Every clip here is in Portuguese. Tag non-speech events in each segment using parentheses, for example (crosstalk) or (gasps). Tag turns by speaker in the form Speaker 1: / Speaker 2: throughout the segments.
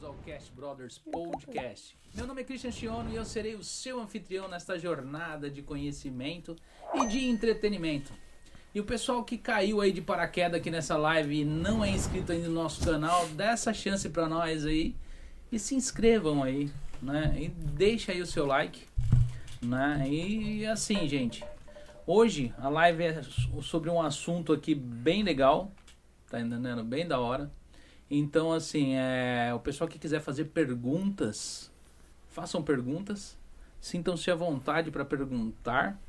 Speaker 1: Podcast Brothers Podcast. Meu nome é Christian Chiono e eu serei o seu anfitrião nesta jornada de conhecimento e de entretenimento. E o pessoal que caiu aí de paraquedas aqui nessa live e não é inscrito ainda no nosso canal, dá essa chance pra nós aí e se inscrevam aí, né? E deixa aí o seu like, né? E assim, gente, hoje a live é so- sobre um assunto aqui bem legal, tá entendendo? Bem da hora. Então, assim, é, o pessoal que quiser fazer perguntas, façam perguntas, sintam-se à vontade para perguntar.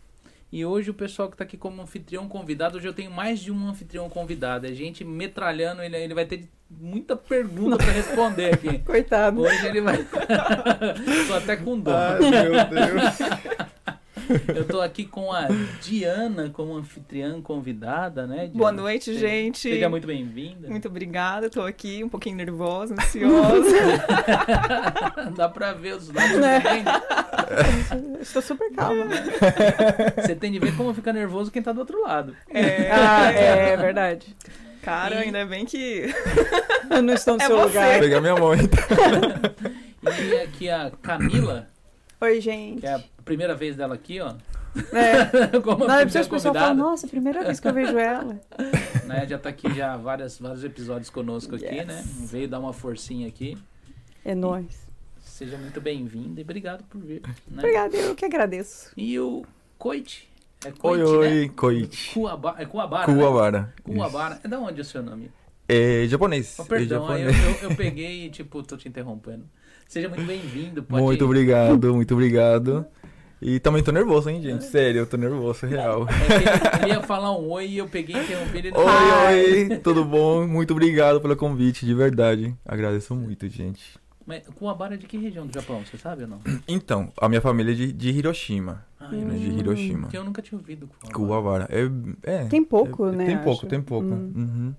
Speaker 1: E hoje o pessoal que está aqui como anfitrião convidado, hoje eu tenho mais de um anfitrião convidado, é gente metralhando, ele, ele vai ter muita pergunta para responder aqui.
Speaker 2: Coitado.
Speaker 1: Hoje ele vai. (laughs) tô até com dor.
Speaker 3: Ai, meu Deus.
Speaker 1: Eu tô aqui com a Diana como anfitriã convidada, né? Diana?
Speaker 2: Boa noite,
Speaker 1: Seja-
Speaker 2: gente.
Speaker 1: Seja muito bem-vinda.
Speaker 2: Muito obrigada, tô aqui um pouquinho nervosa, ansiosa.
Speaker 1: Dá pra ver os lados
Speaker 2: Né?
Speaker 1: também.
Speaker 2: (laughs)
Speaker 1: né?
Speaker 2: Estou super calma. né?
Speaker 1: Você tem de ver como fica nervoso quem tá do outro lado.
Speaker 2: É,
Speaker 4: Ah, é, é verdade.
Speaker 2: Cara,
Speaker 1: E-
Speaker 2: ainda bem que.
Speaker 4: Eu não estou no
Speaker 2: É
Speaker 4: seu
Speaker 2: você.
Speaker 4: lugar.
Speaker 3: Pegar minha mão, então.
Speaker 1: E aqui a Camila,
Speaker 4: Oi, gente.
Speaker 1: que é a primeira vez dela aqui, ó.
Speaker 4: (laughs)
Speaker 1: (laughs)
Speaker 4: É.
Speaker 1: Como
Speaker 4: Não, depois
Speaker 1: anfitriã
Speaker 4: as pessoas falam,
Speaker 1: convidada,
Speaker 4: nossa, é primeira vez que eu vejo ela.
Speaker 1: né? Já tá aqui já várias, vários episódios conosco aqui,
Speaker 4: Yes.
Speaker 1: né? Veio dar uma forcinha aqui.
Speaker 4: É nóis.
Speaker 1: Seja muito bem-vinda e obrigado por vir. né?
Speaker 4: Obrigada, eu que agradeço.
Speaker 1: E o Coit. É
Speaker 3: Oi,
Speaker 1: Coit, né?
Speaker 3: oi, Koichi.
Speaker 1: Cuabara. É Cuabara. Né?
Speaker 3: Kuwabara.
Speaker 1: Kuwabara. É da onde é o seu nome?
Speaker 3: É japonês.
Speaker 1: Oh,
Speaker 3: é
Speaker 1: perdão, aí eu,
Speaker 3: japonês.
Speaker 1: eu, eu peguei e, tipo, tô te interrompendo. Seja muito bem-vindo. Pode
Speaker 3: Muito obrigado, muito obrigado. E também tô nervoso, hein, gente? Sério, eu tô nervoso, real.
Speaker 1: É que ele queria falar um oi e eu peguei e interrompi ele.
Speaker 3: Oi, oi, tudo bom? Muito obrigado pelo convite, de verdade. Agradeço muito, gente.
Speaker 1: Mas Kuwabara é de que região do Japão? Você sabe ou não?
Speaker 3: Então, a minha família é de, de Hiroshima.
Speaker 1: Ah, eu
Speaker 3: né,
Speaker 1: não
Speaker 3: De
Speaker 4: Hum,
Speaker 3: Hiroshima.
Speaker 1: porque eu nunca tinha ouvido Kuwabara.
Speaker 3: Kuwabara. É, é,
Speaker 4: Tem pouco,
Speaker 3: é-
Speaker 4: né?
Speaker 3: Tem pouco,
Speaker 4: acho.
Speaker 3: tem pouco.
Speaker 4: Hum.
Speaker 3: Uhum.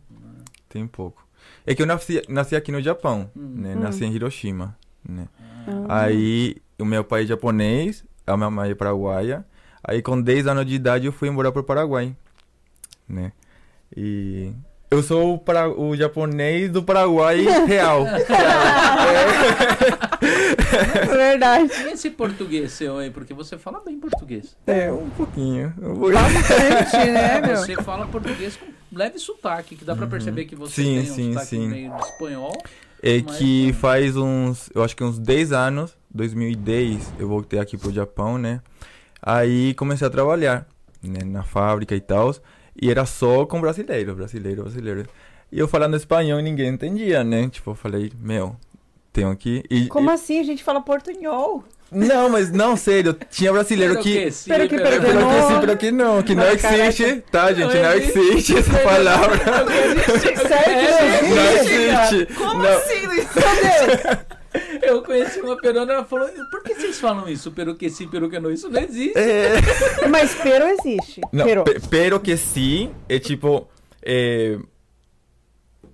Speaker 3: Tem pouco. É que eu nasci, nasci aqui no Japão,
Speaker 1: Hum.
Speaker 3: né?
Speaker 4: Hum.
Speaker 3: Nasci em Hiroshima, né?
Speaker 4: Ah. (laughs)
Speaker 3: Aí, o meu pai é japonês, a minha mãe é paraguaia. Aí, com 10 anos de idade, eu fui embora pro Paraguai, né? E... Eu sou o, para... o japonês do Paraguai
Speaker 4: (laughs)
Speaker 3: real. um
Speaker 4: Verdade.
Speaker 1: E esse português seu aí? Porque você fala bem português.
Speaker 3: é, um pouquinho. Eu vou-
Speaker 4: Bastante, né, meu?
Speaker 1: Você fala português com leve sotaque, que dá pra
Speaker 3: É Uhum.
Speaker 1: perceber que você
Speaker 3: Sim,
Speaker 1: tem um
Speaker 3: sim,
Speaker 1: sotaque
Speaker 3: sim.
Speaker 1: meio de espanhol.
Speaker 3: É
Speaker 1: Mas,
Speaker 3: que
Speaker 1: hum.
Speaker 3: faz uns, eu acho que uns 10 anos, 2010, eu voltei aqui pro Japão, né? Aí comecei a trabalhar, né, na fábrica e tal, e era só com brasileiro, brasileiro, brasileiro. E eu falando espanhol, ninguém entendia, né? Tipo, eu falei, meu, tenho que e,
Speaker 4: Como
Speaker 3: e-
Speaker 4: assim? A gente fala
Speaker 3: (laughs)
Speaker 4: portunhol.
Speaker 3: Não, mas não, sério, tinha brasileiro que
Speaker 1: Peroquesi,
Speaker 4: Pera que-
Speaker 3: é,
Speaker 4: pera
Speaker 1: peroquesi.
Speaker 4: que-
Speaker 3: Pelo que sim,
Speaker 4: Demora.
Speaker 3: pelo que não, que não
Speaker 4: Mas,
Speaker 3: existe, tá, gente? Não
Speaker 1: existe.
Speaker 3: existe essa palavra.
Speaker 4: Sério que
Speaker 3: É, Não
Speaker 4: não existe?
Speaker 3: existe.
Speaker 2: Como
Speaker 3: Não.
Speaker 2: assim, Luiz?
Speaker 1: Eu conheci uma peruana, ela falou, por que vocês falam isso? Peruqueci, peruquenô, isso não existe.
Speaker 3: É.
Speaker 4: Mas pero existe.
Speaker 3: Não,
Speaker 4: pero,
Speaker 3: pe- pero que sim é tipo. é,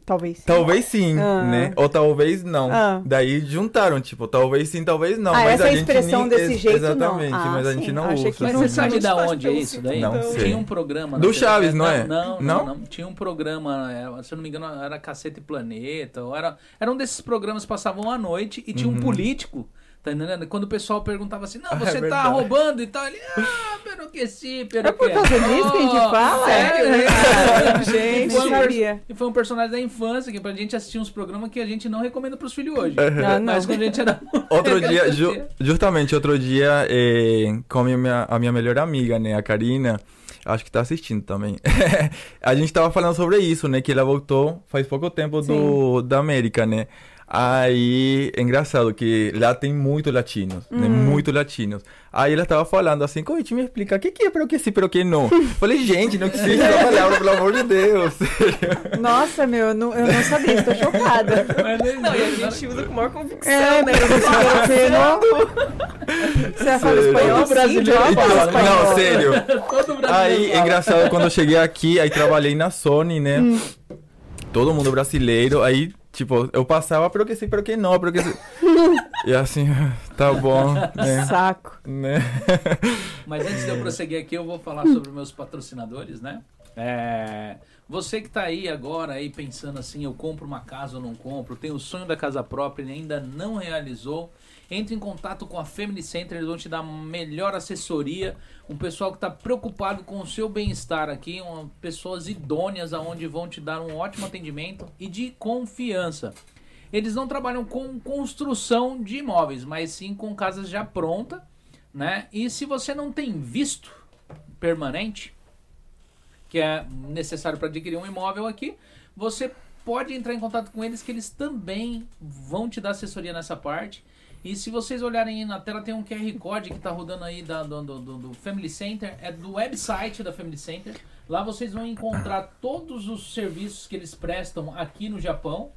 Speaker 4: talvez. sim.
Speaker 3: talvez sim,
Speaker 4: Ah.
Speaker 3: né? Ou talvez não.
Speaker 4: Ah.
Speaker 3: Daí juntaram, tipo, talvez sim, talvez não.
Speaker 4: Ah,
Speaker 3: mas
Speaker 4: essa
Speaker 3: a gente
Speaker 4: expressão
Speaker 3: nem-
Speaker 4: desse
Speaker 3: ex-
Speaker 4: jeito, não.
Speaker 3: Exatamente,
Speaker 4: Ah,
Speaker 3: mas a
Speaker 4: sim.
Speaker 3: gente não
Speaker 4: Achei
Speaker 3: usa.
Speaker 4: que
Speaker 1: Mas
Speaker 4: não
Speaker 1: você
Speaker 3: assim.
Speaker 1: sabe
Speaker 2: Não
Speaker 1: da
Speaker 2: faz
Speaker 1: onde é
Speaker 2: pelo
Speaker 1: isso daí?
Speaker 3: sintoma. Não sei.
Speaker 1: Tinha um programa. na
Speaker 3: Do
Speaker 1: TV
Speaker 3: Chaves, não é?
Speaker 1: Não, não,
Speaker 3: Não?
Speaker 1: não. Tinha um programa, era- se eu não me engano, era Cacete e Planeta. Ou era, era um desses programas que passavam à noite e tinha um político. Tá entendendo? Quando o pessoal perguntava assim, não,
Speaker 3: Uhum. Ah, é
Speaker 1: você tá
Speaker 3: verdade.
Speaker 1: roubando e tal, ele, ah, peruqueci, peruqueci.
Speaker 4: É por causa disso que a gente fala?
Speaker 1: Oh, Sério?
Speaker 4: Ah,
Speaker 1: E
Speaker 4: (laughs) gente,
Speaker 1: foi um pers-
Speaker 4: sabia.
Speaker 1: E foi um personagem da infância que pra gente assistir uns programas que a gente não recomenda pros filhos hoje.
Speaker 4: Ah, não.
Speaker 1: Mas quando a gente era.
Speaker 3: Uhum. Outro
Speaker 1: (laughs)
Speaker 3: dia, ju- justamente outro dia, é, com a minha, a minha melhor amiga, né, a Karina, acho que tá assistindo também. (laughs) a gente tava falando sobre isso, né, que ela voltou faz pouco tempo do, da América, né. Aí, é engraçado que lá tem muito latinos, né, muito latinos. Aí ela tava falando assim, Coit, me explica, o que que é pelo que sim, pelo que não? Falei, gente, não existe essa palavra, pelo amor de Deus.
Speaker 4: Nossa, meu, eu não, eu não sabia, estou chocada.
Speaker 3: (laughs)
Speaker 1: Mas não,
Speaker 2: (laughs) Não, e a gente usa com maior convicção,
Speaker 4: É,
Speaker 2: né?
Speaker 4: né? Você fala
Speaker 3: Sério.
Speaker 4: espanhol?
Speaker 3: Todo
Speaker 1: brasileiro
Speaker 4: Sim,
Speaker 1: fala,
Speaker 4: fala espanhol.
Speaker 3: não, sério.
Speaker 1: Todo brasileiro.
Speaker 3: Aí, é
Speaker 1: fala. Hum.
Speaker 3: engraçado, quando eu cheguei aqui, aí trabalhei na Sony, né? Todo mundo brasileiro, aí, tipo, eu passava, pero que sim, pero que não, pero que sim.
Speaker 1: (laughs)
Speaker 3: e assim, tá bom, né?
Speaker 4: Saco.
Speaker 3: né?
Speaker 1: Mas antes de eu prosseguir aqui, eu vou falar sobre meus patrocinadores, né? É, você que tá aí agora aí pensando assim, eu compro uma casa ou não compro, tem o sonho da casa própria e ainda não realizou, entre em contato com a Family Center, eles vão te dar a melhor assessoria, um pessoal que está preocupado com o seu bem-estar aqui, um, pessoas idôneas aonde vão te dar um ótimo atendimento e de confiança. Eles não trabalham com construção de imóveis, mas sim com casas já prontas, né? E se você não tem visto permanente, que é necessário para adquirir um imóvel aqui, você pode entrar em contato com eles que eles também vão te dar assessoria nessa parte. E se vocês olharem aí na tela, tem um QR Code que tá rodando aí da- do, do- do- do Family Center, é do website da Family Center. Lá vocês vão encontrar todos os serviços que eles prestam aqui no Japão,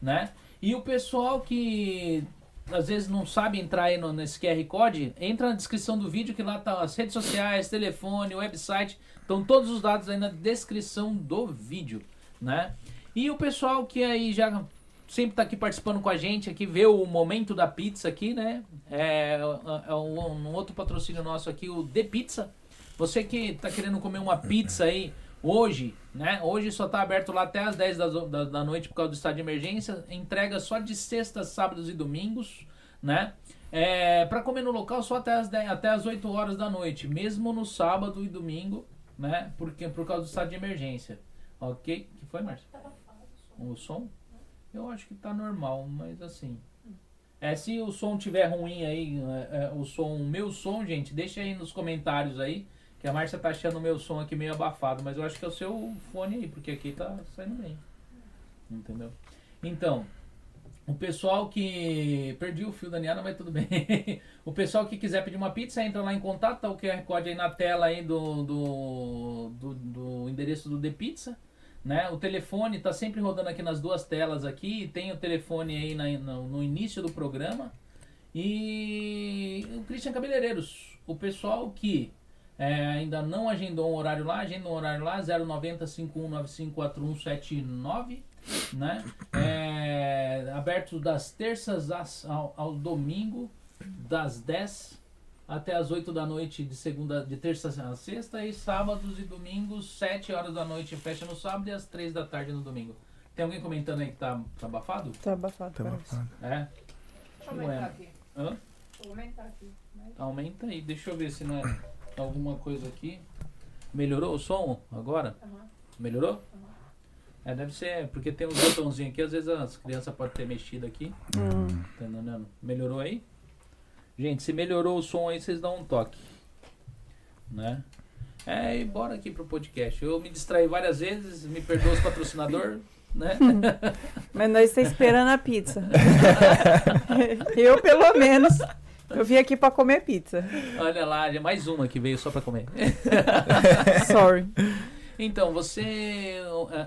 Speaker 1: né? E o pessoal que às vezes não sabe entrar aí no, nesse QR Code, entra na descrição do vídeo que lá tá as redes sociais, telefone, website, estão todos os dados aí na descrição do vídeo, né? E o pessoal que aí já sempre tá aqui participando com a gente, aqui vê o momento da pizza aqui, né? É, é um, um outro patrocínio nosso aqui, o The Pizza. Você que tá querendo comer uma pizza aí hoje, né? Hoje só tá aberto lá até as 10 da, da, da noite por causa do estado de emergência. Entrega só de sextas, sábados e domingos, né? É, para comer no local só até as, 10, até as 8 horas da noite, mesmo no sábado e domingo, né? Porque, por causa do estado de emergência. Ok? que foi, Márcio? O som? Eu acho que tá normal, mas assim. É, se o som tiver ruim aí, é, é, o som, o meu som, gente, deixa aí nos comentários aí. Que a Márcia tá achando o meu som aqui meio abafado, mas eu acho que é o seu fone aí, porque aqui tá saindo bem. Entendeu? Então, o pessoal que. Perdi o fio da Niana, mas tudo bem. (laughs) o pessoal que quiser pedir uma pizza, entra lá em contato, tá o QR Code aí na tela aí do, do, do, do endereço do The Pizza né? O telefone tá sempre rodando aqui nas duas telas aqui, tem o telefone aí na- no, no início do programa. E o Christian Cabeleireiros, o pessoal que é, ainda não agendou um horário lá, agenda um horário lá, um 090 51954179, né? É, aberto das terças às- ao, ao domingo, das 10 até as 8 da noite de segunda de terça a sexta e sábados e domingos 7 horas da noite fecha no sábado e às 3 da tarde no domingo. Tem alguém comentando aí que tá, tá abafado?
Speaker 4: Tá abafado,
Speaker 3: Tá
Speaker 4: parece.
Speaker 3: abafado.
Speaker 1: É,
Speaker 5: Deixa eu aumentar aqui.
Speaker 1: Hã?
Speaker 5: Vou aumentar aqui. né?
Speaker 1: aumenta aí. Deixa eu ver se não é alguma coisa aqui. Melhorou o som agora?
Speaker 5: Aham.
Speaker 1: Melhorou? É, deve ser, porque tem uns botãozinhos aqui, às vezes as crianças podem ter mexido aqui.
Speaker 4: Hum.
Speaker 1: Tá entendendo? Melhorou aí? Gente, se melhorou o som aí, vocês dão um toque. Né? É, e bora aqui pro podcast. Eu me distraí várias vezes, me perdoa os patrocinador, né?
Speaker 4: Mas nós estamos esperando a pizza. (laughs) eu, pelo menos, eu vim aqui pra comer pizza.
Speaker 1: Olha lá, já mais uma que veio só pra
Speaker 4: (laughs)
Speaker 1: comer.
Speaker 4: Sorry.
Speaker 1: Então, você, é,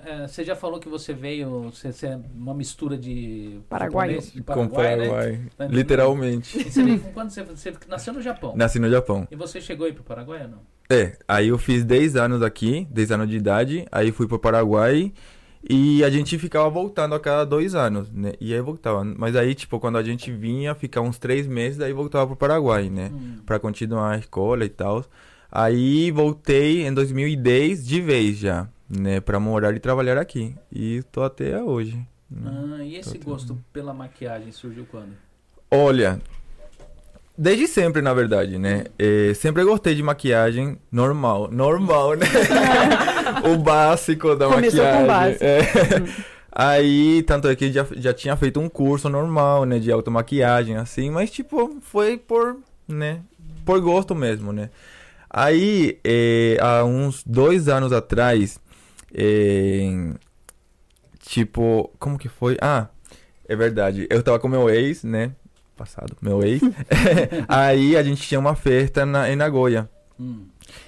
Speaker 1: é, você já falou que você veio, você, você é uma mistura de
Speaker 4: Paraguaio.
Speaker 1: japonês, de
Speaker 3: Com
Speaker 1: Paraguai, né?
Speaker 3: Paraguai.
Speaker 1: Tá entendendo?
Speaker 3: Literalmente.
Speaker 1: E você veio com quando você, você nasceu no Japão.
Speaker 3: Nasci no Japão.
Speaker 1: E você chegou aí pro Paraguai ou não?
Speaker 3: É, aí eu fiz 10 anos aqui, 10 anos de idade, aí fui pro Paraguai e a gente ficava voltando a cada dois anos, né? E aí voltava. Mas aí, tipo, quando a gente vinha, ficava uns três meses, daí voltava pro Paraguai, né?
Speaker 1: Hum.
Speaker 3: Pra continuar a escola e tal. Aí voltei em 2010 de vez já, né? Pra morar e trabalhar aqui. E tô até hoje. né?
Speaker 1: Ah, e esse gosto pela maquiagem surgiu quando?
Speaker 3: Olha, desde sempre, na verdade, né? É, sempre gostei de maquiagem normal. Normal,
Speaker 4: (laughs)
Speaker 3: né? (laughs) o básico da
Speaker 4: Começou com
Speaker 3: maquiagem.
Speaker 4: o básico.
Speaker 3: é. Aí, tanto é que já, já tinha feito um curso normal, né? De automaquiagem, assim. Mas, tipo, foi por, né? Por gosto mesmo, né? Aí, é, há uns dois anos atrás, é, tipo, como que foi? Ah, é verdade. Eu tava com meu ex, né? Passado, meu ex. (laughs) Aí a gente tinha uma festa na, em Nagoya.
Speaker 1: Hum.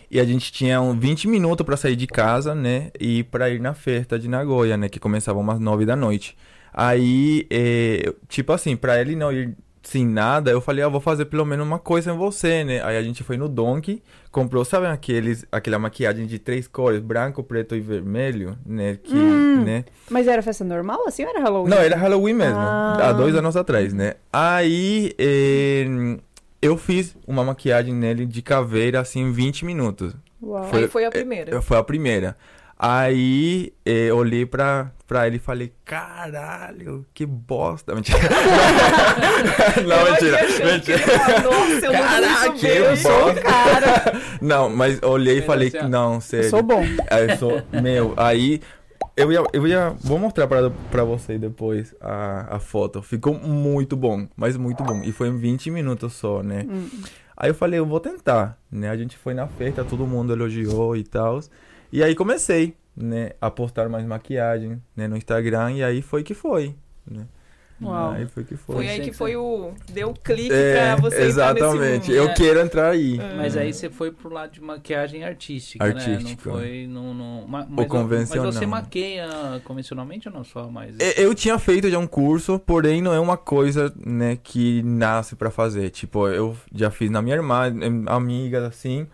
Speaker 3: E a gente tinha um 20 minutos pra sair de casa, né? E pra ir na festa de Nagoya, né? Que começava umas 9 da noite. Aí, é, tipo assim, pra ele não ir sem nada, eu falei, ah, vou fazer pelo menos uma coisa em você, né? Aí a gente foi no Donkey, comprou, sabe aqueles, aquela maquiagem de três cores, branco, preto e vermelho, né? Que,
Speaker 4: Hum.
Speaker 3: né?
Speaker 4: Mas era festa normal assim ou era Halloween?
Speaker 3: Não, é era Halloween mesmo.
Speaker 4: Ah.
Speaker 3: Há dois anos atrás, né? Aí eh, eu fiz uma maquiagem nele de caveira, assim, em 20 minutos.
Speaker 4: Uau.
Speaker 2: Foi- Aí a primeira.
Speaker 3: eh, Foi a primeira. Aí eh, olhei pra, pra ele e falei, caralho, que bosta. (laughs) Mentira. não, mentira. mentira.
Speaker 2: Nossa, eu
Speaker 3: Caraca,
Speaker 2: não
Speaker 3: eu
Speaker 2: sei
Speaker 3: sou (laughs) Não, mas olhei e
Speaker 1: Você
Speaker 3: falei,
Speaker 1: não se-
Speaker 3: não,
Speaker 4: assim, Eu
Speaker 3: sério. (laughs)
Speaker 4: sou bom.
Speaker 3: Aí eu sou, meu, aí eu ia, eu ia, vou mostrar pra, pra vocês depois a, a foto. Ficou muito bom, mas muito bom. E foi em 20 minutos só, né?
Speaker 4: Hum.
Speaker 3: Aí eu falei, eu vou tentar, né? A gente foi na festa, todo mundo elogiou e tal. E aí comecei, né, a postar mais maquiagem, né, no Instagram. E aí foi que foi, né?
Speaker 4: Uau.
Speaker 3: Aí foi que foi.
Speaker 2: Foi aí que foi o. Deu o clique
Speaker 3: É,
Speaker 2: pra você
Speaker 3: exatamente.
Speaker 2: entrar
Speaker 3: eu
Speaker 1: né?
Speaker 3: quero entrar aí.
Speaker 2: É.
Speaker 1: Mas é aí você foi pro lado de maquiagem artística, né?
Speaker 3: Artística.
Speaker 1: Não foi no... no ma- mas,
Speaker 3: convencional.
Speaker 1: Mas você maqueia convencionalmente ou não só? Mas...
Speaker 3: É, Eu tinha feito já um curso, porém não é uma coisa, né, que nasce pra fazer. Tipo, eu já fiz na minha irmã, em- amigas assim,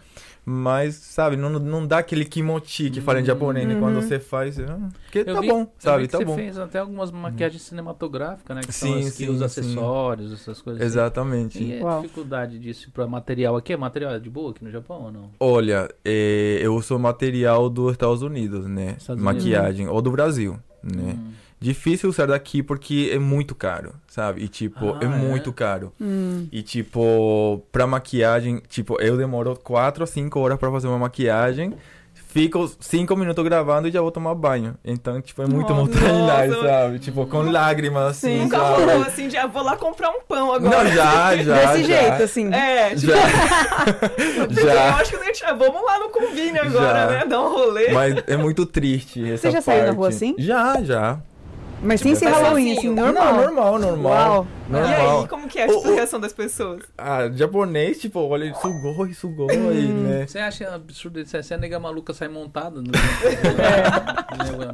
Speaker 3: mas sabe, não, não dá aquele kimochi que fala em
Speaker 1: Hum.
Speaker 3: japonês, né? Quando
Speaker 4: Uhum.
Speaker 3: você faz, você, ah, porque
Speaker 1: Eu
Speaker 3: tá
Speaker 1: vi-
Speaker 3: bom,
Speaker 1: Eu vi
Speaker 3: sabe?
Speaker 1: que
Speaker 3: Tá
Speaker 1: você
Speaker 3: bom.
Speaker 1: fez até algumas maquiagens cinematográficas, né? Que são
Speaker 3: Sim,
Speaker 1: as que
Speaker 3: sim,
Speaker 1: os
Speaker 3: sim.
Speaker 1: acessórios, essas coisas assim.
Speaker 3: Exatamente.
Speaker 1: E a
Speaker 4: Uau.
Speaker 1: dificuldade disso pra material aqui? É material de boa aqui no Japão ou não?
Speaker 3: Olha, é, eu uso material dos Estados Unidos, né?
Speaker 1: Estados Unidos.
Speaker 3: Maquiagem, ou do Brasil, né?
Speaker 1: Hum.
Speaker 3: Difícil usar daqui porque é muito caro, sabe? E tipo,
Speaker 1: Ah,
Speaker 3: é
Speaker 1: é?
Speaker 3: muito caro.
Speaker 4: Hum.
Speaker 3: E tipo, pra maquiagem, tipo, eu demoro 4 a 5 horas pra fazer uma maquiagem. Fico 5 minutos gravando e já vou tomar banho. Então, tipo, é muito
Speaker 2: Nossa.
Speaker 3: montanhas, sabe? Tipo, com lágrimas, assim,
Speaker 2: Nunca
Speaker 3: sabe?
Speaker 2: rolou assim, já vou lá comprar um pão agora.
Speaker 3: Não, já, já.
Speaker 4: Desse
Speaker 3: já.
Speaker 4: jeito, assim.
Speaker 2: É, tipo, (laughs)
Speaker 3: Já,
Speaker 2: eu
Speaker 3: já.
Speaker 2: acho que a gente- Ah, vamos lá no convívio agora,
Speaker 3: Já.
Speaker 2: né? Dar um rolê.
Speaker 3: Mas é muito triste essa
Speaker 4: Você já saiu na
Speaker 3: parte.
Speaker 4: rua assim?
Speaker 3: Já, já.
Speaker 4: Mas sem ser
Speaker 3: Mas
Speaker 4: Halloween, assim,
Speaker 2: sozinho.
Speaker 4: normal.
Speaker 3: Não, é normal, normal.
Speaker 4: Uau.
Speaker 3: Normal.
Speaker 2: E aí, como que é tipo,
Speaker 3: O-
Speaker 2: a
Speaker 3: o-
Speaker 2: reação das pessoas?
Speaker 3: Ah, japonês, tipo, olha, sugoi, sugoi,
Speaker 4: Hum.
Speaker 3: né?
Speaker 1: Você acha absurdo isso? Se a nega maluca sai montada no...
Speaker 4: É.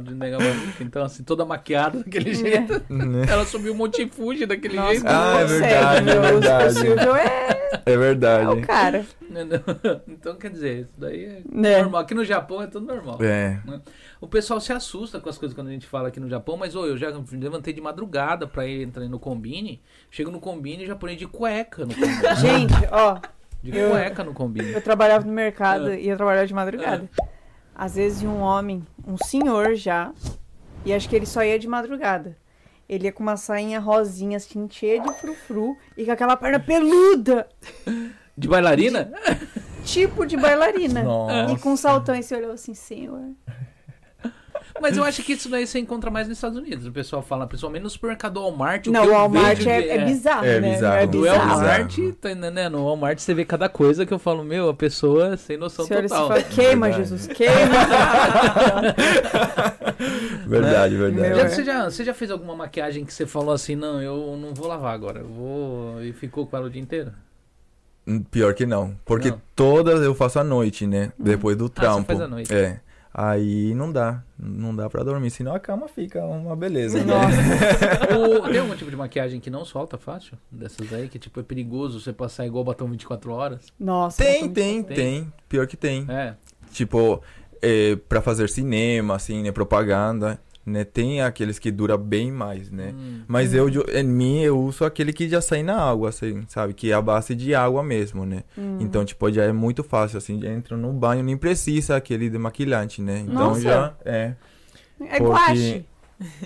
Speaker 3: (laughs)
Speaker 1: de nega maluca, então assim, toda maquiada daquele jeito. (laughs)
Speaker 3: Né?
Speaker 1: Ela subiu um monte de fuji daquele
Speaker 4: É. Nossa,
Speaker 1: jeito.
Speaker 3: Ah,
Speaker 4: não
Speaker 3: é
Speaker 4: consegue,
Speaker 3: verdade,
Speaker 4: meu.
Speaker 3: é verdade.
Speaker 4: O Silvio é
Speaker 3: É
Speaker 4: é o
Speaker 3: verdade.
Speaker 4: cara.
Speaker 1: (laughs) Então, quer dizer, isso daí é
Speaker 4: Né?
Speaker 1: normal. Aqui no Japão é tudo normal.
Speaker 3: É.
Speaker 1: O pessoal se assusta com as coisas quando a gente fala aqui no Japão, mas ô, eu já levantei de madrugada pra ir entrar no combine. Chego no combine, japonês de cueca no combine.
Speaker 4: Gente, ó,
Speaker 1: De
Speaker 4: Eu-
Speaker 1: cueca no combine.
Speaker 4: eu trabalhava no mercado
Speaker 1: Ah.
Speaker 4: e eu trabalhava de madrugada. Às vezes um homem, um senhor já, e acho que ele só ia de madrugada. Ele ia com uma sainha rosinha, assim, cheia de frufru e com aquela perna peluda,
Speaker 1: De bailarina?
Speaker 4: tipo de bailarina.
Speaker 3: Nossa.
Speaker 4: E com um saltão, e você olhou assim, senhor.
Speaker 1: Mas eu acho que isso daí você encontra mais nos Estados Unidos. O pessoal fala, principalmente no supermercado Walmart.
Speaker 4: Não,
Speaker 1: que
Speaker 4: o
Speaker 1: eu
Speaker 4: Walmart
Speaker 1: vejo
Speaker 4: é,
Speaker 1: de-
Speaker 4: é bizarro,
Speaker 3: É
Speaker 4: né?
Speaker 3: bizarro.
Speaker 4: É
Speaker 3: Do
Speaker 1: No
Speaker 4: bizarro.
Speaker 1: Walmart, tá entendendo? No Walmart você vê cada coisa que eu falo, meu, a pessoa sem noção
Speaker 4: Você olha assim e
Speaker 1: total.
Speaker 4: fala, queima,
Speaker 3: Verdade.
Speaker 4: Jesus, queima.
Speaker 3: Verdade, verdade.
Speaker 1: Já- você, já, você já fez alguma maquiagem que você falou assim, não, eu não vou lavar agora, eu vou... E ficou com ela o dia inteiro?
Speaker 3: Hum, Pior que não. Porque
Speaker 1: Não.
Speaker 3: todas eu faço à noite, né?
Speaker 4: Hum.
Speaker 3: Depois
Speaker 4: Ah,
Speaker 3: do trampo.
Speaker 1: faz à noite.
Speaker 3: É. Aí não dá. Não dá pra dormir. Senão a cama fica uma beleza, né?
Speaker 4: Nossa,
Speaker 1: Ou tem algum tipo de maquiagem que não solta fácil? Dessas aí, que tipo, é perigoso você passar igual batom 24 horas?
Speaker 4: nossa.
Speaker 3: Tem,
Speaker 4: muito-
Speaker 3: tem,
Speaker 1: Tem.
Speaker 3: tem, Pior que tem.
Speaker 1: É.
Speaker 3: Tipo, é, pra fazer cinema, assim, né? Propaganda, né? Tem aqueles que dura bem mais, né?
Speaker 1: Hum.
Speaker 3: Mas eu, ju- em mim, eu uso aquele que já sai na água, assim, sabe? Que é a base de água mesmo, né?
Speaker 4: Hum.
Speaker 3: Então, tipo, já é muito fácil, assim, já entra no banho, nem precisa aquele demaquilante, né? Então
Speaker 4: Nossa.
Speaker 3: já é.
Speaker 4: É
Speaker 3: Porque-
Speaker 4: guache.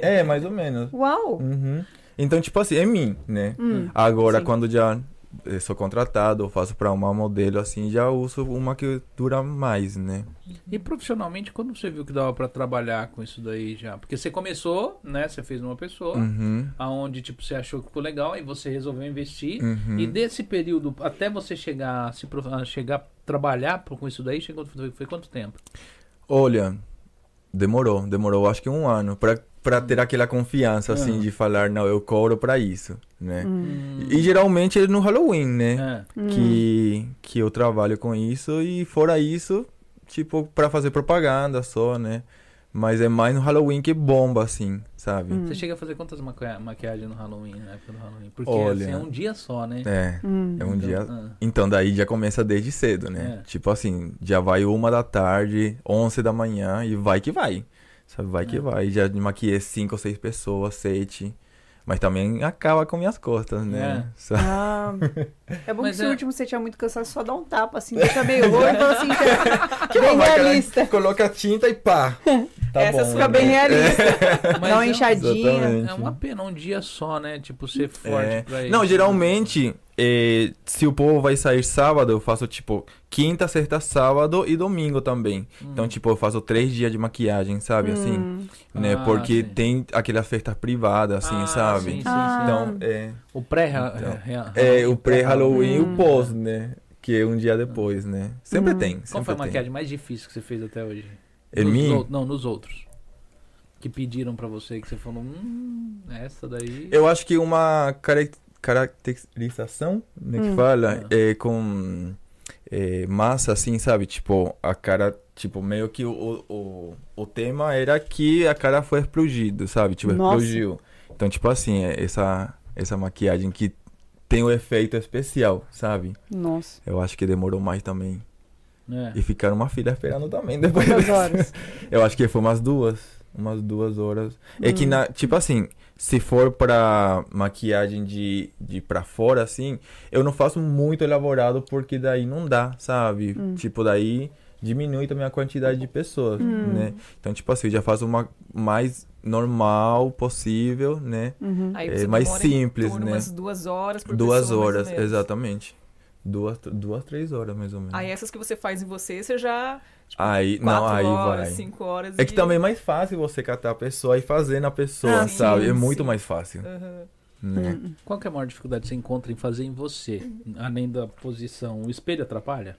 Speaker 3: É, mais ou menos.
Speaker 4: Uau.
Speaker 3: Uhum. Então, tipo assim, é mim, né?
Speaker 4: Hum.
Speaker 3: Agora,
Speaker 4: Sim.
Speaker 3: quando já eh, sou contratado, ou faço pra uma modelo, assim, já uso uma que dura mais, né?
Speaker 1: E profissionalmente, quando você viu que dava pra trabalhar com isso daí já? Porque você começou, né? Você fez numa pessoa,
Speaker 3: Uhum.
Speaker 1: aonde tipo, você achou que ficou legal e você resolveu investir.
Speaker 3: Uhum.
Speaker 1: E desse período até você chegar, se prof- a chegar a trabalhar pro- com isso daí, chegou, foi, foi quanto tempo?
Speaker 3: Olha, demorou, demorou acho que um ano pra, pra ter aquela confiança, assim,
Speaker 1: Ah.
Speaker 3: de falar, não, eu cobro pra isso, né?
Speaker 1: Hum,
Speaker 3: E geralmente é no Halloween, né?
Speaker 1: é.
Speaker 3: que, que eu trabalho com isso e fora isso, tipo, pra fazer propaganda só, né? Mas é mais no Halloween que bomba, assim, sabe?
Speaker 4: Hum.
Speaker 1: Você chega a fazer quantas maqui- maquiagens no Halloween, na época do Halloween? Porque
Speaker 3: Olha.
Speaker 1: assim, é um dia só, né?
Speaker 3: É,
Speaker 4: Hum.
Speaker 3: é um
Speaker 1: Então,
Speaker 3: dia...
Speaker 1: ah.
Speaker 3: Então daí já começa desde cedo, né?
Speaker 1: É.
Speaker 3: Tipo assim, já vai uma da tarde, onze da manhã e vai que vai. Sabe, vai que
Speaker 1: É.
Speaker 3: vai. Já maquiei cinco ou seis pessoas, sete. Mas também acaba com minhas costas, né? Só-
Speaker 4: Ah, é bom
Speaker 1: Mas
Speaker 4: que se
Speaker 1: é-
Speaker 4: o último você tinha muito cansaço, só dá um tapa, assim, deixa meio louco e fala assim,
Speaker 3: (laughs)
Speaker 4: já- bem realista.
Speaker 6: Coloca tinta e pá. Tá bom.
Speaker 2: Essa
Speaker 3: né?
Speaker 4: Fica
Speaker 3: É.
Speaker 4: bem realista.
Speaker 1: Mas
Speaker 4: dá uma
Speaker 1: é-
Speaker 4: inchadinha.
Speaker 1: É uma pena um dia só, né? Tipo, ser forte
Speaker 3: É.
Speaker 1: pra isso.
Speaker 3: Não, geralmente, eh, se o povo vai sair sábado, eu faço tipo quinta, sexta, sábado e domingo também.
Speaker 1: né? Hum.
Speaker 3: Então, tipo, eu faço três dias de maquiagem, sabe? Assim,
Speaker 4: Hum.
Speaker 3: né?
Speaker 1: Ah,
Speaker 3: Porque
Speaker 1: sim.
Speaker 3: tem aquelas festas privadas, assim,
Speaker 1: Ah,
Speaker 3: sabe?
Speaker 1: sim, Ah, sim,
Speaker 4: Ah.
Speaker 1: sim.
Speaker 3: Então, é,
Speaker 1: O pré
Speaker 3: é o pré-Halloween e
Speaker 4: Hum.
Speaker 3: o pós, né? Que é um dia depois, né? Sempre
Speaker 4: Hum.
Speaker 3: tem.
Speaker 1: Qual
Speaker 3: Sempre
Speaker 1: foi a
Speaker 3: tem.
Speaker 1: maquiagem mais difícil que você fez até hoje?
Speaker 3: Em
Speaker 1: Nos
Speaker 3: mim?
Speaker 1: ou- Não, nos outros. Que pediram pra você, que você falou, hum, essa daí.
Speaker 3: Eu acho que uma carac- caracterização, né, que
Speaker 4: Hum.
Speaker 1: Ah.
Speaker 3: fala, é com é, massa, assim, sabe? Tipo, a cara, tipo, meio que o, o, o tema era que a cara foi explodido, sabe? Tipo,
Speaker 4: Nossa.
Speaker 3: explodiu. Então, tipo assim, é essa, essa maquiagem que tem o efeito especial, sabe?
Speaker 4: Nossa,
Speaker 3: Eu acho que demorou mais também.
Speaker 1: né?
Speaker 3: E ficaram uma filha esperando também depois.
Speaker 4: quantas
Speaker 3: dessa.
Speaker 4: horas?
Speaker 3: (laughs) Eu acho que foi umas duas. Umas duas horas. É que,
Speaker 4: Hum.
Speaker 3: na, tipo assim, se for pra maquiagem de, de pra fora, assim, eu não faço muito elaborado porque daí não dá, sabe?
Speaker 4: Hum.
Speaker 3: Tipo, daí diminui também a quantidade de pessoas,
Speaker 4: Hum.
Speaker 3: né? Então, tipo assim, eu já faço uma mais normal possível, né?
Speaker 4: Uhum.
Speaker 2: Aí
Speaker 3: É
Speaker 2: você
Speaker 3: mais
Speaker 2: demora em
Speaker 3: simples,
Speaker 2: torno
Speaker 3: né?
Speaker 2: Umas duas horas por pessoa,
Speaker 3: Duas
Speaker 2: mais ou
Speaker 3: horas,
Speaker 2: menos.
Speaker 3: exatamente. Duas, duas, três horas, mais ou menos.
Speaker 2: Aí essas que você faz em você, você já. tipo,
Speaker 3: Aí-
Speaker 2: quatro
Speaker 3: não, aí
Speaker 2: horas,
Speaker 3: vai.
Speaker 2: cinco horas.
Speaker 3: É
Speaker 2: e-
Speaker 3: que também é mais fácil você catar a pessoa e fazer na pessoa,
Speaker 4: Ah, sim,
Speaker 3: sabe? é
Speaker 4: sim.
Speaker 3: muito mais fácil,
Speaker 2: Aham.
Speaker 3: né?
Speaker 1: Qual que é a maior dificuldade que você encontra em fazer em você, além da posição? O espelho atrapalha?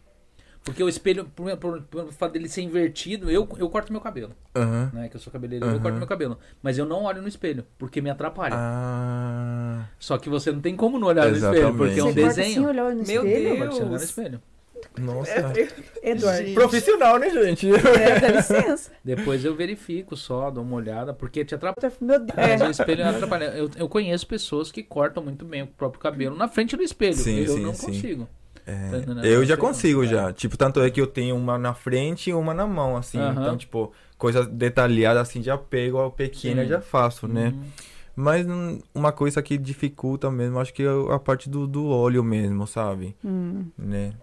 Speaker 1: Porque o espelho, por, por, pelo fato dele ser invertido, eu, eu corto meu cabelo,
Speaker 3: Aham.
Speaker 1: né? Que eu sou cabeleireiro, eu
Speaker 3: Aham.
Speaker 1: corto meu cabelo. Mas eu não olho no espelho, porque me atrapalha.
Speaker 3: Ah.
Speaker 1: Só que você não tem como não olhar
Speaker 3: Exatamente.
Speaker 1: no espelho, porque é um
Speaker 4: Você corta assim,
Speaker 1: desenho.
Speaker 4: olhou no
Speaker 2: Meu
Speaker 4: espelho?
Speaker 1: Pode ser olhar no
Speaker 2: Deus.
Speaker 1: espelho.
Speaker 3: Nossa.
Speaker 4: Eduardo,
Speaker 3: Profissional, né, gente?
Speaker 4: é, dá licença.
Speaker 1: (laughs) Depois eu verifico só, dou uma olhada, porque te atrapalha.
Speaker 4: Meu Deus.
Speaker 1: Mas o
Speaker 4: É.
Speaker 1: espelho atrapalha. Eu, eu conheço pessoas que cortam muito bem o próprio cabelo na frente do espelho.
Speaker 3: Sim,
Speaker 1: eu
Speaker 3: sim,
Speaker 1: não
Speaker 3: sim.
Speaker 1: consigo.
Speaker 3: É,
Speaker 1: Não, não,
Speaker 3: eu já
Speaker 1: não,
Speaker 3: consigo
Speaker 1: não.
Speaker 3: já. Tipo, tanto é que eu tenho uma na frente e uma na mão, assim.
Speaker 1: Aham.
Speaker 3: Então, tipo, coisa detalhada assim, já pego a pequena
Speaker 1: Sim.
Speaker 3: já faço, né?
Speaker 1: Hum.
Speaker 3: Mas hum, uma coisa que dificulta mesmo, acho que é a parte do, do óleo mesmo, sabe?
Speaker 4: Hum,
Speaker 3: Né?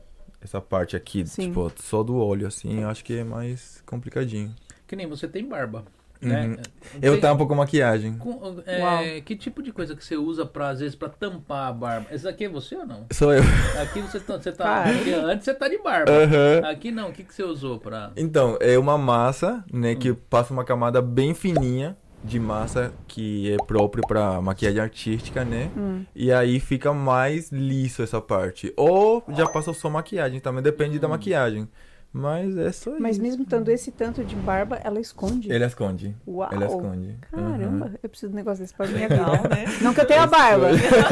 Speaker 3: Essa parte aqui,
Speaker 4: Sim.
Speaker 3: tipo, só do óleo, assim, eu acho que é mais complicadinho.
Speaker 1: Que nem você tem barba, né?
Speaker 3: Uhum.
Speaker 1: Tem-
Speaker 3: Eu tampo com maquiagem.
Speaker 1: com- é, que tipo de coisa que você usa pra, às vezes, pra tampar a barba? Esse aqui é você ou não?
Speaker 3: Sou eu.
Speaker 1: Aqui você tá. Você tá
Speaker 4: Para.
Speaker 1: porque antes você tá de barba.
Speaker 3: Aham.
Speaker 1: Aqui não, o que, que você usou pra.
Speaker 3: Então, é uma massa, né, que passa uma camada bem fininha de massa que é próprio pra maquiagem artística, né?
Speaker 4: hum.
Speaker 3: E aí fica mais liso essa parte. Ou já passa só maquiagem, também depende da
Speaker 1: Hum.
Speaker 3: maquiagem. Mas é só
Speaker 4: Mas
Speaker 3: isso.
Speaker 4: mesmo tendo esse tanto de barba, ela esconde.
Speaker 3: Ela esconde.
Speaker 4: Uau!
Speaker 3: Ela é- esconde. Uhum.
Speaker 4: Caramba, eu preciso de um negócio desse pra minha vida.
Speaker 2: Legal, né?
Speaker 4: Não que eu tenha barba.
Speaker 2: (laughs)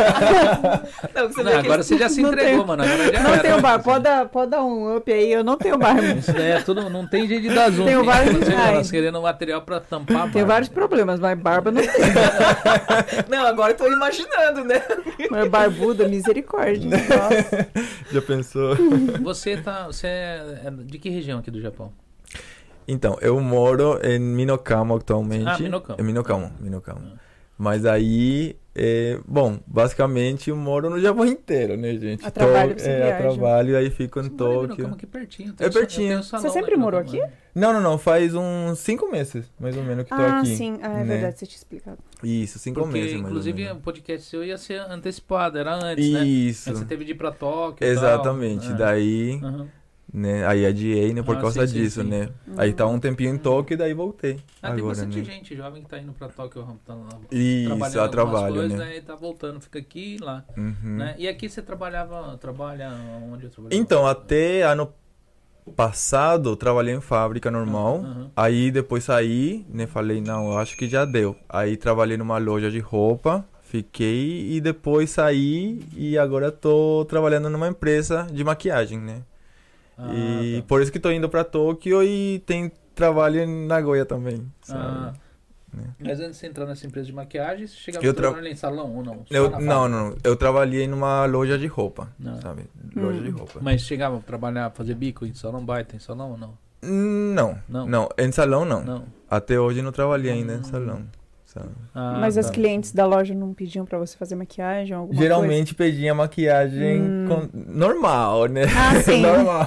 Speaker 2: Não, você
Speaker 1: Não, agora
Speaker 2: vê aqueles-
Speaker 1: você já se
Speaker 4: Não
Speaker 1: entregou,
Speaker 4: tenho-
Speaker 1: mano. Agora já
Speaker 4: Não
Speaker 1: era.
Speaker 4: tenho barba. Pode dar, pode dar um up aí, eu não tenho barba.
Speaker 3: (laughs)
Speaker 1: Isso daí é tudo. Não tem jeito de dar zoom.
Speaker 4: Tenho
Speaker 1: hein?
Speaker 4: vários
Speaker 1: Você, mano,
Speaker 4: reais.
Speaker 1: você querendo um material pra tampar a barba.
Speaker 4: Tenho vários problemas, mas barba não tem.
Speaker 2: Não, agora eu tô imaginando, né?
Speaker 4: Mas barbuda, misericórdia. Nossa.
Speaker 3: Já
Speaker 4: (laughs)
Speaker 3: pensou?
Speaker 1: Você tá. Você é é de que região aqui do Japão?
Speaker 3: Então, eu moro em Minocamo atualmente.
Speaker 1: Ah, Minocamo.
Speaker 3: É Minocamo, Minocamo. Mas aí, é, bom, basicamente eu moro no Japão inteiro, né, gente?
Speaker 4: A trabalho você
Speaker 3: é, a
Speaker 4: viaja.
Speaker 3: trabalho, aí fico em
Speaker 1: Mora em Minocamo,
Speaker 3: Tóquio.
Speaker 1: aqui pertinho.
Speaker 3: É pertinho.
Speaker 1: um
Speaker 4: Você sempre morou
Speaker 3: Não, não, não, faz uns cinco meses, mais ou menos, que tô
Speaker 4: Ah,
Speaker 3: aqui.
Speaker 4: sim. Ah,
Speaker 3: né?
Speaker 4: é verdade, você tinha explicado.
Speaker 3: Isso, cinco
Speaker 1: Porque,
Speaker 3: meses, mais
Speaker 1: inclusive,
Speaker 3: ou
Speaker 1: o podcast seu ia ser antecipado, era antes,
Speaker 3: menos.
Speaker 1: né?
Speaker 3: Isso,
Speaker 1: Antes Você teve de ir pra Tóquio. e tal.
Speaker 3: exatamente.
Speaker 1: É.
Speaker 3: Daí,
Speaker 1: Aham.
Speaker 3: né, aí adiei, né, por
Speaker 1: Ah, sim,
Speaker 3: causa
Speaker 1: sim,
Speaker 3: disso,
Speaker 1: sim.
Speaker 3: né? Aí
Speaker 4: Hum.
Speaker 3: tá um tempinho em Tóquio e daí voltei.
Speaker 1: Ah, tem
Speaker 3: agora,
Speaker 1: bastante
Speaker 3: né?
Speaker 1: gente jovem que tá indo pra Tóquio, tá lá,
Speaker 3: Isso,
Speaker 1: trabalhando
Speaker 3: a
Speaker 1: algumas
Speaker 3: trabalho,
Speaker 1: coisas,
Speaker 3: né?
Speaker 1: aí tá voltando, fica aqui e lá.
Speaker 3: Uhum.
Speaker 1: né? E aqui você trabalhava, trabalha onde eu trabalhava?
Speaker 3: Então, até ano passado, eu trabalhei em fábrica é normal.
Speaker 1: Aham.
Speaker 3: Aí depois saí, né? Falei, não, eu acho que já deu. Aí trabalhei numa loja de roupa, fiquei e depois saí e agora tô trabalhando numa empresa de maquiagem, né?
Speaker 1: Ah,
Speaker 3: e
Speaker 1: tá.
Speaker 3: por isso que tô indo pra Tóquio e tem trabalho em Nagoya também.
Speaker 1: Ah.
Speaker 3: sabe? né?
Speaker 1: Mas antes de você entrar nessa empresa de maquiagem, você chegava
Speaker 3: Eu
Speaker 1: a
Speaker 3: tra-
Speaker 1: trabalhar em salão ou não? Só
Speaker 3: Eu,
Speaker 1: na
Speaker 3: não,
Speaker 1: fábrica?
Speaker 3: não, eu trabalhei numa loja de roupa,
Speaker 1: Ah.
Speaker 3: sabe? Loja de roupa.
Speaker 1: Mas chegava a trabalhar, fazer bico em salão, baita em salão ou não?
Speaker 3: Hum, Não,
Speaker 1: Não.
Speaker 3: não, em salão não.
Speaker 1: Não.
Speaker 3: Até hoje não trabalhei ainda
Speaker 4: Ah.
Speaker 1: Hum.
Speaker 3: em salão. sabe?
Speaker 1: Ah,
Speaker 4: Mas
Speaker 1: tá.
Speaker 4: as clientes da loja não pediam pra você fazer maquiagem ou alguma coisa?
Speaker 3: Geralmente pedia maquiagem com- normal, né?
Speaker 4: Hum.
Speaker 3: (laughs)
Speaker 4: Ah, sim.
Speaker 3: normal.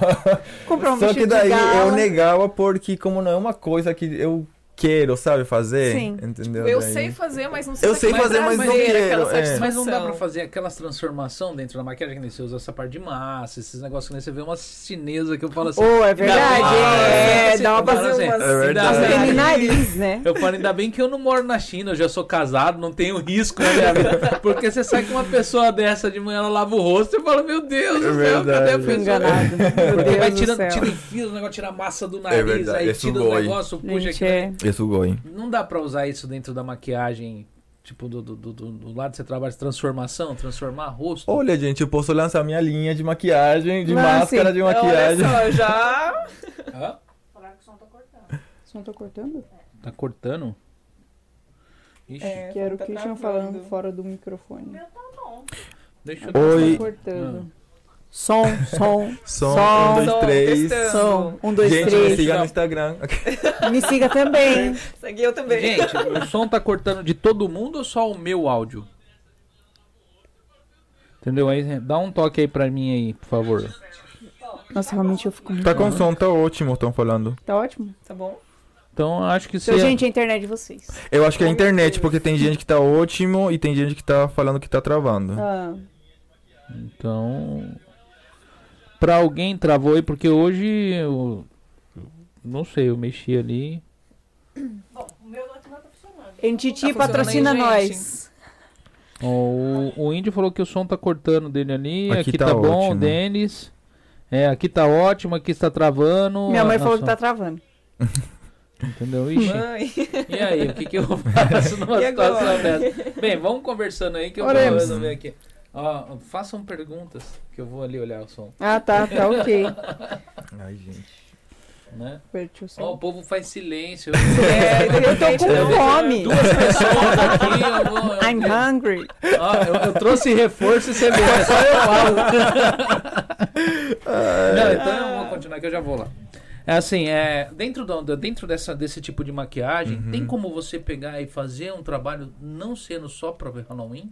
Speaker 4: Comprar um
Speaker 3: Só que
Speaker 4: vestido de
Speaker 3: daí eu
Speaker 4: gala.
Speaker 3: negava porque como não é uma coisa que eu quero, sabe, fazer,
Speaker 4: Sim.
Speaker 3: entendeu?
Speaker 2: Eu
Speaker 3: Daí-
Speaker 2: sei fazer, mas não sei
Speaker 3: Eu
Speaker 2: se
Speaker 3: sei
Speaker 2: vai
Speaker 3: fazer, mas não
Speaker 2: trazer
Speaker 3: quero,
Speaker 2: aquela
Speaker 3: é.
Speaker 2: satisfação.
Speaker 1: Mas não dá pra fazer aquelas transformações dentro da maquiagem, que nem você usa essa parte de massa, esses negócios que nem você vê uma chinesa que eu falo assim.
Speaker 4: Oh, é verdade.
Speaker 1: Ah,
Speaker 4: é,
Speaker 1: sim,
Speaker 4: dá uma
Speaker 1: fazer
Speaker 4: fazer
Speaker 1: umas-
Speaker 4: umas...
Speaker 3: É verdade.
Speaker 1: Dá-
Speaker 4: Tem nariz, né?
Speaker 1: Eu falo, ainda bem que eu não moro na China, eu já sou casado, não tenho risco na minha
Speaker 4: (laughs)
Speaker 1: vida. Porque você sai com uma pessoa dessa de manhã, ela lava o rosto e fala, meu Deus do céu,
Speaker 3: É verdade.
Speaker 1: cadê a
Speaker 4: Fui
Speaker 1: pessoa?
Speaker 4: enganado. É Meu
Speaker 1: Porque
Speaker 4: Deus
Speaker 1: vai
Speaker 4: do
Speaker 1: tirando,
Speaker 4: céu. É
Speaker 1: tira em fio, o negócio tira a massa do nariz,
Speaker 3: verdade,
Speaker 1: aí
Speaker 3: esse
Speaker 1: tira o
Speaker 3: goi.
Speaker 1: negócio, puxa
Speaker 4: Gente,
Speaker 1: aqui. né?
Speaker 4: é...
Speaker 3: Isso goi.
Speaker 1: Não dá pra usar isso dentro da maquiagem, tipo, do, do, do, do- do lado que você trabalha de transformação, transformar rosto.
Speaker 3: Olha, gente, eu posso lançar minha linha de maquiagem, de
Speaker 4: Ah,
Speaker 3: máscara
Speaker 4: sim.
Speaker 3: de maquiagem.
Speaker 2: Olha só, já.
Speaker 1: Hã?
Speaker 5: Falaram que o som tá cortando.
Speaker 4: Você não tá cortando?
Speaker 1: Tá cortando? Ixi,
Speaker 2: É,
Speaker 4: Que era o
Speaker 2: tá
Speaker 4: Christian
Speaker 2: travando.
Speaker 4: falando fora do microfone.
Speaker 5: Meu tá bom.
Speaker 1: deixa eu...
Speaker 3: Oi, Ah.
Speaker 4: Tá cortando. Som, som,
Speaker 3: som,
Speaker 4: Som.
Speaker 3: um, dois,
Speaker 2: Som,
Speaker 3: três.
Speaker 2: testando.
Speaker 4: som. Um, dois,
Speaker 3: Gente, assim. me
Speaker 4: três.
Speaker 3: siga
Speaker 1: Não.
Speaker 3: no Instagram.
Speaker 4: Me siga também.
Speaker 2: Segui eu também.
Speaker 1: Gente, o som tá cortando de todo mundo ou só o meu áudio? Entendeu? Aí, dá um toque aí pra mim aí, por favor.
Speaker 4: Nossa, realmente eu fico muito...
Speaker 3: Tá com som, tá ótimo, estão falando.
Speaker 4: Tá ótimo.
Speaker 2: Tá bom?
Speaker 1: Então, acho que
Speaker 4: Então,
Speaker 1: você...
Speaker 4: gente, a internet de vocês.
Speaker 3: Eu acho que é a internet, porque tem gente que tá ótimo e tem gente que tá falando que tá travando.
Speaker 4: Ah,
Speaker 1: Então... Pra alguém travou aí, porque hoje eu... Não sei, eu mexi ali...
Speaker 5: Bom, o meu notebook tá funcionando.
Speaker 4: NTT
Speaker 2: funcionando
Speaker 4: patrocina
Speaker 2: aí,
Speaker 4: nós.
Speaker 1: Ó, o, o Índio falou que o som tá cortando dele ali. Aqui,
Speaker 3: Aqui
Speaker 1: tá,
Speaker 3: tá
Speaker 1: bom,
Speaker 3: ótimo.
Speaker 1: Denis. É, aqui tá ótimo, aqui está travando.
Speaker 4: Minha mãe
Speaker 1: Ah,
Speaker 4: falou
Speaker 1: só-
Speaker 4: que tá travando. (laughs)
Speaker 1: Entendeu? Ixi.
Speaker 2: Mãe.
Speaker 1: E aí, o que, que eu faço numa
Speaker 2: (laughs) E agora?
Speaker 1: situação dessa? Bem, vamos conversando aí que eu
Speaker 3: Oremos.
Speaker 1: vou resolver aqui. Ó, façam perguntas, que eu vou ali olhar o som,
Speaker 4: Ah, tá, tá ok.
Speaker 1: Ah.
Speaker 3: Ai, gente.
Speaker 1: né?
Speaker 4: Pera, deixa eu só-
Speaker 1: Ó, o povo faz silêncio.
Speaker 2: É, de
Speaker 4: eu tô
Speaker 2: repente,
Speaker 4: com
Speaker 2: não. (laughs)
Speaker 4: fome.
Speaker 1: Duas pessoas aqui, eu vou... eu-
Speaker 4: I'm hungry.
Speaker 1: Ó, eu, eu trouxe reforço e você vê, é só eu falo. Não, então eu vou continuar que eu já vou lá. É assim, é, dentro, do, do- dentro dessa, desse tipo de maquiagem,
Speaker 3: Uhum.
Speaker 1: tem como você pegar e fazer um trabalho não sendo só pra Halloween?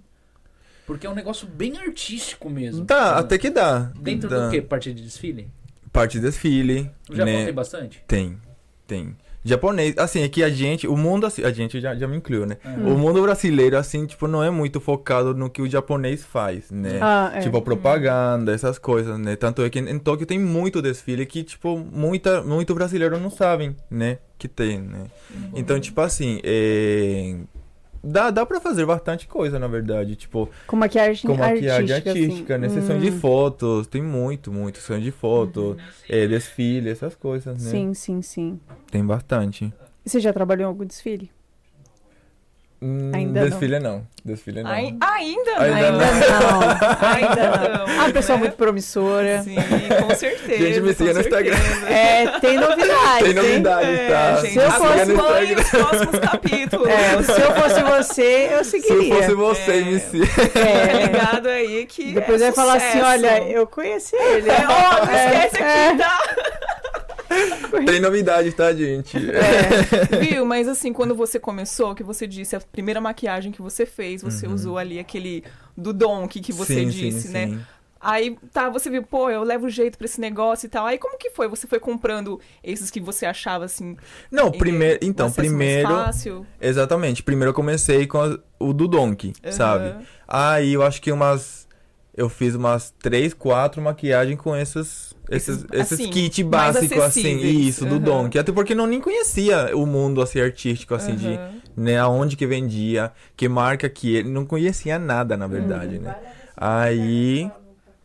Speaker 1: Porque é um negócio bem artístico mesmo.
Speaker 3: Dá,
Speaker 1: Né?
Speaker 3: Tá, até que dá.
Speaker 1: Dentro
Speaker 3: Dá.
Speaker 1: do que? Parte de desfile?
Speaker 3: Parte de desfile,
Speaker 1: Já
Speaker 3: né?
Speaker 1: contei bastante?
Speaker 3: Tem, tem. Japonês, assim, é que a gente, o mundo, assim, a gente já, já me incluiu, né?
Speaker 1: É.
Speaker 3: O mundo brasileiro, assim, tipo, não é muito focado no que o japonês faz, né?
Speaker 4: Ah, é.
Speaker 3: Tipo, a propaganda, essas coisas, né? Tanto é que em, em Tóquio tem muito desfile que, tipo, muita, muito brasileiro não sabem, né? Que tem, né? Então, tipo assim, é... Dá, dá pra fazer bastante coisa, na verdade. Tipo,
Speaker 4: com maquiagem
Speaker 3: com maquiagem
Speaker 4: é artística.
Speaker 3: artística, né?
Speaker 4: assim.
Speaker 3: Sessão de
Speaker 4: Hum, Uhum.
Speaker 3: fotos, tem muito, muito. Sessão de foto, é, desfile, essas coisas, né?
Speaker 4: Sim, sim, sim.
Speaker 3: Tem bastante.
Speaker 4: E Você já trabalhou em algum desfile?
Speaker 3: Hum,
Speaker 4: Ainda não.
Speaker 3: desfile não. Desfile não.
Speaker 2: Ai- ainda não.
Speaker 3: Ainda (laughs)
Speaker 4: não.
Speaker 2: Ainda não.
Speaker 4: Ah, pessoal
Speaker 2: né?
Speaker 4: muito promissora.
Speaker 2: Sim, com certeza.
Speaker 3: Gente, me siga
Speaker 2: com
Speaker 3: no Instagram.
Speaker 2: certeza. É,
Speaker 4: É, tem novidades,
Speaker 3: Tem
Speaker 4: hein?
Speaker 3: novidade, tá?
Speaker 2: gente,
Speaker 4: Se eu
Speaker 2: acompanhe
Speaker 4: fosse-
Speaker 2: os próximos capítulos.
Speaker 4: É, se eu fosse você, eu
Speaker 3: Se eu
Speaker 4: seguiria.
Speaker 3: fosse você,
Speaker 2: É.
Speaker 3: MC.
Speaker 2: Fica
Speaker 4: É.
Speaker 2: Tá ligado aí que.
Speaker 4: Depois
Speaker 2: é
Speaker 4: vai falar assim,
Speaker 2: sucesso.
Speaker 4: olha, eu é. conheci ele.
Speaker 2: É, ó, não esquece aqui,
Speaker 4: (laughs)
Speaker 2: tá?
Speaker 3: (laughs) Tem novidade, tá, gente?
Speaker 2: É, Viu? Mas assim, quando você começou, que você disse, a primeira maquiagem que você fez, você usou ali aquele do Donkey
Speaker 3: (laughs)
Speaker 2: que você
Speaker 3: Uhum. Sim, sim,
Speaker 2: disse, né?
Speaker 3: sim.
Speaker 2: Aí, tá, você viu, pô, eu levo jeito pra esse negócio e tal. Aí como que foi? Você foi comprando esses que você achava assim.
Speaker 3: Não,
Speaker 2: eh,
Speaker 3: primeiro.
Speaker 2: um
Speaker 3: Então,
Speaker 2: acesso mais
Speaker 3: primeiro.
Speaker 2: Fácil?
Speaker 3: Exatamente. Primeiro eu comecei com a- o do Donkey,
Speaker 2: Aham.
Speaker 3: sabe? Aí eu acho que umas. Eu fiz umas três, quatro maquiagens com esses. Esses,
Speaker 2: Esses,
Speaker 3: esses
Speaker 2: assim,
Speaker 3: kit
Speaker 2: mais
Speaker 3: básico, assim,
Speaker 2: acessíveis.
Speaker 3: isso, do
Speaker 2: Aham.
Speaker 3: Donkey. Até porque eu não nem conhecia o mundo, assim, artístico, assim, de
Speaker 2: Aham.
Speaker 3: né? Aonde que vendia, que marca que ele. Não conhecia nada, na verdade,
Speaker 2: Uhum.
Speaker 3: né? Aí.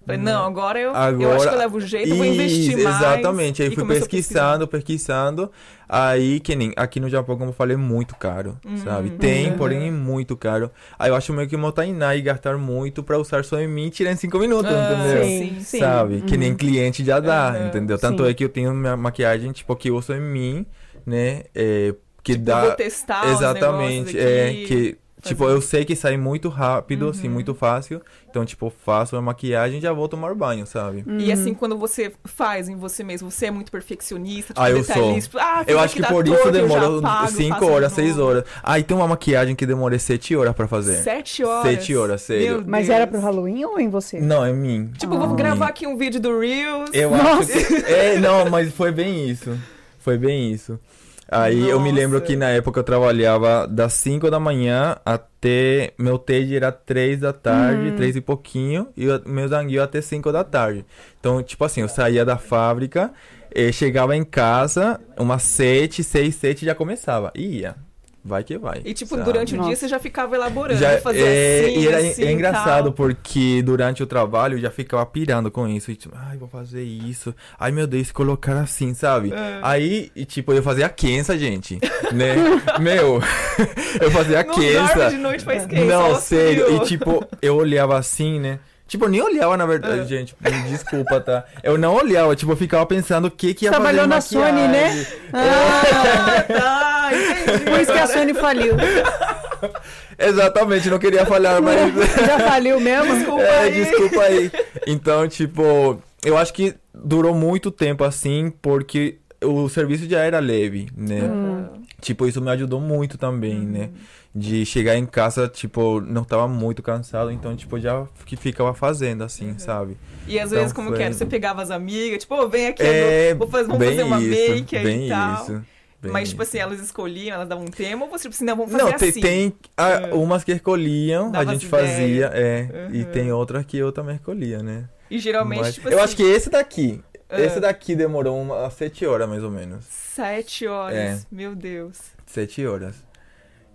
Speaker 2: Falei, não, agora eu, eu acho
Speaker 3: Uhum. Agora-
Speaker 2: que eu levo jeito, vou investir
Speaker 3: Isso,
Speaker 2: mais.
Speaker 3: Exatamente. Aí
Speaker 2: E
Speaker 3: fui
Speaker 2: começou a
Speaker 3: pesquisando, pesquisando. Aí, que nem aqui no Japão, como eu falei, é muito caro,
Speaker 2: Uhum.
Speaker 3: sabe? Tem, porém é muito caro. Aí eu acho meio que uma tainá e gastar muito pra usar só em mim e tirar em cinco minutos, entendeu?
Speaker 2: Ah, sim,
Speaker 3: Sabe? Que nem cliente já dá,
Speaker 2: Aham.
Speaker 3: entendeu? Tanto
Speaker 4: Sim.
Speaker 3: é que eu tenho minha maquiagem, tipo, que eu uso em mim, né? É, que
Speaker 2: Tipo,
Speaker 3: dá.
Speaker 2: vou testar os
Speaker 3: Exatamente,
Speaker 2: negócios
Speaker 3: é
Speaker 2: aqui.
Speaker 3: que Tipo, eu sei que sai muito rápido,
Speaker 2: Uhum.
Speaker 3: assim, muito fácil. Então, tipo, faço a maquiagem e já vou tomar banho, sabe?
Speaker 2: E assim, quando você faz em você mesmo, você é muito perfeccionista, tipo,
Speaker 3: Ah, eu
Speaker 2: detalhista, tipo, ah,
Speaker 3: Eu
Speaker 2: tudo
Speaker 3: acho que
Speaker 2: dá
Speaker 3: por isso
Speaker 2: torto, eu já
Speaker 3: demora
Speaker 2: apago,
Speaker 3: 5
Speaker 2: faço
Speaker 3: horas,
Speaker 2: de
Speaker 3: 6
Speaker 2: novo.
Speaker 3: horas. Ah, e tem uma maquiagem que demorei 7 horas pra fazer.
Speaker 2: Sete horas?
Speaker 3: Sete horas, sério.
Speaker 2: Meu
Speaker 4: Mas
Speaker 2: Deus.
Speaker 4: era pro Halloween ou em você?
Speaker 3: Não, é mim.
Speaker 2: Tipo, vou gravar aqui um vídeo do Reels.
Speaker 3: Eu acho
Speaker 2: (laughs)
Speaker 3: que... É, não, mas foi bem isso. Foi bem isso. Aí eu me lembro
Speaker 2: Nossa.
Speaker 3: que na época eu trabalhava das 5 da manhã até. Meu TED era 3 da
Speaker 2: Uhum.
Speaker 3: tarde, 3 e pouquinho, e o meu zanguio até 5 da tarde. Então, tipo assim, eu saía da fábrica, eh, chegava em casa, umas 7, 6, 7 já começava. E ia. Vai que vai.
Speaker 2: E tipo,
Speaker 3: sabe?
Speaker 2: durante o dia
Speaker 4: Nossa.
Speaker 2: você já ficava elaborando,
Speaker 3: Já-
Speaker 2: fazia
Speaker 3: é,
Speaker 2: assim,
Speaker 3: e era
Speaker 2: assim,
Speaker 3: é engraçado
Speaker 2: tal.
Speaker 3: porque durante o trabalho eu já ficava pirando com isso. E, tipo, ai, vou fazer isso. Ai, meu Deus, colocar assim, sabe?
Speaker 2: É.
Speaker 3: Aí, e, tipo, eu fazia a quensa, gente.
Speaker 2: (laughs)
Speaker 3: Né? meu, (laughs) eu fazia a
Speaker 2: Não dorme
Speaker 3: quensa.
Speaker 2: de noite faz queijo.
Speaker 3: Não,
Speaker 2: ela
Speaker 3: sério.
Speaker 2: sumiu.
Speaker 3: E tipo, eu olhava assim, né? Tipo, eu nem olhava, na
Speaker 2: É.
Speaker 3: verdade, gente. me Desculpa, tá? Eu não olhava, tipo, eu ficava pensando o que que ia
Speaker 4: Trabalhou na
Speaker 3: fazer em
Speaker 4: Sony, né?
Speaker 3: maquiagem.
Speaker 2: (laughs) Ah, tá, entendi.
Speaker 4: Por isso que é a Sony faliu.
Speaker 3: Exatamente, não queria falhar, mas...
Speaker 4: (laughs) Já faliu mesmo?
Speaker 2: Desculpa
Speaker 3: É,
Speaker 2: aí.
Speaker 3: desculpa aí. (laughs) Então, tipo, eu acho que durou muito tempo assim, porque o serviço já era leve, né?
Speaker 4: assim.
Speaker 2: Uhum. Hum.
Speaker 3: Tipo, isso me ajudou muito também, né? De chegar em casa, tipo, não tava muito cansado, então, tipo, já que ficava fazendo, assim,
Speaker 2: Uhum.
Speaker 3: sabe?
Speaker 2: E às vezes,
Speaker 3: Então,
Speaker 2: como
Speaker 3: foi.
Speaker 2: que era? Você pegava as amigas, tipo, ô, vem aqui,
Speaker 3: É,
Speaker 2: eu vou vou fazer, vamos
Speaker 3: bem
Speaker 2: fazer uma
Speaker 3: isso,
Speaker 2: make aí
Speaker 3: bem
Speaker 2: e tal.
Speaker 3: Isso, bem
Speaker 2: Mas, tipo
Speaker 3: isso.
Speaker 2: assim, elas escolhiam, elas davam um tema, ou você, tipo assim, não, vamos fazer
Speaker 3: Não, tem,
Speaker 2: assim.
Speaker 3: tem ah,
Speaker 2: É.
Speaker 3: umas que escolhiam, a
Speaker 2: Dava
Speaker 3: gente
Speaker 2: as
Speaker 3: fazia,
Speaker 2: ideias.
Speaker 3: é. E
Speaker 2: Uhum.
Speaker 3: tem outras que eu também escolhia, né?
Speaker 2: E geralmente,
Speaker 3: Mas-
Speaker 2: tipo
Speaker 3: eu
Speaker 2: assim,
Speaker 3: acho que esse daqui.
Speaker 2: Ah.
Speaker 3: Esse daqui demorou umas 7 horas, mais ou menos.
Speaker 2: sete horas, meu Deus.
Speaker 3: 7 horas.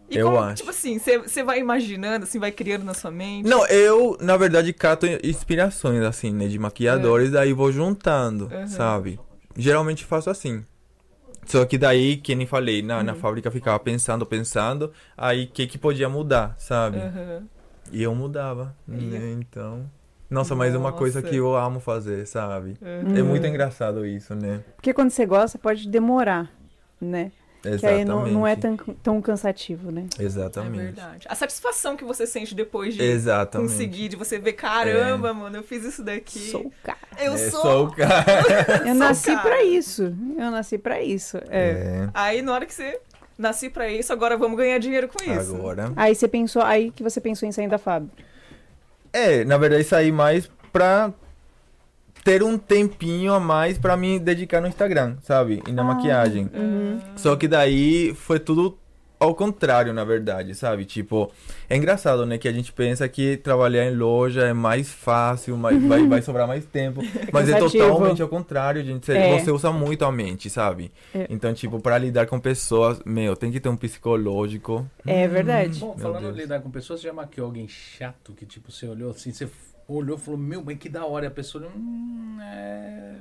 Speaker 2: E
Speaker 3: É. Eu
Speaker 2: como,
Speaker 3: acho.
Speaker 2: tipo assim, você- você vai imaginando, assim, vai criando na sua mente.
Speaker 3: Não, eu, na verdade, cato inspirações, assim, né? De maquiadores, daí vou juntando,
Speaker 2: Uhum.
Speaker 3: sabe? Geralmente faço assim. Só que daí, que nem falei, na, na fábrica eu ficava pensando, pensando, aí o que que podia mudar, sabe?
Speaker 2: Aham.
Speaker 3: E eu mudava, né?
Speaker 2: É. Ia.
Speaker 3: Então... Nossa, mas é uma coisa
Speaker 2: Nossa.
Speaker 3: que eu amo fazer, sabe?
Speaker 2: Uhum.
Speaker 3: É muito engraçado isso, né?
Speaker 4: Porque quando você gosta, pode demorar, né? Que aí não, não é tão, tão cansativo, né?
Speaker 3: Exatamente.
Speaker 2: É verdade. A satisfação que você sente depois de
Speaker 3: Exatamente.
Speaker 2: conseguir, de você ver, caramba, mano, eu fiz isso daqui.
Speaker 4: Sou cara.
Speaker 2: Eu
Speaker 3: É,
Speaker 2: sou.
Speaker 3: sou o cara.
Speaker 4: Eu nasci
Speaker 2: cara.
Speaker 4: pra isso. Eu nasci pra isso. É.
Speaker 3: É,
Speaker 2: Aí na hora que você nasci pra isso, agora vamos ganhar dinheiro com
Speaker 4: É
Speaker 2: isso.
Speaker 3: É. agora.
Speaker 4: Aí você pensou, aí que você pensou em sair da fábrica.
Speaker 3: É, na verdade saí mais pra ter um tempinho a mais pra me dedicar no Instagram, sabe? E na
Speaker 4: Ah,
Speaker 3: maquiagem. Só que daí foi tudo ao contrário, na verdade, sabe? Tipo, é engraçado, né? Que a gente pensa que trabalhar em loja é mais fácil,
Speaker 4: (laughs)
Speaker 3: mais, vai, vai sobrar mais tempo. Mas é
Speaker 4: cansativo.
Speaker 3: totalmente ao contrário, gente. Você,
Speaker 4: É.
Speaker 3: você usa muito a mente, sabe?
Speaker 4: É.
Speaker 3: Então, tipo, pra lidar com pessoas, meu, tem que ter um psicológico.
Speaker 4: É verdade.
Speaker 1: Bom,
Speaker 3: Meu
Speaker 1: falando
Speaker 3: Deus.
Speaker 1: de lidar com pessoas, você já maquiou alguém chato que, tipo, você olhou assim, você f- olhou e falou, meu, mas que da hora. E a pessoa, hum, é...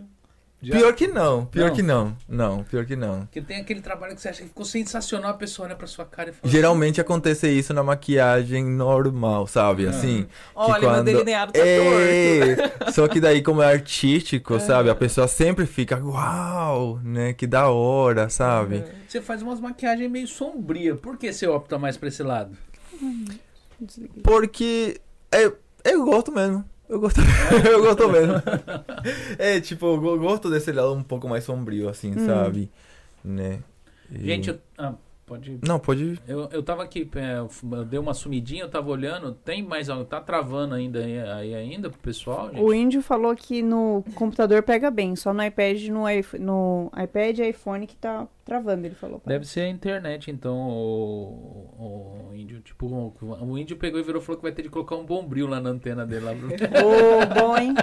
Speaker 1: Já-
Speaker 3: Pior que não, pior
Speaker 1: Não.
Speaker 3: que não. Não, pior que não.
Speaker 1: Porque tem aquele trabalho que você acha que ficou sensacional, a pessoa olha pra sua cara e fala...
Speaker 3: Geralmente acontece isso na maquiagem normal, sabe? Assim.
Speaker 2: Olha,
Speaker 3: que
Speaker 2: meu
Speaker 3: quando...
Speaker 2: delineado tá
Speaker 3: é... Só que daí, como é artístico, sabe? A pessoa sempre fica, uau, né? Que da hora, sabe?
Speaker 2: torto.
Speaker 1: assim, Você faz umas maquiagens meio sombria. Por que você opta mais pra esse lado?
Speaker 4: Uhum.
Speaker 3: Porque eu, eu gosto mesmo. Eu gosto, (laughs) eu gosto mesmo. (laughs) É, tipo, eu go- gosto desse lado um pouco mais sombrio, assim, sabe? Né? E-
Speaker 1: Gente, eu... Ah, pode...
Speaker 3: Não, pode.
Speaker 1: Eu, eu tava aqui, é, eu f- eu dei uma sumidinha, eu tava olhando, tem mais alguém, tá travando ainda aí, aí ainda pro pessoal, gente?
Speaker 4: O índio falou que no computador pega bem, só no iPad, no, iPh- no iPad e iPhone que tá travando, ele falou.
Speaker 1: Deve ser a internet, então, o, o- o índio, tipo, o, o índio pegou e virou e falou que vai ter de colocar um bombril lá na antena dele. Lá
Speaker 4: (laughs)
Speaker 1: pro-
Speaker 4: Ô, bom, hein?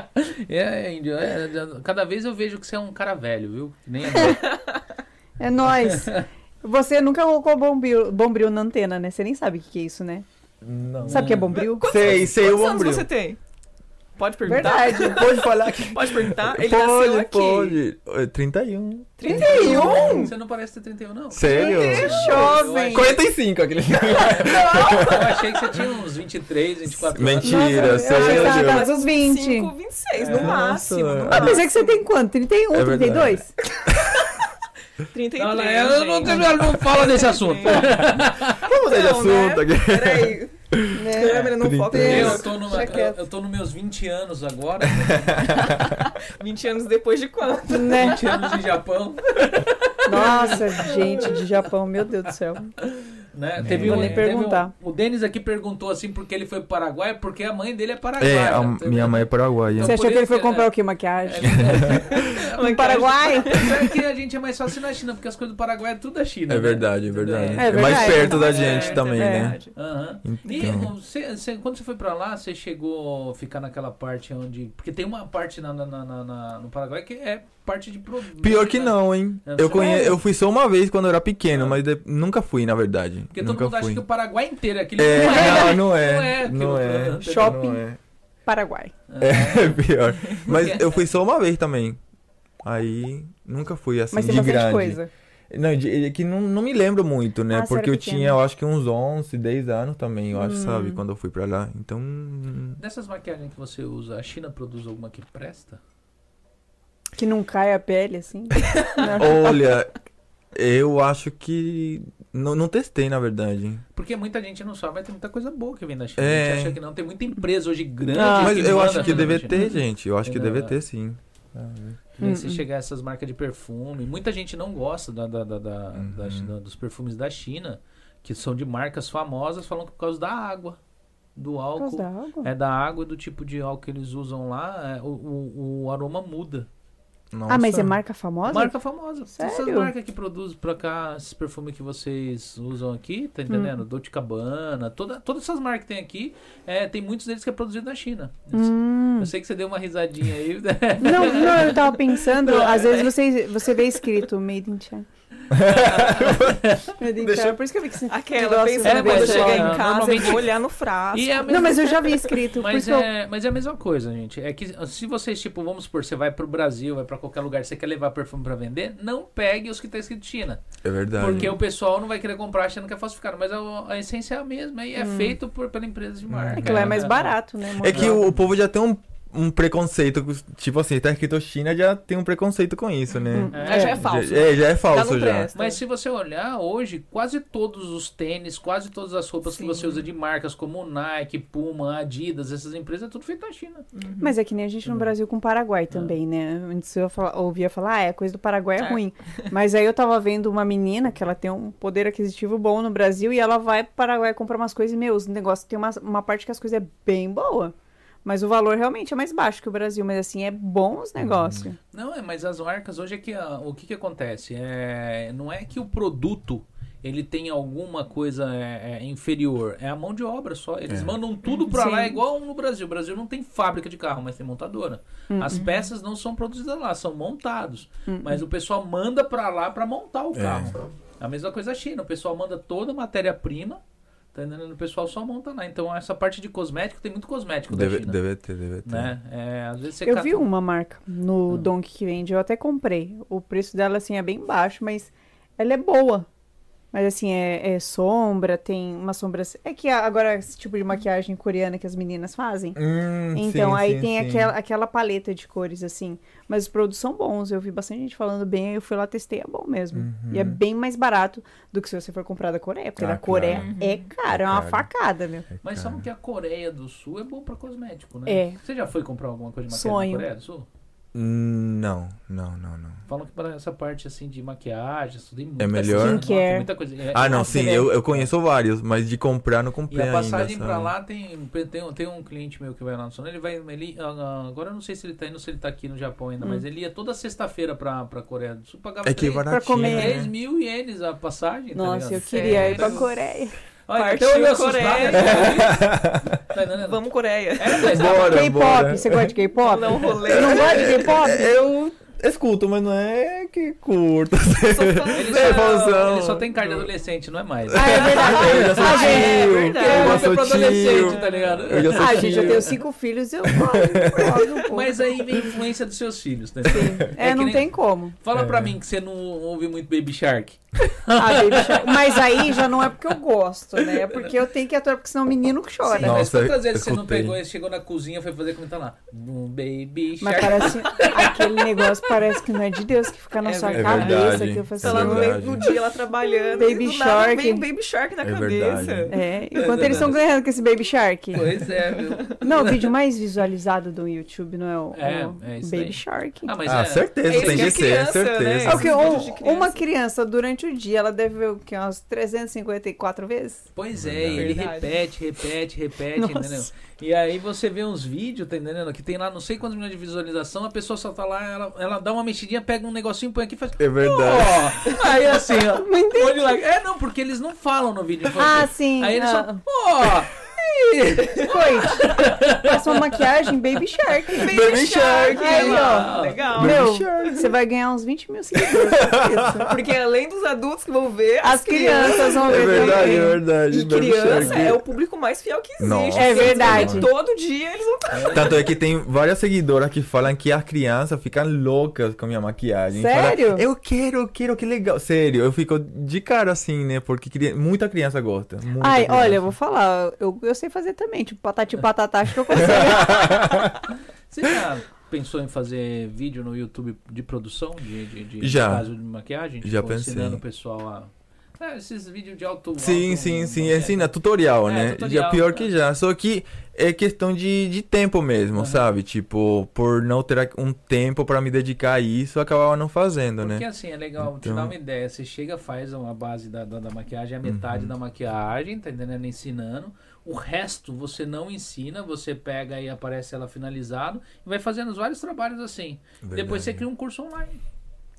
Speaker 1: é, índio, é, já- cada vez eu vejo que você é um cara velho, viu? Que
Speaker 4: (laughs)
Speaker 1: Nem a-
Speaker 4: É nóis. Você nunca colocou bombril, bombril na antena, né? Você nem sabe o que, que é isso, né?
Speaker 3: Não.
Speaker 4: Sabe o que é bombril?
Speaker 2: Quantos,
Speaker 3: Sei, sei o
Speaker 2: quantos anos
Speaker 3: bombril.
Speaker 2: você tem? Pode perguntar?
Speaker 4: Verdade.
Speaker 3: Pode falar que.
Speaker 2: Pode
Speaker 1: Tá,
Speaker 2: perguntar? Ele nasceu
Speaker 3: pode,
Speaker 2: aqui.
Speaker 3: pode. É, 31.
Speaker 2: 31?
Speaker 1: Você não parece ter 31, não?
Speaker 3: Sério?
Speaker 4: um? Jovem.
Speaker 3: 45 aquele.
Speaker 1: Eu achei que você tinha uns 23, 24 anos.
Speaker 3: Mentira,
Speaker 4: Nossa, eu
Speaker 3: sério.
Speaker 4: achei que tá tava uns 20.
Speaker 2: 5, 26, no máximo.
Speaker 3: É. Nossa.
Speaker 2: no
Speaker 3: Ah,
Speaker 4: Ah,
Speaker 2: máximo.
Speaker 4: pensei que você tem quanto? 31,
Speaker 3: É verdade.
Speaker 4: 32?
Speaker 2: 33,
Speaker 1: Não, não, é, eu não,
Speaker 2: né, gente.
Speaker 1: eu não falo desse assunto.
Speaker 2: Gente.
Speaker 3: Como mudei de
Speaker 2: Então, né?
Speaker 3: assunto aqui.
Speaker 2: Peraí,
Speaker 4: Né?
Speaker 2: câmera não foca.
Speaker 3: Trinta.
Speaker 1: Eu
Speaker 2: nisso.
Speaker 1: tô, no,
Speaker 4: Deixa
Speaker 1: eu,
Speaker 4: quieto.
Speaker 1: eu tô nos meus 20 anos agora, né,
Speaker 2: 20 anos depois de quando?
Speaker 4: Né?
Speaker 1: 20 anos de Japão,
Speaker 4: Nossa, gente de Japão, meu Deus do céu.
Speaker 1: né?
Speaker 3: Nem
Speaker 1: Teve
Speaker 3: vou
Speaker 1: um,
Speaker 3: nem
Speaker 1: teve um-
Speaker 4: perguntar.
Speaker 1: o Denis aqui perguntou assim porque ele foi pro Paraguai, porque a mãe dele é paraguaia.
Speaker 3: É, a
Speaker 1: Então,
Speaker 3: minha mãe é paraguaia.
Speaker 4: Você
Speaker 1: por
Speaker 4: achou que
Speaker 1: isso
Speaker 4: ele foi
Speaker 1: que-
Speaker 4: comprar o quê?
Speaker 1: é-
Speaker 4: Maquiagem?
Speaker 1: é-
Speaker 4: No Paraguai?
Speaker 1: Apesar que a gente é mais fácil na China, porque as coisas do Paraguai é tudo da China.
Speaker 3: É
Speaker 1: né?
Speaker 3: verdade, é verdade.
Speaker 1: Tudo
Speaker 4: É
Speaker 3: É, mais
Speaker 4: verdade.
Speaker 3: perto da
Speaker 1: É,
Speaker 3: gente
Speaker 1: é
Speaker 3: também, né?
Speaker 2: verdade.
Speaker 1: Aham. E
Speaker 3: Então.
Speaker 1: você- você- quando você foi pra lá, você chegou a ficar naquela parte onde. Porque tem uma parte na, na- na- na- na- no Paraguai que é parte de produto.
Speaker 3: Pior que
Speaker 1: né?
Speaker 3: não, hein?
Speaker 1: É,
Speaker 3: Eu,
Speaker 1: você-
Speaker 3: conhe...
Speaker 1: Sério?
Speaker 3: eu fui só uma vez quando eu era pequeno,
Speaker 1: Ah.
Speaker 3: mas de- nunca fui, na verdade.
Speaker 1: Porque todo
Speaker 3: nunca
Speaker 1: mundo acha
Speaker 3: fui.
Speaker 1: que o Paraguai inteiro é aquele.
Speaker 4: (laughs)
Speaker 3: É,
Speaker 1: Não é. (laughs) Não
Speaker 3: não, não
Speaker 1: é,
Speaker 3: é.
Speaker 1: aquilo
Speaker 3: Não é.
Speaker 1: tudo.
Speaker 4: Shopping.
Speaker 3: Não é.
Speaker 4: Paraguai.
Speaker 3: É, (laughs) pior. Mas
Speaker 1: Porque-
Speaker 3: eu fui só uma vez também. Aí nunca fui assim
Speaker 4: Mas tem
Speaker 3: de
Speaker 4: bastante
Speaker 3: grande.
Speaker 4: coisa.
Speaker 3: Não, de- é que não, não me lembro muito, né?
Speaker 4: Ah, você era
Speaker 3: Porque eu
Speaker 4: pequeno.
Speaker 3: tinha, eu acho que uns 11, 10 anos também, eu acho,
Speaker 4: Hum.
Speaker 3: sabe? Quando eu fui pra lá.
Speaker 4: (laughs)
Speaker 3: Então.
Speaker 1: Dessas maquiagens que você usa, a China produz alguma que presta?
Speaker 4: Que não cai a pele, assim.
Speaker 3: Olha, eu acho que. Não, não testei, na verdade.
Speaker 1: Porque muita gente não sabe, mas tem muita coisa boa que vem da China. A
Speaker 3: É.
Speaker 1: gente acha que não. Tem muita empresa hoje grande.
Speaker 4: Ah,
Speaker 3: Mas
Speaker 1: que né,
Speaker 3: eu
Speaker 1: manda
Speaker 3: acho que
Speaker 1: tudo
Speaker 3: deve
Speaker 1: na China.
Speaker 3: ter, gente. Eu acho que
Speaker 1: É,
Speaker 3: deve
Speaker 1: né?
Speaker 3: ter, sim.
Speaker 1: Nem se
Speaker 4: Hum, hum.
Speaker 1: chegar essas marcas de perfume. Muita gente não gosta da, da- da- da-
Speaker 3: Uhum.
Speaker 1: da chi- da- dos perfumes da China, que são de marcas famosas, falam que por causa da água, do
Speaker 4: Por
Speaker 1: álcool.
Speaker 4: causa da água?
Speaker 1: É da água, do tipo de álcool que eles usam lá, é, o, o- o aroma muda.
Speaker 4: Ah, mas
Speaker 3: Nossa.
Speaker 4: é marca famosa?
Speaker 1: Marca famosa. Essas
Speaker 4: Sério?
Speaker 1: marcas que produzem pra cá, esses perfumes que vocês usam aqui, tá
Speaker 4: Hum.
Speaker 1: entendendo? Dolce Cabana, toda, todas essas marcas que tem aqui, é, tem muitos deles que é produzido na China.
Speaker 4: Hum.
Speaker 1: Eu sei que você deu uma risadinha aí. né?
Speaker 4: Não, não, é. eu tava pensando, às vezes você, você vê escrito Made in China. Made in China, por isso que eu vi que você...
Speaker 2: Aquela,
Speaker 4: Negócio
Speaker 2: pensando
Speaker 1: é,
Speaker 2: quando eu
Speaker 1: mas é,
Speaker 2: chegar em casa, eu
Speaker 1: normalmente-
Speaker 2: vou olhar no frasco.
Speaker 1: (laughs) E é a mesma
Speaker 4: Não, mas eu já vi escrito, por
Speaker 1: Mas
Speaker 4: isso que eu...
Speaker 1: é, mas é a mesma coisa, gente. É que se vocês, tipo, vamos supor, você vai pro Brasil, vai pra qualquer lugar, você quer levar perfume pra vender, não pegue os que tá escrito China.
Speaker 3: É verdade.
Speaker 1: Porque o pessoal não vai querer comprar achando que é falsificado. Mas a, a essência é a mesma e é feito por, pela empresa de marca.
Speaker 4: Hum. É que lá é mais barato, né?
Speaker 3: É que
Speaker 4: mano?
Speaker 3: o, o povo já tem um, um preconceito. Tipo assim, tá escrito China, já tem um preconceito com isso, né?
Speaker 4: Hum. né?
Speaker 1: É.
Speaker 2: Aí já é falso.
Speaker 3: Já, é, já é
Speaker 2: Já não
Speaker 3: falso já.
Speaker 2: presta.
Speaker 1: Mas se você olhar hoje, quase todos os tênis, quase todas as roupas que
Speaker 2: Sim.
Speaker 1: você usa de marcas como Nike, Puma, Adidas, essas empresas, é tudo feito na China.
Speaker 4: Mas é que nem a gente no
Speaker 3: Hum.
Speaker 4: Brasil com o Paraguai
Speaker 3: É.
Speaker 4: também, né? Antes eu fala- ouvia falar, ah, é coisa do Paraguai é,
Speaker 1: É.
Speaker 4: ruim. Mas aí eu tava vendo uma menina que ela tem um poder aquisitivo bom no Brasil e ela vai pro Paraguai comprar umas coisas e, meu, os negócios tem uma, uma parte que as coisas é bem boa. Mas o valor realmente é mais baixo que o Brasil, mas assim, é bom
Speaker 3: Uhum.
Speaker 4: os negócios.
Speaker 1: Não, é, mas as marcas hoje é que ah, o que, que acontece? É, não é que o produto ele tem alguma coisa é, é, inferior, é a mão de obra só. Eles
Speaker 3: É.
Speaker 1: mandam tudo pra
Speaker 4: Sim.
Speaker 1: lá igual no Brasil. O Brasil não tem fábrica de carro, mas tem montadora.
Speaker 4: Uhum.
Speaker 1: As peças não são produzidas lá, são montados. Mas o pessoal manda pra lá pra montar o
Speaker 3: É.
Speaker 1: carro. A mesma coisa a China, o pessoal manda toda a matéria-prima, tá entendendo? O pessoal só monta lá. Então essa parte de cosmético tem muito cosmético
Speaker 3: Deve,
Speaker 1: da China.
Speaker 3: deve ter, deve ter.
Speaker 1: Né? É, às vezes você
Speaker 4: Eu
Speaker 1: cata-
Speaker 4: vi uma marca no
Speaker 3: Ah.
Speaker 4: Donkey que vende, eu até comprei. O preço dela, assim, é bem baixo, mas ela é boa. Mas, assim, é, é sombra, tem uma sombra... É que a- agora esse tipo de maquiagem coreana que as meninas fazem.
Speaker 3: Hum,
Speaker 4: Então,
Speaker 3: sim,
Speaker 4: aí
Speaker 3: sim,
Speaker 4: tem
Speaker 3: sim.
Speaker 4: Aquela, aquela paleta de cores, assim. Mas os produtos são bons, eu vi bastante gente falando bem, aí eu fui lá, testei, é bom
Speaker 3: Uhum.
Speaker 4: mesmo. E é bem mais barato do que se você for comprar da Coreia, porque
Speaker 3: Ah,
Speaker 4: da Coreia
Speaker 3: claro. Uhum.
Speaker 4: é caro, é uma
Speaker 3: caro.
Speaker 4: facada, meu.
Speaker 1: Mas sabe que a Coreia do Sul é bom pra cosmético, né?
Speaker 4: É.
Speaker 1: Você já foi comprar alguma coisa de maquiagem
Speaker 4: Sonho.
Speaker 1: na Coreia do Sul?
Speaker 3: Hum, Não, não, não, não.
Speaker 1: Falam que para essa parte assim de maquiagem, isso tem muita
Speaker 3: É melhor?
Speaker 1: coisa,
Speaker 4: Skincare.
Speaker 1: tem muita coisa. É,
Speaker 3: Ah, não, é
Speaker 4: Nossa,
Speaker 3: sim,
Speaker 4: né?
Speaker 3: eu, eu conheço vários, mas de comprar não
Speaker 1: E
Speaker 3: comprei
Speaker 1: a
Speaker 3: ainda.
Speaker 1: passagem pra
Speaker 3: sabe?
Speaker 1: lá tem, tem, um- tem um cliente meu que vai lá no Sonho, ele vai. Ele, ah, agora eu não sei se ele tá indo, se ele tá aqui no Japão ainda,
Speaker 4: Hum.
Speaker 1: mas ele ia toda sexta-feira pra, pra Coreia do Sul, pagava
Speaker 3: É que é
Speaker 1: 3,
Speaker 3: baratinho.
Speaker 4: comer.
Speaker 3: né?
Speaker 1: 3 mil ienes a passagem. tá
Speaker 4: Nossa, eu
Speaker 1: ligado?
Speaker 4: queria ir pra
Speaker 2: Sério?
Speaker 4: Coreia.
Speaker 1: Olha, até
Speaker 2: Partiu
Speaker 1: eu ia assustar,
Speaker 2: Coreia.
Speaker 1: né?
Speaker 3: (laughs)
Speaker 1: Tá entendendo?
Speaker 2: Vamos, Coreia.
Speaker 1: É, mas
Speaker 3: Bora,
Speaker 4: K-pop,
Speaker 3: bora.
Speaker 4: você gosta de K-pop?
Speaker 2: Não, rolê.
Speaker 4: Você não gosta de
Speaker 3: É,
Speaker 4: K-pop?
Speaker 3: Eu escuto, mas não é que curto. (laughs)
Speaker 1: ele
Speaker 3: É,
Speaker 1: só,
Speaker 3: Faustão.
Speaker 1: ele só tem carne de adolescente, não é mais. (laughs)
Speaker 4: Ah, é verdade.
Speaker 3: (laughs) Eu já
Speaker 4: Ah,
Speaker 3: sou
Speaker 4: gente, é
Speaker 3: tio. Eu já
Speaker 4: verdade.
Speaker 1: Você é
Speaker 3: sou
Speaker 1: pra adolescente,
Speaker 3: tio.
Speaker 1: tá ligado?
Speaker 3: Eu já sou
Speaker 4: Ah, gente, eu
Speaker 3: tio.
Speaker 4: tenho cinco filhos, eu gosto. um pouco.
Speaker 1: Mas aí vem a influência dos seus filhos, né? Sim.
Speaker 4: É, não tem como.
Speaker 1: Fala pra
Speaker 3: É.
Speaker 1: mim que você não ouve muito Baby Shark.
Speaker 4: Ah,
Speaker 3: (laughs)
Speaker 4: Baby Shark. Mas aí já não é porque eu gosto, né? É porque eu tenho que atuar, porque senão o menino chora.
Speaker 1: Sim, mas
Speaker 3: Nossa,
Speaker 1: quantas vezes
Speaker 3: eu
Speaker 1: você não
Speaker 3: escutei.
Speaker 1: pegou, chegou na cozinha, foi fazer como tá lá? Um Baby
Speaker 4: Mas
Speaker 1: Shark.
Speaker 4: parece aquele negócio Parece que não é de Deus que fica na
Speaker 2: É
Speaker 4: sua
Speaker 2: verdade.
Speaker 4: cabeça.
Speaker 3: É
Speaker 4: Que eu faço
Speaker 2: Tá lá no
Speaker 4: assim,
Speaker 2: meio do dia, ela trabalhando.
Speaker 4: Baby
Speaker 2: e do nada
Speaker 4: Shark.
Speaker 2: vem Baby Shark na
Speaker 3: É
Speaker 2: cabeça.
Speaker 3: verdade.
Speaker 4: é, enquanto eles estão ganhando com esse Baby Shark.
Speaker 1: Pois é, viu?
Speaker 4: Não, o vídeo mais visualizado do YouTube não é o,
Speaker 1: É,
Speaker 4: o
Speaker 1: é isso
Speaker 4: Baby
Speaker 1: daí.
Speaker 4: Shark.
Speaker 1: Ah, mas
Speaker 3: Ah,
Speaker 1: é.
Speaker 3: certeza,
Speaker 2: Esse
Speaker 3: tem
Speaker 2: que é
Speaker 3: que ser,
Speaker 2: criança, né?
Speaker 4: É
Speaker 3: certeza.
Speaker 4: o que?
Speaker 2: Esses
Speaker 4: Um-
Speaker 2: vídeos de criança.
Speaker 4: Uma criança durante o dia, ela deve ver o que? Umas 354
Speaker 1: (laughs)
Speaker 4: vezes?
Speaker 1: Pois é, ele
Speaker 2: Verdade.
Speaker 1: repete, repete, repete,
Speaker 4: Nossa.
Speaker 1: entendeu? E aí você vê uns vídeos, tá entendendo? Que tem lá não sei quantos milhões de visualização, a pessoa só tá lá, ela, ela dá uma mexidinha, pega um negocinho, põe aqui e faz.
Speaker 3: É verdade.
Speaker 1: Ó! Aí assim, ó.
Speaker 4: Não entendi.
Speaker 1: (laughs) olha lá. É, não, porque eles não falam no vídeo.
Speaker 4: Ah, sim.
Speaker 1: Aí ele só.
Speaker 4: ah,
Speaker 1: Ó!
Speaker 4: Coit. Passa uma maquiagem Baby Shark.
Speaker 3: Baby Shark.
Speaker 4: Aí, ó.
Speaker 2: Legal.
Speaker 3: Baby
Speaker 4: Meu,
Speaker 3: Shark.
Speaker 4: você vai ganhar uns 20 mil
Speaker 2: (laughs)
Speaker 4: seguidores. Isso.
Speaker 2: Porque além dos adultos que vão ver,
Speaker 4: As crianças vão
Speaker 3: É
Speaker 4: ver
Speaker 3: verdade, é
Speaker 4: também.
Speaker 3: verdade.
Speaker 2: E
Speaker 3: Baby
Speaker 2: criança
Speaker 3: Shark.
Speaker 2: é o público mais fiel que existe.
Speaker 3: Nossa.
Speaker 4: É
Speaker 2: Eles vão ver
Speaker 4: verdade.
Speaker 2: Todo dia eles vão estar.
Speaker 3: Tanto é que tem várias seguidoras que falam que as crianças ficam loucas com minha maquiagem.
Speaker 4: Sério?
Speaker 3: Fala, eu quero, eu quero, que legal. Sério, eu fico de cara assim, né? Porque cri- muita criança gosta. muita
Speaker 4: Ai,
Speaker 3: criança.
Speaker 4: olha, eu vou falar. Eu, eu sei fazer também. Tipo, patati patatá, acho que eu consigo.
Speaker 1: Você já pensou em fazer vídeo no YouTube de produção? De, de, de
Speaker 3: Já.
Speaker 1: caso de maquiagem?
Speaker 3: Já
Speaker 1: Tipo,
Speaker 3: pensei.
Speaker 1: Ensinando o pessoal a. É, esses vídeos de alto.
Speaker 3: Sim,
Speaker 1: alto-
Speaker 3: sim, assim sim.
Speaker 1: maquiagem.
Speaker 3: Ensina tutorial,
Speaker 1: É,
Speaker 3: né?
Speaker 1: tutorial,
Speaker 3: já pior
Speaker 1: é.
Speaker 3: que já. Só que é questão de, de tempo mesmo,
Speaker 1: Aham.
Speaker 3: sabe? Tipo, por não ter um tempo pra me dedicar a isso, eu acabava não fazendo,
Speaker 1: Porque
Speaker 3: né?
Speaker 1: assim, é legal, te
Speaker 3: Então-
Speaker 1: dá uma ideia. Você chega, faz uma base da, da, da maquiagem, a
Speaker 3: Uhum.
Speaker 1: metade da maquiagem, tá entendendo? Ensinando. O resto você não ensina, você pega e aparece ela finalizado e vai fazendo os vários trabalhos assim. Depois você cria um curso online.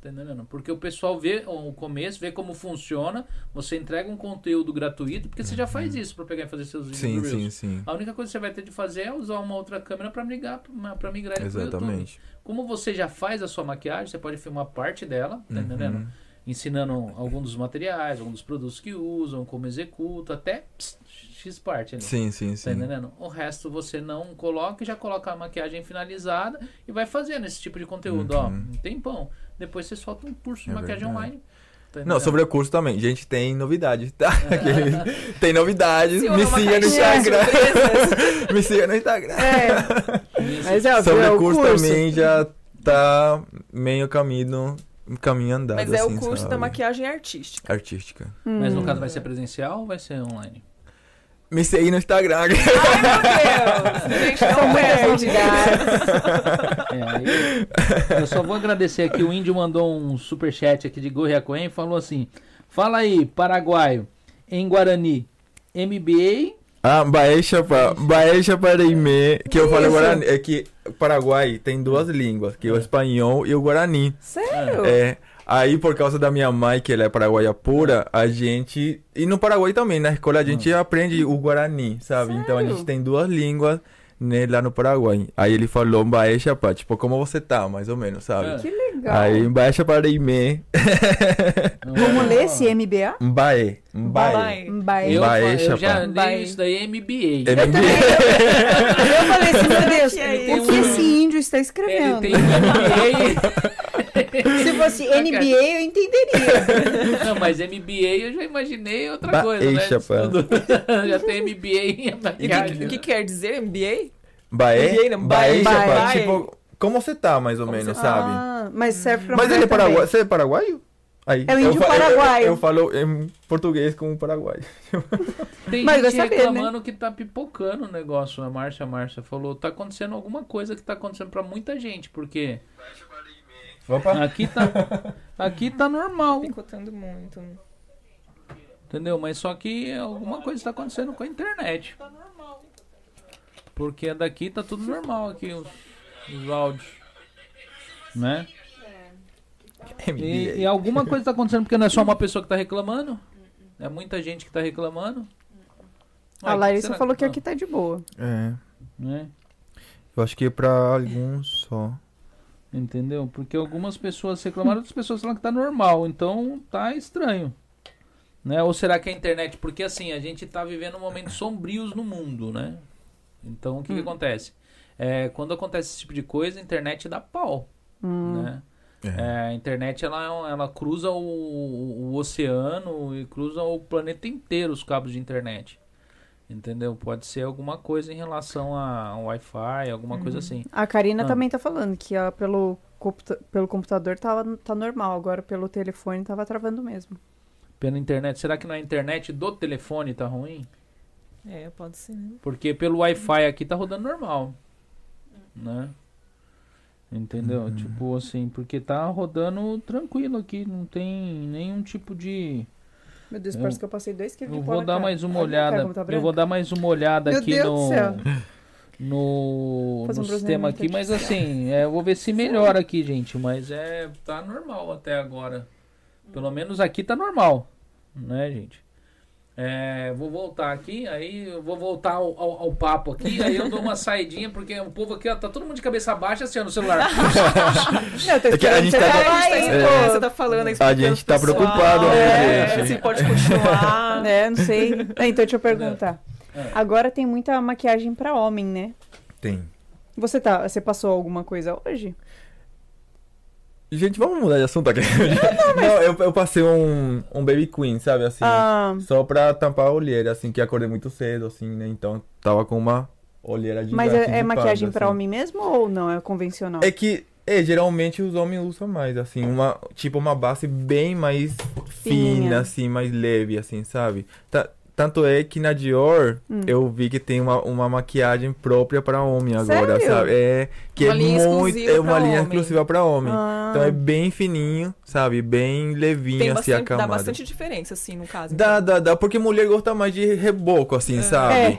Speaker 1: Tá entendendo? Porque o pessoal vê o começo, vê como funciona, você entrega um conteúdo gratuito, porque você já faz isso pra pegar e fazer seus vídeos
Speaker 3: Uhum. Sim,
Speaker 1: no Reels.
Speaker 3: sim, sim.
Speaker 1: A única coisa que você vai ter de fazer é usar uma outra câmera pra migrar, para migrar ele pro YouTube.
Speaker 3: Exatamente.
Speaker 1: Como você já faz a sua maquiagem, você pode filmar parte dela, tá entendendo?
Speaker 3: Uhum.
Speaker 1: Ensinando algum dos materiais, algum dos produtos que usam, como executa, até pss, X parte ali.
Speaker 3: Sim, sim,
Speaker 1: Tá
Speaker 3: sim.
Speaker 1: entendendo? O resto você não coloca e já coloca a maquiagem finalizada e vai fazendo esse tipo de conteúdo, ó,
Speaker 3: Uhum.
Speaker 1: um tempão. Depois você solta um curso de
Speaker 3: É
Speaker 1: maquiagem
Speaker 3: verdade.
Speaker 1: online. tá
Speaker 3: Não,
Speaker 1: entendendo?
Speaker 3: sobre o curso também. Gente, tem novidades,
Speaker 1: (laughs)
Speaker 3: tá? Aqueles- tem novidades. me siga no Instagram. (laughs) me siga no Instagram. (laughs)
Speaker 4: É. Mas é,
Speaker 3: sobre
Speaker 4: é
Speaker 3: o
Speaker 4: o
Speaker 3: curso,
Speaker 4: curso.
Speaker 3: também já tá meio caminho, caminho andado.
Speaker 2: Mas é
Speaker 3: assim,
Speaker 2: o curso
Speaker 3: sabe?
Speaker 2: da maquiagem artística.
Speaker 3: Artística.
Speaker 1: é-
Speaker 4: Hum.
Speaker 1: Mas no caso vai ser presencial ou vai ser online?
Speaker 3: Me segue no Instagram.
Speaker 2: Ai, meu (laughs) Deus! Gente,
Speaker 4: São
Speaker 2: não é.
Speaker 4: muitas
Speaker 2: perde.
Speaker 4: novidades.
Speaker 1: É, aí eu só vou agradecer aqui. O índio mandou um superchat aqui de Gorriacoen e falou assim: Fala aí, paraguaio, em Guarani, MBA.
Speaker 3: (laughs) ah, Baexa para Baexa para Ime, que eu falo
Speaker 4: Isso.
Speaker 3: Guarani, é que Paraguai tem duas línguas, que é o espanhol e o Guarani.
Speaker 4: Sério?
Speaker 3: É. Aí, por causa da minha mãe, que ela é paraguaia pura, a gente. E no Paraguai também, na escola, a gente aprende o Guarani, sabe? Então a
Speaker 4: Sério?
Speaker 3: gente tem duas línguas né, lá no Paraguai. Aí ele falou Baexapa, tipo, como você tá, mais ou menos, sabe?
Speaker 4: Que legal.
Speaker 3: Aí Baexapa de Ime.
Speaker 4: Vamos ler esse MBA?
Speaker 3: Mbae. Mbae.
Speaker 2: Bye.
Speaker 4: Vai.
Speaker 1: Eu,
Speaker 3: Baexa,
Speaker 1: eu já
Speaker 3: pá.
Speaker 1: li
Speaker 4: Bae-
Speaker 1: isso daí, é MBA.
Speaker 3: MBA.
Speaker 4: Eu falei assim, meu Deus,
Speaker 2: Que é
Speaker 4: o
Speaker 1: isso?
Speaker 4: que esse índio está
Speaker 1: Ele
Speaker 4: escrevendo?
Speaker 1: tem um- (laughs) MBA.
Speaker 4: Se fosse NBA, eu entenderia.
Speaker 1: Não, mas MBA eu já imaginei outra
Speaker 3: Ba-
Speaker 1: coisa, né?
Speaker 3: eixa, pá.
Speaker 1: Estudo. (laughs) já tem MBA em
Speaker 2: E o que,
Speaker 1: maquiagem.
Speaker 2: o que quer dizer MBA?
Speaker 3: Bae.
Speaker 2: Mbae, não, Bae,
Speaker 3: Baexapa.
Speaker 2: Bae.
Speaker 3: Tipo, como você tá, mais ou
Speaker 2: Como
Speaker 3: menos,
Speaker 2: você
Speaker 3: sabe?
Speaker 4: Ah, mas serve pra
Speaker 3: Mas
Speaker 4: mulher
Speaker 3: ele é
Speaker 4: também.
Speaker 3: paraguaio. Você é paraguaio? Aí.
Speaker 4: É um
Speaker 3: eu
Speaker 4: índio
Speaker 3: fa- eu- eu-
Speaker 4: paraguaio.
Speaker 3: Eu, falo em português com o paraguaio.
Speaker 1: Tem
Speaker 4: Mas vai
Speaker 1: gente
Speaker 2: né?
Speaker 4: saber,
Speaker 1: reclamando que tá pipocando o negócio. A Márcia, a Márcia falou, tá acontecendo alguma coisa que tá acontececendo pra muita gente, porque
Speaker 3: Opa.
Speaker 1: aqui tá, aqui tá normal,
Speaker 2: Picotando muito.
Speaker 1: entendeu? Mas só que alguma coisa tá acontecendo com a internet. Porque daqui tá tudo normal aqui, os, os áudios, né? Ah,
Speaker 3: (laughs)
Speaker 1: E, e (laughs) alguma coisa tá acontecendo, porque não é só uma pessoa que tá reclamando. É muita gente que tá reclamando.
Speaker 4: A
Speaker 1: Ué,
Speaker 4: Larissa
Speaker 1: será
Speaker 4: falou que
Speaker 1: tá,
Speaker 4: aqui tá de boa.
Speaker 3: É.
Speaker 1: né?
Speaker 3: Eu acho que é pra alguns só.
Speaker 1: Entendeu? Porque algumas pessoas (laughs) reclamaram, outras pessoas falam que tá normal. Então tá estranho. Né? Ou será que a internet. Porque assim, a gente tá vivendo momentos sombrios no mundo, né? Então o que, que acontece? É, quando acontece esse tipo de coisa, a internet dá pau.
Speaker 4: Hum.
Speaker 1: Né?
Speaker 3: (laughs)
Speaker 1: É, a internet ela, é um- ela cruza o, o oceano e cruza o planeta inteiro os cabos de internet. Entendeu? Pode ser alguma coisa em relação a um Wi-Fi, alguma coisa assim.
Speaker 4: A Karina
Speaker 1: Ah.
Speaker 4: também tá falando que ó, pelo computa- pelo computador tava, tá normal, agora pelo telefone tava travando mesmo.
Speaker 1: Pela internet. Será que na internet do telefone tá ruim?
Speaker 2: É, pode ser, né?
Speaker 1: Porque pelo Wi-Fi aqui tá rodando normal. Né? Entendeu? Tipo assim, porque tá rodando tranquilo aqui, não tem nenhum tipo de.
Speaker 4: Meu Deus,
Speaker 1: Eu-
Speaker 4: parece que eu passei dois quilos
Speaker 1: Eu
Speaker 4: de pó
Speaker 1: vou
Speaker 4: na
Speaker 1: dar
Speaker 4: cara.
Speaker 1: mais uma
Speaker 4: Olha minha cara
Speaker 1: olhada.
Speaker 4: como tá
Speaker 1: Eu
Speaker 4: branca.
Speaker 1: vou dar mais uma olhada
Speaker 4: Meu
Speaker 1: aqui
Speaker 4: Deus do
Speaker 1: no.
Speaker 4: céu.
Speaker 1: (laughs) No,
Speaker 4: Fazer
Speaker 1: no
Speaker 4: um
Speaker 1: sistema
Speaker 4: bronzeamento
Speaker 1: aqui, mas assim, é, eu vou ver se melhora aqui, gente. Mas é. Tá normal até agora. Pelo menos aqui tá normal. Né, gente? É, vou voltar aqui, aí eu vou voltar ao, ao- ao papo
Speaker 4: (laughs)
Speaker 1: aqui, aí eu dou uma saidinha, porque o povo aqui, ó, tá todo mundo de cabeça baixa assim, ó, no
Speaker 4: (laughs)
Speaker 1: celular.
Speaker 4: Não, eu tô
Speaker 3: É que a
Speaker 4: esperando
Speaker 3: gente
Speaker 4: você
Speaker 3: tá-
Speaker 4: falar
Speaker 2: Ai,
Speaker 4: isso,
Speaker 2: é,
Speaker 4: pô.
Speaker 2: Você tá falando aí,
Speaker 3: A gente tá
Speaker 2: explicando pro
Speaker 3: preocupado,
Speaker 2: pessoal,
Speaker 3: né,
Speaker 2: é,
Speaker 3: gente?
Speaker 2: Se pode
Speaker 3: (laughs)
Speaker 2: continuar.
Speaker 4: (laughs) É, não sei. É, Então deixa eu perguntar.
Speaker 1: É.
Speaker 4: Agora tem muita maquiagem pra homem, né?
Speaker 6: Tem.
Speaker 4: Você tá, você passou alguma coisa hoje?
Speaker 3: Gente, vamos mudar de assunto aqui. (laughs) Não, eu, eu passei um, um baby queen, sabe, assim.
Speaker 4: Ah,
Speaker 3: Só pra tampar a olheira, assim, que acordei muito cedo, assim, né? Então tava com uma olheira de assim.
Speaker 4: mas é, é maquiagem pra homem mesmo ou não? É convencional?
Speaker 3: É que, é, geralmente os homens usam mais, assim, uma, tipo uma base bem mais fina,
Speaker 4: Fininha.
Speaker 3: assim, mais leve, assim, sabe? Ta- tanto é que na Dior,
Speaker 4: Hum.
Speaker 3: eu vi que tem uma, uma maquiagem própria pra homem agora,
Speaker 4: Sério?
Speaker 3: sabe? É, que
Speaker 2: Uma
Speaker 3: é
Speaker 2: linha
Speaker 3: muito...
Speaker 2: exclusiva
Speaker 3: É uma
Speaker 2: pra
Speaker 3: linha
Speaker 2: homem.
Speaker 3: exclusiva pra homem.
Speaker 4: Ah.
Speaker 3: Então é bem fininho, sabe? Bem levinho,
Speaker 2: Tem
Speaker 3: assim, a
Speaker 2: bastante, dá
Speaker 3: camada.
Speaker 2: bastante diferença, assim, no caso.
Speaker 3: Dá,
Speaker 2: então.
Speaker 3: dá, dá, porque mulher gosta mais de reboco, assim,
Speaker 2: É.
Speaker 3: sabe?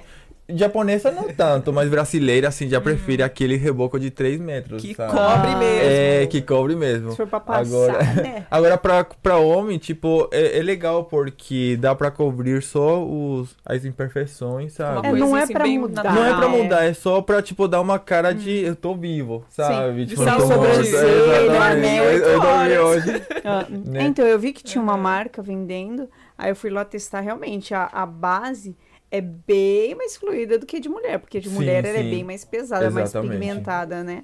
Speaker 3: Japonesa não tanto, mas brasileira, assim, já prefere aquele reboco de 3 metros,
Speaker 2: Hum. Que
Speaker 3: sabe?
Speaker 2: cobre
Speaker 4: Ah.
Speaker 2: mesmo.
Speaker 3: É, que cobre mesmo.
Speaker 4: Se for pra passar,
Speaker 3: Agora- (laughs)
Speaker 4: né?
Speaker 3: Agora, pra, pra homem, tipo, é, é legal porque dá pra cobrir só os, as imperfeições,
Speaker 2: Uma
Speaker 3: sabe?
Speaker 4: É,
Speaker 2: coisa,
Speaker 4: não é
Speaker 2: assim,
Speaker 4: pra
Speaker 2: bem
Speaker 4: mudar.
Speaker 2: natural.
Speaker 3: Não é pra
Speaker 4: Ah, é.
Speaker 3: mudar, é só pra, tipo, dar uma cara de eu tô vivo, sabe?
Speaker 2: Hum. de
Speaker 3: tipo, eu tô
Speaker 2: saúde,
Speaker 3: morto,
Speaker 2: sim,
Speaker 3: exatamente.
Speaker 4: do anel,
Speaker 3: Eu- eu
Speaker 2: oito
Speaker 3: dormi
Speaker 2: horas.
Speaker 3: hoje.
Speaker 4: Ah,
Speaker 3: Né?
Speaker 4: Então, eu vi que tinha uma marca vendendo, aí eu fui lá testar realmente. A, a base é bem mais fluida do que a de mulher, porque a de
Speaker 3: Sim,
Speaker 4: mulher ela é
Speaker 3: sim.
Speaker 4: bem mais pesada, mais
Speaker 3: Exatamente.
Speaker 4: pigmentada, né?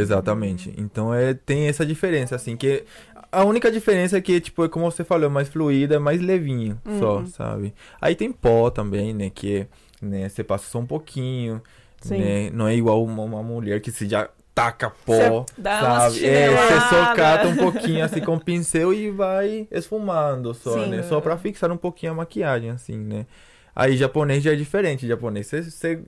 Speaker 3: Exatamente. Então é, tem essa diferença, assim, que a única diferença é que, tipo, é como você falou, é mais fluida, é mais levinho só,
Speaker 4: Uhum.
Speaker 3: sabe? Aí tem pó também, né? Que né, você passa só um pouquinho,
Speaker 4: Sim.
Speaker 3: né? Não é igual uma, uma mulher que se já taca pó,
Speaker 2: Dá umas
Speaker 3: sabe? É, você só
Speaker 2: chineladas.
Speaker 3: cata um pouquinho, assim, com o pincel e vai esfumando só,
Speaker 4: Sim.
Speaker 3: né? Só pra fixar um pouquinho a maquiagem, assim, né? Aí japonês já é diferente, japonês você- você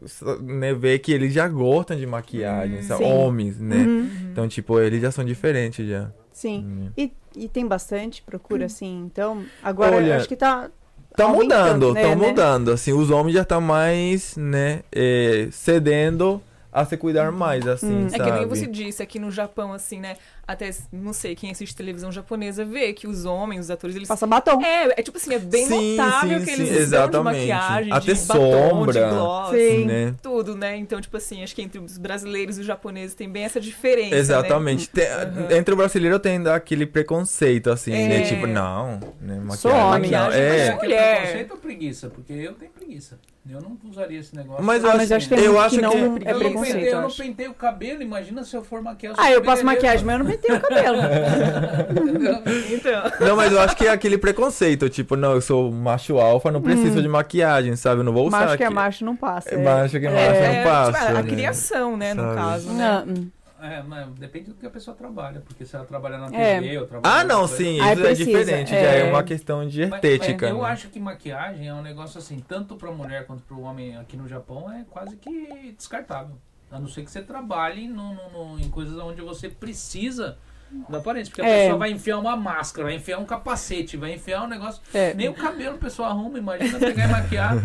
Speaker 3: né, vê que eles já gostam de maquiagem, sabe?
Speaker 4: Hum, Sim.
Speaker 3: homens, né?
Speaker 4: Uhum,
Speaker 3: Então, tipo, eles já são diferentes já.
Speaker 4: Sim.
Speaker 3: Hum.
Speaker 4: E, e tem bastante procura, assim, então. Agora
Speaker 3: Olha,
Speaker 4: eu acho que tá.
Speaker 3: Tá
Speaker 4: Aumentando,
Speaker 3: mudando,
Speaker 4: né,
Speaker 3: tá
Speaker 4: né?
Speaker 3: mudando. Assim, os homens já tá mais, né, eh, cedendo a se cuidar mais, assim,
Speaker 4: Hum.
Speaker 2: É
Speaker 3: sabe?
Speaker 2: que nem você disse, aqui no Japão, assim, né? Até, não sei, quem assiste televisão japonesa vê que os homens, os atores, eles...
Speaker 4: Passa batom.
Speaker 2: É, é tipo assim, é bem
Speaker 3: Sim,
Speaker 2: notável
Speaker 3: sim,
Speaker 2: que
Speaker 3: sim,
Speaker 2: eles usam
Speaker 3: exatamente.
Speaker 2: de maquiagem,
Speaker 3: Até
Speaker 2: de batom,
Speaker 3: sombra.
Speaker 2: de gloss,
Speaker 4: Sim.
Speaker 3: Né?
Speaker 2: tudo, né? Então, tipo assim, acho que entre os brasileiros e os japoneses tem bem essa
Speaker 1: é
Speaker 2: diferença, né?
Speaker 3: Exatamente. Tem-
Speaker 2: Uhum.
Speaker 3: Entre o brasileiro tem aquele preconceito, assim, né?
Speaker 2: É.
Speaker 3: Tipo, não, né? Maquiagem,
Speaker 4: Sou homem.
Speaker 3: não.
Speaker 2: Maquiagem,
Speaker 3: É.
Speaker 2: maquiagem. Mulher.
Speaker 1: Conceito ou preguiça? Porque eu tenho preguiça. Eu não usaria esse negócio.
Speaker 3: Mas
Speaker 4: Ah, mas eu acho que tem
Speaker 3: Eu
Speaker 4: muito
Speaker 3: acho
Speaker 4: que não
Speaker 3: que-
Speaker 4: é
Speaker 1: eu não,
Speaker 4: preconceito.
Speaker 1: pentei,
Speaker 4: Eu
Speaker 1: eu não
Speaker 4: acho.
Speaker 1: pentei o cabelo, imagina se eu for maquiar.
Speaker 4: Ah, eu passo maquiagem, mas eu não pentei o cabelo.
Speaker 1: mas...
Speaker 2: né? Então...
Speaker 3: Não, mas eu acho que é aquele preconceito, tipo, não, eu sou macho alfa, não preciso de maquiagem, sabe? Eu não vou usar
Speaker 4: Hum. macho que é
Speaker 3: aqui.
Speaker 4: macho não passa.
Speaker 3: É Macho que é macho,
Speaker 2: É,
Speaker 3: não
Speaker 2: tipo,
Speaker 3: passa.
Speaker 2: a, a
Speaker 3: né?
Speaker 2: criação, né, no
Speaker 3: Sabe?
Speaker 2: caso, né?
Speaker 4: Não, hum.
Speaker 1: É, mas depende do que a pessoa trabalha, porque se ela trabalha na
Speaker 4: É.
Speaker 1: TV ou trabalha
Speaker 3: Ah,
Speaker 1: em outra
Speaker 3: não,
Speaker 1: coisa-
Speaker 3: sim,
Speaker 4: Aí
Speaker 3: isso é
Speaker 4: precisa,
Speaker 3: diferente. Já
Speaker 2: é.
Speaker 3: é uma questão de
Speaker 1: Mas-
Speaker 3: estética.
Speaker 1: mas eu
Speaker 3: né?
Speaker 1: acho que maquiagem é um negócio assim, tanto pra mulher quanto pro homem aqui no Japão, é quase que descartável. A não ser que você trabalhe no, no- no- em coisas onde você precisa da aparência. Porque a
Speaker 4: É.
Speaker 1: pessoa vai enfiar uma máscara, vai enfiar um capacete, vai enfiar um negócio.
Speaker 4: É.
Speaker 1: Nem o cabelo o pessoal arruma, imagina pegar e maquiar.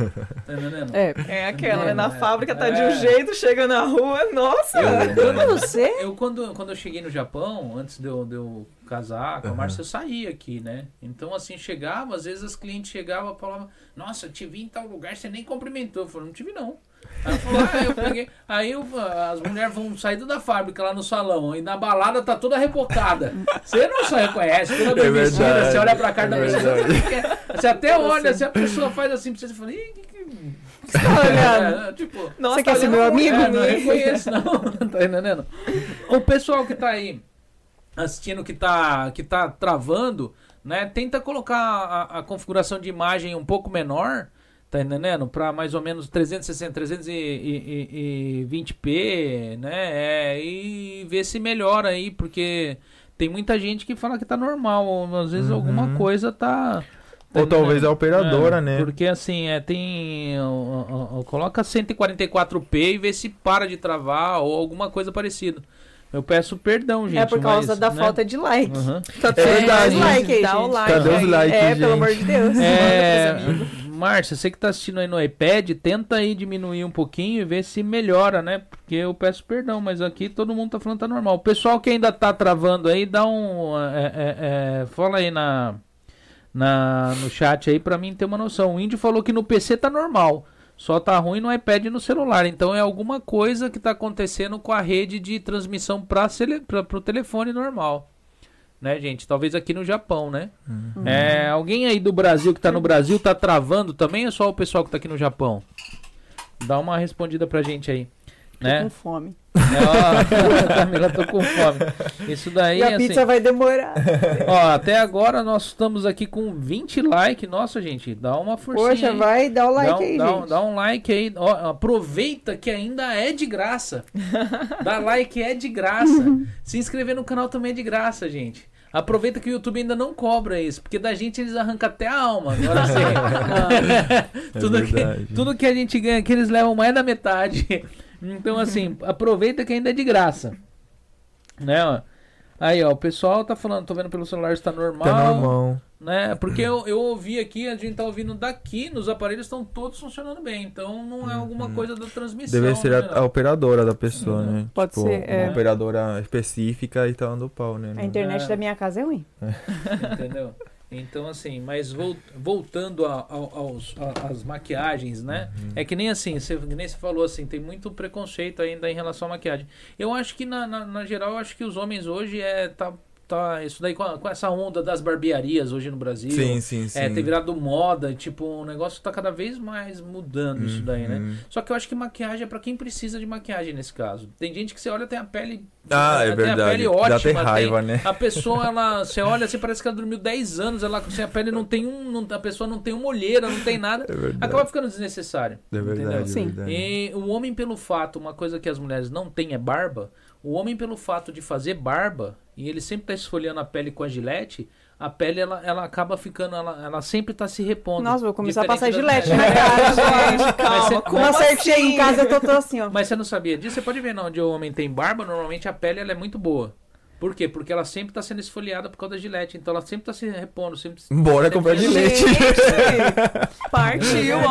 Speaker 1: Tá entendendo?
Speaker 4: É.
Speaker 2: É aquela, né? Na
Speaker 1: É.
Speaker 2: fábrica tá de um
Speaker 1: É.
Speaker 2: jeito, chega na rua,
Speaker 3: É
Speaker 2: nossa!
Speaker 4: Eu não sei.
Speaker 1: Eu, quando, quando eu cheguei no Japão, antes de eu, de eu casar com a Márcia, eu saía aqui, né? Então, assim, chegava, às vezes as clientes chegavam e falavam, nossa, eu te vi em tal lugar, você nem cumprimentou. Eu falei, não te vi, não. Aí eu, falei, ah, eu peguei. Aí eu- as mulheres vão saindo da fábrica lá no salão, e na balada tá toda rebocada. Você não só reconhece, toda bem
Speaker 3: É
Speaker 1: vestida,
Speaker 3: verdade,
Speaker 1: você olha pra cara da
Speaker 3: é
Speaker 1: pessoa, você,
Speaker 3: verdade.
Speaker 1: não quer. você até olha, se a pessoa faz assim pra você, você fala, ih, que, que...
Speaker 4: olhando?
Speaker 1: É, tipo,
Speaker 2: Nossa,
Speaker 4: Você quer
Speaker 2: tá
Speaker 4: ser
Speaker 2: olhando
Speaker 4: meu
Speaker 2: muito
Speaker 4: amigo?
Speaker 1: é,
Speaker 2: pra
Speaker 4: né?
Speaker 1: não
Speaker 2: mim.
Speaker 1: reconheço, não. (laughs) tá entendendo? O pessoal que tá aí assistindo, que tá, que tá travando, né? Tenta colocar a, a configuração de imagem um pouco menor, Tá entendendo? Pra mais ou menos 360, 320p, né? É, e ver se melhora aí, porque tem muita gente que fala que tá normal. ou Às vezes
Speaker 3: Uhum.
Speaker 1: alguma coisa tá. tá
Speaker 3: Ou talvez
Speaker 1: entendendo?
Speaker 3: a operadora,
Speaker 1: É,
Speaker 3: né?
Speaker 1: Porque assim, é, tem. ó, ó, ó, Coloca 144p e vê se para de travar ou alguma coisa parecida. Eu peço perdão, gente.
Speaker 4: é por causa
Speaker 1: mas,
Speaker 4: da
Speaker 1: né?
Speaker 4: falta de like.
Speaker 1: Aham.
Speaker 4: Tá
Speaker 3: É verdade.
Speaker 4: like aí,
Speaker 2: Dá o
Speaker 4: gente.
Speaker 2: like
Speaker 3: Cadê os
Speaker 2: aí.
Speaker 3: likes,
Speaker 4: É,
Speaker 3: gente?
Speaker 4: pelo amor de (laughs) Deus.
Speaker 1: É,
Speaker 2: Manda
Speaker 1: Márcia, você que tá assistindo aí no iPad, tenta aí diminuir um pouquinho e ver se melhora, né? Porque eu peço perdão, mas aqui todo mundo tá falando que tá normal. O pessoal que ainda tá travando aí, dá um. é, é, é, fala aí na, na, no chat aí pra mim ter uma noção. O índio falou que no PC tá normal. Só tá ruim no iPad e no celular. Então é alguma coisa que tá acontecendo com a rede de transmissão para o telefone normal. Né, gente? Talvez aqui no Japão, né? É, alguém aí do Brasil que tá no Brasil tá travando também ou só o pessoal que tá aqui no Japão? Dá uma respondida pra gente aí.
Speaker 4: Tô
Speaker 1: Né?
Speaker 4: com fome.
Speaker 1: Ó, (laughs) Camila, tô com fome. Isso daí
Speaker 4: E a
Speaker 1: assim,
Speaker 4: pizza vai demorar.
Speaker 1: ó, até agora nós estamos aqui com 20 likes. Nossa, gente, dá uma forcinha
Speaker 4: Poxa,
Speaker 1: aí.
Speaker 4: vai, dá o like
Speaker 1: dá, um-
Speaker 4: aí,
Speaker 1: dá um-
Speaker 4: gente.
Speaker 1: dá um like aí. Ó, aproveita que ainda é de
Speaker 4: (laughs)
Speaker 1: graça. Dá like é de graça. Se inscrever no canal também é de graça, gente. Aproveita que o YouTube ainda não cobra isso, porque da gente eles arrancam até a alma. Agora
Speaker 4: (laughs)
Speaker 1: sim. Ah,
Speaker 3: É
Speaker 1: tudo, que,
Speaker 3: verdade.
Speaker 1: tudo que a gente ganha aqui, eles levam mais da metade. Então, assim, aproveita que ainda é de graça. Né, ó. Aí, ó, o pessoal tá falando, tô vendo pelo celular se tá normal
Speaker 3: Tá normal.
Speaker 1: né? Porque eu, eu ouvi aqui, a gente tá ouvindo daqui, nos aparelhos estão todos funcionando bem, então não é alguma coisa da transmissão.
Speaker 3: Deve ser
Speaker 1: né?
Speaker 3: a, a operadora da pessoa, né?
Speaker 2: Pode
Speaker 3: Tipo,
Speaker 2: ser, é.
Speaker 3: Uma operadora específica e tá dando pau, né?
Speaker 4: A internet
Speaker 1: É.
Speaker 4: da minha casa é ruim.
Speaker 1: entendeu? Então, assim, mas vol- voltando a- ao- aos, a- às maquiagens, né? É que nem assim, você, que nem você falou assim, tem muito preconceito ainda em relação à maquiagem. Eu acho que, na, na, na geral, eu acho que os homens hoje é. Tá, tá isso daí com, a- com essa onda das barbearias hoje no Brasil.
Speaker 3: Sim, sim, sim.
Speaker 1: É, ter virado moda, tipo, o negócio tá cada vez mais mudando isso daí, né?
Speaker 3: Uhum.
Speaker 1: Só que eu acho que maquiagem é pra quem precisa de maquiagem nesse caso. Tem gente que você olha tem a pele.
Speaker 3: Ah, é
Speaker 1: tem A
Speaker 3: verdade.
Speaker 1: pele
Speaker 3: Dá
Speaker 1: ótima,
Speaker 3: até
Speaker 1: (laughs)
Speaker 3: raiva,
Speaker 1: tem-
Speaker 3: né?
Speaker 1: A pessoa, ela. Você olha assim, parece que ela dormiu 10 anos, ela assim, a pele não tem um. não- a pessoa não tem uma olheira, não tem nada.
Speaker 3: É verdade.
Speaker 1: Acaba ficando desnecessário.
Speaker 3: É verdade, é
Speaker 1: entendeu?
Speaker 2: Sim.
Speaker 3: verdade.
Speaker 1: E o homem, pelo fato, uma coisa que as mulheres não têm é barba. O homem, pelo fato de fazer barba, e ele sempre tá esfoliando a pele com a gilete, a pele ela, ela acaba ficando, ela, ela sempre tá se repondo.
Speaker 4: Nossa, vou começar a
Speaker 1: Diferente
Speaker 4: passar
Speaker 1: das
Speaker 4: gilete na
Speaker 1: mulheres. (laughs)
Speaker 4: cara, gente.
Speaker 1: Mas você-
Speaker 4: Com uma
Speaker 2: Como
Speaker 4: certinha em
Speaker 2: assim?
Speaker 4: casa, eu tô, tô assim, ó.
Speaker 1: Mas você não sabia disso? Você pode ver, não, onde o homem tem barba, normalmente a pele ela é muito boa. Por quê? Porque ela sempre tá sendo esfoliada por causa da gilete. Então ela sempre tá se repondo, sempre...
Speaker 3: Bora comprar de leite.
Speaker 1: (laughs)
Speaker 2: é, Gente, Partiu ontem.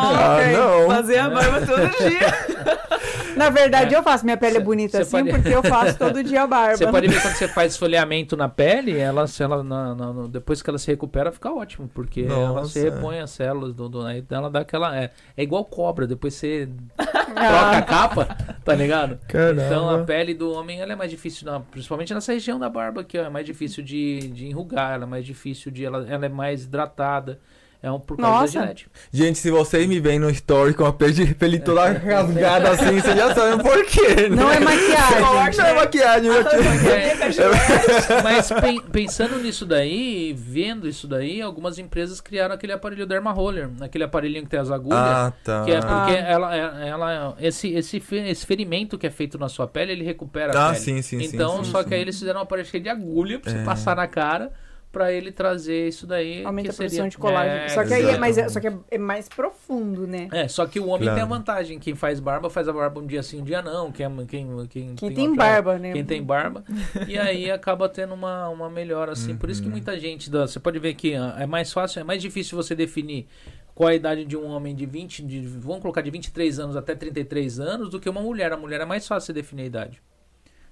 Speaker 3: Ah, não.
Speaker 2: Fazer a barba
Speaker 4: (laughs)
Speaker 2: todo dia.
Speaker 4: Na verdade, eu faço. Minha pele é bonita
Speaker 1: cê
Speaker 4: assim,
Speaker 1: pode-
Speaker 4: porque eu faço todo dia a barba.
Speaker 1: Você pode ver quando você faz esfoliamento na pele, ela, se ela na- na- no- depois que ela se recupera, fica ótimo, porque ela se
Speaker 3: Nossa.
Speaker 1: repõe as células do, do aí ela dá aquela é, é igual cobra, depois você troca a
Speaker 4: Ah,
Speaker 1: capa, tá ligado?
Speaker 3: Caramba.
Speaker 1: Então a pele do homem ela é mais difícil, na- principalmente nessa região da barba aqui, ó, é mais difícil de, de enrugar, ela é mais difícil de ela, ela é mais hidratada. É um por causa
Speaker 4: Nossa.
Speaker 1: da gilete.
Speaker 3: Gente, se vocês me veem no story com a pele, pele
Speaker 1: (laughs)
Speaker 3: toda
Speaker 1: É.
Speaker 3: rasgada assim, vocês já sabem por quê, né?
Speaker 4: não é maquiagem.
Speaker 1: né?
Speaker 3: (laughs) Não é maquiagem, maquiagem.
Speaker 1: É, mas pen- pensando nisso daí, vendo isso daí, algumas empresas criaram aquele aparelho derma roller, aquele aparelhinho que tem as agulhas.
Speaker 3: Ah, tá.
Speaker 1: Que é porque ela, é, ela- esse, esse, fe- esse ferimento que é feito na sua pele, ele recupera a
Speaker 3: Ah,
Speaker 1: pele.
Speaker 3: sim, sim, sim,
Speaker 1: então,
Speaker 3: sim,
Speaker 1: só
Speaker 3: sim.
Speaker 1: que aí eles fizeram um aparelho cheio de agulha pra você
Speaker 3: É.
Speaker 1: passar na cara, pra ele trazer isso daí.
Speaker 4: Aumenta a
Speaker 1: que seria-
Speaker 4: produção de colágeno.
Speaker 1: É,
Speaker 4: só que aí é
Speaker 3: exato.
Speaker 4: mais, é- só que é, é mais profundo, né?
Speaker 1: é, só que o homem
Speaker 3: Claro.
Speaker 1: tem a vantagem. Quem faz barba, faz a barba um dia sim, um dia não. Quem, quem, quem, outra-
Speaker 4: Quem tem barba, né?
Speaker 1: quem tem barba. E aí acaba tendo uma, uma melhora, assim. Por isso que muita gente. dá- Você pode ver que ah, é mais fácil, é mais difícil você definir qual a idade de um homem de 20, de, vamos colocar de 23 anos até 33 anos, do que uma mulher. A mulher é mais fácil você definir a idade.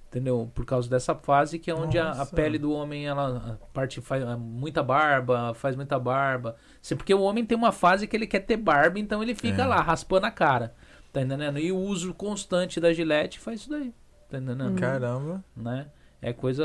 Speaker 1: Entendeu? Por causa dessa fase que é onde a, a
Speaker 3: Nossa.
Speaker 1: pele do homem, ela a parte faz ah, muita barba, faz muita barba. Se- Porque o homem tem uma fase que ele quer ter barba, então ele fica lá raspando a cara. Tá entendendo? E o uso constante da gilete faz isso daí. Tá entendendo?
Speaker 3: Caramba.
Speaker 1: né? É coisa.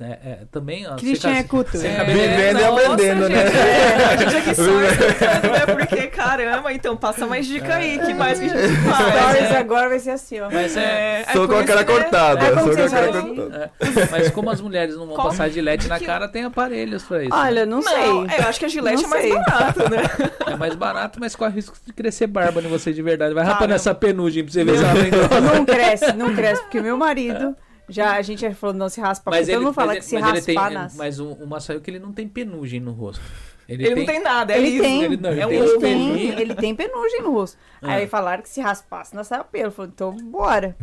Speaker 1: é- é- também. ó,
Speaker 4: Christian
Speaker 1: você
Speaker 4: é
Speaker 1: tá-
Speaker 4: culto.
Speaker 1: você
Speaker 4: É.
Speaker 1: tá bebendo-
Speaker 3: Vivendo e aprendendo, né?
Speaker 2: gente, é, a gente aqui só escutando, né? Porque, caramba, então passa mais dica aí, que mais que a gente faz.
Speaker 4: Stories
Speaker 2: né?
Speaker 4: agora vai ser assim, ó.
Speaker 1: Mas é.
Speaker 2: É, é
Speaker 3: Sou
Speaker 2: por
Speaker 3: com a
Speaker 2: isso
Speaker 3: cara
Speaker 2: que, né,
Speaker 3: cortada.
Speaker 4: Aí como
Speaker 3: Sou com a
Speaker 4: vocês
Speaker 3: cara
Speaker 4: acham?
Speaker 3: cortada.
Speaker 1: É, mas como as mulheres não vão
Speaker 2: Como?
Speaker 1: passar gilete na
Speaker 2: Que-
Speaker 1: cara, tem aparelhos pra isso. né?
Speaker 4: Olha, não,
Speaker 2: Não,
Speaker 4: sei.
Speaker 2: é, eu acho que a Gillette
Speaker 4: Não
Speaker 2: é mais
Speaker 4: sei.
Speaker 2: barato, né?
Speaker 1: É mais barato, mas corre risco de crescer barba em você de verdade. Vai rapando
Speaker 2: Caramba.
Speaker 1: essa penugem pra você ver se ela
Speaker 4: (laughs)
Speaker 1: vem
Speaker 4: Não cresce, não cresce, porque meu marido já a gente já falou não se raspa, então não fala
Speaker 1: mas
Speaker 4: que se
Speaker 1: mas ele tem-
Speaker 4: raspar nasce.
Speaker 1: Mas o, o Massaio que ele não tem penugem no rosto. Ele,
Speaker 2: Ele não tem nada, é
Speaker 4: Ele
Speaker 2: liso.
Speaker 4: tem.
Speaker 1: Ele, não, ele
Speaker 2: É um
Speaker 1: tem
Speaker 4: Ele
Speaker 1: os
Speaker 4: tem,
Speaker 1: pelinhos.
Speaker 4: ele tem penugem no rosto.
Speaker 1: Ah.
Speaker 4: Aí falaram que se raspasse, nasce o pelo. Falou, então
Speaker 1: (laughs)
Speaker 4: bora.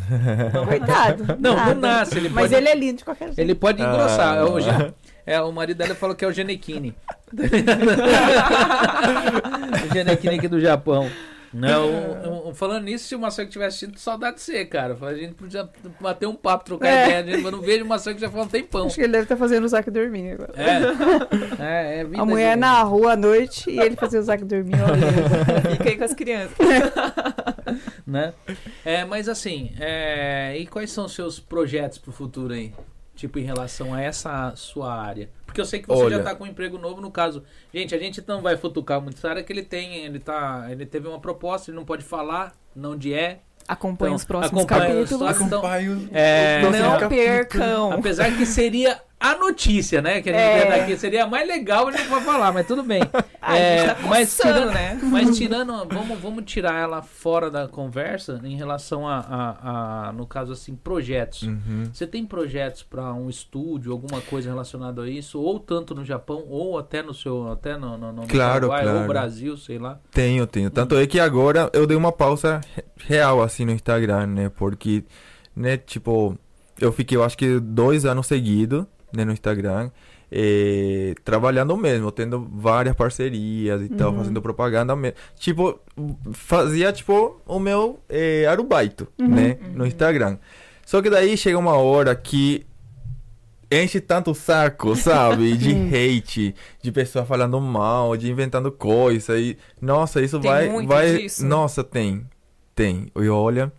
Speaker 4: Coitado.
Speaker 1: Não,
Speaker 4: nada.
Speaker 1: não nasce. Ele
Speaker 4: Mas
Speaker 1: pode,
Speaker 4: ele é lindo de qualquer jeito.
Speaker 1: ele pode
Speaker 3: Ah.
Speaker 1: engrossar. É o, gen- é, o marido dela falou que é o Genequini. o Genequini aqui do Japão. Não, um- um- falando nisso, se o Massaio que tivesse assistindo, saudade de você, cara. A gente podia bater um papo, trocar
Speaker 4: É.
Speaker 1: ideia. A gente- Eu não vejo o Massaio que já falou um tempão.
Speaker 4: Acho que ele deve estar fazendo o Zac dormir agora.
Speaker 1: É, é, é vida
Speaker 4: A mulher
Speaker 1: de-
Speaker 4: na rua à noite e ele fazia o Zac dormir.
Speaker 2: (laughs)
Speaker 4: (laughs)
Speaker 2: Fica aí com as crianças.
Speaker 1: né? É, mas assim, é, e quais são os seus projetos pro futuro aí? Tipo, em relação a essa sua área. Porque eu sei que você já
Speaker 3: Olha.
Speaker 1: tá com um emprego novo, no caso. Gente, a gente não vai futucar muito essa área que ele tem, ele tá. Ele teve uma proposta, ele não pode falar, não de é.
Speaker 2: Acompanha
Speaker 1: Então,
Speaker 2: os próximos
Speaker 1: acompanha os
Speaker 2: capítulos.
Speaker 1: próximos. Então,
Speaker 3: Acompanho-
Speaker 1: é,
Speaker 3: Nossa,
Speaker 1: não,
Speaker 2: Não
Speaker 3: capítulo.
Speaker 2: percam.
Speaker 1: Apesar que seria a notícia, né? Que a gente
Speaker 4: É.
Speaker 1: é. daqui, seria a mais legal a gente vai falar, mas tudo bem.
Speaker 2: (laughs) Ai,
Speaker 1: É,
Speaker 2: a gente tá
Speaker 1: mas
Speaker 2: coçando,
Speaker 1: tirando-
Speaker 2: né?
Speaker 1: Mas tirando, vamos, vamos tirar ela fora da conversa em relação a, a- a, no caso assim, projetos.
Speaker 3: Uhum.
Speaker 1: Você tem projetos para um estúdio, alguma coisa relacionada a isso, ou tanto no Japão, ou até no seu, até no, no, no
Speaker 3: Claro,
Speaker 1: Paraguai, ou
Speaker 3: claro.
Speaker 1: Brasil, sei lá.
Speaker 3: Tenho, tenho. Tanto é que agora eu dei uma pausa re- real, assim, no Instagram, né? Porque, né, tipo, eu fiquei, eu acho que dois anos seguidos, né, no Instagram, eh, trabalhando mesmo, tendo várias parcerias e tal, fazendo propaganda mesmo. Tipo, fazia, tipo, o meu eh, arubaito,
Speaker 2: Uhum.
Speaker 3: né, no Instagram. Só que daí chega uma hora que enche tanto o saco, sabe?
Speaker 2: (laughs)
Speaker 3: De hate, de pessoa falando mal, de inventando coisa e nossa, isso
Speaker 2: Tem
Speaker 3: vai
Speaker 2: muito
Speaker 3: vai
Speaker 2: disso?
Speaker 3: nossa, tem. Tem. E olha,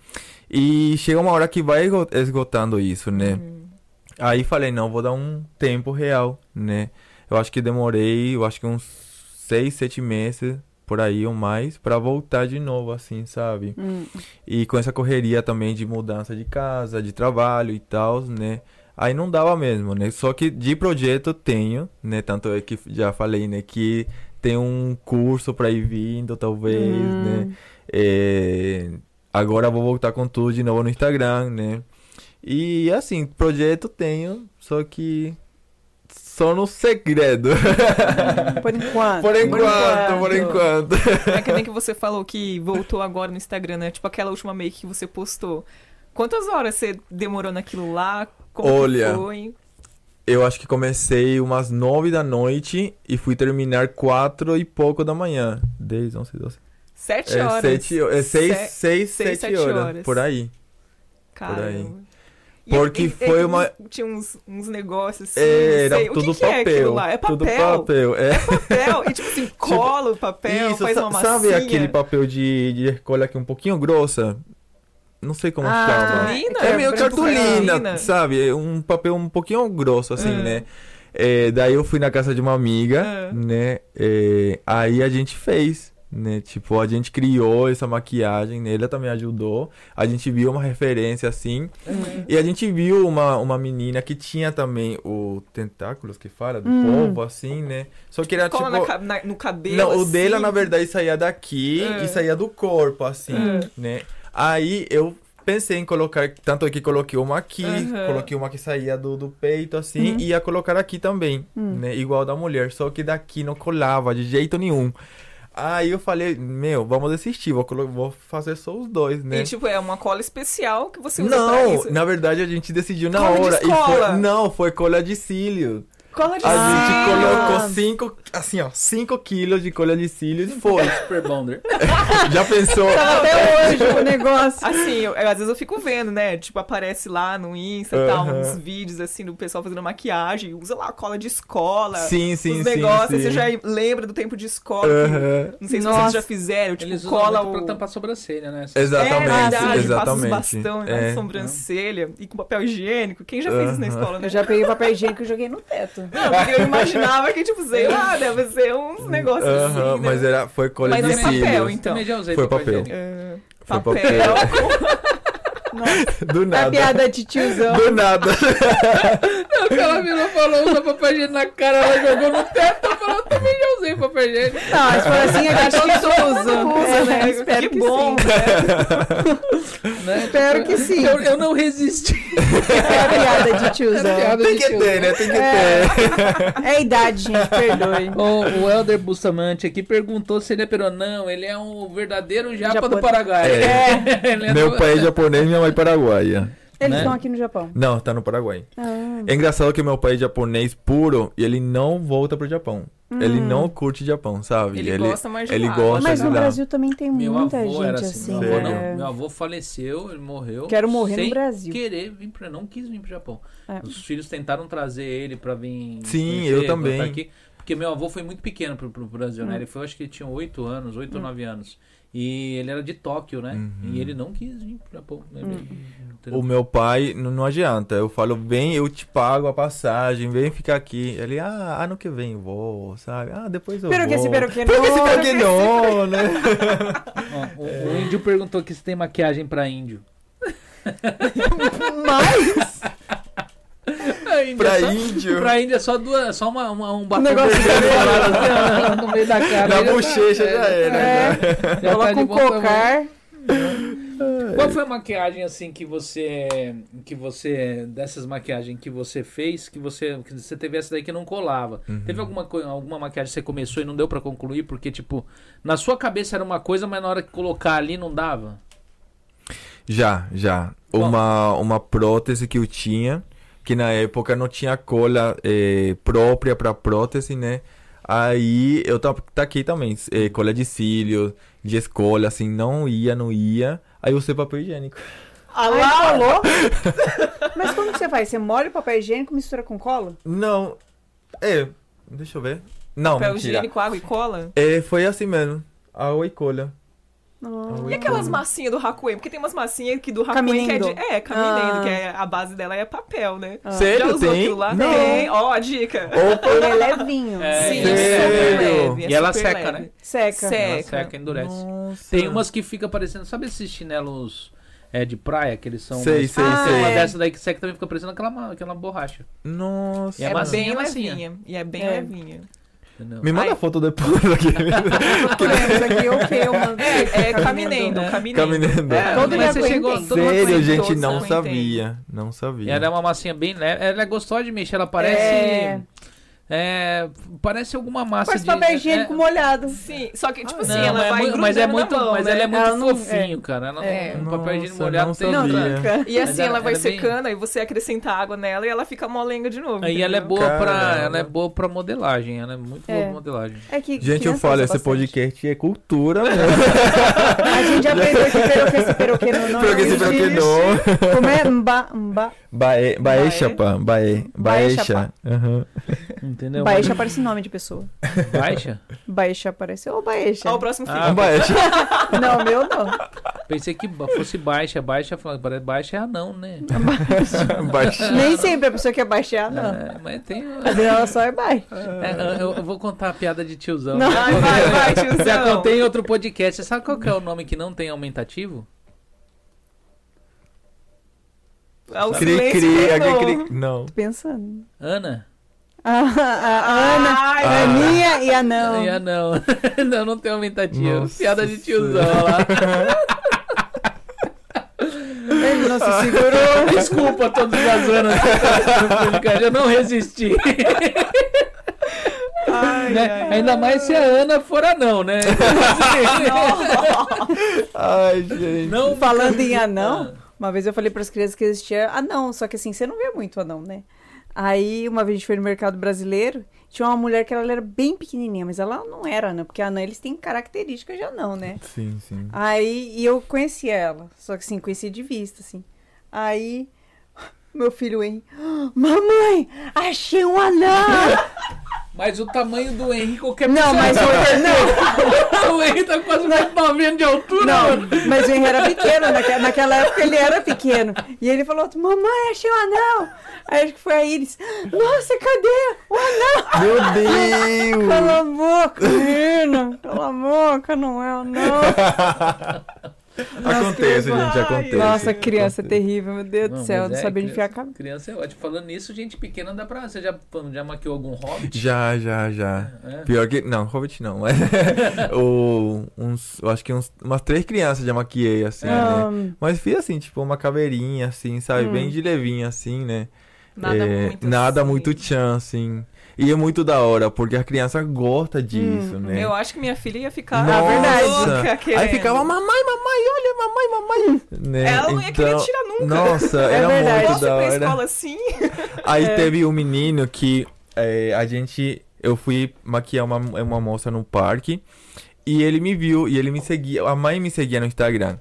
Speaker 3: e chega uma hora que vai esgo- esgotando isso, né?
Speaker 2: Uhum.
Speaker 3: Aí falei, não, vou dar um tempo real, né? Eu acho que demorei, eu acho que uns seis, sete meses por aí ou mais pra voltar de novo assim, sabe?
Speaker 4: Hum.
Speaker 3: E com essa correria também de mudança de casa, de trabalho e tal, né? Aí não dava mesmo, né? Só que de projeto tenho, né? Tanto é que já falei, né? Que tem um curso pra ir vindo, talvez, né? É, Agora vou voltar com tudo de novo no Instagram, né? E assim, projeto tenho, só que só no segredo. (laughs)
Speaker 4: Hum. Por enquanto.
Speaker 3: por enquanto, por enquanto.
Speaker 2: É que nem que você falou que voltou agora no Instagram, né? Tipo aquela última make que você postou. Quantas horas você demorou naquilo lá? Como que
Speaker 3: Olha.
Speaker 2: foi?
Speaker 3: Eu acho que comecei umas nove da noite e fui terminar quatro e pouco da manhã. 10, 11, 12.
Speaker 2: Sete
Speaker 3: É,
Speaker 2: horas.
Speaker 3: sete, é seis,
Speaker 2: Se-
Speaker 3: seis,
Speaker 2: seis,
Speaker 3: sete
Speaker 2: sete
Speaker 3: horas,
Speaker 2: horas. Hum,
Speaker 3: Por aí.
Speaker 2: Caramba.
Speaker 3: aí.
Speaker 2: E-
Speaker 3: Porque
Speaker 2: e- e
Speaker 3: foi uma-
Speaker 2: Tinha uns, uns negócios assim.
Speaker 3: É,
Speaker 2: não
Speaker 3: era
Speaker 2: sei. o que
Speaker 3: tudo
Speaker 2: que
Speaker 3: papel.
Speaker 2: É aquilo lá? É papel.
Speaker 3: Tudo papel. É.
Speaker 2: papel. E
Speaker 3: (laughs)
Speaker 2: tipo assim, cola o papel,
Speaker 3: Isso,
Speaker 2: faz
Speaker 3: sa-
Speaker 2: uma massinha.
Speaker 3: sabe aquele papel de, de escola que é um pouquinho grossa? Não sei como
Speaker 4: Ah,
Speaker 3: chama.
Speaker 2: Cartolina?
Speaker 3: É meio
Speaker 2: Branco
Speaker 3: cartolina,
Speaker 2: cartolina.
Speaker 3: sabe? É um papel um pouquinho grosso, assim,
Speaker 2: Ah.
Speaker 3: né? É, daí eu fui na casa de uma amiga,
Speaker 2: Ah.
Speaker 3: né? É, aí a gente fez, né? Tipo, a gente criou essa maquiagem, né? ela também ajudou. A gente viu uma referência, assim. E a gente viu uma, uma menina que tinha também o tentáculos que fala, do povo, assim, né? Só que era
Speaker 2: Hum. é, Cola
Speaker 3: tipo...
Speaker 2: na ca- na- no cabelo.
Speaker 3: Não, o
Speaker 2: assim.
Speaker 3: dela, na verdade, saía daqui
Speaker 2: É.
Speaker 3: e saía do corpo, assim,
Speaker 2: É.
Speaker 3: né? Aí eu pensei em colocar, tanto é que coloquei uma aqui,
Speaker 2: Aham. Uhum.
Speaker 3: coloquei uma que saía do, do peito, assim, e ia colocar aqui também, né? Igual da mulher, só que daqui não colava de jeito nenhum. Aí eu falei, meu, vamos desistir, vou, colo- vou fazer só os dois, né?
Speaker 2: E tipo, é uma cola especial que você usa pra
Speaker 3: Não,
Speaker 2: isso.
Speaker 3: na verdade a gente decidiu na
Speaker 2: Cola de
Speaker 3: hora. e
Speaker 2: escola.
Speaker 3: foi- não, foi cola de cílio.
Speaker 2: Cola de
Speaker 3: A
Speaker 2: cílio.
Speaker 3: gente colocou cinco, assim, ó, 5 quilos de colha de cílio e foi.
Speaker 1: Super
Speaker 2: (laughs)
Speaker 1: Bonder.
Speaker 2: Tipo,
Speaker 3: Já pensou?
Speaker 4: Tava até hoje (laughs) o negócio.
Speaker 2: Assim, eu- eu- às vezes eu fico vendo, né? Tipo, aparece lá no Insta e tal,
Speaker 3: Aham.
Speaker 2: uns vídeos assim do pessoal fazendo maquiagem, usa lá cola de escola.
Speaker 3: Sim, sim,
Speaker 2: os
Speaker 3: sim.
Speaker 2: negócios,
Speaker 3: sim.
Speaker 2: você já é lembra do tempo de escola. que-
Speaker 3: Aham.
Speaker 2: Não sei se
Speaker 4: Nossa.
Speaker 2: vocês já fizeram, tipo,
Speaker 1: Eles usam
Speaker 2: cola
Speaker 1: muito pra
Speaker 2: o...
Speaker 1: tampar a sobrancelha, né?
Speaker 3: Exatamente,
Speaker 2: é verdade,
Speaker 3: exatamente.
Speaker 2: passa os bastão né?
Speaker 3: É.
Speaker 2: na sobrancelha e com papel higiênico. Quem já fez isso na
Speaker 3: Aham.
Speaker 2: escola, né?
Speaker 4: Eu já peguei papel higiênico e joguei no teto.
Speaker 2: Não, porque eu imaginava que, tipo, sei lá, deve ser uns negócios
Speaker 3: Aham,
Speaker 2: assim, né?
Speaker 3: mas era, foi colha
Speaker 2: Mas
Speaker 3: de
Speaker 2: é papel,
Speaker 3: cílios.
Speaker 2: então.
Speaker 1: Também já usei
Speaker 3: Foi
Speaker 1: papel.
Speaker 3: papel.
Speaker 1: higiênico.
Speaker 2: É,
Speaker 3: Foi
Speaker 2: papel. (laughs)
Speaker 3: papel.
Speaker 2: É
Speaker 3: Do
Speaker 4: É A
Speaker 3: nada.
Speaker 4: piada de tiozão.
Speaker 3: Do nada.
Speaker 2: (laughs)
Speaker 1: O cara virou, falou, usa papel higiênico na cara, ela jogou no teto, eu falou, também já usei papel higiênico.
Speaker 4: Não, se for assim, eu acho que todo mundo usa,
Speaker 2: É,
Speaker 4: né? Eu Espero
Speaker 2: que,
Speaker 4: que
Speaker 2: bom,
Speaker 4: sim.
Speaker 2: né?
Speaker 1: Né?
Speaker 4: Espero que sim.
Speaker 1: Eu, eu não resisti.
Speaker 4: É a piada de tiozão.
Speaker 1: Piada
Speaker 3: Tem
Speaker 1: de
Speaker 3: que
Speaker 1: tio.
Speaker 3: ter, né? Tem que
Speaker 4: É.
Speaker 2: (laughs)
Speaker 3: ter.
Speaker 4: É a idade, gente, perdoe.
Speaker 1: (laughs) O, o Helder Bustamante aqui perguntou se ele é peronão. Ele é um verdadeiro japa do
Speaker 4: Japonês.
Speaker 1: Paraguai.
Speaker 3: É.
Speaker 1: (laughs) Ele é
Speaker 3: Meu
Speaker 1: do-
Speaker 3: pai é japonês, minha mãe é paraguaia.
Speaker 4: Eles
Speaker 1: Né?
Speaker 4: estão aqui no Japão.
Speaker 3: Não, tá no Paraguai.
Speaker 4: Ah.
Speaker 3: É engraçado que meu pai é japonês puro e ele não volta pro Japão. Ele não curte Japão, sabe?
Speaker 2: Hum. Ele gosta mais de né?
Speaker 3: Ele
Speaker 2: lá.
Speaker 3: gosta
Speaker 4: Mas
Speaker 3: de
Speaker 4: no
Speaker 3: lá.
Speaker 4: Brasil também tem
Speaker 1: Meu
Speaker 4: muita
Speaker 1: avô
Speaker 4: gente
Speaker 1: era assim.
Speaker 4: assim.
Speaker 1: Meu avô,
Speaker 3: né?
Speaker 1: não.
Speaker 4: é.
Speaker 1: Meu avô faleceu, ele morreu.
Speaker 4: Quero morrer no
Speaker 1: sem
Speaker 4: Brasil.
Speaker 1: querer vir pra... Não quis vir pro Japão.
Speaker 4: É.
Speaker 1: Os filhos tentaram trazer ele pra vir...
Speaker 3: Sim,
Speaker 1: conhecer,
Speaker 3: eu
Speaker 1: voltar
Speaker 3: também.
Speaker 1: Aqui, porque meu avô foi muito pequeno pro, pro Brasil,
Speaker 4: É.
Speaker 1: né? Ele foi, acho que ele tinha 8 anos, 8 ou 9 anos. E ele era de Tóquio, né? E ele não quis vir pro Japão. né?
Speaker 3: Uhum.
Speaker 4: Uhum.
Speaker 3: O meu pai, não, não adianta. Eu falo, vem, eu te pago a passagem, vem ficar aqui. Ele, ah, ano que vem eu vou, sabe? Ah, depois eu
Speaker 4: Pero
Speaker 3: vou.
Speaker 4: que se,
Speaker 2: é
Speaker 4: pero que
Speaker 3: Pero que se,
Speaker 4: não.
Speaker 3: pero que é não, né?
Speaker 1: Ó, o, o índio perguntou que se tem maquiagem pra
Speaker 3: (laughs)
Speaker 1: índio. Mas...
Speaker 3: Pra índio.
Speaker 1: é Pra índio é só duas, só uma, uma- um batom
Speaker 4: negócio
Speaker 1: vermelho lá no, no meio da cara.
Speaker 3: né? Na
Speaker 1: Ele já tá-
Speaker 3: bochecha já era.
Speaker 4: É.
Speaker 3: né?
Speaker 1: já tá
Speaker 4: Coloca
Speaker 1: de
Speaker 4: um
Speaker 1: bom tamanho.
Speaker 4: cocar.
Speaker 1: Qual foi a maquiagem assim que você que você dessas maquiagens que você fez, que você que você teve essa daí que não colava?
Speaker 3: Uhum.
Speaker 1: Teve alguma co- alguma maquiagem que você começou e não deu pra concluir porque tipo, na sua cabeça era uma coisa, mas na hora que colocar ali não dava?
Speaker 3: Já, já.
Speaker 1: Bom.
Speaker 3: Uma, uma prótese que eu tinha, que na época não tinha cola eh, própria para prótese, né? Aí eu ta- taquei também, eh, cola de cílios, de escola, assim, não ia, não ia. Aí eu usei papel higiênico.
Speaker 4: Alá, alô? (laughs) Mas como que você faz? Você molha o papel higiênico, mistura com cola?
Speaker 3: Não, é, deixa eu ver. Não,
Speaker 2: Papel
Speaker 3: mentira.
Speaker 2: higiênico, água e cola.
Speaker 3: É, foi assim mesmo, água e cola. Água
Speaker 2: E aquelas massinhas do Hakuen? Porque tem umas massinhas que do Hakuen que é de...
Speaker 4: Caminendo.
Speaker 2: É, caminendo,
Speaker 4: Ah.
Speaker 2: que é, a base dela é papel, né?
Speaker 3: Sério,
Speaker 2: Já usou
Speaker 3: tem?
Speaker 2: aquilo lá?
Speaker 3: Não.
Speaker 2: Tem. Ó, a dica.
Speaker 3: Opa,
Speaker 4: Ele é levinho.
Speaker 1: É,
Speaker 2: Sim,
Speaker 1: é.
Speaker 2: super
Speaker 3: Sério?
Speaker 2: leve. é
Speaker 1: E ela
Speaker 2: super
Speaker 1: seca,
Speaker 2: leve.
Speaker 1: né?
Speaker 4: Seca.
Speaker 2: Seca.
Speaker 1: Ela seca, endurece.
Speaker 3: nossa.
Speaker 1: Tem umas que fica parecendo, sabe esses chinelos é, de praia que eles são
Speaker 3: Sei,
Speaker 1: mais
Speaker 3: sei,
Speaker 1: finos?
Speaker 3: sei.
Speaker 1: Uma dessa daí que seca também fica parecendo aquela, ma- aquela borracha.
Speaker 3: Nossa.
Speaker 1: E Ah, é
Speaker 2: É
Speaker 1: massinha,
Speaker 2: bem
Speaker 1: massinha.
Speaker 2: levinha. E é bem
Speaker 4: É.
Speaker 2: levinha.
Speaker 1: entendeu?
Speaker 3: Me manda
Speaker 2: Ai.
Speaker 3: foto depois aqui.
Speaker 4: Isso aqui o que eu mando.
Speaker 2: É, é caminendo,
Speaker 4: né?
Speaker 2: caminendo.
Speaker 3: (laughs) Caminhando.
Speaker 1: É,
Speaker 4: Todo
Speaker 1: mas
Speaker 4: dia
Speaker 1: você
Speaker 4: aguenta,
Speaker 1: chegou,
Speaker 4: hein?
Speaker 1: todo mundo
Speaker 3: Sério,
Speaker 1: aguenta.
Speaker 3: gente,
Speaker 2: todos
Speaker 3: não
Speaker 2: aguentei.
Speaker 3: sabia. Não sabia.
Speaker 1: Ela é uma massinha bem leve. Ela é gostosa de mexer, ela parece. É...
Speaker 4: É.
Speaker 1: parece alguma massa
Speaker 4: Faz
Speaker 1: de.
Speaker 4: papel
Speaker 1: é-
Speaker 4: higiênico molhado.
Speaker 2: Sim, só que, tipo
Speaker 3: Ah,
Speaker 2: assim,
Speaker 1: Não,
Speaker 2: ela
Speaker 1: mas,
Speaker 2: vai
Speaker 1: é muito, mas é muito,
Speaker 2: grudando na mão,
Speaker 1: mas ela é
Speaker 2: né?
Speaker 1: muito
Speaker 4: Ela não-
Speaker 1: fofinho, cara. Ela não,
Speaker 2: É.
Speaker 1: um papel higiênico
Speaker 3: Nossa,
Speaker 1: molhado
Speaker 3: não
Speaker 1: tem
Speaker 4: Não,
Speaker 3: sabia.
Speaker 1: outra.
Speaker 4: tranca.
Speaker 2: E assim,
Speaker 1: Mas ela-
Speaker 2: ela vai
Speaker 1: ela é bem-
Speaker 2: secando, aí você acrescenta água nela e ela fica molenga de novo.
Speaker 1: E ela é
Speaker 2: entendeu?
Speaker 1: boa pra,
Speaker 3: Caramba.
Speaker 1: ela é boa pra modelagem. Ela é muito boa
Speaker 4: É.
Speaker 1: pra modelagem.
Speaker 4: É que
Speaker 3: Gente, eu
Speaker 4: criança
Speaker 3: falo,
Speaker 4: usa
Speaker 3: esse
Speaker 4: bastante.
Speaker 3: podcast é cultura mesmo.
Speaker 4: A gente já aprendeu que peroque, se peroque, não, não,
Speaker 3: Porque se
Speaker 4: não
Speaker 3: que
Speaker 4: existe.
Speaker 3: não.
Speaker 4: Como é? Mba, mba.
Speaker 3: Bae,
Speaker 2: Bae.
Speaker 3: bae, chapa. Bae, bae,
Speaker 4: chapa.
Speaker 3: chapa. Aham.
Speaker 1: Entendeu?
Speaker 4: Baeixa parece nome de pessoa.
Speaker 1: Baixa?
Speaker 4: Baeixa parece. Ô, Baeixa.
Speaker 2: Ó, o próximo filme.
Speaker 1: Ah,
Speaker 3: Bae, chapa.
Speaker 4: Não, meu
Speaker 2: (laughs)
Speaker 4: não.
Speaker 1: Pensei que ba- fosse baixa. Baixa, fala- parece- baixa é anão, né?
Speaker 3: Bae, chapa.
Speaker 4: Nem sempre a pessoa quer baixar, não.
Speaker 1: É, mas tem.
Speaker 4: Às vezes ela só é bai.
Speaker 1: É, eu, eu vou contar a piada de tiozão.
Speaker 4: Não.
Speaker 2: Ai, vai, vai, tiozão.
Speaker 1: Já contei em outro podcast. Você sabe qual que é o nome que não tem aumentativo?
Speaker 2: É o
Speaker 3: Cri,
Speaker 2: silêncio é
Speaker 3: cri,
Speaker 2: que
Speaker 3: aquele
Speaker 2: não.
Speaker 3: cri. Não.
Speaker 4: Pensando.
Speaker 1: Ana?
Speaker 4: A, a Ana,
Speaker 2: Ai,
Speaker 4: a Aninha e a não.
Speaker 1: Ah, não. (laughs) não, não tem aumentativo.
Speaker 3: Nossa
Speaker 1: Piada de tiozão
Speaker 3: Senhora.
Speaker 1: lá.
Speaker 4: Ele não se (laughs) segurou.
Speaker 1: Desculpa a todos os azanos. Eu não resisti.
Speaker 2: ai,
Speaker 1: né?
Speaker 2: ai.
Speaker 1: Ainda mais se a Ana for anão, né?
Speaker 3: Ai, gente.
Speaker 1: não
Speaker 4: Ah. Falando em anão, uma vez eu falei para as crianças que existia anão, só que assim, você não vê muito anão, né? Aí, uma vez a gente foi no mercado brasileiro, tinha uma mulher que ela era bem pequenininha, mas ela não era anã, porque anã eles têm características de anão, né?
Speaker 3: Sim, sim.
Speaker 4: Aí, e eu conhecia ela, só que assim, conhecia de vista, assim. Aí, (laughs) meu filho, hein? (gasps) Mamãe, achei um anão!
Speaker 1: Mas o tamanho do Henry qualquer
Speaker 4: Não,
Speaker 1: pessoa é
Speaker 4: mas o Henry, não,
Speaker 1: (laughs) O Henry tá quase 90 de altura, mano.
Speaker 4: não, mas o Henry era pequeno, naque- naquela época ele era pequeno. E ele falou, mamãe, achei um anão. Aí acho que foi a Iris, nossa, cadê? O anão!
Speaker 3: Meu Deus!
Speaker 4: Cala a boca, menina, cala a boca, não é anão.
Speaker 3: (laughs) acontece,
Speaker 4: Nossa,
Speaker 3: gente, acontece.
Speaker 4: Nossa, criança
Speaker 3: Acontece.
Speaker 4: é terrível, meu Deus do
Speaker 1: Não,
Speaker 4: céu,
Speaker 1: mas
Speaker 4: não
Speaker 1: é,
Speaker 4: sabia enfiar a
Speaker 1: criança-
Speaker 4: cabeça.
Speaker 1: Criança é ótimo. Falando nisso, gente pequena dá pra. Você já, já maquiou algum hobbit?
Speaker 3: Já, já, já.
Speaker 1: É.
Speaker 3: Pior que. Não, Hobbit não, mas. (laughs) ou uns. Eu acho que uns, umas três crianças já maquiei, assim,
Speaker 1: É,
Speaker 3: né?
Speaker 4: Ahn,
Speaker 3: Mas fiz assim, tipo, uma caveirinha, assim, sabe? Bem de levinha, assim, né?
Speaker 2: Nada
Speaker 3: É,
Speaker 2: muito.
Speaker 3: Nada
Speaker 2: assim.
Speaker 3: muito tchan, assim. E é muito da hora, porque a criança gosta disso, né?
Speaker 2: Eu acho que minha filha ia ficar
Speaker 3: Nossa!
Speaker 2: louca querendo.
Speaker 3: Aí ficava, mamãe, mamãe, olha, mamãe, mamãe. Né?
Speaker 2: Ela não ia querer
Speaker 3: Então,
Speaker 2: tirar nunca.
Speaker 3: Nossa,
Speaker 4: É
Speaker 3: era
Speaker 4: verdade.
Speaker 3: muito
Speaker 2: Posso ir
Speaker 3: da
Speaker 2: pra
Speaker 3: hora.
Speaker 2: escola assim? (laughs)
Speaker 3: Aí teve um menino que é, a gente. Eu fui maquiar uma, uma moça no parque. E ele me viu, e ele me seguia. A mãe me seguia no Instagram.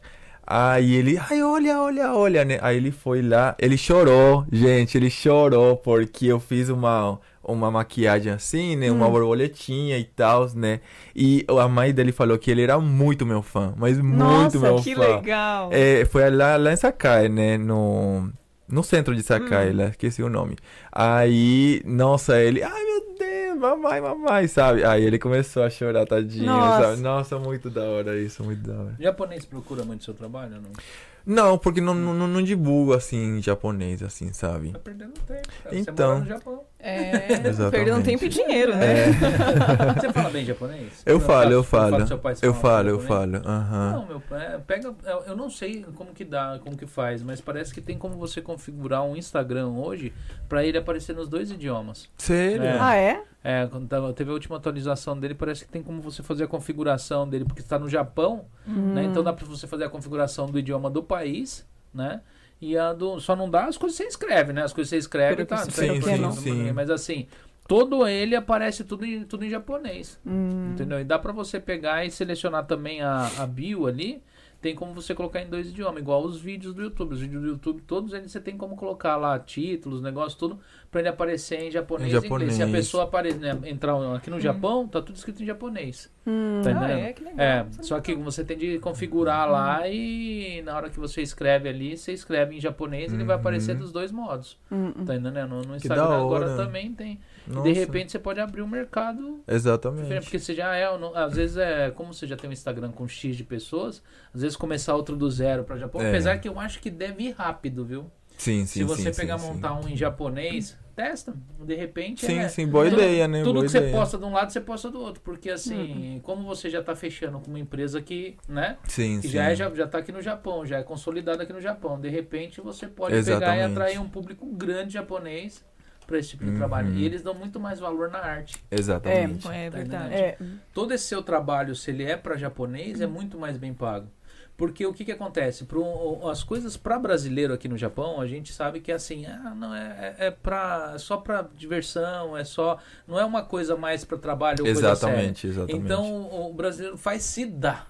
Speaker 3: Aí ele, ai, olha, olha, olha, né? Aí ele foi lá, ele chorou, gente, ele chorou porque eu fiz uma, uma maquiagem assim, né? Uma borboletinha e tal, né? E a mãe dele falou que ele era muito meu fã, mas
Speaker 4: Nossa,
Speaker 3: muito meu
Speaker 2: que
Speaker 3: fã.
Speaker 2: legal.
Speaker 3: É, foi lá, lá em Sakai, né? No, no centro de Sakai,
Speaker 1: Hum.
Speaker 3: lá, esqueci o nome. Aí, nossa, ele, ai meu Deus, mamãe, mamãe, sabe? Aí ele começou a chorar, tadinho,
Speaker 4: Nossa.
Speaker 3: sabe? Nossa, muito da hora isso, muito da hora.
Speaker 1: O japonês procura muito seu trabalho ou não? Tá
Speaker 3: Não, porque não, não, não- não divulgo assim em japonês, assim, sabe?
Speaker 1: Tá perdendo tempo. cara. Você
Speaker 3: Então.
Speaker 1: mora no Japão.
Speaker 2: É,
Speaker 3: Exatamente.
Speaker 2: perdendo tempo e dinheiro, né?
Speaker 3: É,
Speaker 1: (laughs)
Speaker 2: (laughs)
Speaker 1: Você fala bem japonês?
Speaker 3: eu
Speaker 1: Por
Speaker 3: falo, eu
Speaker 1: acaso, pelo fato
Speaker 3: falo.
Speaker 1: de seu pai ser
Speaker 3: Eu
Speaker 1: um
Speaker 3: falo, eu
Speaker 1: japonês?
Speaker 3: falo. Ah. Aham.
Speaker 1: Não, meu pai, é, pega. Eu eu não sei como que dá, como que faz, mas parece que tem como você configurar um Instagram hoje pra ele aparecer nos dois idiomas.
Speaker 3: Sério?
Speaker 1: É.
Speaker 4: Ah, é?
Speaker 1: É, quando tava- teve a última atualização dele, parece que tem como você fazer a configuração dele, porque está no Japão, né? Então
Speaker 3: Hum.
Speaker 1: dá pra você fazer a configuração do idioma do país, né? E a do. Só não dá as coisas que você escreve, né? As coisas que você escreve,
Speaker 4: Pelo que
Speaker 1: tá?
Speaker 4: se
Speaker 1: tá em
Speaker 4: escreve,
Speaker 1: português,
Speaker 4: não.
Speaker 3: Sim, sim.
Speaker 1: Mas assim, todo ele aparece tudo em, tudo em japonês.
Speaker 4: Hum,
Speaker 1: Entendeu? E dá pra você pegar e selecionar também a, a bio ali. Tem como você colocar em dois idiomas, igual os vídeos do YouTube. Os vídeos do YouTube, todos eles você tem como colocar lá títulos, negócio, tudo, pra ele aparecer em japonês,
Speaker 3: Em
Speaker 1: e inglês. Se a
Speaker 3: japonês.
Speaker 1: pessoa apare... né, entrar aqui no Japão, tá tudo escrito em japonês.
Speaker 4: Hum.
Speaker 1: Tá
Speaker 2: Ah,
Speaker 1: entendendo?
Speaker 2: é, que legal.
Speaker 1: É, só que você tem de configurar lá e na hora que você escreve ali, você escreve em japonês e ele vai aparecer dos dois modos.
Speaker 4: Uhum.
Speaker 1: Tá entendendo? No, no Instagram
Speaker 3: Uhum. da
Speaker 1: agora
Speaker 3: hora.
Speaker 1: também tem. E
Speaker 3: Nossa.
Speaker 1: de repente você pode abrir um mercado diferente,
Speaker 3: Exatamente.
Speaker 1: porque você já é, não- às vezes é, como você já tem um Instagram com X de pessoas, às vezes começar outro do zero pra Japão,
Speaker 3: É.
Speaker 1: apesar que eu acho que deve ir rápido, viu?
Speaker 3: Sim, sim,
Speaker 1: Se você
Speaker 3: sim,
Speaker 1: pegar
Speaker 3: sim,
Speaker 1: montar um em japonês, testa, de repente
Speaker 3: Sim,
Speaker 1: é,
Speaker 3: sim, boa
Speaker 1: tudo-
Speaker 3: ideia, né?
Speaker 1: tudo
Speaker 3: boa
Speaker 1: que você
Speaker 3: ideia. Hum.
Speaker 1: posta de um lado, você posta do outro. Porque assim, como você já tá fechando com uma empresa que, né?
Speaker 3: Sim,
Speaker 1: Que
Speaker 3: sim.
Speaker 1: já, é, já, já tá aqui no Japão, já é consolidada aqui no Japão. De repente você pode pegar e
Speaker 3: Exatamente.
Speaker 1: atrair um público grande japonês para esse tipo de
Speaker 3: Uhum.
Speaker 1: trabalho. E eles dão muito mais valor na arte.
Speaker 3: Exatamente.
Speaker 2: É verdade.
Speaker 4: É.
Speaker 1: Todo esse seu trabalho, se ele é para japonês, é muito mais bem pago. Porque o que, que acontece? Pro, o- as coisas para brasileiro aqui no Japão, a gente sabe que é assim, ah, não, é, é, é pra, é só para diversão, é só. Não é uma coisa mais para trabalho ou coisa séria.
Speaker 3: Exatamente, exatamente.
Speaker 1: Então o- o brasileiro faz se dá.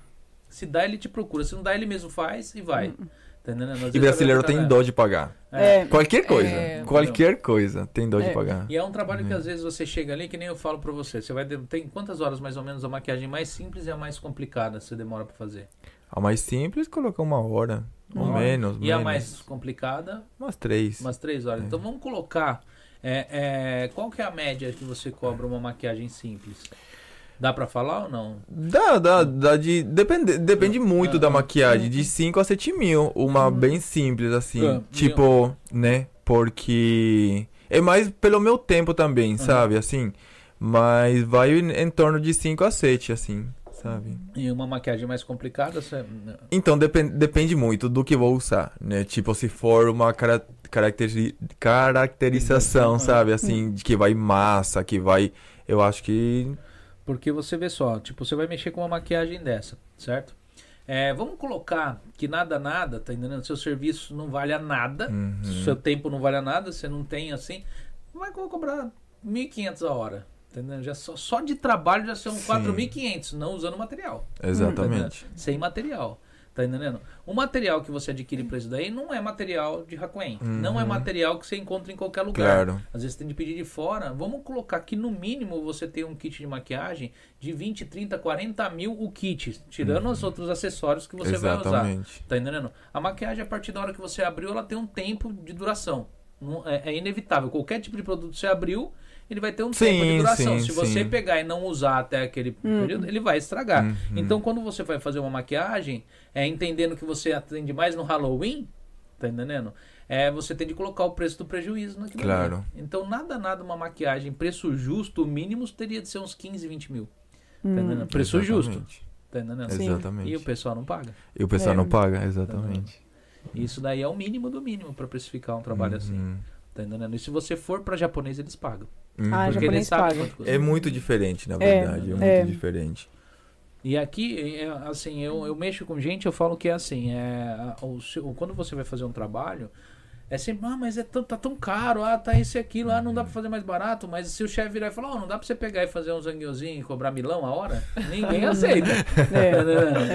Speaker 1: Se dá, ele te procura. Se não dá, ele mesmo faz e vai. Tá entendendo? Às vezes
Speaker 3: E brasileiro
Speaker 1: também é
Speaker 3: tem
Speaker 1: pra
Speaker 3: dó de pagar.
Speaker 1: galera. É.
Speaker 3: Qualquer coisa.
Speaker 2: É,
Speaker 3: qualquer coisa tem dó de
Speaker 4: É.
Speaker 3: pagar.
Speaker 1: E é um trabalho
Speaker 3: Uhum.
Speaker 1: que às vezes você chega ali, que nem eu falo pra você. Você vai. de- Tem quantas horas mais ou menos a maquiagem mais simples e a mais complicada você demora pra fazer?
Speaker 3: A mais simples colocar uma hora. Ou
Speaker 1: Uma hora.
Speaker 3: menos.
Speaker 1: E
Speaker 3: menos.
Speaker 1: a mais complicada,
Speaker 3: Umas três.
Speaker 1: umas três horas. Então vamos colocar. é, é, qual que é a média que você cobra uma maquiagem simples? Dá pra falar ou não?
Speaker 3: Dá, dá, dá de. Depende, depende muito
Speaker 1: Ah,
Speaker 3: da
Speaker 1: ah.
Speaker 3: maquiagem. De 5 a 7 mil.
Speaker 1: Uhum.
Speaker 3: Uma bem simples, assim.
Speaker 1: Ah,
Speaker 3: tipo, né? Porque. É mais pelo meu tempo também,
Speaker 1: Uhum.
Speaker 3: sabe? Assim. Mas vai em, em torno de 5 a 7, assim, sabe?
Speaker 1: E uma maquiagem mais complicada, você-
Speaker 3: Então depen- depende muito do que vou usar, né? Tipo, se for uma cara- caracteri- caracterização, sabe? Assim, de que vai massa, que vai. Eu acho que.
Speaker 1: Porque você vê só, tipo, você vai mexer com uma maquiagem dessa, certo? É, vamos colocar que nada, nada, Uhum.
Speaker 3: Uhum.
Speaker 1: tá entendendo? Seu serviço não vale a nada, seu tempo não vale a nada, você não tem assim. Vai co- cobrar 1.500 a hora. Entendeu? Já só, só de trabalho já são 4.500, não usando material.
Speaker 3: Exatamente.
Speaker 1: Tá entendendo? Sem material. Tá entendendo? O material que você adquire pra isso daí não é material de Hakuen. Não é material que você encontra em qualquer lugar.
Speaker 3: Uhum. Claro.
Speaker 1: Às vezes tem de pedir de fora. Vamos colocar que no mínimo você tem um kit de maquiagem de 20, 30, 40 mil o kit. Tirando os outros acessórios que você vai usar.
Speaker 3: Uhum. Exatamente.
Speaker 1: Tá entendendo? A maquiagem, a partir da hora que você abriu, ela tem um tempo de duração. Não- é, é inevitável. Qualquer tipo de produto que você abriu, ele vai ter um
Speaker 3: Sim,
Speaker 1: tempo de duração.
Speaker 3: sim,
Speaker 1: Se você
Speaker 3: sim.
Speaker 1: pegar e não usar até aquele período, ele vai estragar.
Speaker 3: Uhum, Hum.
Speaker 1: Então, quando você vai fazer uma maquiagem, é, entendendo que você atende mais no Halloween, tá entendendo? É, você tem de colocar o preço do prejuízo naquilo. ali.
Speaker 3: Claro.
Speaker 1: Então, nada, nada, uma maquiagem, preço justo, o mínimo teria de ser uns 15, 20 mil.
Speaker 4: hum.
Speaker 1: Tá entendendo? Preço justo.
Speaker 3: Exatamente.
Speaker 1: Tá entendendo?
Speaker 3: Exatamente.
Speaker 1: E o pessoal não paga.
Speaker 3: E o pessoal
Speaker 2: É.
Speaker 3: não paga, exatamente.
Speaker 1: Isso daí é o mínimo do mínimo pra precificar um trabalho assim.
Speaker 3: Uhum.
Speaker 1: Tá entendendo? E se você for pra japonês, eles pagam.
Speaker 3: Uhum.
Speaker 4: Ah,
Speaker 1: porque
Speaker 4: japonês
Speaker 1: eles sabem
Speaker 4: paga.
Speaker 1: quanto custa.
Speaker 3: É muito diferente, na verdade. É, muito
Speaker 4: é.
Speaker 3: diferente.
Speaker 1: E aqui, é, assim, eu, eu mexo com gente, eu falo que é assim, é, o seu- quando você vai fazer um trabalho, é sempre, ah, mas é tão, tá tão caro, ah, tá isso e aquilo, ah, não dá pra fazer mais barato, mas se o chefe virar e falar, ó, não dá pra você pegar e fazer um zangueuzinho e cobrar milão a hora, (laughs) ninguém aceita. é,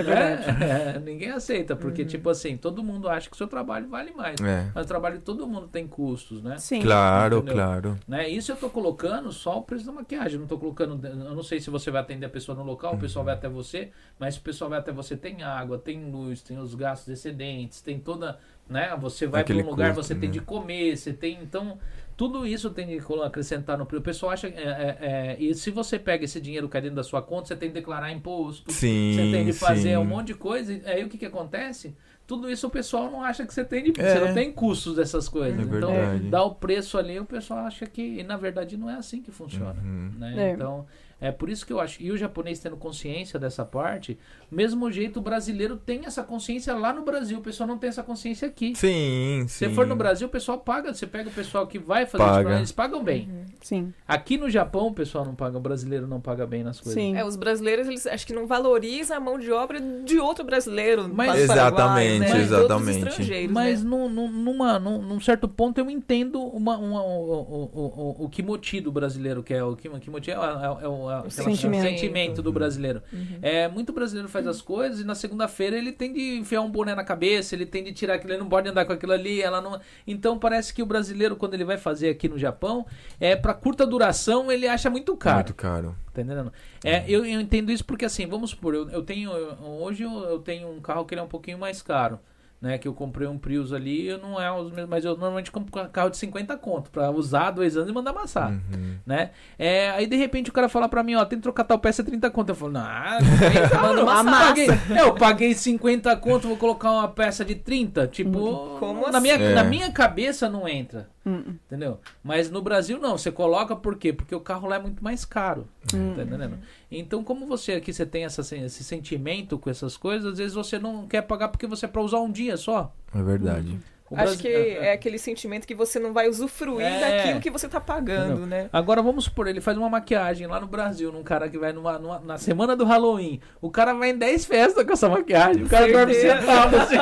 Speaker 1: verdade. ninguém aceita, porque, tipo assim, todo mundo acha que o seu trabalho vale mais.
Speaker 3: É.
Speaker 1: Mas o trabalho de todo mundo tem custos, né?
Speaker 4: Sim.
Speaker 3: Claro,
Speaker 1: Entendeu?
Speaker 3: claro.
Speaker 1: né? Isso eu tô colocando só o preço da maquiagem. Não tô colocando. Eu não sei se você vai atender a pessoa no local, o pessoal
Speaker 3: Uhum.
Speaker 1: vai até você, mas se o pessoal vai até você, tem água, tem luz, tem os gastos excedentes, tem toda. Né? Você vai para
Speaker 3: Aquele
Speaker 1: um lugar,
Speaker 3: custo,
Speaker 1: você tem
Speaker 3: né?
Speaker 1: de comer, você tem. Então, tudo isso tem de colo- acrescentar no preço. O pessoal acha. é, é, é, e se você pega esse dinheiro que é dentro da sua conta, você tem de declarar imposto,
Speaker 3: Sim.
Speaker 1: você tem de fazer
Speaker 3: sim.
Speaker 1: um monte de coisa. E aí o que, que acontece? Tudo isso o pessoal não acha que você tem de.
Speaker 3: É.
Speaker 1: Você não tem custos dessas coisas.
Speaker 3: É
Speaker 1: então,
Speaker 3: verdade.
Speaker 1: dá o preço ali, o pessoal acha que. E na verdade não é assim que funciona.
Speaker 3: Uhum.
Speaker 1: né?
Speaker 4: É.
Speaker 1: Então, é por isso que eu acho. E o japonês tendo consciência dessa parte, mesmo jeito o brasileiro tem essa consciência lá no Brasil. O pessoal não tem essa consciência aqui.
Speaker 3: Sim, sim.
Speaker 1: Se você for no Brasil, o pessoal paga. Você pega o pessoal que vai fazer
Speaker 3: Paga.
Speaker 1: isso pra eles pagam bem.
Speaker 4: Sim.
Speaker 1: Aqui no Japão, o pessoal não paga, o brasileiro não paga bem nas coisas.
Speaker 4: Sim.
Speaker 2: É, os brasileiros, eles acho que não valorizam a mão de obra de outro brasileiro.
Speaker 1: Mas-
Speaker 2: do Paraguai,
Speaker 3: Exatamente,
Speaker 2: né? de outros
Speaker 3: exatamente.
Speaker 2: estrangeiros,
Speaker 1: Mas
Speaker 4: É.
Speaker 2: né?
Speaker 1: num, num- numa, num, num certo ponto eu entendo uma, uma- o, o, o, o, o kimoti do brasileiro, que é o kim- kimoti, é, o- é, o- é o, aquela-
Speaker 4: sentimento.
Speaker 1: sentimento
Speaker 3: Uhum.
Speaker 1: do brasileiro.
Speaker 2: Uhum.
Speaker 1: É, muito brasileiro faz as coisas e na segunda-feira ele tem de enfiar um boné na cabeça, ele tem de tirar aquilo, ele não pode andar com aquilo ali, ela não. Então parece que o brasileiro, quando ele vai fazer aqui no Japão, é para curta duração ele acha muito caro.
Speaker 3: Muito caro.
Speaker 1: Tá entendendo? É, eu, eu entendo isso porque assim, vamos supor, eu, eu tenho. eu- hoje eu, eu tenho um carro que ele é um pouquinho mais caro. Né, que eu comprei um Prius ali, eu não é os mesmos, mas eu normalmente compro ca- carro de 50 conto pra usar dois anos e mandar
Speaker 3: Uhum.
Speaker 1: amassar, né? É, aí de repente o cara fala pra mim, ó, tem que trocar tal peça é 30 conto. Eu falo, não, ah, não manda amassar. Paguei, é, eu paguei 50 conto, vou colocar uma peça de 30, tipo,
Speaker 2: Como
Speaker 1: na minha
Speaker 3: assim?
Speaker 1: na
Speaker 3: É.
Speaker 1: minha cabeça não entra. Entendeu? Mas no Brasil não, você coloca por quê? Porque o carro lá é muito mais caro. Tá entendendo? Então, como você aqui você tem essa, sen- esse sentimento com essas coisas, às vezes você não quer pagar porque você é pra usar um dia só.
Speaker 3: É verdade.
Speaker 1: O Ah,
Speaker 2: Acho
Speaker 1: Brasi-
Speaker 2: que é aquele sentimento que você não vai usufruir
Speaker 1: É.
Speaker 2: daquilo que você tá pagando,
Speaker 1: Não. (laughs)
Speaker 2: né?
Speaker 1: Agora vamos supor, ele faz uma maquiagem lá no Brasil, num cara que vai numa, numa- na semana do Halloween. O cara vai em 10 festas com essa maquiagem. O cara dorme
Speaker 2: Certeza.
Speaker 1: sentado assim.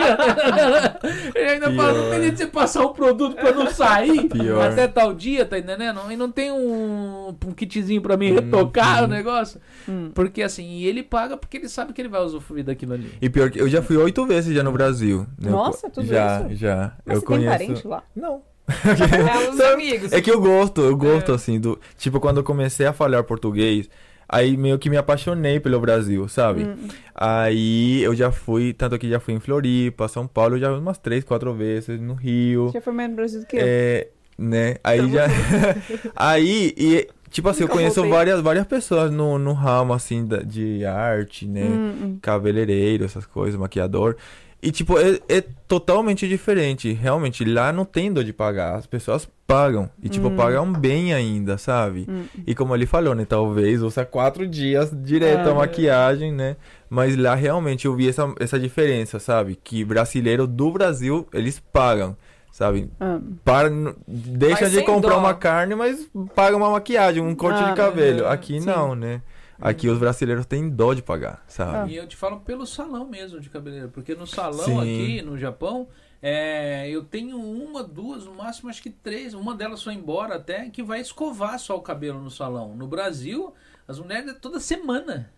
Speaker 1: ele ainda fala, não tem jeito de você passar o produto pra eu não sair
Speaker 3: Pior.
Speaker 1: até tal dia, tá entendendo? E não tem um, um kitzinho pra mim retocar o
Speaker 3: Uhum.
Speaker 1: negócio.
Speaker 4: hum.
Speaker 1: Porque assim, e ele paga porque ele sabe que ele vai usufruir daquilo ali.
Speaker 3: E pior que eu já fui oito vezes já no Brasil. né? Eu
Speaker 4: Nossa, é
Speaker 3: co-
Speaker 4: tudo
Speaker 3: já,
Speaker 4: isso?
Speaker 3: Já,
Speaker 4: Mas
Speaker 3: eu
Speaker 4: você
Speaker 3: conheço.
Speaker 4: tem parente lá?
Speaker 3: Não.
Speaker 2: É os amigos.
Speaker 3: (laughs) É que eu gosto, eu gosto assim do, tipo quando eu comecei a falar português, aí meio que me apaixonei pelo Brasil, sabe?
Speaker 4: Hum.
Speaker 3: Aí eu já fui, tanto que já fui em Floripa, São Paulo, já umas três, quatro vezes no Rio.
Speaker 4: hum. Já foi mais no Brasil do que eu.
Speaker 3: É, né? Aí já. (laughs) aí, e, tipo assim,
Speaker 2: Nunca
Speaker 3: eu conheço
Speaker 2: voltei.
Speaker 3: várias, várias pessoas no, no ramo, assim, da- de arte, né?
Speaker 4: Hum, hum.
Speaker 3: Cabeleireiro, essas coisas, maquiador. E, tipo, é, é totalmente diferente. Realmente, lá não tem dor de pagar. As pessoas pagam. E, tipo, pagam bem ainda,
Speaker 4: Hum.
Speaker 3: sabe? E como ele falou, né? Talvez usa quatro dias direto a maquiagem, né? Mas lá realmente eu vi essa, essa diferença, sabe? Que brasileiro do Brasil, eles pagam, sabe?
Speaker 4: Ah.
Speaker 3: para n- deixa
Speaker 2: Mas
Speaker 3: de
Speaker 2: sem
Speaker 3: comprar
Speaker 2: dó.
Speaker 3: uma carne, mas paga uma maquiagem, um corte
Speaker 4: Ah,
Speaker 3: de cabelo.
Speaker 2: uhum,
Speaker 3: Aqui
Speaker 4: sim.
Speaker 3: não, né? Aqui os brasileiros têm dó de pagar, sabe?
Speaker 1: E eu te falo pelo salão mesmo de cabeleireiro, porque no salão
Speaker 3: Sim.
Speaker 1: aqui no Japão É, eu tenho uma, duas, no máximo acho que três. Uma delas foi embora até, que vai escovar só o cabelo no salão. No Brasil, as mulheres é toda semana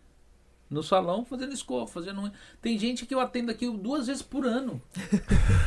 Speaker 1: no salão fazendo escova, fazendo. unha. Tem gente que eu atendo aqui duas vezes por ano.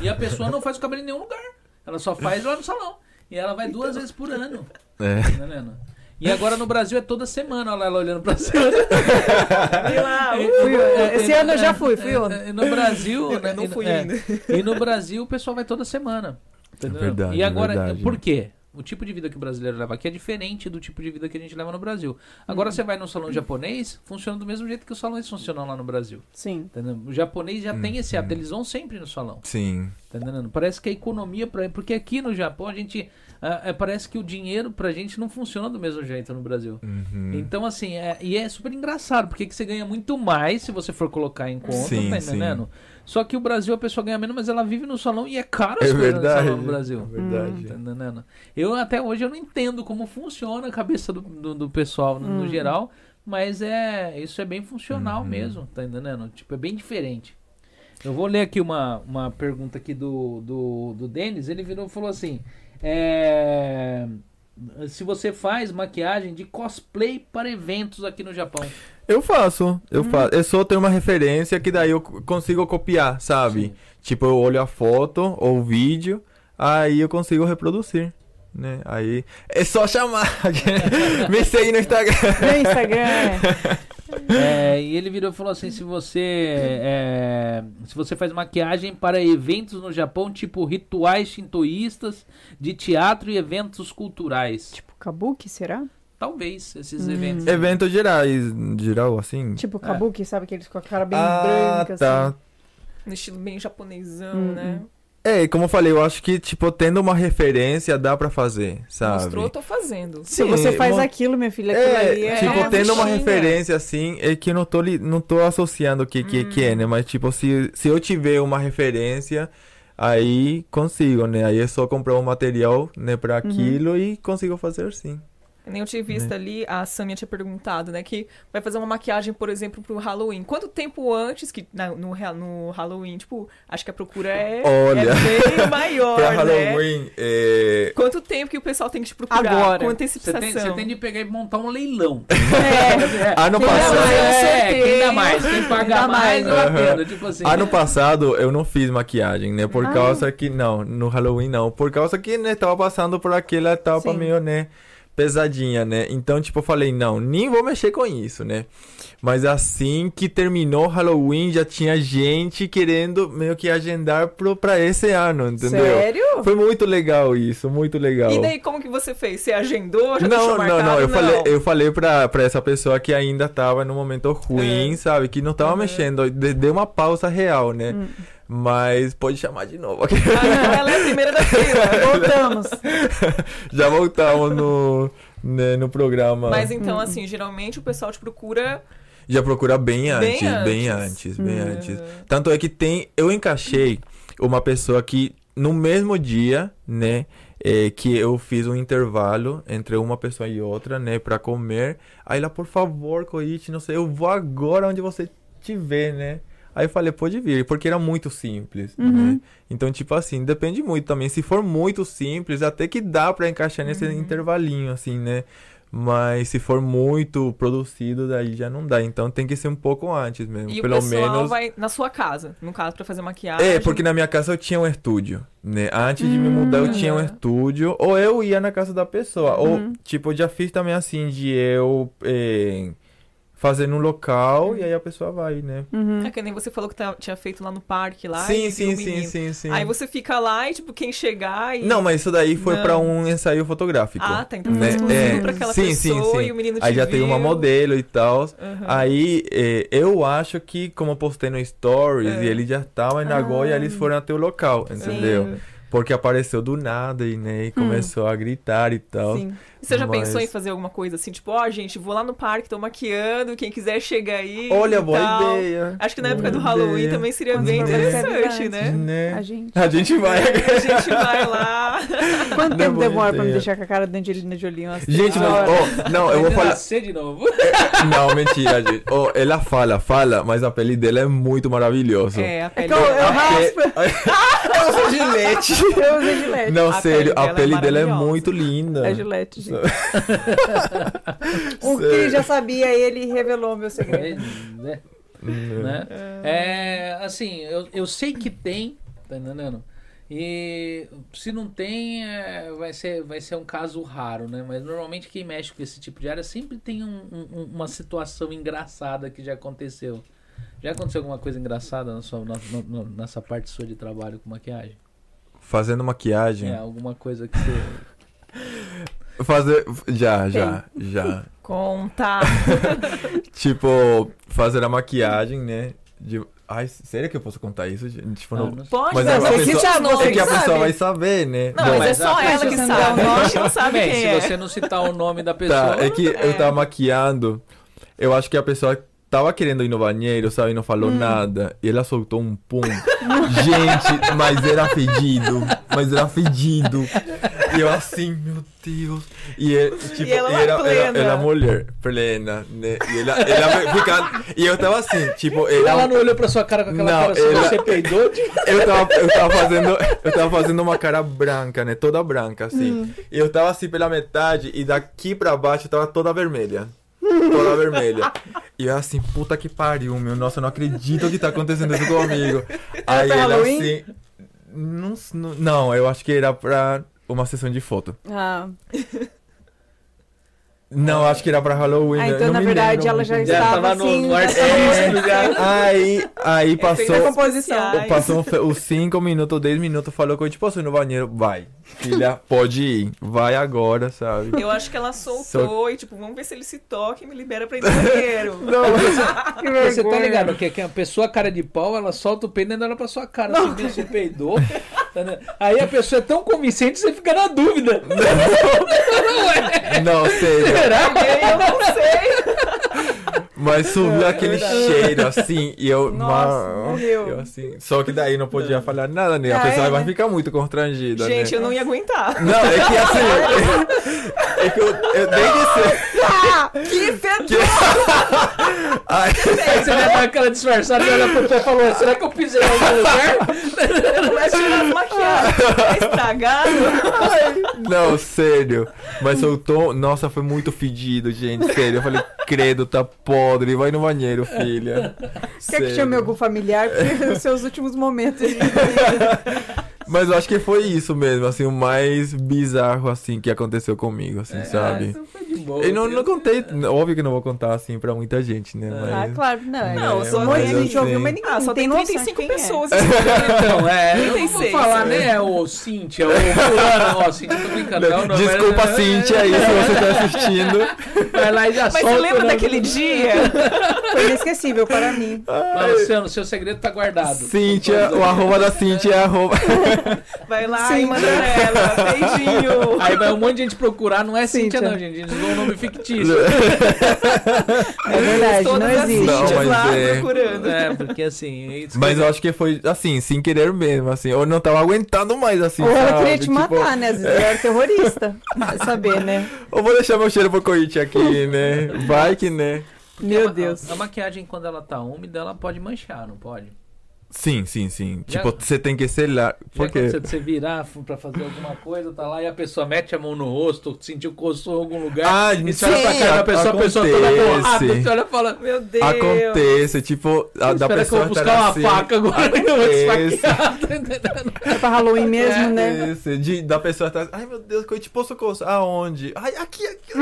Speaker 1: E a pessoa não faz o cabelo em nenhum lugar. Ela só faz lá no salão. E ela vai duas vezes por ano.
Speaker 3: É.
Speaker 1: Tá vendo? E agora no Brasil é toda semana, olha lá ela olhando pra cima.
Speaker 4: Fui lá, uh!
Speaker 1: É,
Speaker 4: fui,
Speaker 1: é,
Speaker 4: esse
Speaker 1: é,
Speaker 4: ano eu já fui,
Speaker 1: é,
Speaker 4: fui ontem.
Speaker 1: é, No Brasil.
Speaker 2: Eu
Speaker 1: né,
Speaker 2: não
Speaker 1: e no-
Speaker 2: fui
Speaker 1: é,
Speaker 2: ainda.
Speaker 1: E no Brasil o pessoal vai toda semana. Entendeu?
Speaker 3: verdade,
Speaker 1: E agora,
Speaker 3: é verdade.
Speaker 1: por quê? O tipo de vida que o brasileiro leva aqui é diferente do tipo de vida que a gente leva no Brasil. Agora você vai num salão japonês, funciona do mesmo jeito que os salões funcionam lá no Brasil.
Speaker 4: Sim.
Speaker 1: Tá entendendo? O japonês já tem esse hábito, eles vão sempre no salão.
Speaker 3: Sim.
Speaker 1: Tá entendendo? Parece que a economia pra porque aqui no Japão a gente ah, eh, parece que o dinheiro pra gente não funciona do mesmo jeito no Brasil.
Speaker 3: Uhum.
Speaker 1: Então assim, é- e é super engraçado, porque que você ganha muito mais se você for colocar em conta,
Speaker 3: Sim,
Speaker 1: tá
Speaker 3: sim.
Speaker 1: entendendo? Só que o Brasil a pessoa ganha menos, mas ela vive no salão e é caro as
Speaker 3: É
Speaker 1: coisas
Speaker 3: verdade.
Speaker 1: no salão no Brasil.
Speaker 3: É verdade.
Speaker 1: Tá entendendo? Eu até hoje eu não entendo como funciona a cabeça do, do, do pessoal no, no geral, mas é isso é bem funcional
Speaker 3: Hum. Uhum.
Speaker 1: mesmo, tá entendendo? Tipo, é bem diferente. Eu vou ler aqui uma, uma pergunta aqui do, do, do Denis, ele virou e falou assim: é, se você faz maquiagem de cosplay para eventos aqui no Japão.
Speaker 3: Eu faço, eu faço. Eu só tenho uma referência que daí eu co- consigo copiar, sabe?
Speaker 1: Sim.
Speaker 3: Tipo, eu olho a foto ou o vídeo, aí eu consigo reproduzir, né? Aí é só chamar. (laughs) Me segue no Instagram.
Speaker 4: Meu Instagram (laughs) é.
Speaker 1: É, e ele virou e falou assim: se você é, se você faz maquiagem para eventos no Japão, tipo rituais shintoístas de teatro e eventos culturais.
Speaker 4: Tipo Kabuki, será?
Speaker 1: Talvez
Speaker 2: Hum.
Speaker 1: esses eventos.
Speaker 3: Eventos gerais, geral, assim.
Speaker 4: Tipo Kabuki, sabe? Aqueles com a cara bem
Speaker 3: ah,
Speaker 4: branca,
Speaker 3: tá.
Speaker 4: assim.
Speaker 2: No estilo bem japonesão,
Speaker 4: Hum,
Speaker 2: né?
Speaker 3: É, e como eu falei, eu acho que, tipo, tendo uma referência dá pra fazer, sabe?
Speaker 2: Mostrou, eu tô fazendo.
Speaker 4: Se você faz
Speaker 3: mo-
Speaker 4: aquilo, minha filha, aquilo ali
Speaker 3: É,
Speaker 4: é.
Speaker 3: tipo,
Speaker 2: uma
Speaker 3: tendo uma
Speaker 2: fichinha.
Speaker 3: referência assim, é que eu não tô, li- não tô associando o que, que, que é, né? Mas, tipo, se, se eu tiver uma referência, aí consigo, né? Aí é só comprar o material, né, pra aquilo e consigo fazer sim.
Speaker 2: Nem eu tinha visto
Speaker 3: Né?
Speaker 2: ali, a Samia tinha perguntado, né? Que vai fazer uma maquiagem, por exemplo, pro Halloween. Quanto tempo antes, que na- no, ha- no Halloween, tipo, acho que a procura é,
Speaker 3: Olha.
Speaker 2: é bem maior,
Speaker 3: (laughs) pra
Speaker 2: né?
Speaker 3: Halloween, é...
Speaker 2: Quanto tempo que o pessoal tem que te procurar?
Speaker 4: Agora.
Speaker 2: Com
Speaker 1: Você
Speaker 2: antecipação.
Speaker 1: tem, você tem de pegar e montar um leilão.
Speaker 3: Ano
Speaker 2: Quem dá
Speaker 3: passado...
Speaker 2: mais?
Speaker 1: é,
Speaker 2: sorteio.
Speaker 1: quem dá mais? Quem pagar
Speaker 2: dá
Speaker 1: mais,
Speaker 2: mais.
Speaker 1: eu atendo.
Speaker 3: Aham.
Speaker 1: Tipo assim.
Speaker 3: Ano passado eu Ah, não fiz maquiagem, né? Por
Speaker 4: Ah.
Speaker 3: causa que. Não, no Halloween não. Por causa que, né, tava passando por aquela etapa
Speaker 4: Sim.
Speaker 3: meio, né? Pesadinha, né? Então, tipo, eu falei, não, nem vou mexer com isso, né? Mas assim que terminou o Halloween, já tinha gente querendo meio que agendar pro, pra esse ano, entendeu?
Speaker 4: Sério?
Speaker 3: Foi muito legal isso, muito legal.
Speaker 2: E daí, como que você fez? Você agendou? Já
Speaker 3: Então. Não,
Speaker 2: deixou
Speaker 3: não,
Speaker 2: marcado?
Speaker 3: não. Eu falei, eu falei pra, pra essa pessoa que ainda tava num momento ruim,
Speaker 2: É.
Speaker 3: sabe? Que não tava
Speaker 2: Uhum. Hum.
Speaker 3: mexendo. De- Deu uma pausa real, né? Mas pode chamar
Speaker 2: (laughs)
Speaker 3: de novo. (laughs)
Speaker 2: Ah,
Speaker 1: (laughs)
Speaker 2: não, ela é a primeira da fila.
Speaker 4: Voltamos.
Speaker 3: Já voltamos no, né, no programa.
Speaker 2: Mas então, assim, geralmente o pessoal te procura
Speaker 3: Já procura bem antes,
Speaker 2: Bem
Speaker 3: bem,
Speaker 2: antes.
Speaker 3: antes, bem
Speaker 4: Hum.
Speaker 3: antes.
Speaker 2: eh,
Speaker 3: Tanto é que tem. Eu encaixei uma pessoa que no mesmo dia, né? é, que eu fiz um intervalo entre uma pessoa e outra, né? Pra comer. Aí ela, por favor, Coit, não sei, eu vou agora onde você estiver, né? Aí eu falei, pode vir, porque era muito simples,
Speaker 2: Uhum.
Speaker 3: né? Então, tipo assim, depende muito também. Se for muito simples, até que dá pra encaixar
Speaker 2: Uhum.
Speaker 3: nesse intervalinho, assim, né? Mas se for muito produzido, daí já não dá. Então tem que ser um pouco antes mesmo.
Speaker 2: e
Speaker 3: Pelo
Speaker 2: o pessoal
Speaker 3: menos.
Speaker 2: vai na sua casa, no caso, pra fazer maquiagem.
Speaker 3: É, porque na minha casa eu tinha um estúdio, né? Antes de me mudar eu tinha um
Speaker 2: Aham.
Speaker 3: estúdio, ou eu ia na casa da pessoa,
Speaker 2: Uhum.
Speaker 3: ou, tipo, eu já fiz também assim, de eu eh, fazer num local e aí a pessoa vai, né?
Speaker 4: Uhum.
Speaker 2: É que nem você falou que tá- tinha feito lá no parque, lá.
Speaker 3: sim,
Speaker 2: e viu
Speaker 3: sim,
Speaker 2: o
Speaker 3: sim,
Speaker 2: menino.
Speaker 3: sim, sim.
Speaker 2: Aí você fica lá e, tipo, quem chegar e...
Speaker 3: Não, mas isso daí foi
Speaker 2: Não.
Speaker 3: pra um ensaio fotográfico.
Speaker 2: Ah, tá. Então
Speaker 3: né?
Speaker 2: foi exclusivo
Speaker 3: É,
Speaker 2: pra aquela
Speaker 3: sim, sim,
Speaker 2: pessoa
Speaker 3: sim.
Speaker 2: e o menino te
Speaker 3: Aí já tem uma
Speaker 2: viu. Uhum.
Speaker 3: modelo e tal.
Speaker 2: Aham.
Speaker 3: Aí eh, eu acho que, como eu postei no Stories
Speaker 2: É. Ah.
Speaker 3: e ele já tá tava em Nagoya, eles foram até o
Speaker 2: É. Hum.
Speaker 3: local, entendeu? Porque apareceu do nada e, né, e começou a gritar e tal.
Speaker 4: Sim.
Speaker 2: E você já
Speaker 3: Mas-
Speaker 2: pensou em fazer alguma coisa assim? Tipo, ó, gente, vou lá no parque, tô maquiando, quem quiser chega aí.
Speaker 3: Olha,
Speaker 2: e
Speaker 3: boa
Speaker 2: tal.
Speaker 3: ideia.
Speaker 2: Acho que na
Speaker 3: Boa
Speaker 2: época do Halloween
Speaker 3: ideia.
Speaker 2: também seria
Speaker 3: Quando
Speaker 2: bem
Speaker 3: for fazer
Speaker 2: interessante,
Speaker 4: atividade.
Speaker 2: né?
Speaker 4: A
Speaker 3: Né?
Speaker 4: gente.
Speaker 3: A gente vai.
Speaker 2: É, a gente vai lá.
Speaker 4: Quanto tempo
Speaker 3: boa
Speaker 4: demora pra me
Speaker 3: ideia.
Speaker 4: deixar com a cara da Angelina Jolie? assim?
Speaker 3: (laughs)
Speaker 4: umas
Speaker 3: Gente,
Speaker 4: três
Speaker 3: não,
Speaker 4: horas?
Speaker 3: ó, não, eu vou
Speaker 1: Vai (laughs)
Speaker 3: falar.
Speaker 1: nascer de novo.
Speaker 3: Não, mentira, gente. Ó, ela fala, fala, mas a pele dela é muito maravilhosa.
Speaker 2: É, a pele.
Speaker 4: Então, eu raspo,
Speaker 3: (laughs) raspo. eu uso gilete.
Speaker 4: eu uso gilete.
Speaker 3: Não,
Speaker 2: A
Speaker 3: sério,
Speaker 2: pele
Speaker 3: a
Speaker 2: dela é
Speaker 3: pele dela é
Speaker 2: maravilhosa.
Speaker 3: muito linda.
Speaker 4: É gilete, (laughs) gente. o que
Speaker 3: Sério.
Speaker 4: já sabia, ele revelou meu
Speaker 2: É,
Speaker 4: segredo.
Speaker 1: né?
Speaker 3: Hum,
Speaker 1: né? É, assim, eu, eu sei que tem, tá entendendo? E se não tem, é, vai, ser, vai ser um caso raro, né? Mas normalmente quem mexe com esse tipo de área sempre tem um- um- uma situação engraçada que já aconteceu. Já aconteceu alguma coisa engraçada na sua, na- no- no- nessa parte sua de trabalho com maquiagem?
Speaker 3: Fazendo maquiagem.
Speaker 1: É, alguma coisa que você.
Speaker 3: Fazer. Já, já, já.
Speaker 2: Conta.
Speaker 3: Tipo, fazer a maquiagem, né? De... Ai, sério que eu posso contar isso, gente? Tipo,
Speaker 1: Ah,
Speaker 3: não-
Speaker 1: não sei.
Speaker 2: Pode
Speaker 3: Mas
Speaker 2: dar
Speaker 3: a
Speaker 2: você
Speaker 3: pessoa-
Speaker 2: que sabe, você
Speaker 3: É que a
Speaker 2: sabe.
Speaker 3: pessoa vai saber, né?
Speaker 2: Não,
Speaker 3: Bom,
Speaker 2: mas é
Speaker 1: mas
Speaker 2: só
Speaker 1: a
Speaker 2: ela
Speaker 4: pessoa
Speaker 2: que
Speaker 4: que
Speaker 2: sabe.
Speaker 4: não-
Speaker 2: A gente não sabe
Speaker 1: Bem,
Speaker 2: quem
Speaker 1: se
Speaker 2: é.
Speaker 1: você não citar o nome da pessoa.
Speaker 3: Tá, é que
Speaker 2: É.
Speaker 3: eu tava maquiando, eu acho que a pessoa tava querendo ir no banheiro, sabe, e não falou
Speaker 2: Hum.
Speaker 3: nada, e ela soltou um
Speaker 2: (laughs)
Speaker 3: pum. Gente, mas era fedido, mas era fedido. E eu assim, meu Deus. E, é, tipo,
Speaker 2: E ela lá
Speaker 3: era,
Speaker 2: plena.
Speaker 3: Era, era mulher, plena, né? E ela, ela ficava, e eu tava assim, tipo, ela,
Speaker 1: Ela não olhou pra sua cara com aquela
Speaker 3: Não,
Speaker 1: cara assim,
Speaker 3: ela-
Speaker 1: você peidou? Tipo,
Speaker 3: eu tava, eu tava fazendo, eu tava fazendo uma cara branca, né? Toda branca, assim.
Speaker 4: Hum.
Speaker 3: E eu tava assim pela metade e daqui pra baixo eu tava toda vermelha. Toda vermelha. E eu assim, puta que pariu, meu. Nossa, eu não acredito que tá acontecendo isso comigo. Aí
Speaker 4: pra
Speaker 3: ela
Speaker 4: Halloween?
Speaker 3: assim. Não, s- não, não, eu acho que era pra uma sessão de foto.
Speaker 4: Ah,
Speaker 1: é.
Speaker 3: Não, acho que era pra Halloween.
Speaker 4: Ah,
Speaker 3: né?
Speaker 4: então
Speaker 3: Não
Speaker 4: na
Speaker 3: me
Speaker 4: verdade
Speaker 3: lembro
Speaker 4: ela
Speaker 3: muito
Speaker 4: já
Speaker 3: bem.
Speaker 1: Já
Speaker 4: estava
Speaker 1: tava no-
Speaker 4: assim.
Speaker 1: no
Speaker 4: já
Speaker 1: ar-
Speaker 4: estava
Speaker 1: É.
Speaker 4: (laughs) assim, já-
Speaker 3: Aí, aí
Speaker 4: é
Speaker 2: Efeitos
Speaker 3: passou.
Speaker 4: composição.
Speaker 3: Passou um fe- os 5 minutos, 10 minutos, falou que eu, tipo, assim, no banheiro, vai,
Speaker 4: (laughs)
Speaker 3: filha, pode ir, vai agora, sabe?
Speaker 2: Eu acho que ela soltou e, tipo, vamos ver se ele se toca e me libera pra ir no banheiro.
Speaker 4: Que
Speaker 1: Você tá
Speaker 4: vergonha.
Speaker 1: ligado que, que a pessoa cara de pau, ela solta o peido e olha pra sua cara, assim, mesmo, você peidou. tá ligado? Aí a pessoa é tão convincente, você fica na
Speaker 3: (laughs)
Speaker 1: dúvida. Não é?
Speaker 3: (laughs) Não, sério,
Speaker 1: Será? é
Speaker 2: Eu não sei.
Speaker 3: mas subiu aquele cheiro, assim, e eu,
Speaker 4: É Nossa,
Speaker 3: ma-
Speaker 4: morreu.
Speaker 3: eu assim, só que daí não podia falar nada, né, a
Speaker 4: Ah,
Speaker 3: pessoa
Speaker 4: é,
Speaker 3: vai
Speaker 4: né?
Speaker 3: ficar muito constrangida,
Speaker 2: Gente,
Speaker 3: né?
Speaker 2: eu não ia aguentar.
Speaker 3: Não, é que assim,
Speaker 4: (laughs)
Speaker 3: (laughs) é que eu, eu nem disse,
Speaker 4: Ah,
Speaker 2: Que fedor!
Speaker 3: ai,
Speaker 1: Aí você já dá aquela disfarçada e olha pro pé e falou, será que eu pisei em
Speaker 3: (laughs)
Speaker 1: algum lugar?
Speaker 2: Começa a tirar as maquiagens. Tá estragado.
Speaker 3: não, sério, mas soltou, nossa, foi muito fedido, gente, sério, eu falei, credo, tá podre, vai no banheiro, filha.
Speaker 4: Quer que chame algum familiar? Porque os seus últimos momentos.
Speaker 3: Mas eu acho que foi isso mesmo, assim, o mais bizarro, assim, que aconteceu comigo, assim,
Speaker 1: É,
Speaker 3: sabe?
Speaker 1: Isso foi de boa.
Speaker 3: Eu não, não contei, óbvio que não vou contar, assim, pra muita gente, né?
Speaker 4: Ah,
Speaker 3: Mas...
Speaker 4: claro, não. é-
Speaker 2: Não,
Speaker 3: É,
Speaker 2: só
Speaker 4: Um monte
Speaker 3: mas
Speaker 4: de
Speaker 3: eu
Speaker 4: gente ouviu,
Speaker 3: sei.
Speaker 4: mas ninguém
Speaker 2: Ah, só
Speaker 4: tem
Speaker 2: tem
Speaker 4: noção de
Speaker 2: 35
Speaker 4: quem é.
Speaker 2: pessoas.
Speaker 1: Então, é, eu não vou
Speaker 2: 36,
Speaker 1: falar, né, ô Cíntia, ô fulano, ó, Cíntia, tô brincando. Não, não,
Speaker 3: Desculpa,
Speaker 1: mas-
Speaker 3: Cintia, aí, se você tá assistindo.
Speaker 1: Vai lá e já
Speaker 2: Mas
Speaker 1: solta né?
Speaker 2: você
Speaker 1: o
Speaker 2: lembra
Speaker 1: nome.
Speaker 2: daquele dia?
Speaker 4: (laughs) Foi inesquecível para mim.
Speaker 1: Mas, Luciano, seu segredo tá guardado.
Speaker 3: Cintia, o arroba da Cintia é arroba.
Speaker 2: Vai lá
Speaker 4: Sim.
Speaker 2: e manda ela. Beijinho.
Speaker 1: Aí vai um monte de gente procurar, não é Cíntia,
Speaker 4: Cíntia.
Speaker 1: não, gente. Eles dão um nome fictício.
Speaker 4: É verdade, não
Speaker 2: Todas as
Speaker 4: existe.
Speaker 3: Não,
Speaker 2: Cintias
Speaker 3: mas
Speaker 2: lá
Speaker 3: é.
Speaker 2: procurando.
Speaker 1: É, porque assim. é isso
Speaker 3: Mas
Speaker 1: que-
Speaker 3: eu acho que foi, assim, sem querer mesmo, assim. Eu não tava aguentando mais, assim,
Speaker 4: Ou ela
Speaker 3: sabe?
Speaker 4: queria te
Speaker 3: Tipo,
Speaker 4: matar, né? Às vezes ela era terrorista. Vai saber, né?
Speaker 3: Eu vou deixar meu cheiro pro Coit
Speaker 4: (laughs)
Speaker 3: aqui, né? Vai que, né?
Speaker 4: Meu
Speaker 1: a-
Speaker 4: Deus.
Speaker 1: A, É maquiagem, quando ela tá úmida, ela pode manchar, não pode?
Speaker 3: Sim, sim, sim.
Speaker 1: Já-
Speaker 3: Tipo, você tem que ser lá.
Speaker 1: Já
Speaker 3: Porque...
Speaker 1: aconteceu de você virar f- pra fazer alguma coisa, tá lá, e a pessoa mete a mão no rosto, sentiu coçou em algum lugar.
Speaker 3: Ah,
Speaker 1: e você olha pra
Speaker 3: sim,
Speaker 1: cara da pessoa, a pessoa toda borrada.
Speaker 3: acontece.
Speaker 1: Você olha e fala.
Speaker 2: Meu Deus.
Speaker 3: Acontece, tipo, a, da
Speaker 1: Espera que eu
Speaker 3: pessoa tá
Speaker 1: vou
Speaker 3: assim."
Speaker 1: buscar uma faca agora que eu vou
Speaker 3: acontece.
Speaker 1: desfaquear. (laughs) tá entendendo?
Speaker 4: É pra Halloween mesmo, né?
Speaker 3: Acontece, de- da pessoa tá, ai meu Deus, que eu te posso coçar, aonde? Ai, aqui, aqui.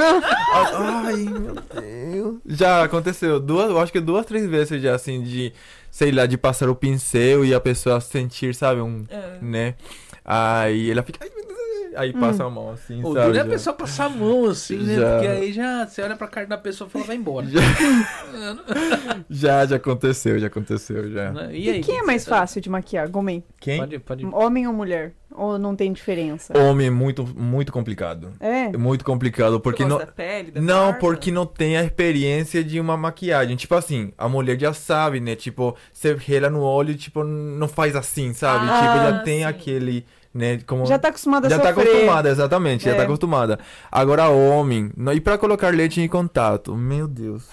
Speaker 3: Ah, ai, meu Deus. Já aconteceu duas, eu acho que duas, três vezes já, assim, de, sei lá, de passar o pincel e a pessoa sentir, sabe, um,
Speaker 2: É.
Speaker 3: né? Aí ela fica, ai meu Deus. Aí passa a mão assim,
Speaker 1: O
Speaker 3: sabe?
Speaker 1: duro é a
Speaker 3: já.
Speaker 1: pessoa passar a mão assim, né?
Speaker 3: Já.
Speaker 1: Porque aí já você olha pra cara da pessoa e fala, vai embora.
Speaker 3: Já, já aconteceu, já aconteceu, já.
Speaker 1: Né?
Speaker 4: E,
Speaker 1: aí?
Speaker 4: quem é mais fácil de maquiar? Gomen.
Speaker 3: Quem?
Speaker 1: Pode, pode.
Speaker 4: Homem ou mulher? Ou não tem diferença?
Speaker 3: Homem, é muito, muito complicado.
Speaker 4: É?
Speaker 3: É muito complicado, porque
Speaker 2: Por
Speaker 3: não...
Speaker 2: causa da pele, da
Speaker 3: Não,
Speaker 2: barba?
Speaker 3: porque não tem a experiência de uma maquiagem. Tipo assim, a mulher já sabe, né? Tipo, você rela no olho, tipo, não faz assim, sabe?
Speaker 2: Ah,
Speaker 3: tipo, já tem
Speaker 2: sim.
Speaker 3: aquele, né? Como...
Speaker 4: Já tá acostumada a
Speaker 3: Já tá
Speaker 4: sofrer.
Speaker 3: acostumada, exatamente, já
Speaker 4: É.
Speaker 3: tá acostumada. Agora, homem, não- e pra colocar leite em contato? Meu
Speaker 4: (laughs)
Speaker 3: Deus.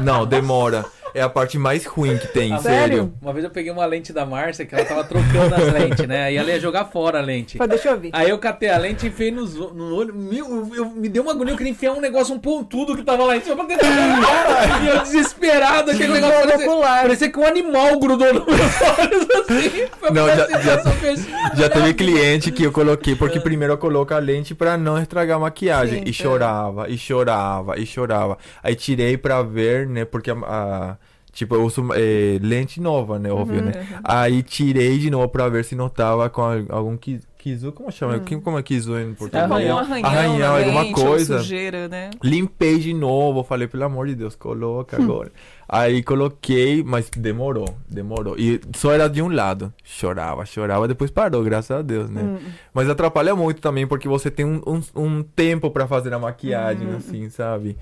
Speaker 3: não, demora. É a parte mais ruim que tem,
Speaker 1: Ah,
Speaker 3: sério.
Speaker 1: Uma vez eu peguei uma lente da Márcia que ela tava trocando as lentes, né? Aí ela ia jogar fora a lente.
Speaker 4: Pá, Deixa eu ver.
Speaker 1: Aí eu catei a lente e enfiei nos- no, olho. Meu, eu, eu- me deu uma agonia, eu queria enfiar um negócio, um pontudo que tava lá em cima pra tentar. e eu desesperado, aquele negócio
Speaker 4: Globo
Speaker 1: parecia,
Speaker 4: ocular.
Speaker 1: parecia que um animal grudou nos meus olhos assim. Foi
Speaker 3: Não,
Speaker 1: uma
Speaker 3: já-
Speaker 1: sensação que eu-
Speaker 3: Já teve cliente que eu coloquei, porque primeiro eu coloco a lente pra não estragar a maquiagem.
Speaker 4: Sim,
Speaker 3: e
Speaker 4: é.
Speaker 3: chorava, e chorava, e chorava. Aí tirei pra ver, né? Porque a. a- tipo, eu uso eh, lente nova, né? Óbvio,
Speaker 4: Uhum.
Speaker 3: né? Aí tirei de novo pra ver se não tava com al- algum qui- kizu. Como chama?
Speaker 4: Hum.
Speaker 3: Como é kizu em português?
Speaker 2: Como um
Speaker 1: Arranhão.
Speaker 2: arranhão,
Speaker 3: Arranhão,
Speaker 2: na
Speaker 3: alguma
Speaker 2: lente, ou
Speaker 3: coisa.
Speaker 2: é sujeira, né?
Speaker 3: Limpei de novo, falei, pelo amor de Deus, coloca
Speaker 4: Hum.
Speaker 3: agora. Aí coloquei, mas demorou, demorou. E só era de um lado. Chorava, chorava, depois parou, graças a Deus,
Speaker 4: Hum,
Speaker 3: né? Mas atrapalha muito também, porque você tem um, um, um tempo pra fazer a maquiagem,
Speaker 4: Hum.
Speaker 3: assim, sabe?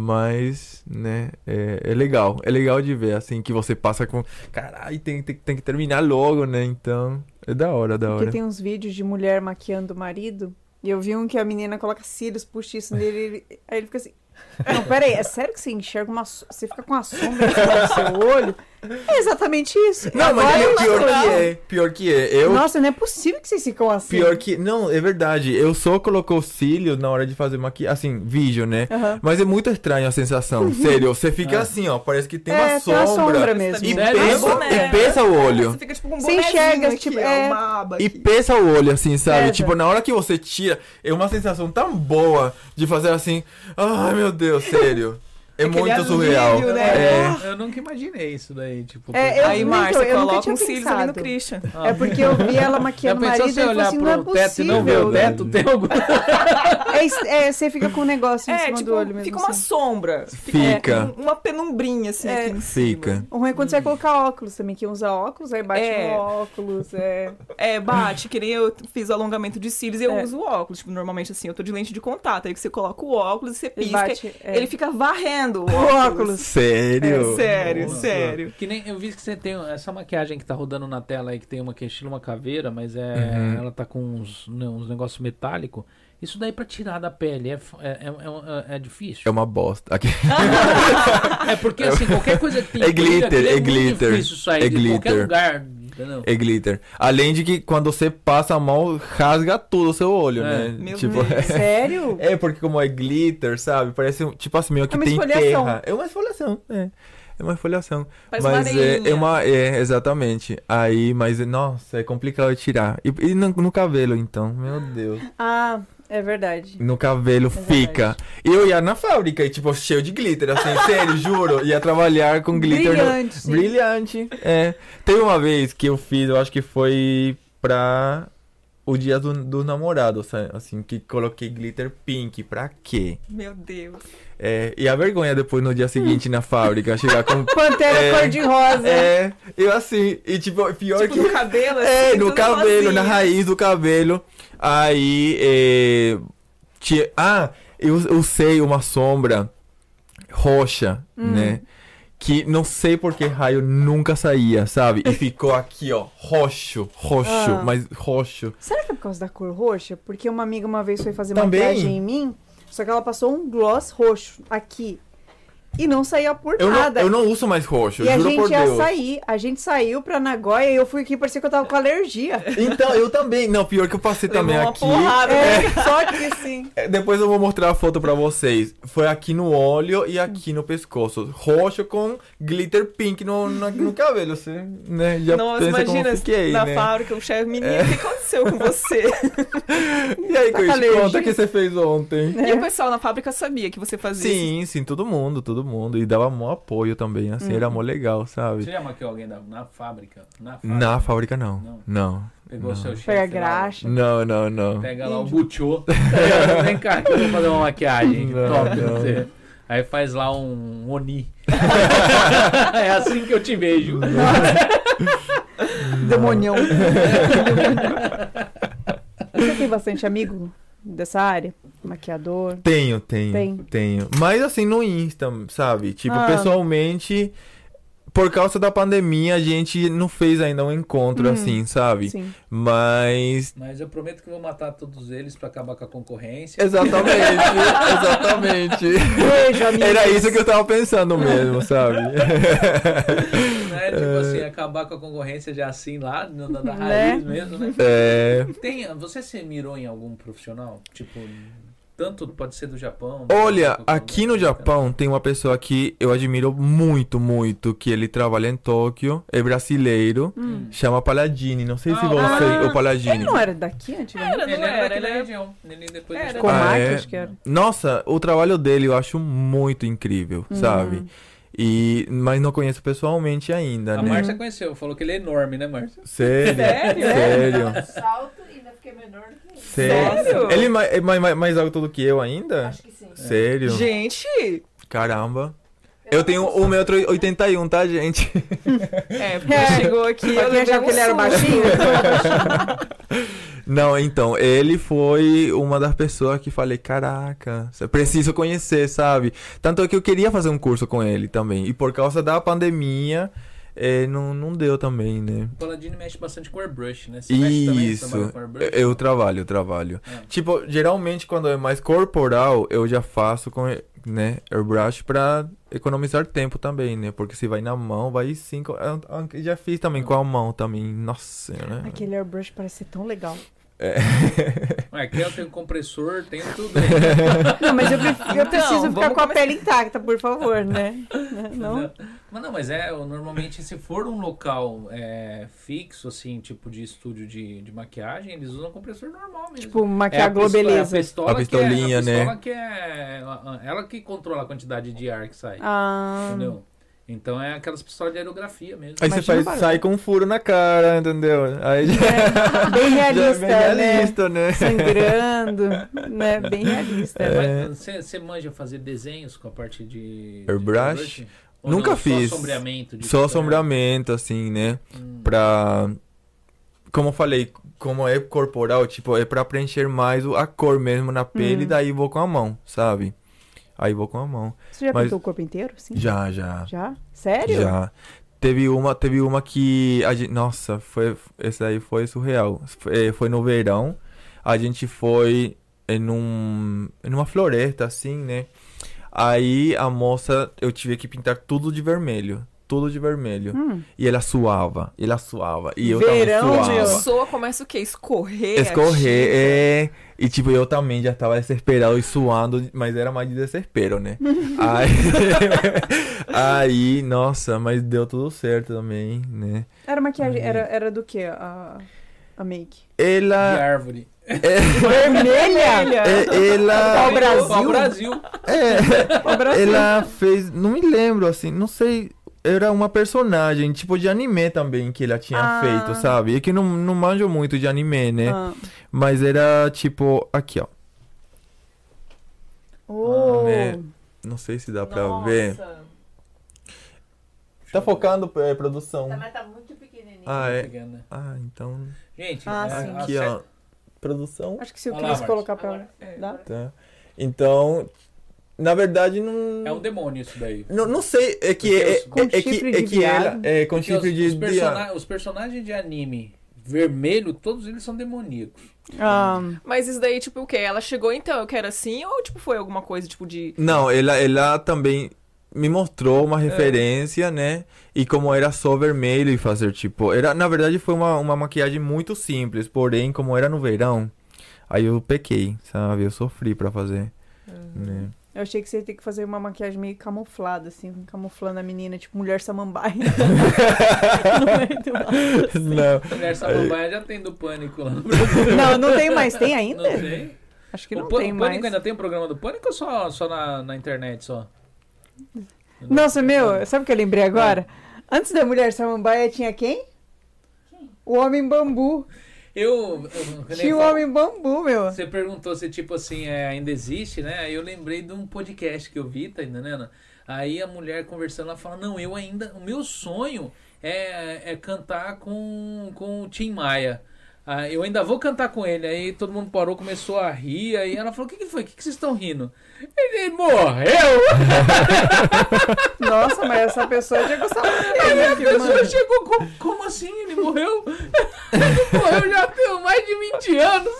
Speaker 3: Mas, né, é, é legal. É legal de ver, assim, que você passa com. Caralho, tem, tem, tem que terminar logo, né? Então, é da hora, da
Speaker 4: Porque
Speaker 3: hora.
Speaker 4: tem um uns vídeos de mulher maquiando o marido. E eu vi um que a menina coloca cílios, postiço nele. ele- Aí ele fica assim. Não, peraí, é sério que você enxerga uma. so- Você fica com a sombra em cima do seu olho? É exatamente isso.
Speaker 3: Não, mas
Speaker 4: Agora
Speaker 3: pior, pior que
Speaker 4: natural.
Speaker 3: é. Pior que é. Eu
Speaker 4: Nossa, não é possível que vocês ficam assim.
Speaker 3: Pior que. Não, é verdade. Eu só colocou cílios na hora de fazer maquiagem. Assim, vídeo, né?
Speaker 4: Aham.
Speaker 3: Mas é muito estranha a sensação. Sério, você fica assim, ó. Parece que tem uma
Speaker 4: é, tem
Speaker 3: sombra.
Speaker 4: uma sombra mesmo.
Speaker 3: E,
Speaker 1: Sério?
Speaker 3: pesa,
Speaker 1: Uma
Speaker 3: e pesa o olho.
Speaker 2: Você fica tipo com um
Speaker 4: Você enxerga,
Speaker 2: bonezinho
Speaker 4: tipo,
Speaker 2: aqui,
Speaker 4: é.
Speaker 2: ó, uma aba
Speaker 3: E
Speaker 2: aqui.
Speaker 3: pesa o olho, assim, sabe?
Speaker 4: Pesa.
Speaker 3: Tipo, na hora que você tira, é uma sensação tão boa de fazer assim. Ai, meu Deus, sério. É
Speaker 2: Aquele
Speaker 3: muito
Speaker 2: alívio,
Speaker 3: surreal.
Speaker 2: né?
Speaker 3: É.
Speaker 1: Eu nunca imaginei isso daí, tipo.
Speaker 4: É,
Speaker 1: porque-
Speaker 4: eu-
Speaker 2: Aí,
Speaker 4: nem-
Speaker 2: Márcia,
Speaker 4: eu nunca
Speaker 2: coloca
Speaker 4: tinha
Speaker 2: um cílios ali no
Speaker 4: pensado.
Speaker 2: Christian.
Speaker 4: É porque eu vi ela
Speaker 1: Ah. Já
Speaker 4: maquiando o
Speaker 1: pensou
Speaker 4: marido
Speaker 1: se
Speaker 4: e
Speaker 1: eu
Speaker 4: eu falei
Speaker 1: olhar
Speaker 4: assim, não é
Speaker 1: pro teto e não ver o
Speaker 4: possível. né?"
Speaker 1: teto? Tem algum.
Speaker 4: É es- é, você fica com um negócio em
Speaker 2: É,
Speaker 4: cima
Speaker 2: tipo,
Speaker 4: do olho mesmo.
Speaker 2: fica uma
Speaker 4: assim.
Speaker 2: sombra.
Speaker 3: Fica.
Speaker 2: um- uma penumbrinha, assim,
Speaker 4: É.
Speaker 2: aqui em cima.
Speaker 3: Fica.
Speaker 4: O ruim é quando você vai colocar óculos também, que usa óculos, aí bate
Speaker 2: É.
Speaker 4: no óculos,
Speaker 2: (laughs)
Speaker 4: é...
Speaker 2: É, bate, que nem eu fiz o alongamento de cílios e eu
Speaker 4: É.
Speaker 2: uso óculos. Tipo, normalmente assim, eu tô de lente de contato. Aí que você coloca o óculos e você
Speaker 4: Ele
Speaker 2: pisca.
Speaker 4: bate... é.
Speaker 2: Ele fica varrendo o
Speaker 4: (laughs) O
Speaker 2: óculos. (laughs)
Speaker 4: óculos.
Speaker 3: Sério.
Speaker 2: É, sério,
Speaker 1: Nossa.
Speaker 2: sério.
Speaker 1: Que nem eu vi que você tem essa maquiagem que tá rodando na tela aí, que tem uma que é estilo uma caveira, mas é
Speaker 3: Uhum.
Speaker 1: ela tá com uns, né, uns negócios metálicos. Isso daí pra tirar da pele é, f- é, é, é- é
Speaker 3: É
Speaker 1: difícil.
Speaker 3: uma bosta. Aqui.
Speaker 1: (laughs)
Speaker 3: (laughs)
Speaker 1: É porque assim, qualquer coisa que tem
Speaker 3: É
Speaker 1: brilho,
Speaker 3: glitter,
Speaker 1: aquilo
Speaker 3: é
Speaker 1: muito
Speaker 3: glitter,
Speaker 1: difícil sair
Speaker 3: é
Speaker 1: de qualquer
Speaker 3: glitter.
Speaker 1: lugar. entendeu?
Speaker 3: É glitter. Além de que quando você passa a mão, rasga todo o seu olho,
Speaker 1: É.
Speaker 3: né?
Speaker 2: Meu
Speaker 3: tipo,
Speaker 2: Deus.
Speaker 4: Sério?
Speaker 3: (laughs) É, porque como é glitter, sabe? Parece, um- tipo assim, meio que
Speaker 4: uma
Speaker 3: tem
Speaker 4: esfoliação.
Speaker 3: terra. É uma esfoliação, é. É uma esfoliação.
Speaker 2: Parece uma
Speaker 3: mas é,
Speaker 2: areinha.
Speaker 3: é uma... É, exatamente. Aí, mas, nossa, é complicado de tirar. E, e no, no cabelo, então, meu Deus.
Speaker 4: Ah, é verdade.
Speaker 3: No cabelo
Speaker 4: É
Speaker 3: fica. Eu ia na fábrica e, tipo, cheio de glitter, assim, (laughs) sério, juro. Ia trabalhar com Um glitter. no-
Speaker 4: Brilhante. sim.
Speaker 3: Brilhante. É. Teve uma vez que eu fiz, eu acho que foi pra o dia do- dos namorados, sabe? assim, que coloquei glitter pink. Pra quê?
Speaker 2: Meu Deus.
Speaker 3: É, e a vergonha depois no dia seguinte na fábrica, chegar com.
Speaker 4: Pantera
Speaker 3: É.
Speaker 4: cor-de-rosa.
Speaker 3: É, eu assim, e tipo, pior
Speaker 2: Tipo,
Speaker 3: que.
Speaker 2: no cabelo, assim,
Speaker 3: (laughs) É, no
Speaker 2: tudo
Speaker 3: cabelo, na
Speaker 2: vazio.
Speaker 3: raiz do cabelo. Aí. É... ti- Ah, eu usei uma sombra roxa, né? Que não sei por que raio nunca saía, sabe? E ficou aqui, ó, roxo, roxo,
Speaker 4: Ah.
Speaker 3: mas roxo.
Speaker 4: Será que é por causa da cor roxa? Porque uma amiga uma vez foi fazer
Speaker 3: Também?
Speaker 4: maquiagem em mim, só que ela passou um gloss roxo aqui. E não saía por
Speaker 3: Eu não,
Speaker 4: nada.
Speaker 3: eu não uso mais roxo,
Speaker 4: e a
Speaker 3: juro por
Speaker 4: gente ia
Speaker 3: Deus.
Speaker 4: sair. A gente saiu pra Nagoya e eu fui aqui, parecia que eu tava com alergia.
Speaker 3: Então, eu também. Não, pior que eu passei
Speaker 2: Levou
Speaker 3: também
Speaker 2: uma
Speaker 3: aqui.
Speaker 2: porrada. né?
Speaker 4: É, (laughs) só que assim.
Speaker 3: É, Depois eu vou mostrar a foto pra vocês. Foi aqui no olho e aqui no pescoço. Roxo com glitter pink no, no, no cabelo, você, né? Já
Speaker 2: Nossa,
Speaker 3: pensa como
Speaker 2: imagina,
Speaker 3: eu fiquei,
Speaker 2: na
Speaker 3: né? É.
Speaker 2: fábrica, o chefe, menino, o que aconteceu com você?
Speaker 3: (laughs) E aí,
Speaker 4: Tá
Speaker 3: Cris, conta
Speaker 4: com alergia.
Speaker 2: É.
Speaker 3: o que você fez ontem.
Speaker 2: E o pessoal na fábrica sabia que você fazia
Speaker 3: Sim, sim, todo mundo, todo todo mundo. E dava mó apoio também, assim,
Speaker 2: Uhum.
Speaker 3: era mó legal, sabe?
Speaker 1: Você já maquiou alguém da- na fábrica? Na fábrica.
Speaker 3: É. Na fábrica não.
Speaker 1: Não.
Speaker 3: Não.
Speaker 1: Pegou seu chefe.
Speaker 4: Pega
Speaker 1: lá,
Speaker 4: graxa.
Speaker 3: Não, não, não.
Speaker 1: Pega lá o butiô. (laughs) Vem cá, que eu vou fazer uma maquiagem.
Speaker 3: Não,
Speaker 1: top pra
Speaker 3: não.
Speaker 1: você. Aí faz lá um (laughs) Oni. é assim que eu te vejo.
Speaker 4: Demonião. Você tem bastante amigo dessa área? Maquiador?
Speaker 3: Tenho, tenho.
Speaker 4: Tem.
Speaker 3: Tenho. Mas assim, no Insta, sabe? Tipo,
Speaker 4: Ah.
Speaker 3: pessoalmente, por causa da pandemia, a gente não fez ainda um encontro
Speaker 4: Hum.
Speaker 3: assim, sabe?
Speaker 4: Sim.
Speaker 3: Mas.
Speaker 1: Mas eu prometo que eu vou matar todos eles pra acabar com a
Speaker 3: É.
Speaker 1: concorrência.
Speaker 4: (laughs)
Speaker 3: Exatamente, exatamente.
Speaker 4: Beijo, amigos.
Speaker 3: Era isso que eu tava pensando mesmo,
Speaker 4: (laughs)
Speaker 3: sabe?
Speaker 1: Né?
Speaker 3: É.
Speaker 1: Tipo assim, acabar com a concorrência já assim lá, na, na, na
Speaker 4: Né?
Speaker 1: raiz mesmo, né?
Speaker 3: É.
Speaker 1: Tem, você se mirou em algum profissional? Tipo, tanto pode ser do Japão. né? Tipo,
Speaker 3: Olha,
Speaker 1: pode ser de
Speaker 3: aqui no
Speaker 1: qualquer lugar.
Speaker 3: Japão tem uma pessoa que eu admiro muito, muito, que ele trabalha em Tóquio, é brasileiro,
Speaker 1: Hum.
Speaker 3: chama Palladini, não sei se
Speaker 1: Ah, o
Speaker 3: você...
Speaker 4: Palladini.
Speaker 3: O Palladini.
Speaker 4: Ele não era daqui antigamente?
Speaker 2: Era,
Speaker 1: Ele é
Speaker 2: não
Speaker 1: era
Speaker 2: era, né?
Speaker 1: daquela
Speaker 2: ele era-
Speaker 1: região. Ele depois
Speaker 2: Era.
Speaker 1: deixou-
Speaker 3: Ah,
Speaker 4: Comac,
Speaker 3: é?
Speaker 4: acho que era.
Speaker 3: Nossa, o trabalho dele eu acho muito incrível, sabe? E... Mas não conheço pessoalmente ainda,
Speaker 1: A
Speaker 3: né?
Speaker 1: Márcia conheceu, falou que ele é enorme, né, Márcia?
Speaker 3: Sério?
Speaker 2: Sério?
Speaker 3: Sério?
Speaker 5: Um salto e ainda fiquei menor do que ele.
Speaker 3: Sério?
Speaker 2: Sério?
Speaker 3: Ele é mais, é mais, mais- mais alto do que eu ainda?
Speaker 5: Acho que sim.
Speaker 3: Sério?
Speaker 2: Gente!
Speaker 3: Caramba. Eu tenho 1,81m, tá, gente? (laughs)
Speaker 2: É, porque
Speaker 4: É.
Speaker 2: chegou aqui
Speaker 4: E
Speaker 2: eu
Speaker 4: eu
Speaker 2: levei
Speaker 4: achava
Speaker 2: um
Speaker 4: que ele era
Speaker 2: susto.
Speaker 4: baixinho? (laughs)
Speaker 3: Não, então, ele foi uma das pessoas que falei, caraca, eu preciso conhecer, sabe? Tanto é que eu queria fazer um curso com ele também. E por causa da pandemia, eh, não, não deu também, né?
Speaker 1: O Paladino mexe bastante com airbrush, né? Você mexe também, você
Speaker 3: Isso,
Speaker 1: trabalha com airbrush?
Speaker 3: eu eu trabalho, eu trabalho.
Speaker 4: É.
Speaker 1: Ah.
Speaker 3: Tipo, geralmente quando é mais corporal, eu já faço com né, airbrush pra economizar tempo também, né? Porque se vai na mão, vai cinco. eu- eu já fiz
Speaker 4: É.
Speaker 3: também com a mão também, nossa, né? É.
Speaker 4: Aquele airbrush parece ser tão legal. (laughs)
Speaker 1: Ué, Aqui eu tenho compressor, tenho
Speaker 3: (laughs)
Speaker 1: tudo. né? hein?
Speaker 4: Não, mas eu, pref- eu
Speaker 2: Então,
Speaker 4: preciso ficar
Speaker 2: vamos
Speaker 4: com a pele intacta, por favor, né? Não?
Speaker 1: Mas não, mas é, eu, normalmente se for um local é, fixo, assim, tipo de estúdio de, de maquiagem, eles usam compressor normal mesmo.
Speaker 4: Tipo,
Speaker 1: É a
Speaker 4: maquiar
Speaker 1: pistola-
Speaker 4: globeleza.
Speaker 1: é a pistola
Speaker 3: A pistolinha,
Speaker 1: que é, a pistola
Speaker 3: né?
Speaker 1: que é- ela- ela que controla a quantidade de ar que sai,
Speaker 4: Ah,
Speaker 1: entendeu? Então é aquelas pistolas de aerografia mesmo.
Speaker 3: Aí você
Speaker 4: Imagina o
Speaker 3: faz,
Speaker 4: barulho.
Speaker 3: sai com um furo na cara, entendeu? Aí já,
Speaker 4: bem
Speaker 3: (laughs) já é
Speaker 4: realista,
Speaker 3: bem
Speaker 4: né?
Speaker 3: realista, né?
Speaker 4: Sangrando, né? Bem realista.
Speaker 1: É, mas Você, você manja fazer desenhos com a parte de... de
Speaker 3: Airbrush?
Speaker 1: Ou
Speaker 3: Nunca
Speaker 1: não,
Speaker 3: fiz.
Speaker 1: Só sombreamento. de tipo, é.
Speaker 3: Só
Speaker 1: pistola?
Speaker 3: assombramento, assim, né?
Speaker 1: Hum.
Speaker 3: Pra. Como eu falei, como é corporal, tipo, é pra preencher mais o- a cor mesmo na pele,
Speaker 4: Hum.
Speaker 3: daí vou com a mão, sabe? Aí vou com a mão.
Speaker 4: Você já
Speaker 3: Mas-
Speaker 4: pintou o corpo inteiro? Sim?
Speaker 3: Já, já.
Speaker 4: Já? Sério?
Speaker 3: Já. Teve uma, teve uma que. A gente, nossa, foi, essa aí foi surreal. Foi, eh, foi no verão. A gente foi em, um, em uma floresta, assim, né? Aí a moça, eu tive que pintar tudo de vermelho. Tudo de vermelho.
Speaker 4: Hum.
Speaker 3: E ela suava, ela suava. E eu
Speaker 4: Verão,
Speaker 3: também
Speaker 4: meu.
Speaker 3: suava.
Speaker 2: Soa, começa o quê? Escorrer. a
Speaker 3: Escorrer,
Speaker 2: tinta.
Speaker 3: é. E tipo, eu também já tava desesperado e suando, mas era mais de desespero, né? (laughs) aí, aí, nossa, mas deu tudo certo também, né?
Speaker 4: Era maquiagem, era, era do que a, a make?
Speaker 1: De
Speaker 3: Ela.
Speaker 1: árvore.
Speaker 4: Vermelha!
Speaker 3: é-
Speaker 4: Ao
Speaker 1: Pau
Speaker 3: ela.
Speaker 4: Brasil?
Speaker 1: Pau Brasil.
Speaker 3: É,
Speaker 4: (laughs)
Speaker 3: ela fez. Não me lembro, assim, não sei. Era uma personagem, tipo, de anime também que ela tinha
Speaker 4: Ah.
Speaker 3: feito, sabe? É que não, não manjo muito de anime, né?
Speaker 4: Ah.
Speaker 3: Mas era tipo. Aqui, ó.
Speaker 4: Oh.
Speaker 3: né? Não sei se dá pra ver.
Speaker 5: Nossa,
Speaker 3: Tá focando é, produção.
Speaker 5: Também tá muito pequenininho.
Speaker 3: Ah, é.
Speaker 1: Pequeno, né?
Speaker 3: Ah, então.
Speaker 1: Gente,
Speaker 4: Ah,
Speaker 1: é,
Speaker 4: sim.
Speaker 1: a
Speaker 3: Aqui,
Speaker 1: série-
Speaker 3: ó. Produção.
Speaker 4: Acho que se eu
Speaker 1: Olha lá,
Speaker 4: quisesse
Speaker 1: Marcos.
Speaker 4: colocar pra
Speaker 5: Agora,
Speaker 4: ela.
Speaker 5: é,
Speaker 4: Dá?
Speaker 5: agora.
Speaker 3: Tá. Então, na verdade, não.
Speaker 1: É um demônio isso daí.
Speaker 3: não, não sei, é que
Speaker 1: Porque
Speaker 3: é,
Speaker 1: os-
Speaker 4: Com
Speaker 3: é, é que
Speaker 4: chifre
Speaker 3: é
Speaker 4: de
Speaker 3: que
Speaker 4: viado.
Speaker 3: ela é com
Speaker 1: Porque os,
Speaker 3: chifre de
Speaker 1: os persona-
Speaker 3: dia.
Speaker 1: os personagens de anime vermelho, todos eles são demoníacos.
Speaker 4: Ah,
Speaker 2: Mas isso daí, tipo, o quê? Ela chegou, então, eu quero assim? Ou, tipo, foi alguma coisa, tipo, de...
Speaker 3: Não, ela ela também me mostrou
Speaker 1: É.
Speaker 3: uma referência, né? E como era só vermelho e fazer tipo, era na verdade foi uma, uma maquiagem muito simples, porém como era no verão, aí eu pequei, sabe? Eu sofri pra fazer,
Speaker 4: Ah.
Speaker 3: né?
Speaker 4: (laughs) eu achei que você ia ter que fazer uma maquiagem meio camuflada, assim, camuflando a menina, tipo mulher samambaia.
Speaker 3: (laughs)
Speaker 4: é
Speaker 3: Não.
Speaker 1: Mulher Samambaia já tem do Pânico lá no
Speaker 4: não, não tem mais. Tem ainda?
Speaker 1: Não sei.
Speaker 4: Acho que
Speaker 1: o
Speaker 4: não
Speaker 1: Pân-
Speaker 4: tem
Speaker 1: o Pânico
Speaker 4: mais.
Speaker 1: ainda tem o programa do Pânico ou só, só na, na internet? Só? tá-
Speaker 4: Nossa, meu, sabe o que eu lembrei agora?
Speaker 1: Ah.
Speaker 4: Antes da mulher samambaia tinha quem? O homem bambu.
Speaker 1: Eu. eu- eu
Speaker 4: Tinha um o
Speaker 1: lembro-
Speaker 4: homem bambu, meu.
Speaker 1: Você perguntou se, tipo assim, é, ainda existe, né? Aí eu lembrei de um podcast que eu vi, tá entendendo? Aí a mulher conversando, ela fala, não, eu ainda. O meu sonho é, é cantar com, com o Tim Maia. Ah, eu ainda vou cantar com ele. Aí todo mundo parou, começou a rir. Aí ela falou: O que, que foi? O que, que vocês estão rindo? Ele morreu!
Speaker 4: Nossa, mas essa pessoa tinha
Speaker 1: (laughs)
Speaker 4: gostado dele,
Speaker 1: a
Speaker 4: aqui,
Speaker 1: pessoa
Speaker 4: né, mano.
Speaker 1: chegou, como, como assim? Ele morreu? (laughs) Ele morreu já tem mais de 20 anos.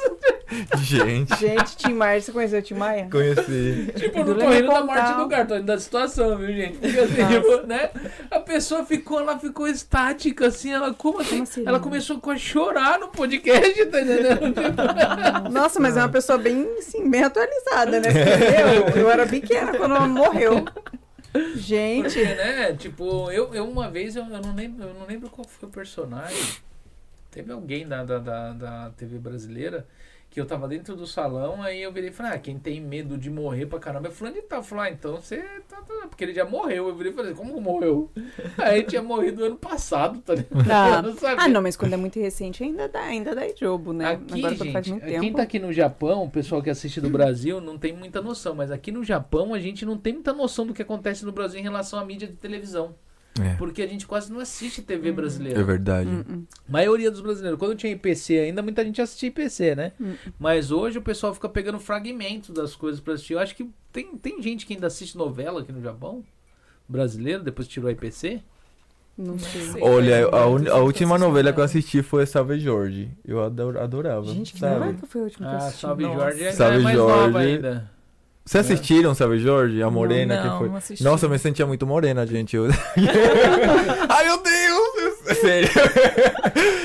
Speaker 3: Gente,
Speaker 4: Gente, Tim Maia, você conheceu o Tim Maia?
Speaker 3: conheci.
Speaker 1: Tipo,
Speaker 4: Do
Speaker 1: não tô rindo da
Speaker 4: Leopoldo.
Speaker 1: morte do Gartone, da situação, viu, gente? Porque assim, tipo, né? A pessoa ficou, ela ficou estática, assim, ela como assim?
Speaker 4: Como assim,
Speaker 1: ela
Speaker 4: né?
Speaker 1: começou a chorar no podcast, tá entendendo? Tipo,
Speaker 4: Nossa, mas é uma pessoa bem, assim, bem atualizada, né? Porque Eu, eu era pequena quando ela morreu. Gente,
Speaker 1: porque, né? Tipo, eu, eu uma vez, eu, eu não lembro, eu não lembro qual foi o personagem. Teve alguém da, da, da, da TV brasileira que eu tava dentro do salão, aí eu virei e falei, ah, quem tem medo de morrer pra caramba é fulano de tal. Eu falei, ah, então você tá, tá- Porque ele já morreu. Eu virei e falei, como morreu? Aí tinha morrido ano passado, tá ligado?
Speaker 4: Tá.
Speaker 1: Eu não sabia.
Speaker 4: Ah, não, mas quando é muito recente ainda dá, ainda dá jogo, né?
Speaker 1: Aqui,
Speaker 4: Agora quando
Speaker 1: gente,
Speaker 4: faz muito
Speaker 1: quem
Speaker 4: tempo.
Speaker 1: tá aqui no Japão, o pessoal que assiste do Brasil, não tem muita noção, mas aqui no Japão a gente não tem muita noção do que acontece no Brasil em relação à mídia de televisão.
Speaker 3: É.
Speaker 1: Porque a gente quase não assiste TV brasileira.
Speaker 3: É verdade.
Speaker 4: Hum, hum.
Speaker 1: Maioria dos brasileiros. Quando eu tinha IPC ainda, muita gente assistia IPC, né?
Speaker 4: Hum.
Speaker 1: Mas hoje o pessoal fica pegando fragmentos das coisas pra assistir. Eu acho que tem, tem gente que ainda assiste novela aqui no Japão, brasileiro, depois tirou a IPC.
Speaker 4: Não sei.
Speaker 2: sei.
Speaker 3: Olha, a, un-
Speaker 2: Eu
Speaker 3: a última
Speaker 2: assisti
Speaker 3: novela
Speaker 2: novela.
Speaker 3: que eu assisti foi Salve Jorge. Eu ador- adorava.
Speaker 2: né? Gente, que
Speaker 3: sabe?
Speaker 4: Caraca, foi o último que eu
Speaker 1: Ah,
Speaker 4: assisti.
Speaker 1: Salve
Speaker 2: Nossa.
Speaker 1: Jorge ainda é
Speaker 3: Salve
Speaker 1: mais
Speaker 3: Jorge.
Speaker 1: nova ainda.
Speaker 3: Vocês assistiram Salve Jorge? A
Speaker 4: Não,
Speaker 3: morena
Speaker 2: não,
Speaker 3: que foi.
Speaker 2: não assisti.
Speaker 3: Nossa, eu me sentia muito morena,
Speaker 2: (laughs)
Speaker 3: gente. Eu... Ai, meu Deus! eu- Sério.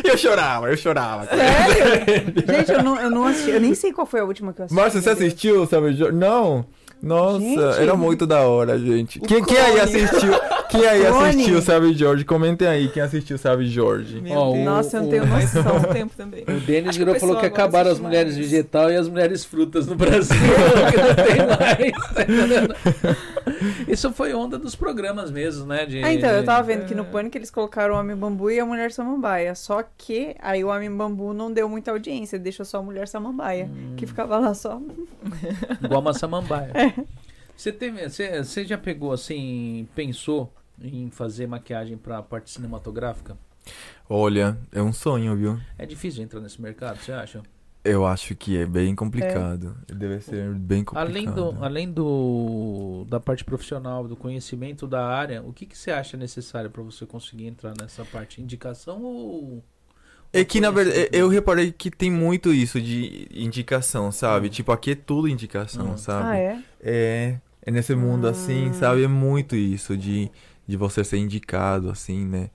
Speaker 3: Eu chorava, eu chorava.
Speaker 4: Sério?
Speaker 1: (laughs)
Speaker 4: Gente, eu não, eu não assisti. Eu nem sei qual foi a última que eu assisti.
Speaker 3: Márcia, você
Speaker 4: meu Deus.
Speaker 3: assistiu Salve Jorge? Não. Nossa,
Speaker 4: Gente.
Speaker 3: era muito da hora, gente.
Speaker 4: O
Speaker 3: Quem, quem aí
Speaker 4: clone.
Speaker 3: assistiu? Quem aí
Speaker 4: Clone.
Speaker 3: assistiu Salve Jorge? Comentem aí quem assistiu Salve Jorge.
Speaker 2: Meu
Speaker 1: Ó,
Speaker 2: Deus.
Speaker 4: Nossa, eu não
Speaker 1: o-
Speaker 3: (laughs)
Speaker 4: tenho
Speaker 2: Mas
Speaker 4: noção.
Speaker 2: faz tempo também.
Speaker 1: O Denis
Speaker 2: Acho que
Speaker 1: virou
Speaker 2: o
Speaker 1: e falou que
Speaker 2: pessoal agora
Speaker 1: acaram as
Speaker 2: assiste
Speaker 1: mulheres
Speaker 2: mais.
Speaker 1: vegetal e as mulheres frutas no Brasil. (laughs) que não tem mais. tá Isso foi onda dos programas mesmo, né? De,
Speaker 4: Ah, então, eu tava
Speaker 1: de-
Speaker 4: vendo que no
Speaker 2: É.
Speaker 4: Pânico eles colocaram o Homem Bambu e a Mulher Samambaia. Só que aí o Homem Bambu não deu muita audiência, deixou só a Mulher Samambaia,
Speaker 3: Hum.
Speaker 4: que ficava lá só.
Speaker 1: Igual uma samambaia.
Speaker 2: É.
Speaker 1: Você, teve, você, você já pegou assim, pensou em fazer maquiagem pra parte cinematográfica?
Speaker 3: Olha, é um sonho, viu?
Speaker 1: É difícil entrar nesse mercado, você acha?
Speaker 3: Eu acho que é bem complicado.
Speaker 4: É.
Speaker 3: Deve ser bem complicado.
Speaker 1: Além, do, além do da parte profissional, do conhecimento da área, o que, que você acha necessário pra você conseguir entrar nessa parte? Indicação ou.
Speaker 3: É que, na verdade,
Speaker 1: conhecimento?
Speaker 3: eu reparei que tem muito isso de indicação, sabe? Tipo, aqui é tudo indicação,
Speaker 1: Hum.
Speaker 3: sabe?
Speaker 4: Ah, é?
Speaker 3: É, é nesse mundo
Speaker 4: Ah.
Speaker 3: assim, sabe? É muito isso de, de você ser indicado, assim, né?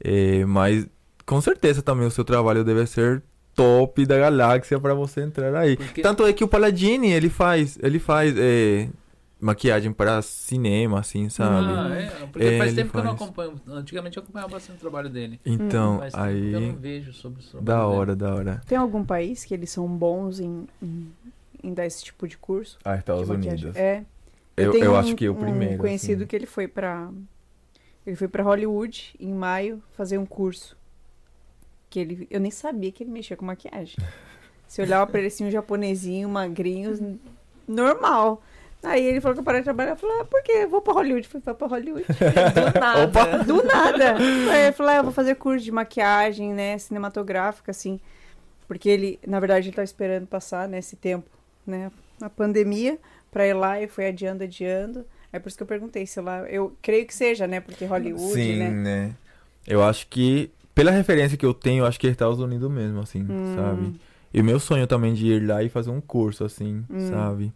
Speaker 3: É, mas com certeza também o seu trabalho deve ser top da galáxia pra você entrar aí.
Speaker 1: Porque-
Speaker 3: Tanto é que o Paladini, ele faz, ele faz é, maquiagem pra cinema, assim, sabe?
Speaker 1: Ah, é, porque
Speaker 3: É,
Speaker 1: faz
Speaker 3: ele
Speaker 1: tempo que eu não
Speaker 3: faz.
Speaker 1: acompanho. Antigamente eu acompanhava bastante o trabalho dele.
Speaker 4: Hum,
Speaker 3: Então,
Speaker 1: Faz tempo que eu
Speaker 3: aí.
Speaker 1: não
Speaker 4: um
Speaker 1: vejo sobre o trabalho
Speaker 3: Da
Speaker 1: dele.
Speaker 3: hora, da hora.
Speaker 4: Tem algum país que eles são bons em, em, em dar esse tipo de curso?
Speaker 3: Ah,
Speaker 4: de
Speaker 3: Estados
Speaker 4: maquiagem?
Speaker 3: Unidos.
Speaker 4: É.
Speaker 3: Eu,
Speaker 4: tenho
Speaker 3: eu
Speaker 4: um-
Speaker 3: acho que é o primeiro.
Speaker 4: Um conhecido
Speaker 3: assim.
Speaker 4: que ele foi pra. Ele foi pra Hollywood em maio fazer um curso. Que ele, eu nem sabia que ele mexia
Speaker 3: (laughs)
Speaker 4: com maquiagem. Se eu olhava pra ele assim, um japonesinho, magrinho, n- normal. Aí ele falou que eu parei de trabalhar. Eu falei, ah, por quê? Eu vou pra Hollywood. Eu falei, vai pra Hollywood.
Speaker 1: (laughs)
Speaker 4: Do nada.
Speaker 3: Opa!
Speaker 4: Do nada. Aí ele falou, ah, eu vou fazer curso de maquiagem, né? Cinematográfica, assim. Porque ele, na verdade, ele tá esperando passar, né? Esse tempo, né? Na pandemia, pra ir lá e foi adiando, adiando. É por isso que eu perguntei se lá. Eu creio que seja, né? Porque Hollywood,
Speaker 3: Sim,
Speaker 4: né?
Speaker 3: Eu acho que, pela referência que eu tenho, eu acho que é Estados Unidos mesmo, assim,
Speaker 4: Hum.
Speaker 3: sabe? E o meu sonho também de ir lá e fazer um curso, assim,
Speaker 4: Hum.
Speaker 3: sabe?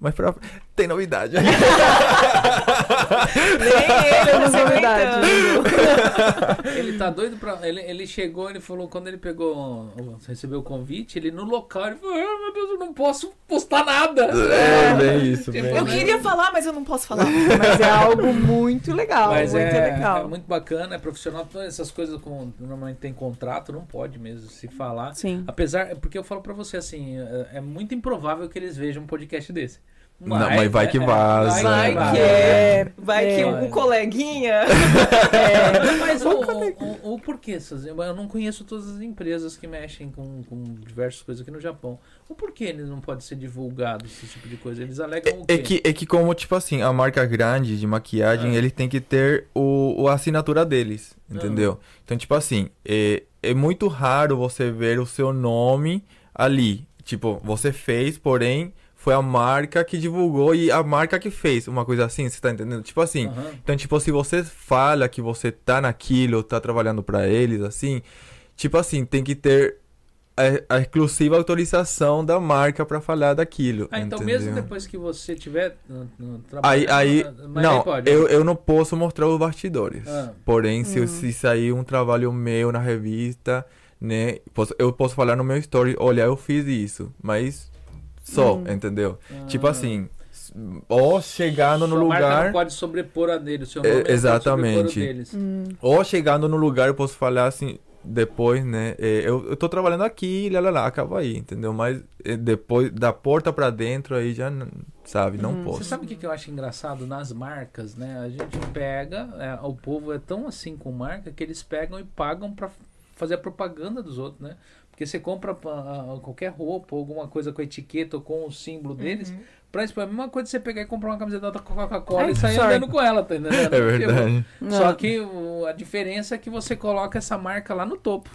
Speaker 3: Mas pra... tem
Speaker 4: (laughs)
Speaker 3: novidade.
Speaker 2: Nem ele, eu não sei
Speaker 4: Novidade.
Speaker 2: verdade.
Speaker 1: Ele tá doido pra. Ele, ele chegou, ele falou, quando ele pegou. recebeu o convite, ele no local, ele falou, ah, meu Deus, eu não posso postar nada.
Speaker 3: (laughs) é, bem isso,
Speaker 1: Tipo,
Speaker 3: bem
Speaker 2: Eu
Speaker 1: né?
Speaker 2: queria falar, mas eu não posso falar.
Speaker 4: Mas é algo muito legal.
Speaker 1: Mas
Speaker 4: muito
Speaker 1: é,
Speaker 4: legal.
Speaker 1: é muito bacana, é profissional, todas essas coisas com. Normalmente tem contrato, não pode mesmo se falar.
Speaker 4: Sim.
Speaker 1: Apesar, é porque eu falo pra você assim, é, é muito improvável que eles vejam um podcast desse.
Speaker 3: Não, mas vai que vaza.
Speaker 2: Vai
Speaker 1: Vai.
Speaker 2: que é. Vai
Speaker 4: É.
Speaker 2: que o
Speaker 3: (laughs)
Speaker 2: coleguinha. (laughs)
Speaker 1: Mas o, o, o- o porquê? essas- Eu não conheço todas as empresas que mexem com, com diversas coisas aqui no Japão. O porquê eles não pode ser divulgado esse tipo de coisa? Eles alegam o quê?
Speaker 3: É que, é que como, tipo assim, a marca grande de maquiagem,
Speaker 1: Ah.
Speaker 3: eles têm que ter o, o- a assinatura deles,
Speaker 1: Ah.
Speaker 3: entendeu? Então, tipo assim, é, é muito raro você ver o seu nome ali. Tipo, você fez, porém, foi a marca que divulgou e a marca que fez. Uma coisa assim, você tá entendendo? Tipo assim,
Speaker 1: Aham.
Speaker 3: então, tipo, se você fala que você tá naquilo, tá trabalhando pra eles, assim, tipo assim, tem que ter a, a exclusiva autorização da marca pra falar daquilo.
Speaker 1: Ah, então
Speaker 3: entendeu?
Speaker 1: mesmo depois que você tiver uh, no, no
Speaker 3: Aí,
Speaker 1: trabalho.
Speaker 3: aí,
Speaker 1: uh, mas
Speaker 3: não,
Speaker 1: aí pode.
Speaker 3: eu, eu não posso mostrar os bastidores.
Speaker 1: Ah.
Speaker 3: Porém, se, eu-
Speaker 4: Uhum.
Speaker 3: se sair um trabalho meu na revista, né, posso- eu posso falar no meu story, olha, eu fiz isso, mas só,
Speaker 4: Hum.
Speaker 3: entendeu?
Speaker 1: Ah.
Speaker 3: Tipo assim, s- ou chegando no
Speaker 1: Sua marca
Speaker 3: lugar...
Speaker 1: não pode sobrepor a dele, o seu
Speaker 3: É,
Speaker 1: nome não pode
Speaker 3: exatamente.
Speaker 1: sobrepor o deles.
Speaker 4: Hum.
Speaker 3: Ou chegando no lugar, eu posso falar assim, depois, né? é, eu, eu tô trabalhando aqui, lá, lá, lá, acaba aí, entendeu? Mas é, depois, da porta pra dentro, aí já, n- sabe, não
Speaker 4: Uhum.
Speaker 1: Você
Speaker 3: posso.
Speaker 1: sabe o que que eu acho engraçado nas marcas, né? A gente pega, é, o povo é tão assim com marca que eles pegam e pagam pra fazer a propaganda dos outros, né? Porque você compra ah, qualquer roupa, ou alguma coisa com etiqueta ou com o símbolo deles,
Speaker 2: Uhum.
Speaker 1: pra isso é a mesma coisa que você pegar e comprar uma camiseta da Coca-Cola
Speaker 4: É,
Speaker 1: e sair
Speaker 4: sorry.
Speaker 1: andando com ela, tá entendendo?
Speaker 3: É verdade.
Speaker 1: Tipo, Só
Speaker 2: Ah.
Speaker 4: Não.
Speaker 1: que o- a diferença é que você coloca essa marca lá no topo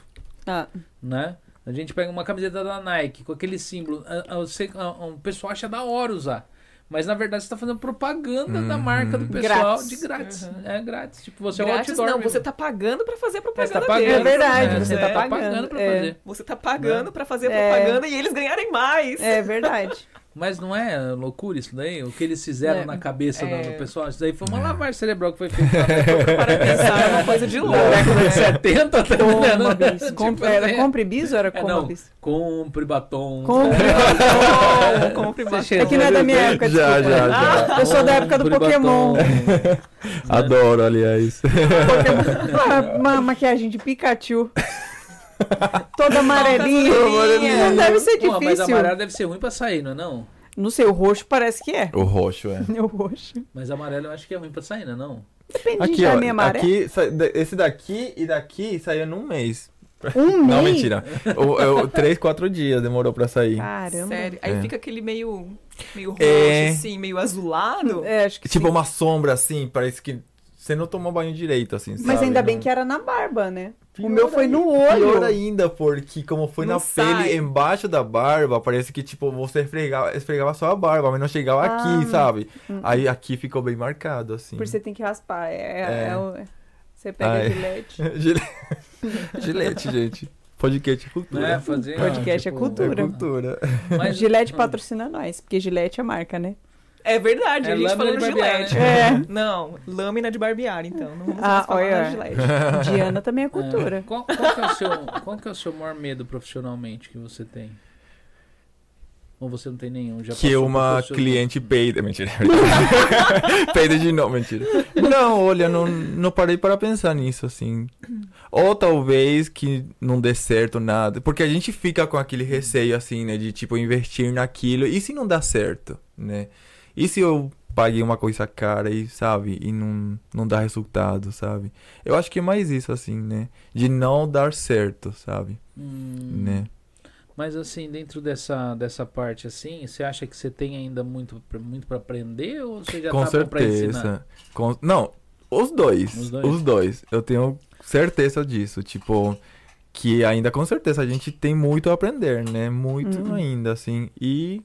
Speaker 4: Ah,
Speaker 1: né? A gente pega uma camiseta da Nike com aquele símbolo. a- a- você- a- a- o pessoal acha da hora usar. Mas na verdade você tá fazendo propaganda da
Speaker 3: Uhum.
Speaker 1: marca do pessoal
Speaker 4: Grátis.
Speaker 1: de grátis.
Speaker 2: Uhum.
Speaker 1: É grátis. Tipo, você
Speaker 2: Grátis,
Speaker 1: é o outdoor.
Speaker 2: não,
Speaker 1: mesmo.
Speaker 2: você tá pagando pra fazer a
Speaker 1: Mas tá
Speaker 2: propaganda
Speaker 1: pagando.
Speaker 2: deles.
Speaker 4: É verdade,
Speaker 1: né?
Speaker 4: você
Speaker 1: Você
Speaker 4: tá
Speaker 1: tá pagando
Speaker 4: pagando,
Speaker 1: pra
Speaker 4: é.
Speaker 1: fazer.
Speaker 2: Você tá
Speaker 1: Né?
Speaker 2: pagando pra fazer a
Speaker 4: É.
Speaker 2: propaganda e eles ganharem mais.
Speaker 4: é
Speaker 1: (laughs)
Speaker 4: verdade.
Speaker 1: Mas não é loucura isso daí? O que eles fizeram
Speaker 2: É.
Speaker 1: na cabeça do- do,
Speaker 2: É.
Speaker 1: pessoal? Isso daí foi uma lavagem cerebral que Ah, foi feita.
Speaker 2: (laughs) Para pensar é uma coisa de louco.
Speaker 1: (laughs) Na
Speaker 2: né?
Speaker 1: década de 70, tá
Speaker 4: Coma
Speaker 1: entendendo?
Speaker 4: bis.
Speaker 1: (laughs) Tipo,
Speaker 4: Compre-
Speaker 1: é.
Speaker 4: Era compre bis ou era
Speaker 1: É,
Speaker 4: coma
Speaker 1: não.
Speaker 4: bis?
Speaker 1: Compre batom.
Speaker 4: Compre
Speaker 3: É.
Speaker 2: Não, compre
Speaker 1: Você
Speaker 2: mais.
Speaker 1: chega-
Speaker 4: É que não é da minha época,
Speaker 3: Já,
Speaker 4: desculpa.
Speaker 3: já, já.
Speaker 4: Eu sou da época do
Speaker 1: Compre (laughs)
Speaker 4: Pokémon.
Speaker 1: batom.
Speaker 3: (laughs) Adoro, aliás.
Speaker 4: Pokémon. Ah, Uma maquiagem de Pikachu. Toda amarelinha.
Speaker 2: amarelinha.
Speaker 4: Não deve ser
Speaker 1: Pô, mas
Speaker 4: é difícil.
Speaker 1: amarelo deve ser ruim pra sair, não é não?
Speaker 4: Não sei, o roxo parece que
Speaker 1: (laughs)
Speaker 4: é.
Speaker 3: O roxo, é.
Speaker 4: O roxo.
Speaker 1: Mas amarelo eu acho que é ruim pra sair, não é não?
Speaker 4: Depende
Speaker 3: Aqui,
Speaker 4: da
Speaker 3: ó.
Speaker 4: minha maré.
Speaker 3: Aqui, sa- da- esse daqui e daqui saiu num mês.
Speaker 4: Um
Speaker 3: Não,
Speaker 4: mês? Tá.
Speaker 3: mentira. O, é
Speaker 4: (laughs)
Speaker 3: o- três, quatro dias demorou pra sair.
Speaker 4: Caramba.
Speaker 2: Sério. Aí
Speaker 3: É.
Speaker 2: fica aquele meio, meio roxo,
Speaker 3: É.
Speaker 2: assim, meio azulado.
Speaker 4: É, acho que
Speaker 3: tipo
Speaker 4: sim.
Speaker 3: uma sombra, assim, parece que você não tomou banho direito, assim,
Speaker 4: Mas
Speaker 3: sabe?
Speaker 4: ainda bem
Speaker 3: Não-
Speaker 4: que era na barba, né?
Speaker 3: Pior
Speaker 4: o meu foi no
Speaker 3: ainda- Pior
Speaker 4: olho.
Speaker 3: ainda, porque como foi
Speaker 2: Não
Speaker 3: na
Speaker 2: sai.
Speaker 3: pele, embaixo da barba, parece que, tipo, você esfregava, esfregava só a barba, mas não chegava
Speaker 4: Ah.
Speaker 3: aqui, sabe?
Speaker 4: Hum.
Speaker 3: Aí aqui ficou bem marcado, assim.
Speaker 4: Por você tem que raspar. É, é-
Speaker 3: É.
Speaker 4: é o- Você pega
Speaker 3: Ai.
Speaker 4: gilete.
Speaker 3: (laughs) Gile- (laughs) Gilete, gente. Podcast é cultura.
Speaker 1: Né? Fazer,
Speaker 4: Podcast é cultura.
Speaker 3: É cultura.
Speaker 1: (laughs) Mas,
Speaker 4: Gilete
Speaker 1: Ah.
Speaker 4: patrocina nós, porque gilete é marca,
Speaker 3: (laughs)
Speaker 4: né?
Speaker 2: É verdade,
Speaker 1: É
Speaker 2: a gente
Speaker 1: lâmina
Speaker 2: falando
Speaker 1: de
Speaker 2: de
Speaker 1: barbear,
Speaker 2: Gillette.
Speaker 4: né?
Speaker 2: Não, lâmina de barbear, então. Não vamos
Speaker 4: Ah,
Speaker 2: mais falar
Speaker 4: olha.
Speaker 2: de Gillette.
Speaker 4: Diana também é
Speaker 1: É,
Speaker 4: cultura.
Speaker 1: qual, qual que é o seu, qual que é o seu maior medo profissionalmente que você tem? Ou você não tem nenhum? Já
Speaker 3: que
Speaker 1: passou
Speaker 3: uma
Speaker 1: por todos os seus-
Speaker 3: cliente peida. Mentira.
Speaker 1: (laughs)
Speaker 3: peida de novo, mentira. Não, olha, não, não parei para pensar nisso, assim. Ou talvez que não dê certo nada. Porque a gente fica com aquele receio, assim, né? De, tipo, investir naquilo. E se não dá certo, né? E se eu paguei uma coisa cara e, sabe? E não, não dá resultado, sabe? Eu acho que é mais isso, assim, né? De não dar certo, sabe?
Speaker 1: Hum,
Speaker 3: Né?
Speaker 1: Mas assim, dentro dessa, dessa parte assim, você acha que você tem ainda muito, pra- muito para aprender ou você já
Speaker 3: Com
Speaker 1: tá bom pra ensinar?
Speaker 3: certeza. Com- Não, os dois,
Speaker 1: Os
Speaker 3: os
Speaker 1: dois.
Speaker 3: dois. Eu tenho certeza disso. Tipo, que ainda com certeza a gente tem muito a aprender, né? Muito
Speaker 4: Uhum.
Speaker 3: ainda, assim. E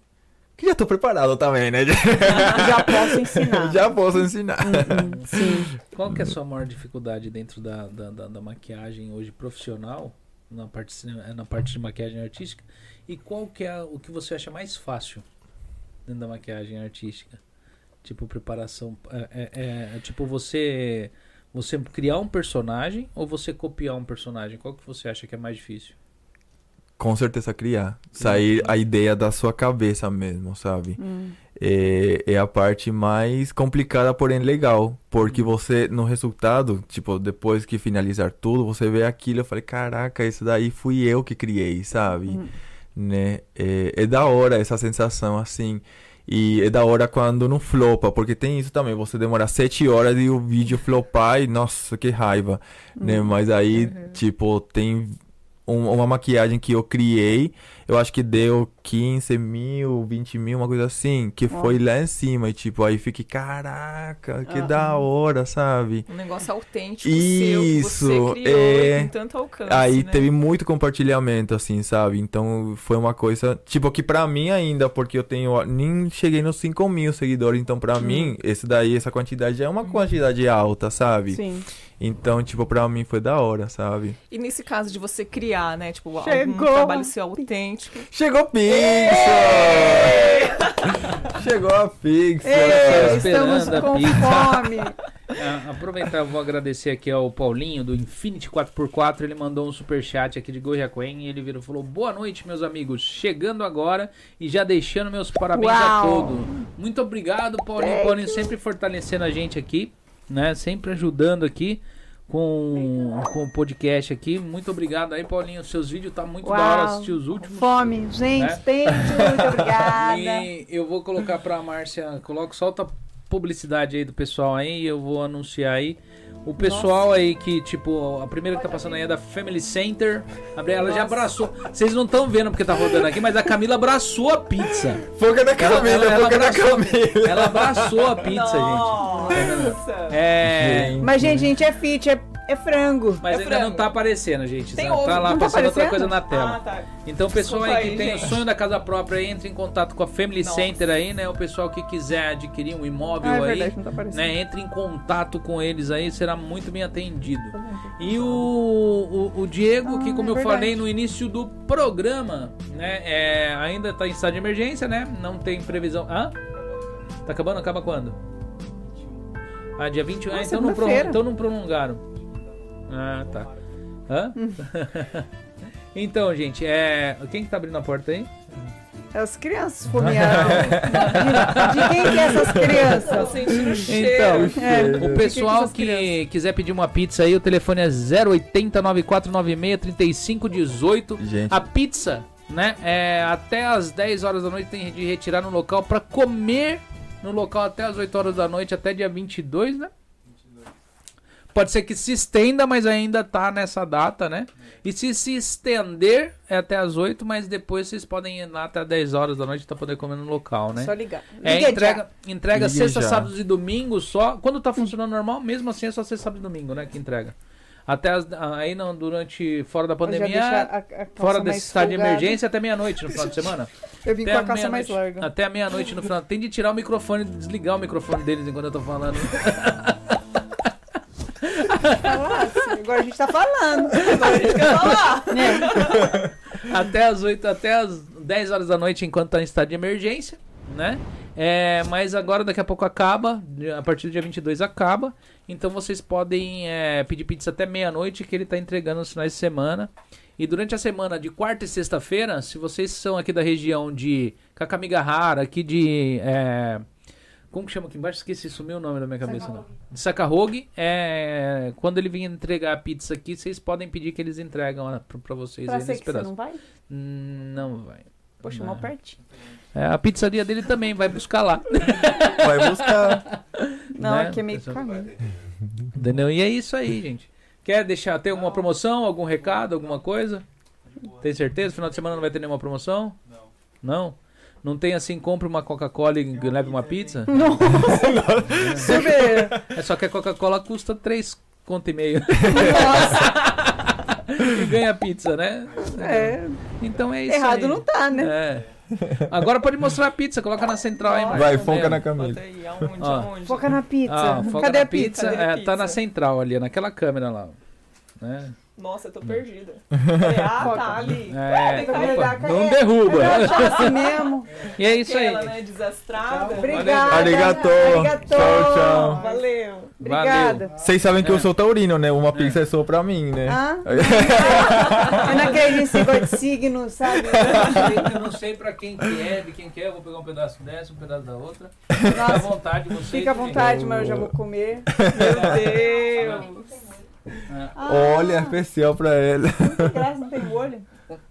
Speaker 3: que já tô preparado também,
Speaker 4: (laughs)
Speaker 3: né?
Speaker 1: É.
Speaker 4: Já posso ensinar.
Speaker 3: já posso ensinar.
Speaker 4: Hum, hum, Sim.
Speaker 1: Qual que
Speaker 3: Uhum.
Speaker 1: é a sua maior dificuldade dentro da, da, da, da maquiagem hoje profissional, na parte, cine- eh, na parte de maquiagem artística? E qual que é o que você acha mais fácil dentro da maquiagem artística? Tipo preparação, é, é- é, tipo você você criar um personagem ou você copiar um personagem? Qual que você acha que é mais difícil?
Speaker 3: Com certeza criar.
Speaker 1: Hum.
Speaker 3: Sair a ideia da sua cabeça mesmo, sabe?
Speaker 4: Hum.
Speaker 3: é, é a parte mais complicada, porém legal. Porque você, no resultado, tipo, depois que finalizar tudo, você vê aquilo e falei, caraca, isso daí fui eu que criei, sabe?
Speaker 4: Hum.
Speaker 3: Né? É, é da hora essa sensação, assim. E é da hora quando não flopa, porque tem isso também, você demora sete horas e o vídeo flopar e nossa, que raiva, né? Mas aí, tipo, tem um- uma maquiagem que eu criei, eu acho que deu 15 mil, 20 mil, uma coisa assim, que foi lá em cima e tipo, aí fiquei, caraca, que
Speaker 4: Ah,
Speaker 3: da hora, sabe?
Speaker 2: Um negócio autêntico
Speaker 3: Isso,
Speaker 2: seu, que você criou
Speaker 3: é.
Speaker 2: e com tanto alcance,
Speaker 3: Aí
Speaker 2: né?
Speaker 3: teve muito compartilhamento, assim, sabe? Então foi uma coisa. Tipo, que pra mim ainda, porque eu tenho. Nem cheguei nos 5 mil seguidores. Então, pra
Speaker 4: Hum.
Speaker 3: mim, esse daí, essa quantidade já é uma quantidade alta, sabe?
Speaker 4: Sim.
Speaker 3: Então, tipo, pra mim foi da hora, sabe?
Speaker 2: E nesse caso de você criar, né? Tipo, algum
Speaker 4: Chegou.
Speaker 2: trabalho seu autêntico.
Speaker 3: Chegou Pixel! (laughs) Chegou a Pixel!
Speaker 4: Ei,
Speaker 1: esperando
Speaker 4: estamos
Speaker 1: a
Speaker 4: com
Speaker 1: pizza.
Speaker 4: fome.
Speaker 1: Ah, Aproveitar, eu vou agradecer aqui ao Paulinho do Infinity 4x4. Ele mandou um superchat aqui de Goiacoen e ele virou e falou: Boa noite, meus amigos. Chegando agora e já deixando meus parabéns a
Speaker 4: Uau.
Speaker 1: todos. Muito obrigado, Paulinho. Paulinho sempre fortalecendo a gente aqui, né? Sempre ajudando aqui com, com o podcast aqui. Muito obrigado aí, Paulinho. Seus vídeos tá muito da hora
Speaker 4: Uau.
Speaker 1: assistir os últimos.
Speaker 4: Fome. Gente,
Speaker 1: Né?
Speaker 4: tem muito obrigada.
Speaker 1: E eu vou colocar pra Márcia, coloca, solta publicidade aí do pessoal aí e eu vou anunciar aí. O pessoal aí que, tipo, a primeira que tá passando aí é da Family Center. A Briela já abraçou. Vocês não estão vendo porque tá rodando aqui, mas a Camila abraçou a pizza.
Speaker 3: Foca na
Speaker 1: Ela-
Speaker 3: Camila,
Speaker 1: ela- ela
Speaker 3: foca na
Speaker 1: abraçou-
Speaker 3: Camila!
Speaker 1: Ela abraçou a pizza, gente. É.
Speaker 3: Gente.
Speaker 4: Mas, gente, gente, é fit, é, é frango.
Speaker 1: Mas
Speaker 2: É
Speaker 1: ainda
Speaker 2: frango.
Speaker 1: não tá aparecendo, gente.
Speaker 2: Tem
Speaker 1: tá
Speaker 2: ovo,
Speaker 1: tá lá
Speaker 4: não tá
Speaker 1: passando outra coisa
Speaker 4: aparecendo?
Speaker 1: na tela.
Speaker 2: Ah, tá.
Speaker 1: Então, o pessoal
Speaker 2: Desculpa
Speaker 1: aí que
Speaker 2: aí,
Speaker 1: tem o
Speaker 2: gente.
Speaker 1: sonho da casa própria, entre em contato com a Family
Speaker 2: Nossa.
Speaker 1: Center aí, né? O pessoal que quiser adquirir um imóvel
Speaker 4: Ah, é
Speaker 1: aí,
Speaker 4: verdade, não tá aparecendo.
Speaker 1: né? Entre em contato com eles aí, será muito bem atendido. E o, o, o Diego, que
Speaker 4: Tá Ah,
Speaker 1: como
Speaker 4: é
Speaker 1: eu
Speaker 4: verdade.
Speaker 1: falei no início do programa, né? é, ainda tá em estado de emergência, né? Não tem previsão. Hã? Tá acabando? Acaba quando? Ah, dia 21.
Speaker 4: Ah,
Speaker 1: Ah, então, não pro-
Speaker 4: segunda-feira.
Speaker 1: então não prolongaram. Ah, tá. Hã?
Speaker 4: Hum.
Speaker 1: (laughs) então, gente, é. Quem que tá abrindo a porta aí?
Speaker 4: É As crianças
Speaker 1: (laughs)
Speaker 4: fomearam. De, de quem que é essas crianças?
Speaker 2: Tô sentindo o cheiro.
Speaker 1: Então, o pessoal
Speaker 4: Fiquei com essas
Speaker 1: que quiser pedir uma pizza aí, o telefone é 080 9496 3518.
Speaker 3: Gente.
Speaker 1: A pizza, né? É até as 10 horas da noite tem de retirar no local pra comer no local até as 8 horas da noite, até dia 22, né? Pode ser que se estenda, mas ainda tá nessa data, né? E se se estender é até as 8, mas depois vocês podem ir lá até 10 horas da noite pra poder comer no local, né?
Speaker 2: Só ligar.
Speaker 1: É,
Speaker 4: Liga
Speaker 1: entrega, entrega
Speaker 3: Liga
Speaker 1: sexta,
Speaker 3: já.
Speaker 1: sábados e domingo só. Quando tá funcionando normal, mesmo assim é só sexta, sábado e domingo, né? Que entrega. Até as- aí não, durante, fora da
Speaker 4: Eu já deixo é a-
Speaker 1: pandemia,
Speaker 4: a- a calça
Speaker 1: fora
Speaker 4: mais
Speaker 1: desse estado de
Speaker 4: folgada.
Speaker 1: emergência, até meia-noite no final
Speaker 4: (laughs)
Speaker 1: de semana.
Speaker 4: Eu vim
Speaker 1: Até
Speaker 4: com
Speaker 1: a
Speaker 4: a calça mais
Speaker 1: meia-noite-
Speaker 4: larga.
Speaker 1: Até a meia-noite no final. Tem de tirar o microfone, desligar o microfone deles enquanto eu tô falando.
Speaker 4: Falasse, Agora a gente
Speaker 1: (laughs)
Speaker 4: tá falando.
Speaker 2: Agora a gente quer falar.
Speaker 4: (laughs) Né?
Speaker 1: até as 8, até as 10 horas da noite, enquanto tá em estado de emergência, né? É, mas agora daqui a pouco acaba, a partir do dia 22 acaba. Então vocês podem é, pedir pizza até meia-noite, que ele tá entregando nos finais de semana. E durante a semana de quarta e sexta-feira, se vocês são aqui da região de Kakamigahara, aqui de. é, como que chama aqui embaixo? Esqueci, sumiu o nome da minha cabeça. Não. De Sakahogi. É, quando ele vir entregar a pizza aqui, vocês podem pedir que eles entregam ó, pra, pra vocês
Speaker 4: Pra
Speaker 1: aí
Speaker 4: ser
Speaker 1: nesse
Speaker 4: que você
Speaker 1: pedaço.
Speaker 4: não vai?
Speaker 1: Hum, Não vai.
Speaker 4: Poxa,
Speaker 1: Não.
Speaker 4: mal pertinho.
Speaker 1: É, a pizzaria dele também vai buscar lá.
Speaker 3: Vai buscar.
Speaker 4: Não,
Speaker 1: Né?
Speaker 4: aqui é meio
Speaker 1: Pessoal-
Speaker 4: caminho.
Speaker 1: Entendeu? E é isso aí, gente. Quer deixar? Tem alguma promoção? Algum recado? Alguma coisa? Tem certeza? Final de semana não vai ter nenhuma promoção? Não. Não? Não tem assim, compre uma Coca-Cola e leve uma pizza? né? (laughs)
Speaker 4: Super.
Speaker 1: É só que a Coca-Cola custa 3 conto e meio. (laughs)
Speaker 4: (laughs) Nossa,
Speaker 1: e ganha pizza, né?
Speaker 4: é.
Speaker 1: Então é isso
Speaker 4: Errado
Speaker 1: aí.
Speaker 4: não tá, né?
Speaker 1: É. Agora pode mostrar a pizza. Coloca na central aí, Marcos.
Speaker 3: Vai, foca
Speaker 1: É.
Speaker 3: na
Speaker 2: Bota
Speaker 3: Camila.
Speaker 2: aí, aonde,
Speaker 1: Ó.
Speaker 2: aonde?
Speaker 4: Foca na pizza.
Speaker 1: Ah, foca
Speaker 4: Cadê
Speaker 1: na
Speaker 4: a pizza?
Speaker 2: Cadê
Speaker 1: É,
Speaker 2: a
Speaker 1: Tá
Speaker 2: pizza?
Speaker 1: na central ali, naquela câmera lá. Né?
Speaker 2: Nossa, eu tô
Speaker 1: (laughs)
Speaker 2: perdida. Falei, ah, tá ali.
Speaker 1: É,
Speaker 4: Cadê a
Speaker 1: opa,
Speaker 4: pizza?
Speaker 1: não
Speaker 4: Eu
Speaker 1: derruba.
Speaker 4: achava
Speaker 1: (laughs)
Speaker 4: assim mesmo.
Speaker 1: E é isso aí.
Speaker 2: Aquela, né, desastrada.
Speaker 4: Obrigada.
Speaker 3: Arigato.
Speaker 4: Arigato.
Speaker 3: Tchau, tchau.
Speaker 2: Valeu.
Speaker 4: Obrigada.
Speaker 3: Vocês sabem que eu sou taurino, né? Uma pizza é só pra mim, né?
Speaker 4: Ah, (laughs) eu não acredito nesse negócio de signo, sabe?
Speaker 1: Eu não sei pra quem que é, de quem que é. Eu vou pegar um pedaço dessa, um pedaço da outra. Fica à
Speaker 4: Nossa,
Speaker 1: vontade, vocês.
Speaker 4: fica à vontade, mas eu já vou comer.
Speaker 2: Meu Deus.
Speaker 4: Ah,
Speaker 3: (laughs)
Speaker 1: É.
Speaker 3: Olha, especial pra ela.
Speaker 4: Que Ah, graça, não tem olho.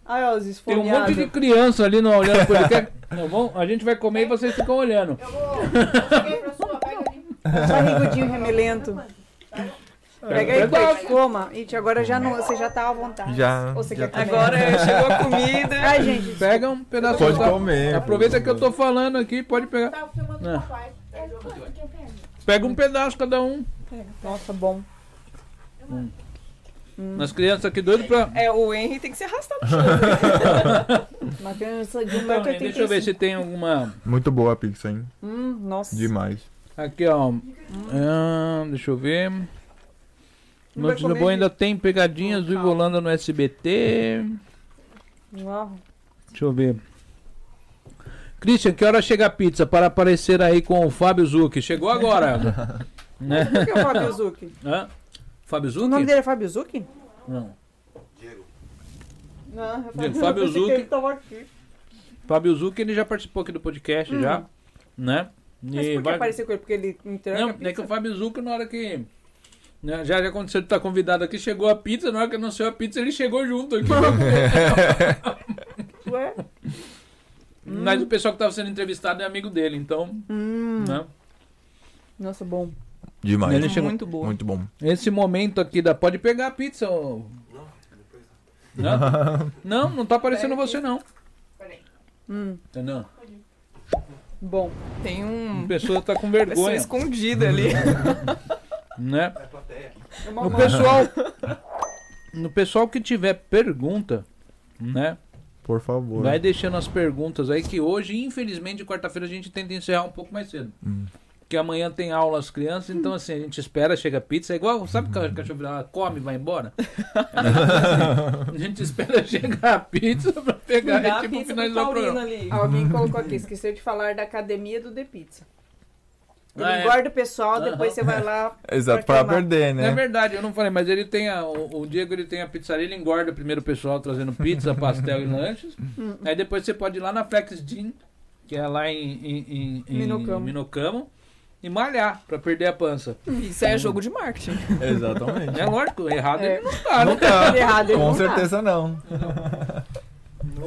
Speaker 4: Ai, ó, os
Speaker 1: Tem um monte
Speaker 4: esfomeados.
Speaker 1: de criança ali não olhando pro podcast. Não, vamos, a gente vai comer e vocês ficam olhando.
Speaker 5: Eu vou. Eu cheguei pra sua, pega ali.
Speaker 4: Barrigudinho remelento. Pega aí,
Speaker 1: Verdade.
Speaker 4: pô, coma. Ixi, agora já não, você já tá à vontade.
Speaker 3: Já,
Speaker 4: Ou você
Speaker 3: já tá
Speaker 4: quer comer?
Speaker 2: Agora chegou a comida.
Speaker 4: Ai, gente.
Speaker 1: Pega um pedaço
Speaker 3: (laughs) Pode
Speaker 1: da-
Speaker 3: comer.
Speaker 1: Aproveita que eu tô falando aqui, pode pegar.
Speaker 5: Tava filmando
Speaker 1: Não.
Speaker 5: o papai.
Speaker 1: Pega um pedaço cada um.
Speaker 4: Nossa, bom.
Speaker 1: Nas crianças aqui doido pra.
Speaker 2: É, o Henry tem que se arrastar pro chão.
Speaker 4: Uma criança de
Speaker 1: Então, hein, deixa eu ver
Speaker 4: 1,85m.
Speaker 1: se tem alguma.
Speaker 3: Muito boa a pizza, hein?
Speaker 4: Hum, nossa.
Speaker 3: Demais.
Speaker 1: Aqui, ó. Ah, deixa eu ver.
Speaker 4: Não vai
Speaker 1: Noite da
Speaker 4: comer,
Speaker 1: Boa ainda tem pegadinhas do Ivolanda no SBT.
Speaker 4: Uau.
Speaker 1: Deixa eu ver. Christian, que hora chega a pizza para aparecer aí com o Fábio Zucchi? Chegou agora.
Speaker 4: (laughs)
Speaker 1: né?
Speaker 4: Por que é o Fábio Zucchi?
Speaker 1: Hã? Fábio
Speaker 4: O nome
Speaker 1: Zucchi?
Speaker 4: dele é Fábio Zucchi?
Speaker 1: Não.
Speaker 4: Não, é
Speaker 1: Diego, Fábio
Speaker 4: pensei que
Speaker 1: Zucchi.
Speaker 4: ele tava aqui.
Speaker 1: Fábio Zucchi, ele já participou aqui do podcast,
Speaker 4: Hum.
Speaker 1: já. Né?
Speaker 4: Mas
Speaker 1: E
Speaker 4: por que
Speaker 1: vai-
Speaker 4: apareceu com ele? Porque ele entrega
Speaker 1: Não,
Speaker 4: pizza?
Speaker 1: é que o Fábio Zucchi, na hora que. né, já, já aconteceu de estar convidado aqui, chegou a pizza, na hora que anunciou a pizza, ele chegou junto. aqui.
Speaker 4: (laughs) Ué?
Speaker 1: Hum. Mas o pessoal que estava sendo entrevistado é amigo dele, então.
Speaker 4: Hum,
Speaker 1: né?
Speaker 4: Nossa, bom.
Speaker 3: Demais.
Speaker 1: Ele chegou-
Speaker 2: Muito boa.
Speaker 3: Muito bom.
Speaker 1: Esse momento aqui da. Pode pegar a pizza. ô. Não, não, não tá aparecendo você, não.
Speaker 4: Hum,
Speaker 1: Entendeu?
Speaker 4: bom.
Speaker 2: Tem
Speaker 1: A
Speaker 4: Hum.
Speaker 2: um.
Speaker 1: pessoa tá com
Speaker 2: Pessoa
Speaker 1: vergonha,
Speaker 2: escondida ali.
Speaker 1: né?
Speaker 4: É uma
Speaker 1: No
Speaker 4: mão.
Speaker 1: pessoal. No pessoal que tiver pergunta, né?
Speaker 3: Por favor.
Speaker 1: Vai deixando as perguntas aí, que hoje, infelizmente, quarta-feira a gente tenta encerrar um pouco mais cedo.
Speaker 3: Hum.
Speaker 1: Porque amanhã tem aula às crianças, então assim, a gente espera, chega a pizza. É igual, sabe que a cachorro ela come e vai embora? a gente espera chegar a pizza pra pegar
Speaker 2: Dá
Speaker 1: e
Speaker 2: a
Speaker 1: tipo
Speaker 2: pizza pro
Speaker 1: finalizar o
Speaker 2: Paulino
Speaker 1: programa.
Speaker 2: ali.
Speaker 4: Alguém colocou aqui, esqueceu de falar da academia do The Pizza. né? Ele
Speaker 1: Ah, é.
Speaker 4: engorda o pessoal, depois
Speaker 1: Aham.
Speaker 4: você vai lá.
Speaker 1: (laughs)
Speaker 3: Exato,
Speaker 4: pra
Speaker 3: pra
Speaker 4: queimar.
Speaker 3: perder,
Speaker 1: É
Speaker 3: né?
Speaker 1: verdade, eu não falei, mas ele tem a, o, o Diego ele tem a pizzaria, ele engorda primeiro o pessoal trazendo pizza, pastel e lanches.
Speaker 4: hum.
Speaker 1: Aí depois você pode ir lá na Flex Jean, que é lá em, em, em- em
Speaker 4: Minocamo.
Speaker 1: Minocamo, e malhar pra perder a pança.
Speaker 2: Isso é jogo de marketing.
Speaker 3: Exatamente.
Speaker 1: É lógico, errado
Speaker 4: É.
Speaker 1: ele não tá, né?
Speaker 3: Não tá.
Speaker 4: Ele errado, ele
Speaker 3: Com
Speaker 4: não tá.
Speaker 3: certeza não.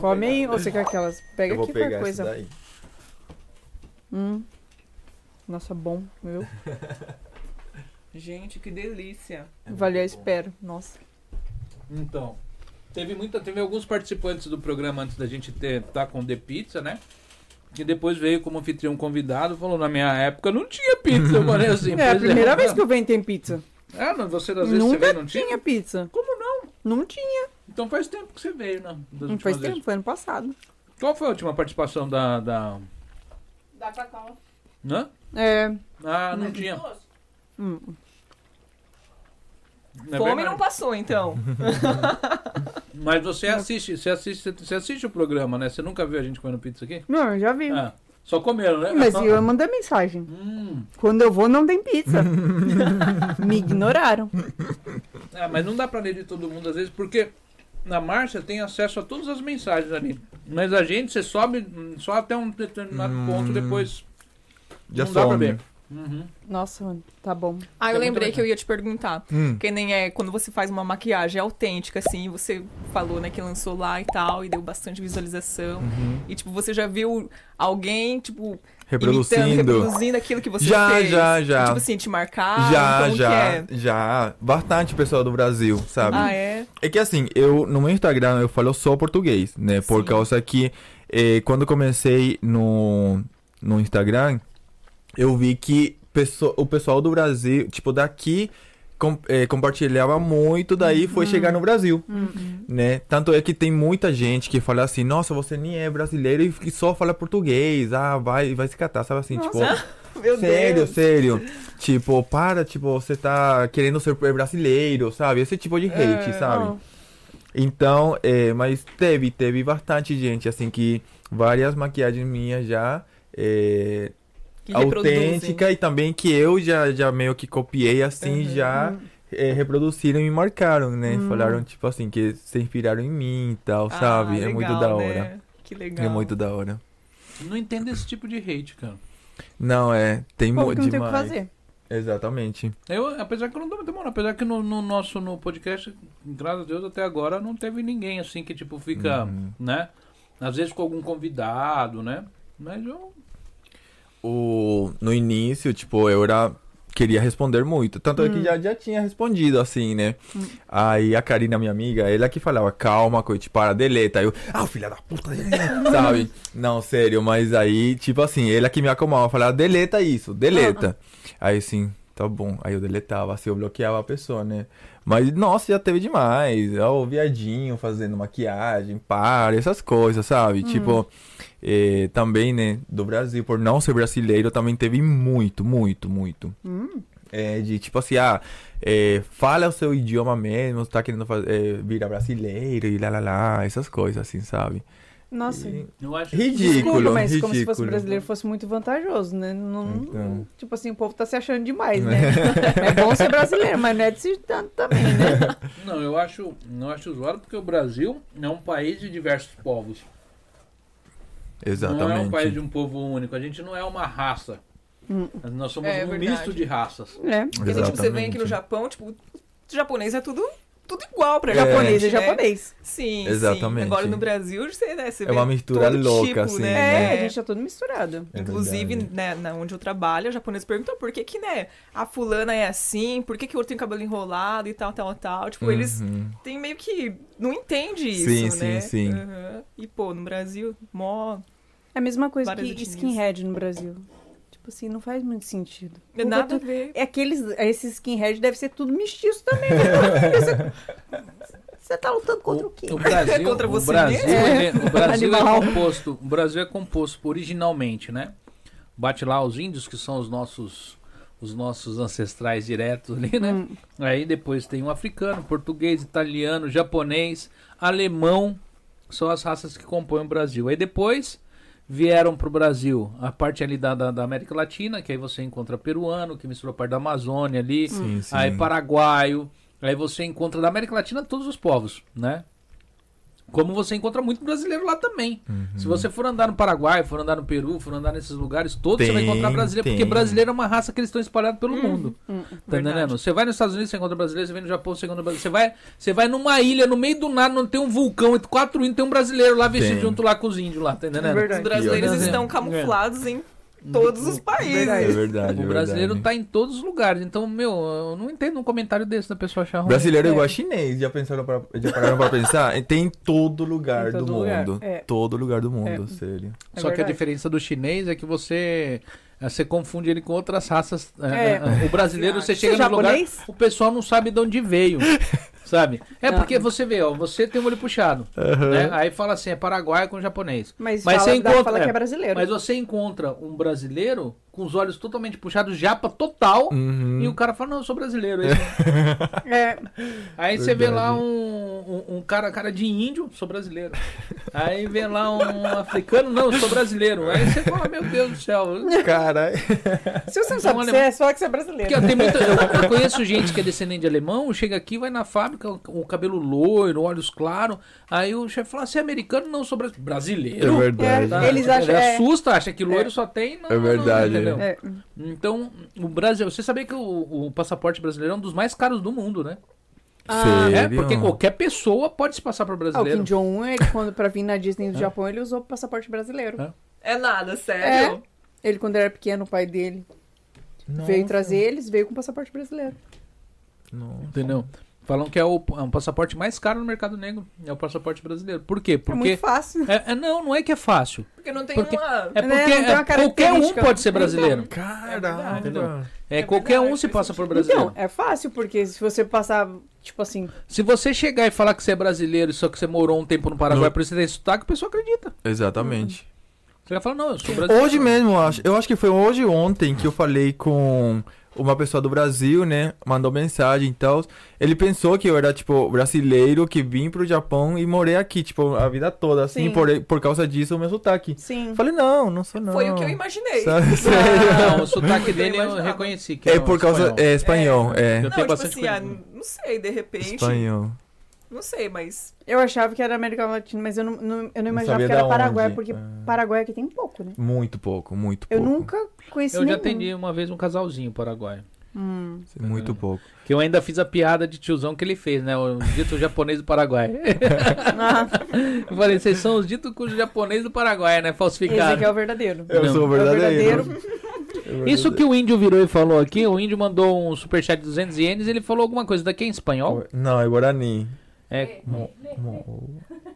Speaker 4: Come aí, ou você quer aquelas? Pega
Speaker 6: Eu vou
Speaker 4: aqui qualquer
Speaker 6: pegar essa
Speaker 4: coisa.
Speaker 6: daí.
Speaker 4: Hum. Nossa, bom, viu?
Speaker 1: É
Speaker 2: Gente, que delícia.
Speaker 4: Valeu, eu espero. Nossa.
Speaker 1: Então, teve muita, teve alguns participantes do programa antes da gente ter tá com The Pizza, né? Que depois veio como anfitrião convidado, falou na minha época não tinha pizza, eu falei assim.
Speaker 4: (laughs) É a
Speaker 1: "Pois
Speaker 4: primeira vez que eu venho tem pizza.
Speaker 1: Ah, não, você às vezes você
Speaker 4: Nunca
Speaker 1: veio, não tinha?
Speaker 4: tinha pizza.
Speaker 1: Como não?
Speaker 4: Não tinha.
Speaker 1: Então faz tempo que você veio, né? das
Speaker 4: Não
Speaker 1: últimas
Speaker 4: faz
Speaker 1: vezes.
Speaker 4: tempo, foi ano passado.
Speaker 1: Qual foi a última participação da. da...
Speaker 5: Dá cacau.
Speaker 1: Hã?
Speaker 4: É.
Speaker 1: Ah, não tinha.
Speaker 5: Doce.
Speaker 4: hum,
Speaker 1: Não é
Speaker 2: Fome
Speaker 1: verdade. É
Speaker 2: não
Speaker 1: (laughs)
Speaker 2: passou, então.
Speaker 1: Mas você assiste, você assiste, você assiste o programa, né? Você nunca viu a gente comendo pizza aqui?
Speaker 4: Não, eu já vi.
Speaker 1: Ah, só comeram, né? (laughs)
Speaker 4: Mas eu mandei mensagem.
Speaker 1: Hum.
Speaker 4: Quando eu vou, não tem pizza. Me ignoraram.
Speaker 1: É, mas não dá pra ler de todo mundo às vezes, porque na marcha tem acesso a todas as mensagens ali. Mas a gente, você sobe hum, só até um determinado
Speaker 3: Hum.
Speaker 1: ponto, depois.
Speaker 3: Já
Speaker 1: não dá pra
Speaker 3: some.
Speaker 1: ver. Uhum.
Speaker 4: Nossa, mano, tá bom.
Speaker 2: Ah, eu
Speaker 1: É muito
Speaker 2: lembrei
Speaker 1: legal.
Speaker 2: que eu ia te perguntar.
Speaker 3: Hum.
Speaker 2: Que nem é quando você faz uma maquiagem autêntica, assim, você falou, né, que lançou lá e tal, e deu bastante visualização. E, tipo, você já viu alguém, tipo, imitando,
Speaker 3: Reproduzindo.
Speaker 2: reproduzindo aquilo que você
Speaker 3: Já,
Speaker 2: fez?
Speaker 3: já, já.
Speaker 2: Tipo assim, te marcar?
Speaker 3: já,
Speaker 2: como
Speaker 3: já,
Speaker 2: Que é?
Speaker 3: já. Bastante pessoal do Brasil, sabe?
Speaker 2: Ah, é?
Speaker 3: É que assim, eu no meu Instagram eu falo só português, né? Por
Speaker 2: Sim.
Speaker 3: causa que eh, quando comecei no, no Instagram, eu vi que pesso- o pessoal do Brasil, tipo, daqui com- eh, compartilhava muito, daí
Speaker 2: Uhum.
Speaker 3: foi chegar no Brasil, né? Tanto é que tem muita gente que fala assim, nossa, você nem é brasileiro e que só fala português, ah, vai, vai se catar, sabe assim, tipo...
Speaker 2: Meu
Speaker 3: Sério,
Speaker 2: Deus.
Speaker 3: sério. Tipo, para, tipo, você tá querendo ser brasileiro, sabe? Esse tipo de hate, sabe?
Speaker 4: É, não.
Speaker 3: Então, é, mas teve, teve bastante gente, assim, que várias maquiagens minhas já é,
Speaker 2: Que reproduzem.
Speaker 3: autêntica e também que eu já, já meio que copiei, assim, já é, reproduziram e marcaram, né?
Speaker 4: Uhum, Hum.
Speaker 3: Falaram, tipo assim, que se inspiraram em mim e tal,
Speaker 2: Ah,
Speaker 3: sabe? é
Speaker 2: legal,
Speaker 3: muito da
Speaker 2: né?
Speaker 3: hora.
Speaker 2: Que legal.
Speaker 3: É muito da hora.
Speaker 1: Não entendo esse tipo de hate, cara.
Speaker 3: Não, é, tem
Speaker 4: Como
Speaker 3: muito
Speaker 4: que não
Speaker 3: demais.
Speaker 4: tem o que fazer?
Speaker 3: Exatamente.
Speaker 1: Eu, apesar que eu não dou muita moral, apesar que no, no nosso no podcast, graças a Deus, até agora não teve ninguém assim que tipo fica,
Speaker 3: Uhum.
Speaker 1: né? Às vezes com algum convidado, né? Mas eu.
Speaker 3: O, no início, tipo, eu era. Queria responder muito. Tanto é que já, já tinha respondido, assim, né? Aí a Karina, minha amiga, ela que falava, calma, coit, para, deleta. Aí eu, ah, filha da puta, deleta", sabe? Não, sério, mas aí, tipo assim, ela que me acalmava, falava, deleta isso, deleta. Aí assim, tá bom. Aí eu deletava, assim, eu bloqueava a pessoa, né? Mas, nossa, já teve demais. Ó, o viadinho fazendo maquiagem, para, essas coisas, sabe? Tipo, eh, também, né, do Brasil, por não ser brasileiro, também teve muito, muito, muito. É, de tipo assim, ah, eh, fala o seu idioma mesmo, tá querendo faz- eh, virar brasileiro e lá lá lá, essas coisas, assim, sabe?
Speaker 4: Nossa,
Speaker 3: E-
Speaker 1: Eu acho
Speaker 3: Ridículo,
Speaker 4: desculpa, mas
Speaker 3: ridículo.
Speaker 4: como se fosse brasileiro fosse muito vantajoso, né? Não-
Speaker 3: Então.
Speaker 4: Tipo assim, o povo tá se achando demais, né? é bom ser brasileiro, mas não é de se tanto também, né?
Speaker 1: Não, eu acho, não acho zoado porque o Brasil é um país de diversos povos.
Speaker 3: Exatamente.
Speaker 1: Não é um país de um povo único. A gente não é uma raça.
Speaker 4: Hum.
Speaker 1: Nós somos
Speaker 2: É
Speaker 1: um
Speaker 2: verdade.
Speaker 1: misto de raças.
Speaker 4: É.
Speaker 2: Porque, tipo, você vem aqui no
Speaker 3: Exatamente.
Speaker 2: Japão, tipo, o japonês é tudo, tudo igual pra
Speaker 3: É.
Speaker 4: Japonês é,
Speaker 2: japonês, né?
Speaker 4: japonês.
Speaker 2: Sim,
Speaker 3: Exatamente.
Speaker 2: sim. Agora no Brasil, você, né, você
Speaker 3: É
Speaker 2: vê
Speaker 3: uma mistura
Speaker 2: todo
Speaker 3: louca,
Speaker 2: tipo,
Speaker 3: assim,
Speaker 4: É,
Speaker 2: né?
Speaker 4: a gente tá todo misturado.
Speaker 3: É
Speaker 2: Inclusive,
Speaker 3: verdade.
Speaker 2: né, na onde eu trabalho, a japonesa perguntou por que que, né, a fulana é assim, por que que o outro tem o cabelo enrolado e tal, tal, tal. Tipo, eles
Speaker 3: Uhum.
Speaker 2: têm meio que... Não entende isso,
Speaker 3: Sim, sim,
Speaker 2: né?
Speaker 3: sim.
Speaker 2: Aham. E, pô, no Brasil, mó...
Speaker 4: É a mesma coisa
Speaker 2: Várias
Speaker 4: que
Speaker 2: etnias.
Speaker 4: skinhead no Brasil. Tipo assim, não faz muito sentido. Nunca
Speaker 2: Nada a
Speaker 4: tu-
Speaker 2: ver.
Speaker 4: É aqueles, esse skinhead deve ser tudo mestiço também. né? (laughs) Você- Você tá lutando contra o quê?
Speaker 1: O
Speaker 2: (laughs)
Speaker 1: Brasil,
Speaker 2: É Contra
Speaker 1: o
Speaker 2: você
Speaker 1: Brasil,
Speaker 4: mesmo?
Speaker 1: é, o Brasil é
Speaker 4: Animal.
Speaker 1: composto, o Brasil é composto originalmente, né? Bate lá os índios que são os nossos os nossos ancestrais diretos ali, né?
Speaker 4: Hum.
Speaker 1: Aí depois tem o africano, português, italiano, japonês, alemão, são as raças que compõem o Brasil. Aí depois vieram pro Brasil a parte ali da, da, da América Latina, que aí você encontra peruano, que misturou a parte da Amazônia ali,
Speaker 4: Hum.
Speaker 3: Sim, sim.
Speaker 1: aí paraguaio, aí você encontra da América Latina todos os povos, né? Como você encontra muito brasileiro lá também.
Speaker 3: Uhum.
Speaker 1: Se você for andar no Paraguai, for andar no Peru, for andar nesses lugares todos, você vai
Speaker 3: Tem,
Speaker 1: encontrar brasileiro, porque
Speaker 3: tem.
Speaker 1: brasileiro é uma raça que eles estão espalhados
Speaker 2: Uhum,
Speaker 1: pelo mundo.
Speaker 4: hum,
Speaker 1: tá entendendo? Você vai nos Estados Unidos, você encontra brasileiro, você vai no Japão, você encontra brasileiro. Você vai, você vai numa ilha, no meio do nada, não tem um vulcão, entre quatro índios, tem um brasileiro lá vestido
Speaker 3: Tem.
Speaker 1: junto lá com os índios lá, tá entendendo?
Speaker 2: Os
Speaker 4: Verdade.
Speaker 2: brasileiros
Speaker 1: Pior, né?
Speaker 2: estão camuflados em É todos os
Speaker 3: É
Speaker 2: países.
Speaker 3: verdade.
Speaker 1: O
Speaker 3: é
Speaker 1: brasileiro
Speaker 3: verdade.
Speaker 1: tá em todos os lugares. Então, meu, eu não entendo um comentário desse da pessoa achar ruim.
Speaker 3: Brasileiro é igual a chinês, já pensaram pra, já pararam pra pensar? Tem em todo lugar
Speaker 4: Em todo
Speaker 3: do
Speaker 4: lugar,
Speaker 3: mundo.
Speaker 4: é.
Speaker 3: Todo lugar do mundo, sério.
Speaker 4: É
Speaker 1: Só que a
Speaker 4: verdade.
Speaker 1: diferença do chinês é que você eh, você confunde ele com outras raças. eh,
Speaker 4: É.
Speaker 1: eh, O brasileiro, você chega no lugar,
Speaker 4: japonês?
Speaker 1: o pessoal não sabe de onde
Speaker 4: (laughs)
Speaker 1: veio. Sabe? É
Speaker 4: Não.
Speaker 1: porque você vê, ó, você tem o olho puxado. né? Aí fala assim, é paraguaio com japonês.
Speaker 4: Mas,
Speaker 1: Mas
Speaker 4: fala,
Speaker 1: você
Speaker 4: dá-
Speaker 1: encontra-
Speaker 4: fala que
Speaker 1: é,
Speaker 4: é brasileiro.
Speaker 1: Mas você encontra um brasileiro com os olhos totalmente puxados, japa total,
Speaker 3: Uhum.
Speaker 1: e o cara fala, não, eu sou brasileiro. Aí,
Speaker 4: É,
Speaker 1: aí você vê lá um,
Speaker 3: Verdade.
Speaker 1: um, um cara, cara de índio, sou brasileiro. Aí vê lá um africano, não, eu sou brasileiro. Aí você fala, meu Deus do céu,
Speaker 3: Caralho.
Speaker 4: se você não
Speaker 1: Então,
Speaker 4: sabe o que
Speaker 1: olha-
Speaker 4: você é, só que você é brasileiro.
Speaker 1: Porque eu, tenho muita- eu- eu conheço gente que é descendente de alemão, chega aqui, vai na fábrica, o- o cabelo loiro, olhos claros. Aí o chefe fala: você é americano? Não, sou bra-
Speaker 3: É
Speaker 1: brasileiro.
Speaker 3: verdade.
Speaker 1: Tá?
Speaker 4: Eles acham-
Speaker 1: Ele
Speaker 4: é.
Speaker 1: assusta, acha que loiro só tem. Não,
Speaker 3: É verdade,
Speaker 1: não, entendeu?
Speaker 4: É,
Speaker 1: Então, o Brasil. Você sabia que o, o passaporte brasileiro é um dos mais caros do mundo, né? É,
Speaker 3: Sério?
Speaker 1: porque qualquer pessoa pode se passar por
Speaker 4: ah, o
Speaker 1: brasileiro.
Speaker 4: Kim Jong-un, ele, quando pra vir na Disney do Japão, ele usou o passaporte brasileiro.
Speaker 1: É.
Speaker 2: É nada, sério.
Speaker 4: Ele, quando era pequeno, o pai dele
Speaker 3: Nossa,
Speaker 4: veio trazer eles, veio com o passaporte brasileiro.
Speaker 3: nossa.
Speaker 1: Entendeu? Falam que é o, é um passaporte mais caro no mercado negro. É o passaporte brasileiro. Por quê?
Speaker 4: É
Speaker 1: Porque.
Speaker 4: muito fácil.
Speaker 1: É- é- não, não é que é fácil.
Speaker 2: Porque não tem
Speaker 1: Porque-
Speaker 2: uma...
Speaker 1: É
Speaker 4: Né?
Speaker 1: porque
Speaker 4: Não tem uma
Speaker 1: é, qualquer um
Speaker 4: característica.
Speaker 1: pode ser brasileiro.
Speaker 3: Então, Caralho.
Speaker 1: Entendeu? É,
Speaker 2: É
Speaker 1: qualquer
Speaker 2: verdade,
Speaker 1: um se
Speaker 2: faz
Speaker 1: passa por brasileiro.
Speaker 4: Então, é fácil, porque se você passar, tipo assim,
Speaker 1: se você chegar e falar que você é brasileiro, só que você morou um tempo no Paraguai,
Speaker 3: Não.
Speaker 1: por isso você tem sotaque, o pessoal acredita.
Speaker 3: Exatamente.
Speaker 1: Você vai falar, não, eu sou brasileiro.
Speaker 3: Hoje mesmo, eu acho, eu acho que foi hoje ontem que eu falei com uma pessoa do Brasil, né? Mandou mensagem e tal. Ele pensou que eu era, tipo, brasileiro, que vim pro Japão e morei aqui, tipo, a vida toda, assim,
Speaker 4: Sim.
Speaker 3: por, por causa disso, o meu sotaque.
Speaker 4: sim.
Speaker 3: Eu falei, não, não sou não.
Speaker 2: Foi o que eu imaginei.
Speaker 3: Sabe?
Speaker 1: (laughs) Ah, Não, o
Speaker 3: (laughs)
Speaker 1: sotaque
Speaker 2: Eu
Speaker 1: dele eu
Speaker 2: imaginava.
Speaker 1: reconheci. que
Speaker 3: É
Speaker 1: era um
Speaker 3: por causa.
Speaker 1: espanhol.
Speaker 3: É espanhol, é.
Speaker 1: Eu tenho
Speaker 2: Não, tipo
Speaker 1: bastante
Speaker 2: assim, ah,
Speaker 1: coisa.
Speaker 2: não sei, de repente.
Speaker 3: Espanhol.
Speaker 2: Não sei, mas.
Speaker 4: Eu achava que era América Latina, mas eu não, não- eu não imaginava
Speaker 3: sabia
Speaker 4: que era
Speaker 3: da
Speaker 4: Paraguai,
Speaker 3: onde.
Speaker 4: porque
Speaker 3: Ah.
Speaker 4: Paraguai aqui tem pouco, né?
Speaker 3: Muito pouco, muito
Speaker 4: Eu
Speaker 3: pouco.
Speaker 4: nunca conheci
Speaker 1: Eu já
Speaker 4: nenhum. Hum.
Speaker 1: atendi uma vez um casalzinho paraguaio. (laughs)
Speaker 3: Muito pouco.
Speaker 1: Que eu ainda fiz a piada de tiozão que ele fez, né? O dito japonês do Paraguai. (laughs)
Speaker 4: Ah,
Speaker 1: eu falei, vocês são os dito cujo japonês do Paraguai, né?
Speaker 4: Esse
Speaker 1: Falsificado.
Speaker 4: aqui é o verdadeiro.
Speaker 3: Eu
Speaker 1: Não.
Speaker 3: sou o
Speaker 4: É o
Speaker 3: verdadeiro. (laughs)
Speaker 4: verdadeiro.
Speaker 1: Isso que o índio virou e falou aqui, o índio mandou um superchat de 200 ienes, ele falou alguma coisa daqui em espanhol.
Speaker 6: Não, é Guarani.
Speaker 1: É,
Speaker 6: Mo-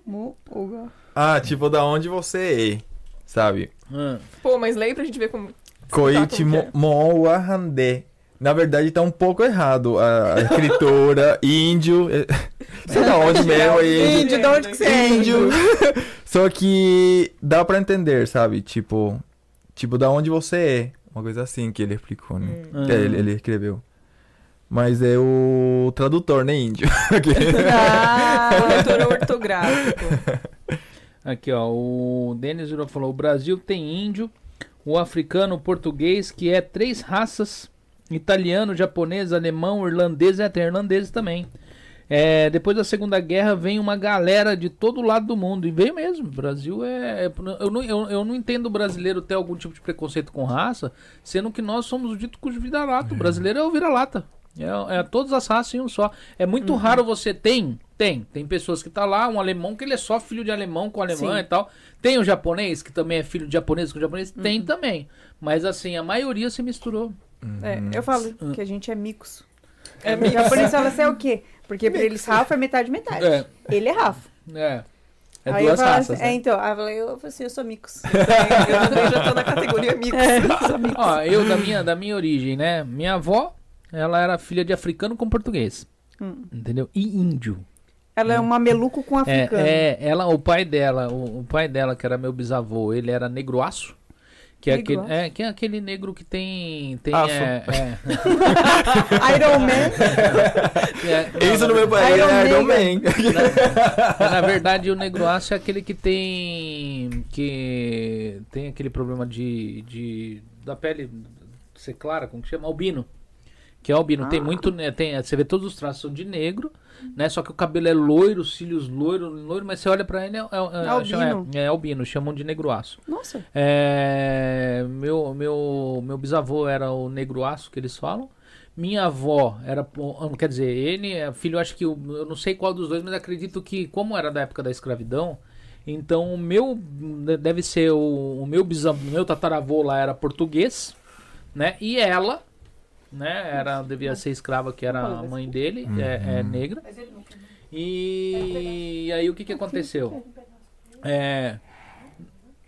Speaker 4: Mu- Uga.
Speaker 3: Ah, tipo, da onde você é, sabe?
Speaker 1: ah,
Speaker 2: Pô, mas leia pra gente ver como.
Speaker 3: Koichi
Speaker 2: como que
Speaker 3: Mo-
Speaker 2: é.
Speaker 3: Moarandé. Na verdade, tá um pouco errado a, a escritora, (laughs) índio, é- sei da onde mesmo, é índio.
Speaker 4: Índio, de onde que você é?
Speaker 3: Índio. (laughs) Só que dá pra entender, sabe? Tipo, tipo, da onde você é. Uma coisa assim que ele explicou, né?
Speaker 1: ah.
Speaker 4: Hum.
Speaker 3: É, ele, ele escreveu. Mas é o tradutor, né, índio?
Speaker 2: (laughs) Corretor é ortográfico.
Speaker 1: Aqui, ó, o Denis virou e falou, o Brasil tem índio, o africano, o português, que é três raças, italiano, japonês, alemão, irlandês e até irlandês também. É, depois da Segunda Guerra vem uma galera de todo lado do mundo, e veio mesmo, o Brasil é... é- eu, não, eu, eu não entendo o brasileiro ter algum tipo de preconceito com raça, sendo que nós somos o dito cujo vira-lata, o brasileiro é o vira-lata. É, é todas as raças em um só. É muito
Speaker 4: Uhum.
Speaker 1: raro você tem, tem, tem pessoas que tá lá, um alemão que ele é só filho de alemão com alemã
Speaker 4: Sim.
Speaker 1: e tal. Tem o japonês que também é filho de japonês com japonês,
Speaker 4: Uhum.
Speaker 1: tem também. Mas assim, a maioria se misturou.
Speaker 4: É, eu falo que a gente é micos. É micos. japonês fala assim, é o quê? Porque pra eles Rafa é metade metade.
Speaker 1: É.
Speaker 4: Ele é Rafa.
Speaker 1: É. É
Speaker 4: aí
Speaker 1: duas
Speaker 4: eu falo
Speaker 1: raças.
Speaker 4: assim,
Speaker 1: né?
Speaker 4: É, então. Aí eu falei, eu, falei assim, eu sou micos.
Speaker 2: Eu também já tô na categoria micos.
Speaker 1: É. Ó, eu da minha, da minha origem, né? Minha avó, ela era filha de africano com português. Entendeu? E índio.
Speaker 4: Hum. Ela é uma meluco com
Speaker 1: É,
Speaker 4: africano.
Speaker 1: é, ela, o pai dela, o, o pai dela, que era meu bisavô, ele era negroaço. Que é, aquele,
Speaker 4: Negroaço?
Speaker 1: é, que é aquele negro que tem. tem
Speaker 3: Aço.
Speaker 1: é, é,
Speaker 4: Iron Man.
Speaker 1: é,
Speaker 3: (laughs) Isso
Speaker 1: não,
Speaker 3: no meu país
Speaker 4: Iron
Speaker 3: é Iron
Speaker 4: Man.
Speaker 3: Man.
Speaker 1: na, na verdade, o negroaço é aquele que tem. que tem aquele problema de. de da pele ser clara, como que chama? Albino. Que é albino. Tem muito. né, Tem, você vê todos os traços são de negro, né? Só que o cabelo é loiro, os cílios loiro, loiro, mas você olha pra ele é, é, é,
Speaker 4: Albino.
Speaker 1: é, é albino, chamam de negroaço.
Speaker 4: Nossa.
Speaker 1: É, meu, meu, meu bisavô era o negroaço que eles falam. Minha avó era, po- quer dizer, ele é filho, acho que eu, eu não sei qual dos dois, mas acredito que como era da época da escravidão, então o meu de- deve ser o, o meu bisavô, meu tataravô lá era português, né? E ela, né, era devia ser escrava que era a mãe dele, é, é negra.
Speaker 5: Mas ele nunca.
Speaker 1: E aí o que que aconteceu? É,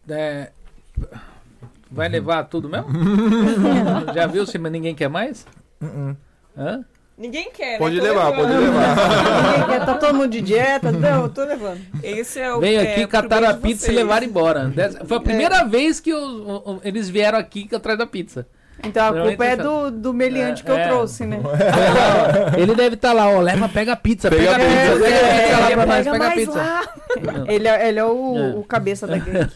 Speaker 1: é, vai levar tudo mesmo? (laughs) Já viu se ninguém quer mais?
Speaker 3: (laughs)
Speaker 1: Hã?
Speaker 2: Ninguém quer, né?
Speaker 3: Pode
Speaker 2: Tô
Speaker 3: levar, pode
Speaker 2: levando.
Speaker 3: levar.
Speaker 4: tá todo mundo de dieta? Não, eu tô levando.
Speaker 2: Esse é o
Speaker 1: Veio
Speaker 2: é,
Speaker 1: aqui
Speaker 2: pro
Speaker 1: catar
Speaker 2: bem
Speaker 1: a
Speaker 2: de
Speaker 1: pizza e
Speaker 2: vocês. É.
Speaker 1: levaram embora. Dessa- Foi a primeira vez que os- o- o- eles vieram aqui atrás da pizza. (laughs)
Speaker 4: Então a
Speaker 1: Não,
Speaker 4: culpa é do,
Speaker 1: interessante.
Speaker 4: do meliante que eu
Speaker 1: É, é.
Speaker 4: trouxe, né?
Speaker 1: Ele deve estar lá, ó. Leva, pega a pizza, pega,
Speaker 3: Pega a
Speaker 1: a pizza, É,
Speaker 3: pizza,
Speaker 1: pega a pizza lá pra nós,
Speaker 4: É,
Speaker 1: pega
Speaker 4: Pega
Speaker 1: a
Speaker 4: mais
Speaker 1: pizza.
Speaker 4: Ele é, ele é o,
Speaker 1: É.
Speaker 4: o cabeça da
Speaker 1: (laughs)
Speaker 4: gangue.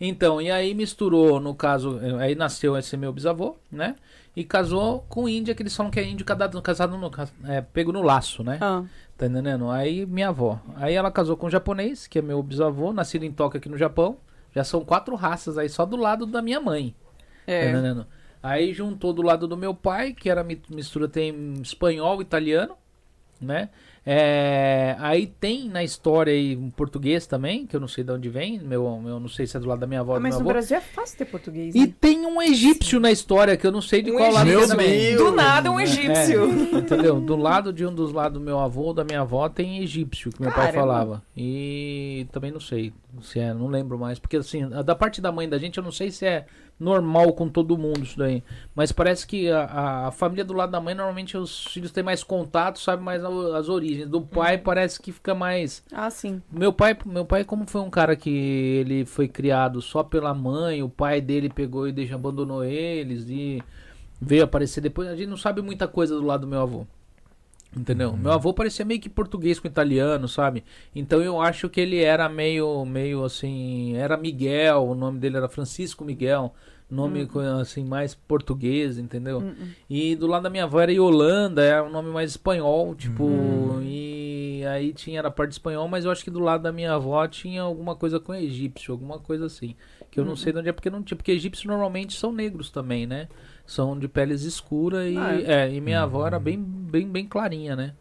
Speaker 1: Então, e aí misturou, no caso, aí nasceu esse meu bisavô, né? E casou com índia, que eles falam que é índio casado, casado no, é, pego no laço, né?
Speaker 4: Ah,
Speaker 1: Tá entendendo? Aí minha avó. Aí ela casou com um japonês, que é meu bisavô, nascido em Tóquio aqui no Japão. Já são quatro raças aí, só do lado da minha mãe. Tá
Speaker 2: É.
Speaker 1: entendendo? Aí juntou do lado do meu pai, que era mi- mistura, tem espanhol, italiano, né? É, aí tem na história aí um português também, que eu não sei de onde vem, meu, eu não sei se é do lado da minha avó ou do meu
Speaker 4: mas no
Speaker 1: avô.
Speaker 4: Brasil é fácil ter português.
Speaker 1: E
Speaker 4: Né?
Speaker 1: tem um egípcio na história, que eu não sei de
Speaker 2: Um
Speaker 1: qual lado
Speaker 2: egípcio.
Speaker 1: que também.
Speaker 3: Meu
Speaker 2: Do nada um egípcio.
Speaker 1: É, entendeu? Do lado de um dos lados do meu avô, da minha avó, tem egípcio, que meu pai
Speaker 2: Caramba.
Speaker 1: falava. E também não sei se é, não lembro mais. Porque assim, a- da parte da mãe da gente, eu não sei se é normal com todo mundo isso daí. Mas parece que a- a, a família do lado da mãe, normalmente os filhos têm mais contato, sabem mais a- as origens. Do
Speaker 2: Uhum.
Speaker 1: pai, parece que fica mais.
Speaker 4: Ah, sim.
Speaker 1: Meu pai, meu pai, como foi um cara que ele foi criado só pela mãe, o pai dele pegou e deixou, abandonou eles e veio aparecer depois. A gente não sabe muita coisa do lado do meu avô. Entendeu? Meu avô parecia meio que português com italiano, sabe? Então eu acho que ele era meio, meio assim. Era Miguel, o nome dele era Francisco Miguel. Nome co- assim, mais português, entendeu?
Speaker 4: Hum,
Speaker 1: E do lado da minha avó era Yolanda, era um nome mais espanhol, tipo. E aí tinha era parte espanhol, mas eu acho que do lado da minha avó tinha alguma coisa com egípcio, alguma coisa assim. Que eu não sei de onde é, porque não tinha. Porque egípcios normalmente são negros também, né? são de peles escura e,
Speaker 4: Ah,
Speaker 1: é, e minha avó era bem, bem, bem clarinha, né?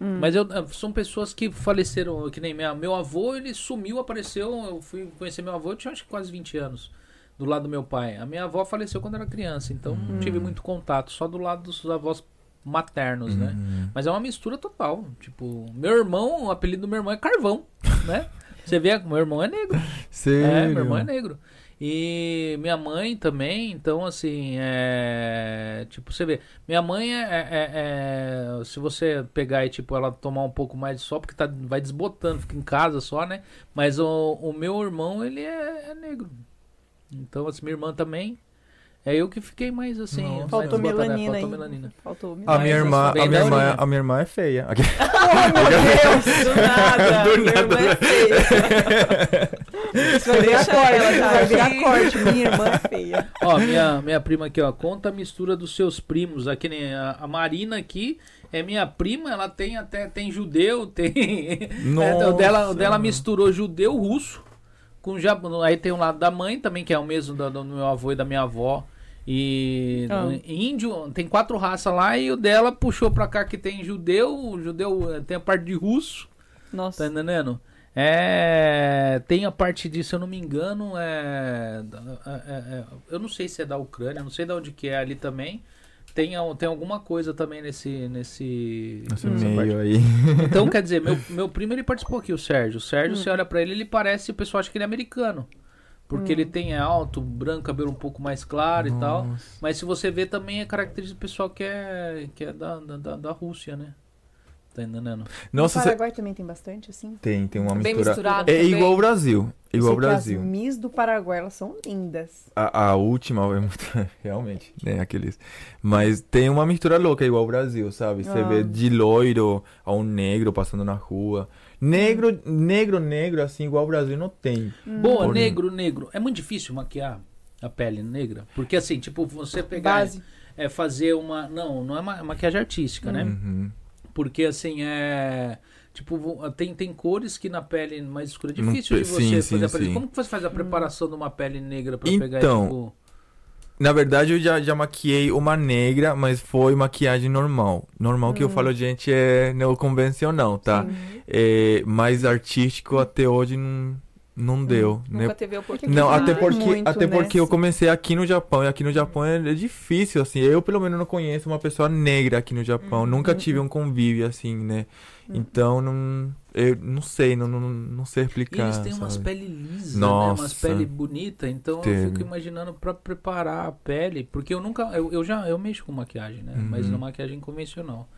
Speaker 4: hum.
Speaker 1: Mas eu, são pessoas que faleceram, que nem minha, meu avô, ele sumiu, apareceu. Eu fui conhecer meu avô, eu tinha acho que quase 20 anos, do lado do meu pai. A minha avó faleceu quando era criança, então não tive muito contato, só do lado dos avós maternos, né?
Speaker 3: Uhum.
Speaker 1: Mas é uma mistura total. Tipo, meu irmão, o apelido do meu irmão é Carvão, né? Você vê, meu irmão é negro. É,
Speaker 3: Sério?
Speaker 1: meu irmão é negro. E minha mãe também, então assim, é. Tipo, você vê. Minha mãe é. é- é- se você pegar e, tipo, ela tomar um pouco mais de sol, porque tá, vai desbotando, fica em casa só, né? Mas o, o meu irmão, ele é, é negro. Então, assim, minha irmã também. É eu que fiquei mais assim.
Speaker 3: Nossa.
Speaker 1: mais
Speaker 4: Faltou
Speaker 1: desbotada, né?
Speaker 4: melanina aí.
Speaker 1: Faltou melanina.
Speaker 4: Faltou me
Speaker 3: A
Speaker 1: Mas
Speaker 3: minha,
Speaker 1: eu sou
Speaker 3: irmã,
Speaker 1: bem
Speaker 3: a, minha
Speaker 1: da
Speaker 3: irmã,
Speaker 1: origem.
Speaker 3: a minha irmã é feia. Aqui.
Speaker 1: Oh,
Speaker 2: (laughs)
Speaker 4: meu Deus, do nada.
Speaker 3: Do
Speaker 4: Minha irmã
Speaker 3: nada.
Speaker 4: é
Speaker 3: (laughs)
Speaker 4: feia. Isso vai virar
Speaker 2: Deixa
Speaker 4: corte,
Speaker 2: ela,
Speaker 4: vai virar
Speaker 2: tadinha.
Speaker 4: corte. Minha irmã é feia.
Speaker 1: Ó, minha, minha prima aqui, ó. Conta a mistura dos seus primos. Aqui, nem a, a Marina aqui é minha prima, ela tem até. Tem judeu, tem. (laughs) É, o, dela, o dela misturou judeu russo com japonês. Aí tem o lado da mãe também, que é o mesmo da- do, meu avô e da minha avó. E
Speaker 2: Ah.
Speaker 1: no- índio, tem quatro raças lá, e o dela puxou pra cá que tem judeu, judeu eh, tem a parte de russo. Tá
Speaker 4: Nossa.
Speaker 1: entendendo? É, tem a parte de, se eu não me engano, é, é- é- é- eu não sei se é da Ucrânia, não sei de onde que é ali também. Tem, al- tem alguma coisa também nesse. nesse
Speaker 3: Esse
Speaker 1: nessa parte.
Speaker 3: meio aí.
Speaker 1: Então, quer
Speaker 3: (laughs)
Speaker 1: dizer, meu, meu primo ele participou aqui, o Sérgio. O Sérgio, você olha pra ele, ele parece, o pessoal acha que ele é americano. Porque ele tem é alto, branco, cabelo um pouco mais claro e tal. Mas se você vê também é característica do pessoal que é, que é da, da, da- da Rússia, né? Tá entendendo?
Speaker 3: (laughs) Nossa,
Speaker 4: no
Speaker 3: cê-
Speaker 4: Paraguai também tem bastante, assim.
Speaker 3: tem, tem uma
Speaker 2: Bem
Speaker 3: mistura.
Speaker 2: misturado.
Speaker 3: É
Speaker 2: também.
Speaker 3: igual o Brasil.
Speaker 4: Eu
Speaker 3: Igual o
Speaker 4: sei que
Speaker 3: Brasil.
Speaker 4: As Miss do Paraguai, elas são lindas.
Speaker 3: A, a última é muito. (laughs) Realmente, né? Aqueles. Mas tem uma mistura louca, é igual ao Brasil, sabe? Você
Speaker 4: Ah.
Speaker 3: vê de loiro a um negro passando na rua. Negro, negro, negro, assim, igual ao Brasil, não tem.
Speaker 1: Boa,
Speaker 3: Por-
Speaker 1: negro, negro. É muito difícil maquiar a pele negra. Porque assim, tipo, você pegar.
Speaker 4: Base.
Speaker 1: É fazer uma. Não, não é ma- maquiagem artística, né?
Speaker 3: Uhum.
Speaker 1: Porque assim, é. Tipo, vo- tem, tem cores que na pele mais escura é
Speaker 3: Não
Speaker 1: difícil de
Speaker 3: pe-
Speaker 1: você
Speaker 3: sim,
Speaker 1: fazer
Speaker 3: sim,
Speaker 1: a pele.
Speaker 3: sim.
Speaker 1: Como que você faz a preparação de uma pele negra pra pegar
Speaker 3: Então,
Speaker 1: tipo.
Speaker 3: Na verdade, eu já, já maquiei uma negra, mas foi maquiagem normal. Normal que eu falo, gente, é não convencional, tá? É, mas artístico até hoje não, não deu. né?
Speaker 2: Nunca teve a oportunidade.
Speaker 3: Não,
Speaker 4: Porque
Speaker 3: até
Speaker 4: não
Speaker 3: porque,
Speaker 4: tem muito,
Speaker 3: até
Speaker 4: né?
Speaker 3: porque eu comecei aqui no Japão, e aqui no Japão é, é difícil, assim. Eu, pelo menos, não conheço uma pessoa negra aqui no Japão. Nunca tive um convívio, assim, né? Então, não, eu não sei, não, não, não sei
Speaker 1: E
Speaker 3: explicar.
Speaker 1: eles têm umas
Speaker 3: sabe?
Speaker 1: peles lisas, né? umas
Speaker 3: Nossa.
Speaker 1: peles bonitas, então
Speaker 3: Teve.
Speaker 1: eu fico imaginando pra preparar a pele, porque eu nunca, eu, eu já, eu mexo com maquiagem, né? Mas
Speaker 3: Uhum.
Speaker 1: na maquiagem convencional.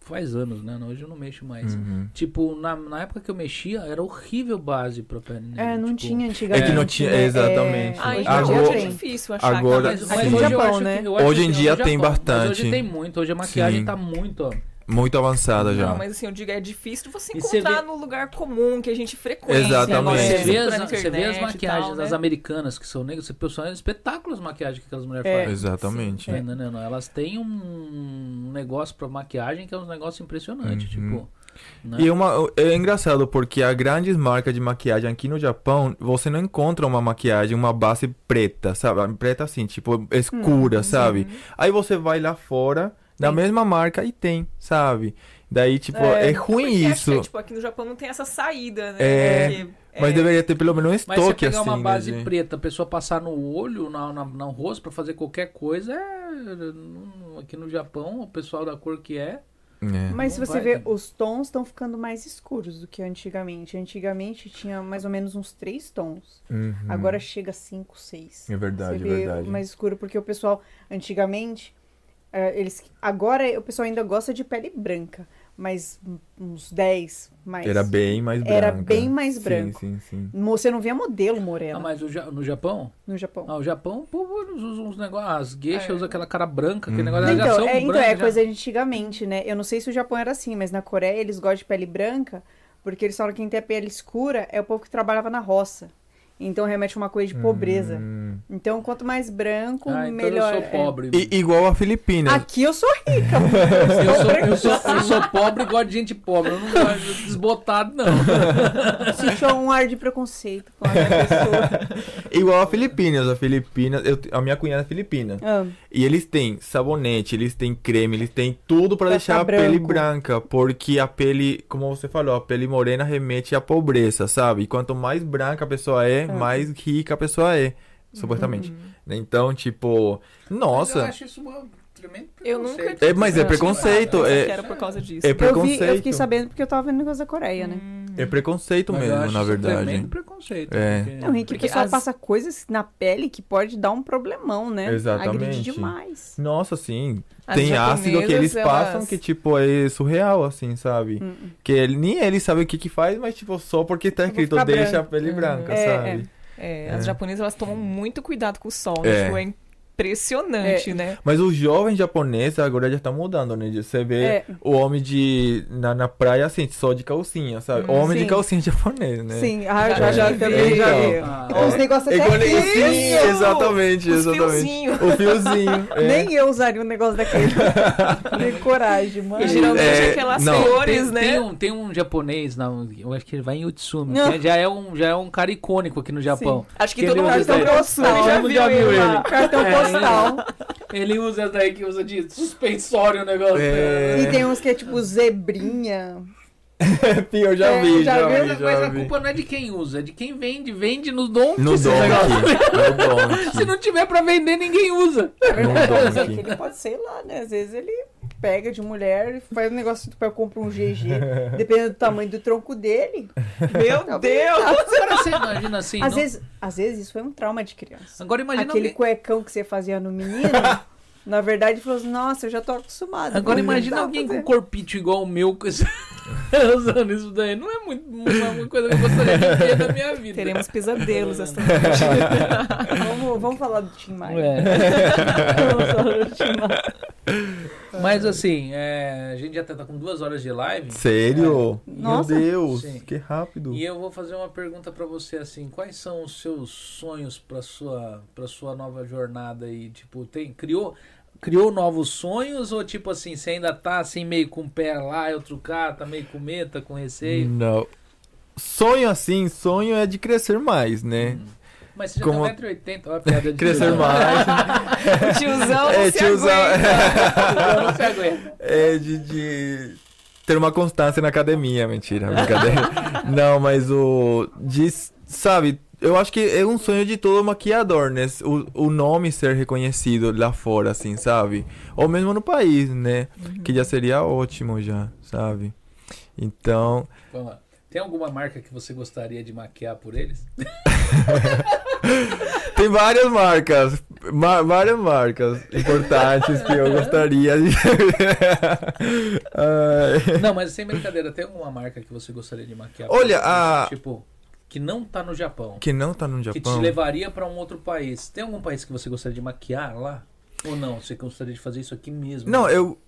Speaker 1: Faz anos, né? Hoje eu não mexo mais.
Speaker 3: Uhum.
Speaker 1: Tipo, na, na época que eu mexia, era horrível base pra pele negra.
Speaker 4: É, não
Speaker 1: tipo.
Speaker 4: tinha antigamente.
Speaker 3: É que não tinha-
Speaker 4: né?
Speaker 3: exatamente.
Speaker 4: É,
Speaker 2: Ai, gente,
Speaker 4: hoje em dia
Speaker 3: Agora-
Speaker 2: é
Speaker 4: tem.
Speaker 2: difícil achar é
Speaker 3: agora-
Speaker 2: aquela-
Speaker 1: Mas,
Speaker 3: Aqui
Speaker 1: mas
Speaker 3: no
Speaker 1: hoje eu
Speaker 4: Japão,
Speaker 1: acho
Speaker 4: né?
Speaker 1: que, eu acho
Speaker 3: Hoje em
Speaker 1: que no
Speaker 3: dia
Speaker 1: Japão,
Speaker 3: tem
Speaker 1: mas hoje
Speaker 3: bastante.
Speaker 1: tem muito, hoje a maquiagem
Speaker 3: Sim.
Speaker 1: tá muito, ó.
Speaker 3: Muito avançada já.
Speaker 2: Não, mas assim, eu digo, é difícil você
Speaker 1: E você
Speaker 2: encontrar
Speaker 1: vê-
Speaker 2: no lugar comum que a gente frequenta. né?
Speaker 3: Exatamente.
Speaker 2: Agora,
Speaker 1: Você vê,
Speaker 3: É,
Speaker 2: procura
Speaker 1: as,
Speaker 2: na
Speaker 1: você vê as
Speaker 2: internet e
Speaker 1: maquiagens
Speaker 2: tal,
Speaker 1: das
Speaker 2: né?
Speaker 1: americanas que são negras, você pessoal, é um espetáculo as maquiagens que aquelas mulheres
Speaker 4: É.
Speaker 1: fazem.
Speaker 3: Exatamente.
Speaker 1: É, não, não, não. Elas têm um negócio pra maquiagem que é um negócio impressionante,
Speaker 3: Uhum.
Speaker 1: tipo. né?
Speaker 3: E é uma, é engraçado porque as grandes marcas de maquiagem aqui no Japão, você não encontra uma maquiagem, uma base preta, sabe? Preta assim, tipo
Speaker 4: Hum,
Speaker 3: escura,
Speaker 4: uhum.
Speaker 3: sabe? Aí você vai lá fora, da mesma marca, e tem, sabe? Daí, tipo, é,
Speaker 4: É,
Speaker 3: ruim
Speaker 2: Porque acho
Speaker 3: isso.
Speaker 2: que, tipo, aqui no Japão não tem essa saída, né?
Speaker 3: É,
Speaker 2: Porque,
Speaker 3: Mas
Speaker 2: é,
Speaker 3: deveria ter pelo menos um
Speaker 1: Mas você
Speaker 3: estoque
Speaker 1: pegar
Speaker 3: assim.
Speaker 1: uma
Speaker 3: né,
Speaker 1: base
Speaker 3: gente?
Speaker 1: preta, a pessoa passar no olho, na, na, no rosto pra fazer qualquer coisa, é. não- Aqui no Japão, o pessoal da cor que é.
Speaker 3: É.
Speaker 4: Mas se
Speaker 1: Não
Speaker 4: você
Speaker 1: vai,
Speaker 4: ver,
Speaker 1: né?
Speaker 4: os tons estão ficando mais escuros do que antigamente. Antigamente tinha mais ou menos uns três tons.
Speaker 3: Uhum.
Speaker 4: Agora chega cinco, seis.
Speaker 3: É verdade,
Speaker 4: Você
Speaker 3: é
Speaker 4: vê
Speaker 3: verdade.
Speaker 4: mais escuro, porque o pessoal, antigamente, eh, eles agora o pessoal ainda gosta de pele branca, mas um- uns 10 mais.
Speaker 3: Era bem mais branco.
Speaker 4: Era bem mais branco.
Speaker 3: Sim, sim, sim.
Speaker 4: Você não via modelo morena
Speaker 1: Ah, mas o Ja- no Japão?
Speaker 4: no Japão.
Speaker 1: Ah, o Japão, o povo eles usam uns negócios. As gueixas usam aquela cara branca, aquele
Speaker 3: Uhum.
Speaker 1: negócio. elas já
Speaker 4: É. Então,
Speaker 1: são
Speaker 4: é, então,
Speaker 1: brancas,
Speaker 4: é
Speaker 1: já.
Speaker 4: coisa de antigamente, né? Eu não sei se o Japão era assim, mas na Coreia eles gostam de pele branca, porque eles falam que quem tem a pele escura é o povo que trabalhava na roça. Então remete a uma coisa de pobreza.
Speaker 3: Hum.
Speaker 4: Então, quanto mais branco,
Speaker 1: Ah, então
Speaker 4: melhor.
Speaker 1: eu sou
Speaker 4: é.
Speaker 1: pobre.
Speaker 3: I- igual a Filipina.
Speaker 4: Aqui eu sou rica. mano.
Speaker 3: é
Speaker 1: Eu sou, eu, sou, eu sou pobre e gosto de gente pobre. Eu não gosto de desbotado, não.
Speaker 4: Sentiu um ar de preconceito com a minha pessoa.
Speaker 3: Igual a Filipinas. A Filipinas, eu, a minha cunhada é filipina.
Speaker 4: (laughs) Ah,
Speaker 3: E eles têm sabonete, eles têm creme, eles têm tudo pra
Speaker 4: Pra
Speaker 3: deixar a
Speaker 4: ficar
Speaker 3: pele
Speaker 4: branco.
Speaker 3: branca, porque a pele, como você falou, a pele morena remete à pobreza, sabe? E quanto mais branca a pessoa é, mais rica a pessoa
Speaker 4: Uhum.
Speaker 3: é, supostamente. Então, tipo,
Speaker 1: Mas Eu
Speaker 3: nossa,
Speaker 1: acho isso uma tremendo
Speaker 2: Eu nunca
Speaker 1: preconceito.
Speaker 3: é, mas é
Speaker 2: Eu acho
Speaker 3: preconceito,
Speaker 2: que
Speaker 3: é,
Speaker 2: era por causa disso.
Speaker 3: é
Speaker 4: eu, vi, eu
Speaker 3: preconceito.
Speaker 4: fiquei sabendo porque eu tava vendo negócio da
Speaker 2: Hum.
Speaker 4: Coreia, né?
Speaker 3: É preconceito
Speaker 1: Mas eu
Speaker 3: mesmo,
Speaker 1: acho
Speaker 3: na
Speaker 1: isso
Speaker 3: verdade.
Speaker 1: Tremendo preconceito.
Speaker 3: É.
Speaker 1: porque-
Speaker 4: Não, e que o
Speaker 2: Porque
Speaker 4: pessoal
Speaker 2: as-
Speaker 4: passa coisas na pele que pode dar um problemão, né?
Speaker 3: Exatamente.
Speaker 4: Agride demais.
Speaker 3: Nossa, sim.
Speaker 2: As
Speaker 3: Tem ácido que eles
Speaker 2: japonesas, elas-
Speaker 3: passam que, tipo, é surreal, assim, sabe? Que ele- nem eles sabem o que que faz, mas, tipo, só porque tá
Speaker 4: Hum, vou
Speaker 3: escrito
Speaker 4: ficar
Speaker 3: deixa a
Speaker 4: branco.
Speaker 3: pele branca,
Speaker 4: É,
Speaker 3: sabe?
Speaker 2: É, as
Speaker 3: É.
Speaker 2: japonesas elas tomam muito cuidado com o sol, né?
Speaker 3: É.
Speaker 2: Tipo, é impressionante, né?
Speaker 3: Mas os jovens japoneses agora já tá mudando, né? Você vê
Speaker 4: É.
Speaker 3: o homem de na, na praia, assim, só de calcinha, sabe? homem de
Speaker 4: Sim.
Speaker 3: calcinha (laughs) japonês, né?
Speaker 4: Sim, ah, eu
Speaker 2: Já-
Speaker 1: É,
Speaker 4: já, já,
Speaker 2: já
Speaker 4: também
Speaker 3: vi.
Speaker 4: já vi. Então,
Speaker 1: Ah,
Speaker 4: Os negócios
Speaker 3: É
Speaker 4: até
Speaker 3: igual-
Speaker 4: aqui.
Speaker 3: sim,
Speaker 2: Isso!
Speaker 3: exatamente,
Speaker 2: Os
Speaker 3: exatamente.
Speaker 2: fiozinhos.
Speaker 3: O fiozinho. é. (laughs)
Speaker 4: Nem eu usaria um negócio daquele. De coragem, mano.
Speaker 2: E geralmente
Speaker 3: É,
Speaker 2: aquelas
Speaker 3: não.
Speaker 2: cores,
Speaker 1: tem,
Speaker 2: né?
Speaker 1: tem um, tem um japonês, na, eu acho que ele vai em Utsumi.
Speaker 4: Não.
Speaker 1: que já, é um, já é um cara icônico aqui no Japão.
Speaker 2: Acho que,
Speaker 1: que
Speaker 2: todo
Speaker 1: ele
Speaker 2: mundo tá
Speaker 1: usa
Speaker 2: está
Speaker 1: ele.
Speaker 2: grossão,
Speaker 1: Todo
Speaker 2: já
Speaker 1: mundo
Speaker 2: viu
Speaker 1: já viu
Speaker 2: ele.
Speaker 1: ele.
Speaker 2: lá.
Speaker 4: Cartão
Speaker 1: É,
Speaker 4: postal.
Speaker 1: Ele usa essa daí que usa de suspensório o negócio.
Speaker 3: É.
Speaker 4: E tem uns que é tipo zebrinha.
Speaker 3: Pior, já
Speaker 4: É,
Speaker 3: vi,
Speaker 4: já
Speaker 3: já,
Speaker 4: viu
Speaker 3: vi,
Speaker 1: Mas
Speaker 3: já
Speaker 1: a
Speaker 3: vi.
Speaker 1: culpa é não é de quem usa, é de quem vende. Vende no dom.
Speaker 3: No
Speaker 1: (laughs)
Speaker 3: Donkey.
Speaker 1: Se não tiver pra vender, ninguém usa.
Speaker 3: No
Speaker 4: Mas é que
Speaker 3: Donkey.
Speaker 4: ele pode, sei lá, né? Às vezes ele pega de mulher e faz um negócio tipo, eu compro
Speaker 3: (laughs)
Speaker 4: um GG, dependendo do tamanho do tronco dele.
Speaker 2: Meu Deus!
Speaker 1: Agora você imagina assim.
Speaker 4: Às
Speaker 1: não-
Speaker 4: vezes, às vezes isso foi um trauma de criança.
Speaker 1: Agora imagina
Speaker 4: Aquele
Speaker 1: alguém-
Speaker 4: cuecão que você fazia no
Speaker 1: (laughs)
Speaker 4: menino, na verdade, falou assim, nossa, eu já tô acostumado.
Speaker 1: Agora
Speaker 4: Não
Speaker 1: imagina
Speaker 4: dá
Speaker 1: alguém
Speaker 4: pra
Speaker 1: com
Speaker 4: fazer.
Speaker 1: corpite igual o meu com esse... (laughs) usando isso daí. Não é muito não é uma coisa que eu gostaria de ter da minha vida.
Speaker 2: Teremos pesadelos assim.
Speaker 3: (laughs)
Speaker 2: esta
Speaker 4: Vamos, vamos falar do Tim Maia. (laughs)
Speaker 1: É.
Speaker 4: Vamos falar do Tim Maia.
Speaker 1: Mas assim, é, a gente já tá com duas horas de live.
Speaker 3: Sério?
Speaker 4: Nossa.
Speaker 3: Meu Deus,
Speaker 1: Sim.
Speaker 3: que rápido.
Speaker 1: E eu vou fazer uma pergunta pra você assim, quais são os seus sonhos pra sua para sua nova jornada aí, tipo, tem criou criou novos sonhos ou tipo assim, você ainda tá assim meio com o pé lá, e outro cá, tá meio com medo, tá com receio?
Speaker 3: Não. Sonho assim, sonho é de crescer mais, né?
Speaker 1: Mas você já
Speaker 3: Como-
Speaker 1: tem 1,80m, olha a piada de
Speaker 3: (laughs) Crescer
Speaker 1: tiozão. (laughs)
Speaker 3: mais.
Speaker 2: O tiozão não
Speaker 3: é,
Speaker 2: se
Speaker 3: tiozão.
Speaker 2: aguenta.
Speaker 3: (laughs)
Speaker 1: Não se aguenta.
Speaker 3: É de, de ter uma constância na academia, mentira, (laughs) brincadeira. Não, mas o. De, sabe, eu acho que é um sonho de todo maquiador, né? O, o nome ser reconhecido lá fora, assim, sabe? Ou mesmo no país, né? Que já seria ótimo, já, sabe? Então.
Speaker 1: Vamos lá. Tem alguma marca que você gostaria de maquiar por eles?
Speaker 3: Tem várias marcas, ma- várias marcas importantes que eu gostaria de. (laughs) Ai.
Speaker 1: Não, mas sem brincadeira, tem alguma marca que você gostaria de maquiar?
Speaker 3: Olha,
Speaker 1: por
Speaker 3: a-
Speaker 1: Tipo, que não tá no Japão.
Speaker 3: que não tá no
Speaker 1: que
Speaker 3: Japão.
Speaker 1: te levaria pra um outro país. Tem algum país que você gostaria de maquiar lá? Ou não? Você gostaria de fazer isso aqui mesmo?
Speaker 3: Não, eu.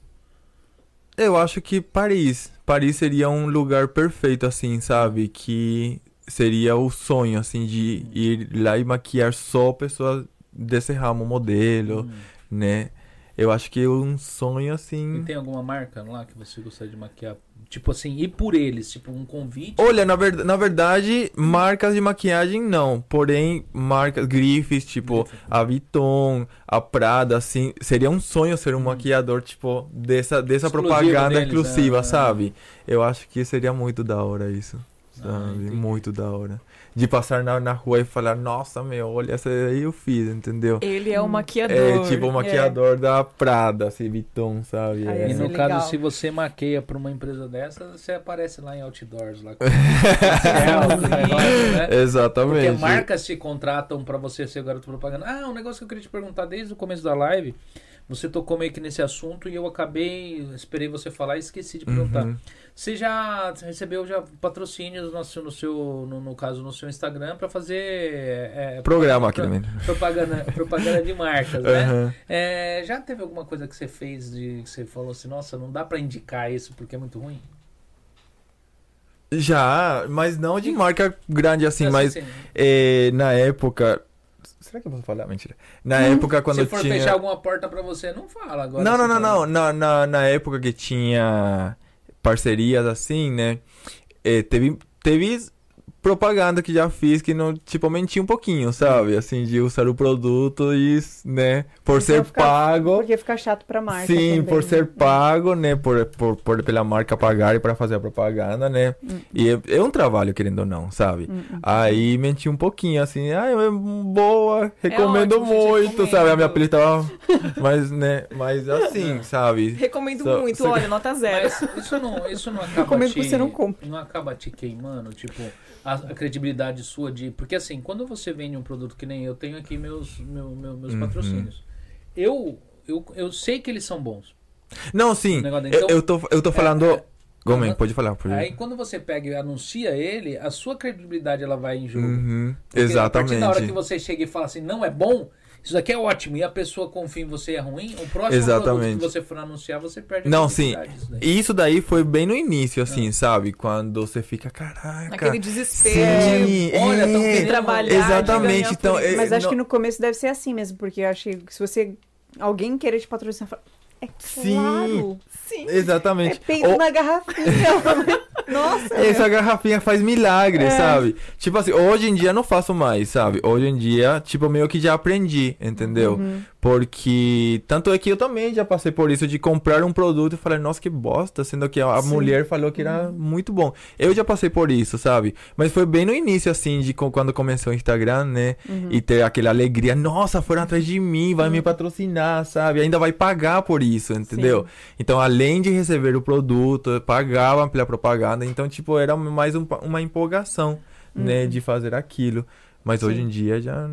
Speaker 3: Eu acho que Paris. Paris seria um lugar perfeito, assim, sabe? Que seria o sonho, assim, de ir lá e maquiar só pessoas desse ramo, modelo,
Speaker 1: Hum.
Speaker 3: né? Eu acho que é um sonho, assim.
Speaker 1: E tem alguma marca lá que você gostaria de maquiar? Tipo assim, ir por eles, tipo um convite.
Speaker 3: Olha, na, ver- na verdade, marcas de maquiagem não. Porém, marcas, grifes,
Speaker 1: Né?
Speaker 3: tipo a Vuitton, a Prada, assim. Seria um sonho ser um maquiador, tipo, dessa, dessa
Speaker 1: Hum. Exclusivo
Speaker 3: propaganda
Speaker 1: deles,
Speaker 3: exclusiva,
Speaker 1: ah.
Speaker 3: sabe? Eu acho que seria muito da hora isso.
Speaker 1: Ah,
Speaker 3: Sabe?
Speaker 1: entendi.
Speaker 3: muito da hora. De passar na, na rua e falar, nossa, meu, olha, essa aí eu fiz, entendeu?
Speaker 2: Ele é o maquiador.
Speaker 3: É tipo o maquiador da Prada, assim, Vuitton, sabe?
Speaker 4: Aí
Speaker 3: É.
Speaker 1: E
Speaker 4: Ia
Speaker 1: no
Speaker 4: ser
Speaker 1: (laughs) caso,
Speaker 4: legal.
Speaker 1: se você maqueia pra uma empresa dessa, você aparece lá em outdoors, lá com
Speaker 2: Selfie.
Speaker 1: É um negócio, né? Porque
Speaker 3: (laughs) Exatamente.
Speaker 1: marcas te contratam pra você ser o garoto propaganda. Ah, um negócio que eu queria te perguntar desde o começo da live. Você tocou meio que nesse assunto e eu acabei, esperei você falar e esqueci de perguntar.
Speaker 3: Uhum.
Speaker 1: Você já recebeu já patrocínios no seu, no, seu no, no caso no seu Instagram pra fazer é,
Speaker 3: Programa aqui também. (laughs) Uhum.
Speaker 1: propaganda, propaganda de marcas, né?
Speaker 3: Aham.
Speaker 1: É, já teve alguma coisa que você fez de que você falou assim, nossa, não dá pra indicar isso porque é muito ruim?
Speaker 3: Já, mas não de marca grande assim,
Speaker 1: Assim,
Speaker 3: mas
Speaker 1: assim,
Speaker 3: é, na época. Será que eu posso falar? Mentira. Na época quando
Speaker 1: Hum, se for
Speaker 3: tinha.
Speaker 1: fechar alguma porta pra você, não fala agora.
Speaker 3: Não, não,
Speaker 1: você
Speaker 3: não,
Speaker 1: fala.
Speaker 3: não. Na, na, na época que tinha parcerias assim, né? eh, teve, teve propaganda que já fiz que não, tipo, menti um pouquinho,
Speaker 1: Hum.
Speaker 3: sabe? Assim, de usar o produto e, né? Por
Speaker 4: Então
Speaker 3: ser
Speaker 4: fica-
Speaker 3: pago.
Speaker 4: Porque fica chato pra marca.
Speaker 3: Sim,
Speaker 4: também,
Speaker 3: por
Speaker 4: né?
Speaker 1: Hum.
Speaker 3: ser pago, né? Por, por, por- pela marca pagar e para fazer a propaganda, né?
Speaker 1: Hum.
Speaker 3: E é, é um trabalho, querendo ou não, sabe?
Speaker 4: Hum,
Speaker 3: Aí menti um pouquinho, assim, ah, é boa,
Speaker 4: É
Speaker 3: recomendo
Speaker 2: ótimo, gente,
Speaker 3: muito, sabe? A minha
Speaker 1: recomendo.
Speaker 3: pele tava. Mas, né? Mas assim,
Speaker 2: É.
Speaker 3: sabe?
Speaker 2: Recomendo
Speaker 3: Só-
Speaker 2: muito,
Speaker 3: só-
Speaker 2: olha, nota zero.
Speaker 1: Mas isso não, isso
Speaker 4: (laughs)
Speaker 1: não acaba
Speaker 4: Recomendo
Speaker 1: te,
Speaker 4: que você não compre.
Speaker 1: Não acaba te queimando, tipo, a, a credibilidade sua de... Porque assim, quando você vende um produto que nem eu tenho aqui meus, meu, meu- meus
Speaker 3: Uhum.
Speaker 1: patrocínios, eu, eu, eu sei que eles são bons.
Speaker 3: Não, sim.
Speaker 1: O negócio-
Speaker 3: eu,
Speaker 1: então-
Speaker 3: eu tô, eu tô falando.
Speaker 1: é.
Speaker 3: Gomen,
Speaker 1: Aham.
Speaker 3: pode falar, pode
Speaker 1: Aí quando você pega e anuncia ele, a sua credibilidade ela vai em jogo.
Speaker 3: Uhum,
Speaker 1: tipo, Porque A
Speaker 3: Exatamente.
Speaker 1: partir da hora que você chega e fala assim, não é bom, isso daqui é ótimo, e a pessoa confia em você é ruim, o próximo produto
Speaker 3: Exatamente.
Speaker 1: que você for anunciar, você perde a
Speaker 3: Não, sim.
Speaker 1: credibilidade, isso daí.
Speaker 3: E isso daí foi bem no
Speaker 1: Ah.
Speaker 3: início, assim, sabe? Quando você fica, caraca.
Speaker 2: Naquele desespero.
Speaker 3: Sim,
Speaker 1: Olha, tão
Speaker 3: é,
Speaker 1: querendo
Speaker 2: trabalhar, de
Speaker 3: Exatamente,
Speaker 2: ganhar
Speaker 3: então,
Speaker 2: por isso.
Speaker 3: é,
Speaker 4: Mas acho
Speaker 3: não-
Speaker 4: que no começo deve ser assim mesmo, porque eu acho que se você. Alguém querer te patrocinar, fala, é
Speaker 3: Sim.
Speaker 4: claro. Sim. É
Speaker 3: Exatamente.
Speaker 4: peito
Speaker 3: Ou- (laughs)
Speaker 4: na garrafinha. Nossa. É.
Speaker 3: Essa garrafinha faz milagre, sabe? Tipo assim, hoje em dia não faço mais, sabe? Hoje em dia, tipo, meio que já aprendi, entendeu?
Speaker 4: Uhum.
Speaker 3: Porque tanto é que eu também já passei por isso de comprar um produto e falar, nossa, que bosta, sendo que a
Speaker 4: Sim.
Speaker 3: mulher falou que era muito bom. Eu já passei por isso, sabe? Mas foi bem no início, assim, de co- quando começou o Instagram, né?
Speaker 4: Uhum.
Speaker 3: E ter aquela alegria, nossa, foram atrás de mim, vai me patrocinar, sabe? Ainda vai pagar por isso, entendeu? Então, além de receber o produto, pagavam pela propaganda. Então, tipo, era mais um pa- uma empolgação,
Speaker 1: Uhum.
Speaker 3: né, de fazer aquilo. Mas hoje em dia já,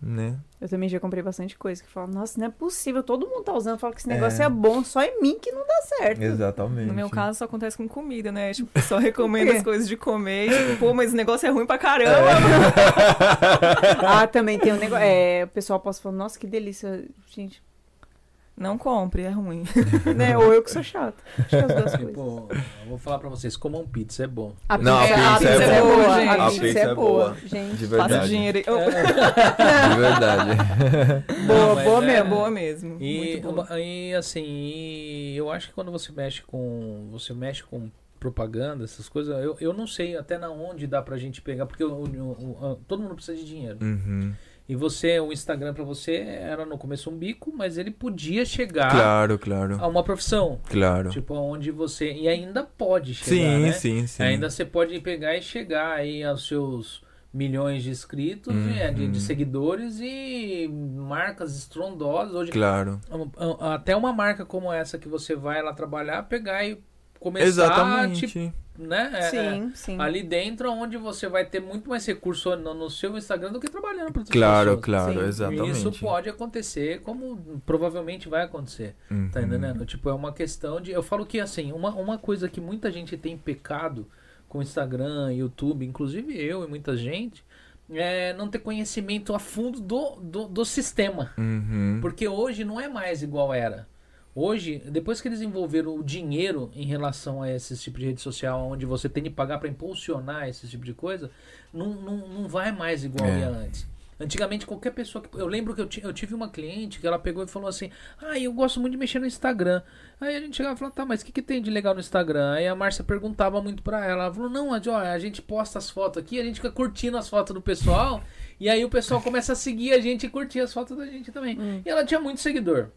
Speaker 3: né?
Speaker 4: Eu também já comprei bastante coisa que eu falo, nossa, não é possível, todo mundo tá usando, fala que esse negócio é, bom, só em mim que não dá certo.
Speaker 3: Exatamente.
Speaker 2: No meu caso, só acontece com comida, né?
Speaker 3: (laughs)
Speaker 2: Tipo, só recomendo as coisas de comer. e, Tipo, pô, mas esse negócio é ruim pra caramba.
Speaker 4: (laughs)
Speaker 3: É.
Speaker 4: Ah, também tem um negócio. É, o pessoal possa falar, nossa, que delícia, gente.
Speaker 2: (laughs) Não compre, é ruim.
Speaker 3: (laughs)
Speaker 4: Né? Ou eu que sou chata. Acho que é as duas coisas.
Speaker 1: Tipo, eu vou falar pra vocês, comam pizza, é bom.
Speaker 4: A
Speaker 3: Não, a
Speaker 2: pizza é boa, gente.
Speaker 4: A
Speaker 2: A
Speaker 4: pizza
Speaker 3: pizza
Speaker 4: é
Speaker 3: é
Speaker 4: boa,
Speaker 3: boa.
Speaker 4: gente.
Speaker 3: De
Speaker 2: Passa
Speaker 3: verdade.
Speaker 2: o dinheiro
Speaker 1: É,
Speaker 2: aí.
Speaker 1: (laughs)
Speaker 3: De verdade.
Speaker 2: É. (laughs) Boa,
Speaker 1: mas
Speaker 2: boa
Speaker 1: é-
Speaker 2: mesmo, boa mesmo.
Speaker 1: E,
Speaker 2: Muito boa.
Speaker 1: uma- e, assim, e eu acho que quando você mexe com. Você mexe com propaganda, essas coisas, eu, eu não sei até na onde dá pra gente pegar, porque o- o- o- todo mundo precisa de dinheiro.
Speaker 3: Uhum.
Speaker 1: E você, o Instagram pra você era no começo um bico, mas ele podia chegar
Speaker 3: Claro, claro.
Speaker 1: a uma profissão.
Speaker 3: Claro.
Speaker 1: Ah. Tipo, onde você. E ainda pode chegar.
Speaker 3: sim,
Speaker 1: né?
Speaker 3: sim, sim.
Speaker 1: Ainda você pode pegar e chegar aí aos seus milhões de inscritos,
Speaker 3: Uhum.
Speaker 1: né, de, de seguidores e marcas estrondosas. Hoje,
Speaker 3: Claro.
Speaker 1: um, um, até uma marca como essa que você vai lá trabalhar, pegar e começar
Speaker 3: Exatamente.
Speaker 1: tipo, né? é,
Speaker 4: Sim, sim.
Speaker 1: é, ali dentro, onde você vai ter muito mais recurso no, no seu Instagram do que trabalhando para
Speaker 3: Claro,
Speaker 1: pessoas.
Speaker 3: claro,
Speaker 4: Sim.
Speaker 3: exatamente.
Speaker 1: Isso pode acontecer, como provavelmente vai acontecer.
Speaker 3: Uhum.
Speaker 1: Tá entendendo? Tipo, é uma questão de. Eu falo que assim, uma, uma coisa que muita gente tem pecado com Instagram, YouTube, inclusive eu e muita gente, é não ter conhecimento a fundo do, do, do sistema.
Speaker 3: Uhum.
Speaker 1: Porque hoje não é mais igual era. Hoje, depois que eles envolveram o dinheiro em relação a esse tipo de rede social, onde você tem de pagar para impulsionar esse tipo de coisa, não, não, não vai mais igual
Speaker 3: É.
Speaker 1: ia antes. Antigamente, qualquer pessoa que. Eu lembro que eu, ti- eu tive uma cliente que ela pegou e falou assim: Ah, eu gosto muito de mexer no Instagram. Aí a gente chegava e falava: Tá, mas o que, que tem de legal no Instagram? Aí a Márcia perguntava muito pra ela. Ela falou: Não, Adi, ó, a gente posta as fotos aqui, a gente fica curtindo as fotos do pessoal. e aí o pessoal começa a seguir a gente e curtir as fotos da gente também. E ela tinha muito seguidor.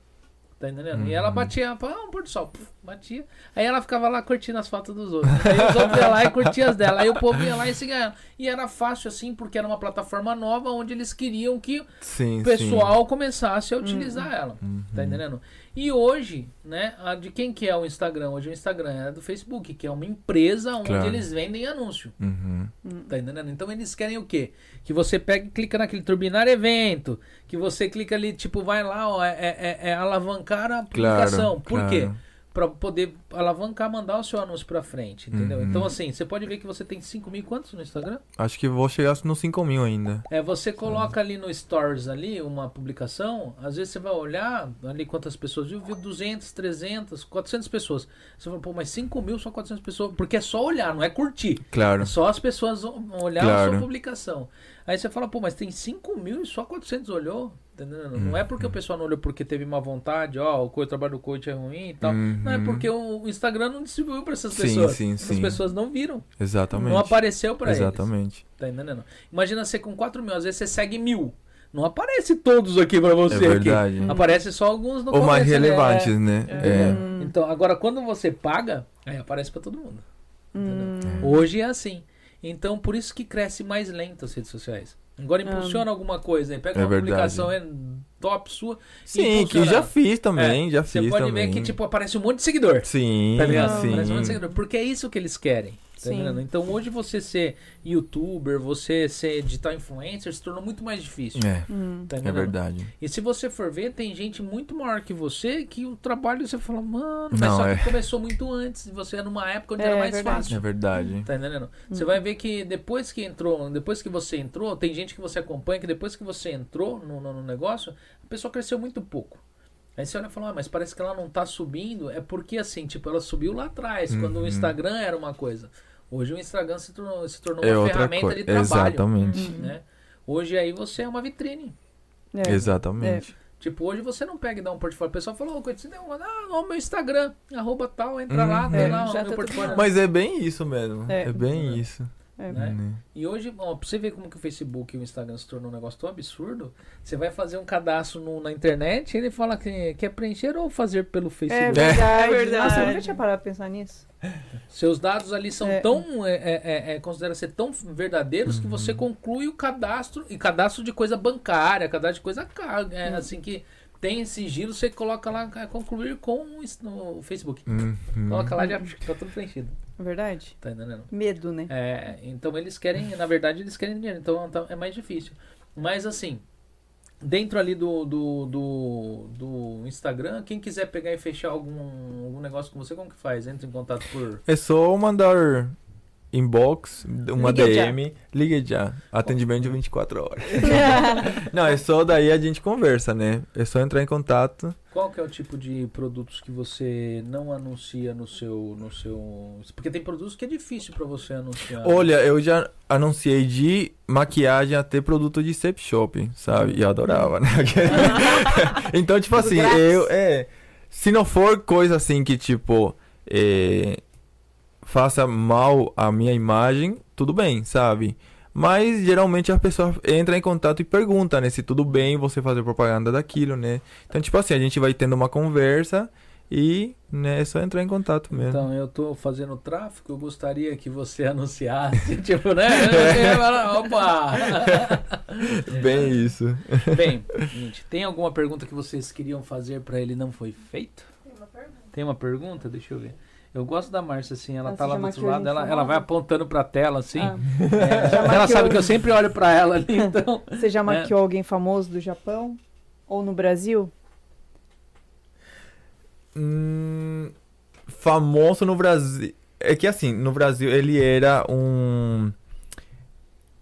Speaker 1: Tá entendendo? E
Speaker 3: Hum.
Speaker 1: ela batia, falava, ah, um pôr do sol, puf, batia. Aí ela ficava lá curtindo as fotos dos outros. Aí os outros iam lá e curtiam as dela. Aí o povo ia lá e seguia ela. E era fácil assim, porque era uma plataforma nova onde eles queriam que
Speaker 3: Sim, Uhum. Hum.
Speaker 1: o pessoal começasse a utilizar ela. Tá entendendo? E hoje, né, a de quem que é o Instagram? Hoje o Instagram é do Facebook, que é uma empresa onde
Speaker 3: Claro.
Speaker 1: eles vendem anúncio.
Speaker 3: sim. Uhum.
Speaker 1: Tá entendendo? Então eles querem o quê? Que você pega e clica naquele turbinar evento, que você clica ali, tipo, vai lá, ó, é, é- é alavancar a
Speaker 3: Claro.
Speaker 1: publicação. Por
Speaker 3: claro.
Speaker 1: quê? Pra poder alavancar, mandar o seu anúncio pra frente,
Speaker 3: Uhum.
Speaker 1: entendeu? Então, assim, você pode ver que você tem 5 mil quantos no Instagram?
Speaker 3: Acho que vou chegar nos 5 mil ainda.
Speaker 1: É, você coloca ali no Stories ali uma publicação, às vezes você vai olhar ali quantas pessoas viu, viu 200, 300, 400 pessoas. Você fala, pô, mas 5 mil só 400 pessoas, porque é só olhar, não é curtir.
Speaker 3: Claro.
Speaker 1: É só as pessoas o- olhar a
Speaker 3: Claro.
Speaker 1: sua publicação. Aí você fala, pô, mas tem 5 mil e só 400 olhou. Entendeu? Não é
Speaker 3: Uhum.
Speaker 1: porque o pessoal não olhou porque teve má vontade, ó, o co- o trabalho do coach é ruim e tal. Não, é
Speaker 3: Uhum.
Speaker 1: porque o o Instagram não distribuiu pra essas
Speaker 3: Sim,
Speaker 1: pessoas.
Speaker 3: sim,
Speaker 1: As
Speaker 3: sim.
Speaker 1: pessoas não viram.
Speaker 3: Exatamente.
Speaker 1: Não apareceu pra eles.
Speaker 3: Exatamente.
Speaker 1: Tá entendendo? Imagina você com 4 mil, às vezes você segue mil. Não aparece todos aqui pra você.
Speaker 3: É
Speaker 1: aqui.
Speaker 3: verdade.
Speaker 1: Aparece só alguns no
Speaker 3: Ou mais
Speaker 1: começo, né?
Speaker 3: relevantes, né?
Speaker 1: É.
Speaker 3: É.
Speaker 1: Então, agora quando você paga, aí aparece pra todo mundo. Hoje é assim. Então, por isso que cresce mais lento as redes sociais.
Speaker 4: Ah.
Speaker 1: Agora impulsiona alguma coisa, aí pega
Speaker 3: É
Speaker 1: uma
Speaker 3: verdade.
Speaker 1: publicação é top sua. e
Speaker 3: É. Sim, que
Speaker 1: impulsiona.
Speaker 3: já fiz também, já
Speaker 1: Você
Speaker 3: fiz
Speaker 1: pode
Speaker 3: também.
Speaker 1: ver que tipo aparece um monte de seguidor.
Speaker 3: Sim,
Speaker 1: Tá ligado?
Speaker 3: sim.
Speaker 1: Aparece um monte de seguidor. Porque é isso que eles querem. Tá
Speaker 2: Sim.
Speaker 1: ligado? Então hoje você ser youtuber, você ser digital influencer se tornou muito mais difícil.
Speaker 3: É,
Speaker 4: Hum,
Speaker 1: tá
Speaker 3: é
Speaker 1: entendendo?
Speaker 3: verdade.
Speaker 1: E se você for ver, tem gente muito maior que você que o trabalho você fala, mano, mas
Speaker 3: Não,
Speaker 1: só que
Speaker 3: é.
Speaker 1: começou muito antes. Você é numa época onde
Speaker 4: É,
Speaker 1: era
Speaker 4: é
Speaker 1: mais
Speaker 4: verdade.
Speaker 1: fácil.
Speaker 3: É verdade.
Speaker 1: Tá entendendo? Você
Speaker 2: Hum.
Speaker 1: vai ver que depois que entrou, depois que você entrou, tem gente que você acompanha que depois que você entrou no, no- no negócio, a pessoa cresceu muito pouco. Aí você olha e fala, ah, mas parece que ela não tá subindo. É porque assim, tipo, ela subiu lá atrás, quando
Speaker 3: Uhum.
Speaker 1: o Instagram era uma coisa. Hoje o Instagram se tornou, se tornou
Speaker 3: É
Speaker 1: uma
Speaker 3: outra
Speaker 1: ferramenta
Speaker 3: coisa.
Speaker 1: de trabalho.
Speaker 3: Exatamente.
Speaker 2: Uhum.
Speaker 1: Né? Hoje aí você é uma vitrine.
Speaker 4: É.
Speaker 3: Exatamente.
Speaker 1: Tipo, hoje você não pega e dá um portfólio. O pessoal falou, oh, você deu uma, ah, ó, meu Instagram, arroba tal, entra lá, tem
Speaker 4: É,
Speaker 1: lá o
Speaker 2: já
Speaker 1: meu
Speaker 2: tá
Speaker 1: portfólio.
Speaker 3: Uhum. Mas é bem isso mesmo.
Speaker 4: É.
Speaker 3: É, bem isso.
Speaker 4: É.
Speaker 1: Né?
Speaker 3: né?
Speaker 1: E hoje, ó, pra você ver como que o Facebook e o Instagram se tornou um negócio tão absurdo, você vai fazer um cadastro no- na internet e ele fala que quer preencher ou fazer pelo
Speaker 4: É
Speaker 1: Facebook.
Speaker 4: verdade.
Speaker 2: É verdade.
Speaker 4: Nossa, eu nunca tinha parado de pensar nisso.
Speaker 1: Seus dados ali são
Speaker 4: É.
Speaker 1: tão, é, é, é, é, considera ser tão verdadeiros que você conclui o cadastro, e cadastro de coisa bancária, cadastro de coisa cara, é,
Speaker 4: Uhum.
Speaker 1: assim que tem sigilo, você coloca lá, é, concluir com o ins- no Facebook.
Speaker 3: Uhum.
Speaker 1: Coloca lá, já tá tudo preenchido,
Speaker 4: É Verdade?
Speaker 1: tá entendendo?
Speaker 4: Medo, né?
Speaker 1: É, então eles querem, na verdade, eles querem dinheiro, então tá- é mais difícil. Mas assim, dentro ali do, do, do, do Instagram, quem quiser pegar e fechar algum, algum negócio com você, como que faz? Entra em contato por.
Speaker 3: É só mandar inbox, uma
Speaker 4: Ligue já.
Speaker 3: DM, ligue já. Atendimento de 24 horas. Não, é só daí a gente conversa, né? É só entrar em contato.
Speaker 1: Qual que é o tipo de produtos que você não anuncia no seu. No seu... Porque tem produtos que é difícil pra você anunciar. né?
Speaker 3: Olha, eu já anunciei de maquiagem até produto de sex shop, sabe? E eu adorava, né? então, tipo assim, eu. É, se não for coisa assim que, tipo. é, faça mal a minha imagem, tudo bem, sabe? Mas geralmente as pessoas entram em contato e perguntam, né? Se tudo bem você fazer propaganda daquilo, né? Então, tipo assim, a gente vai tendo uma conversa e né, é só entrar em contato mesmo.
Speaker 1: Então, eu tô fazendo tráfico, eu gostaria que você (laughs) anunciasse, tipo, né? Eu falo, Opa!
Speaker 3: Bem isso.
Speaker 1: Bem, gente, tem alguma pergunta que vocês queriam fazer pra ele e não foi feito? Tem uma pergunta? Deixa eu ver. Eu gosto da Márcia, assim, ela
Speaker 4: Nossa,
Speaker 1: tá lá
Speaker 4: já
Speaker 1: do outro
Speaker 4: maquiou a
Speaker 1: lado,
Speaker 4: gente
Speaker 1: ela,
Speaker 4: famosa.
Speaker 1: ela vai apontando pra tela, assim.
Speaker 4: Ah, (laughs)
Speaker 1: É,
Speaker 4: Já
Speaker 1: ela
Speaker 4: maquiou.
Speaker 1: sabe que eu sempre olho pra ela ali,
Speaker 4: (laughs)
Speaker 1: então.
Speaker 4: Você
Speaker 3: É.
Speaker 4: já maquiou alguém famoso do Japão? Ou no Brasil?
Speaker 3: Hum, famoso no Brasil. É que assim, no Brasil ele era um.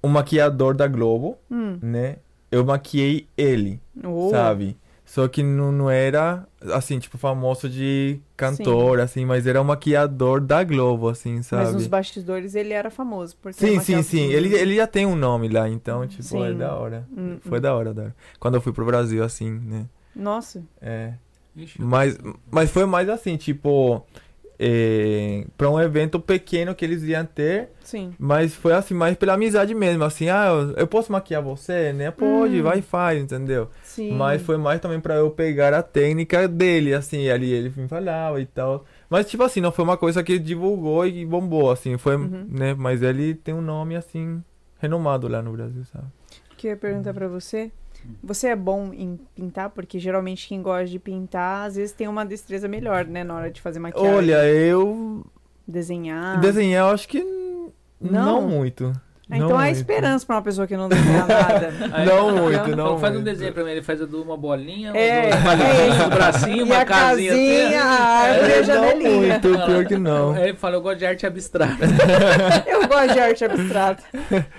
Speaker 3: Um maquiador da Globo,
Speaker 4: Hum.
Speaker 3: né? Eu maquiei ele,
Speaker 4: Ou-
Speaker 3: sabe? Só que não, não era, assim, tipo, famoso de cantor, assim, mas era um maquiador da Globo, assim,
Speaker 4: Mas nos
Speaker 3: sabe?
Speaker 4: bastidores ele era famoso. Por ser
Speaker 3: Sim, sim,
Speaker 4: maquiador.
Speaker 3: sim. Ele, ele já tem um nome lá, então, tipo, é
Speaker 4: Sim.
Speaker 3: da hora.
Speaker 4: Hum,
Speaker 3: Foi da hora, da hora. Quando eu fui pro Brasil, assim, né?
Speaker 4: Nossa.
Speaker 3: É. Mas, mas foi mais assim, tipo, é, para um evento pequeno que eles iam ter,
Speaker 4: Sim.
Speaker 3: mas foi assim, mais pela amizade mesmo, assim, ah, eu- eu posso maquiar você, né? Pode,
Speaker 4: Hum.
Speaker 3: vai e faz, entendeu?
Speaker 4: Sim.
Speaker 3: Mas foi mais também pra eu pegar a técnica dele, assim, ali ele me falava e tal. Mas, tipo assim, não foi uma coisa que divulgou e bombou, assim, foi,
Speaker 4: Uhum.
Speaker 3: né? Mas ele tem um nome, assim, renomado lá no Brasil, sabe?
Speaker 4: Queria perguntar pra você. Você é bom em pintar? Porque geralmente quem gosta de pintar, às vezes tem uma destreza melhor, né? Na hora de fazer maquiagem.
Speaker 3: Olha, eu
Speaker 4: Desenhar.
Speaker 3: desenhar, eu acho que
Speaker 4: Ah. Não?
Speaker 3: não é. muito.
Speaker 4: Ah, Então
Speaker 6: Não
Speaker 4: há
Speaker 6: muito.
Speaker 4: esperança pra uma pessoa que não desenha nada.
Speaker 3: (laughs)
Speaker 1: Aí-
Speaker 6: Não muito, não
Speaker 1: Faz um
Speaker 6: muito.
Speaker 1: desenho pra mim, ele faz a de uma bolinha,
Speaker 4: É,
Speaker 1: um do-
Speaker 4: é isso.
Speaker 1: um bracinho,
Speaker 4: e
Speaker 1: uma
Speaker 4: a
Speaker 1: casinha,
Speaker 4: casinha,
Speaker 1: assim.
Speaker 4: a árvore
Speaker 3: É,
Speaker 4: e a
Speaker 6: não
Speaker 4: janelinha.
Speaker 6: muito, Então, pior que não.
Speaker 1: Aí ele fala, eu gosto de arte abstrata.
Speaker 4: Eu gosto de arte abstrata.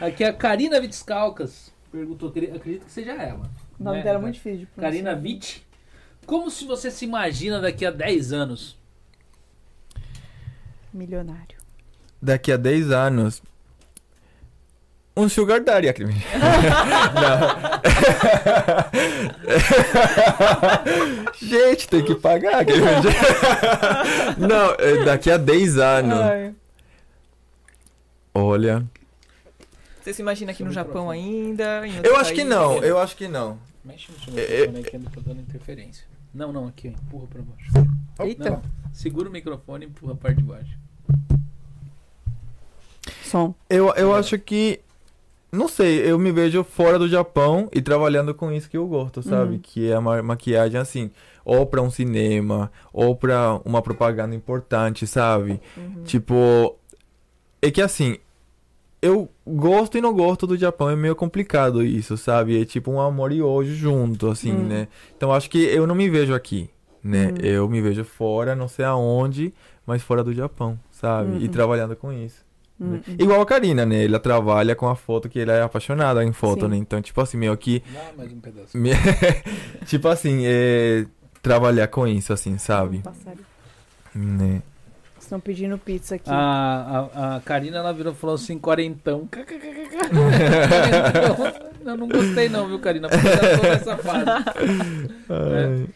Speaker 1: Aqui é a Karina Vitscalcas perguntou, acre- acredito que seja ela.
Speaker 4: O nome
Speaker 1: né?
Speaker 4: dela é muito difícil de pronunciar.
Speaker 1: Karina Vitt. Como se você se imagina daqui a 10 anos?
Speaker 4: Milionário.
Speaker 3: Daqui a 10 anos. Um sugar daddy, (laughs) aquele- Não. (laughs) Gente, tem que pagar.
Speaker 2: (laughs)
Speaker 3: aquele- Não, é, daqui a 10 anos.
Speaker 4: Ai.
Speaker 3: Olha.
Speaker 2: Você se imagina aqui no
Speaker 1: Sobre o
Speaker 2: Japão
Speaker 1: microfone.
Speaker 2: ainda? em outro
Speaker 3: Eu acho que
Speaker 2: país?
Speaker 3: não, eu acho que não.
Speaker 1: Mexe no seu
Speaker 3: É,
Speaker 1: microfone aqui, eu tô dando interferência. Não, não, aqui, ó, empurra pra baixo.
Speaker 4: Eita.
Speaker 1: Não, segura o microfone e empurra a parte de baixo.
Speaker 4: Som.
Speaker 3: Eu, eu acho que. Não sei, eu me vejo fora do Japão e trabalhando com isso que eu gosto, sabe?
Speaker 4: Uhum.
Speaker 3: Que é a ma- maquiagem assim, ou pra um cinema, ou pra uma propaganda importante, sabe?
Speaker 2: Uhum.
Speaker 3: Tipo. É que assim. Eu gosto e não gosto do Japão, é meio complicado isso, sabe? É tipo um amor e ódio junto, assim,
Speaker 4: Hum.
Speaker 3: né? Então acho que eu não me vejo aqui, né?
Speaker 4: Hum.
Speaker 3: Eu me vejo fora, não sei aonde, mas fora do Japão, sabe? E
Speaker 4: Uhum.
Speaker 3: trabalhando com isso.
Speaker 4: Hum,
Speaker 3: Né?
Speaker 4: hum.
Speaker 3: Igual a Karina, né? Ela trabalha com a foto que ela é apaixonada em foto,
Speaker 4: Sim.
Speaker 3: né? Então, tipo assim, meio que.
Speaker 1: Dá mais um pedaço.
Speaker 3: me- (laughs) tipo assim, é. Trabalhar com isso, assim, sabe?
Speaker 4: um Passarinho.
Speaker 3: Né?
Speaker 4: Estão pedindo pizza aqui.
Speaker 1: Ah. A, a, a Karina, ela virou e falou assim, quarentão. (laughs) Quarentão. eu não gostei não, viu, Karina? Porque ela toda essa fase. É.
Speaker 3: Ai.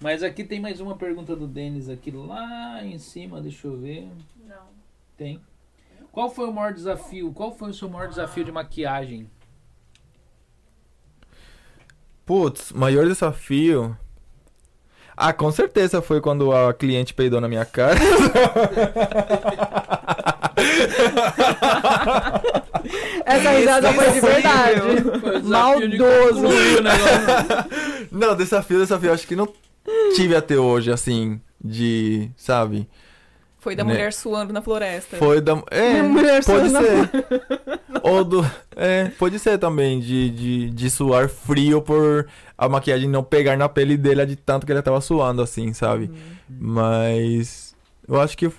Speaker 1: Mas aqui tem mais uma pergunta do Denis aqui lá em cima, deixa eu ver.
Speaker 5: Não.
Speaker 1: Tem. Qual foi o maior desafio? Qual foi o seu maior desafio de maquiagem?
Speaker 3: Putz, maior desafio. Ah, com certeza foi quando a cliente peidou na minha cara.
Speaker 4: (laughs) Essa risada foi de verdade.
Speaker 1: Foi o desafio de
Speaker 4: Maldoso.
Speaker 1: concluir o
Speaker 2: (laughs)
Speaker 1: negócio.
Speaker 3: Não, desafio, desafio. Acho que não tive até hoje, assim, de. Sabe?
Speaker 2: Foi da
Speaker 3: Né?
Speaker 2: mulher suando na floresta.
Speaker 3: Foi da. É,
Speaker 4: Mulher
Speaker 3: pode
Speaker 4: só na-
Speaker 3: ser. (laughs) Ou do. É, pode ser também, de, de, de suar frio por a maquiagem não pegar na pele dele de tanto que ele tava suando, assim, sabe?
Speaker 2: Uhum.
Speaker 3: Mas. Eu acho que.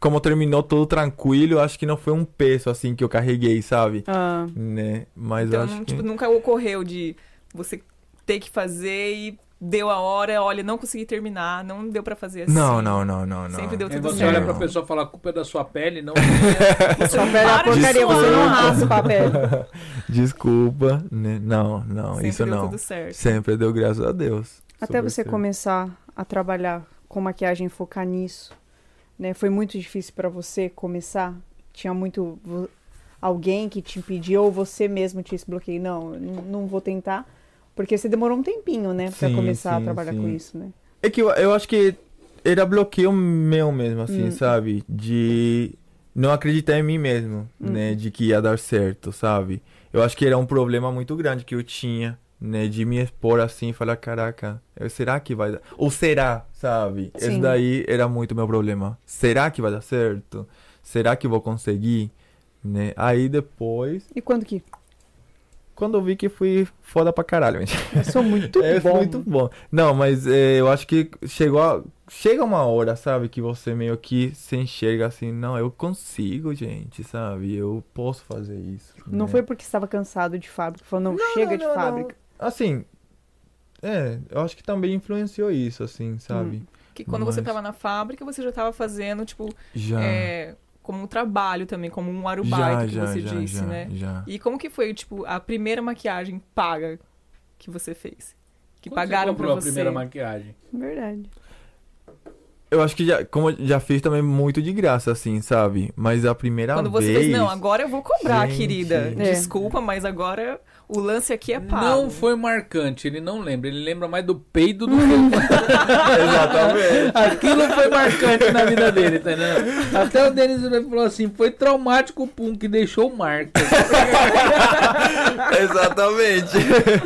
Speaker 3: Como terminou tudo tranquilo, eu acho que não foi um peso, assim, que eu carreguei, sabe?
Speaker 4: Ah,
Speaker 3: Né? Mas eu
Speaker 2: Então,
Speaker 3: acho
Speaker 2: tipo,
Speaker 3: que.
Speaker 2: nunca ocorreu de você ter que fazer e deu a hora, olha, não consegui terminar, não deu pra
Speaker 4: é
Speaker 2: fazer assim.
Speaker 3: Não, não, não, não, não. (laughs)
Speaker 2: Sempre deu
Speaker 1: Aí
Speaker 2: tudo
Speaker 1: você
Speaker 2: certo.
Speaker 1: olha pra
Speaker 3: Não.
Speaker 1: pessoa e fala, a culpa é da sua pele,
Speaker 2: (laughs)
Speaker 1: não minha."
Speaker 4: sua pele é uma
Speaker 2: Para de
Speaker 4: porcaria, você não
Speaker 2: suar.
Speaker 4: raspa a pele.
Speaker 3: (laughs) Desculpa, né? Não, não,
Speaker 2: Sempre
Speaker 3: isso
Speaker 2: deu
Speaker 3: não.
Speaker 2: tudo certo.
Speaker 3: Sempre deu graças a Deus.
Speaker 4: Até
Speaker 3: Super
Speaker 4: você
Speaker 3: certo.
Speaker 4: começar a trabalhar com maquiagem e focar nisso, né? Foi muito difícil pra você começar? Tinha muito vo- alguém que te impedia ou você mesmo tinha esse bloqueio? Não, eu n- não vou tentar. Porque você demorou um tempinho, né? Pra
Speaker 3: Sim, sim,
Speaker 4: começar a trabalhar
Speaker 3: sim.
Speaker 4: com isso, né?
Speaker 3: É que eu, eu acho que era bloqueio meu mesmo, assim,
Speaker 4: Hum.
Speaker 3: sabe? De não acreditar em mim mesmo,
Speaker 4: Hum.
Speaker 3: né? De que ia dar certo, sabe? Eu acho que era um problema muito grande que eu tinha, né? De me expor assim e falar, caraca, eu- será que vai dar? Ou será, sabe? Esse
Speaker 4: Sim.
Speaker 3: daí era muito meu problema. Será que vai dar certo? Será que eu vou conseguir? Né? Aí depois,
Speaker 4: E quando que?
Speaker 3: quando eu vi que fui foda pra caralho, (laughs) gente.
Speaker 4: Eu sou
Speaker 3: (laughs)
Speaker 4: muito
Speaker 3: é,
Speaker 4: bom.
Speaker 3: foi muito bom. Não, mas é, eu acho que chegou a- chega uma hora, sabe, que você meio que se enxerga assim, não, eu consigo, gente, sabe? Eu posso fazer isso.
Speaker 4: Não
Speaker 3: né?
Speaker 4: foi porque estava cansado de fábrica. Falou, não, chega
Speaker 3: não,
Speaker 4: de
Speaker 3: não, não.
Speaker 4: fábrica.
Speaker 3: Assim, é, eu acho que também influenciou isso, assim, sabe?
Speaker 2: Que quando você
Speaker 3: Mas-
Speaker 2: tava na fábrica, você já tava fazendo, tipo,
Speaker 3: Já.
Speaker 2: é, como um trabalho também, como um
Speaker 3: já,
Speaker 2: arubaito que
Speaker 3: já,
Speaker 2: você
Speaker 3: já,
Speaker 2: disse,
Speaker 3: já,
Speaker 2: né?
Speaker 3: já.
Speaker 2: E como que foi, tipo, a primeira maquiagem paga que você fez? Que
Speaker 1: Quando
Speaker 2: pagaram
Speaker 1: você comprou
Speaker 2: pra
Speaker 1: a
Speaker 2: você?
Speaker 1: primeira maquiagem.
Speaker 4: Verdade.
Speaker 3: Eu acho que já, como eu já fiz também muito de graça, assim, sabe? Mas a primeira
Speaker 2: Quando
Speaker 3: vez.
Speaker 2: você fez, não, agora eu vou cobrar,
Speaker 3: Gente.
Speaker 2: querida.
Speaker 4: É.
Speaker 2: Desculpa, mas agora O lance aqui é pago.
Speaker 1: Não foi marcante, ele não lembra. Ele lembra mais do peido do
Speaker 2: (laughs)
Speaker 1: que
Speaker 3: Exatamente.
Speaker 1: Aquilo foi marcante na vida dele, tá entendendo? Até o Denis falou assim: foi traumático o pum que deixou marca.
Speaker 3: (laughs) Exatamente.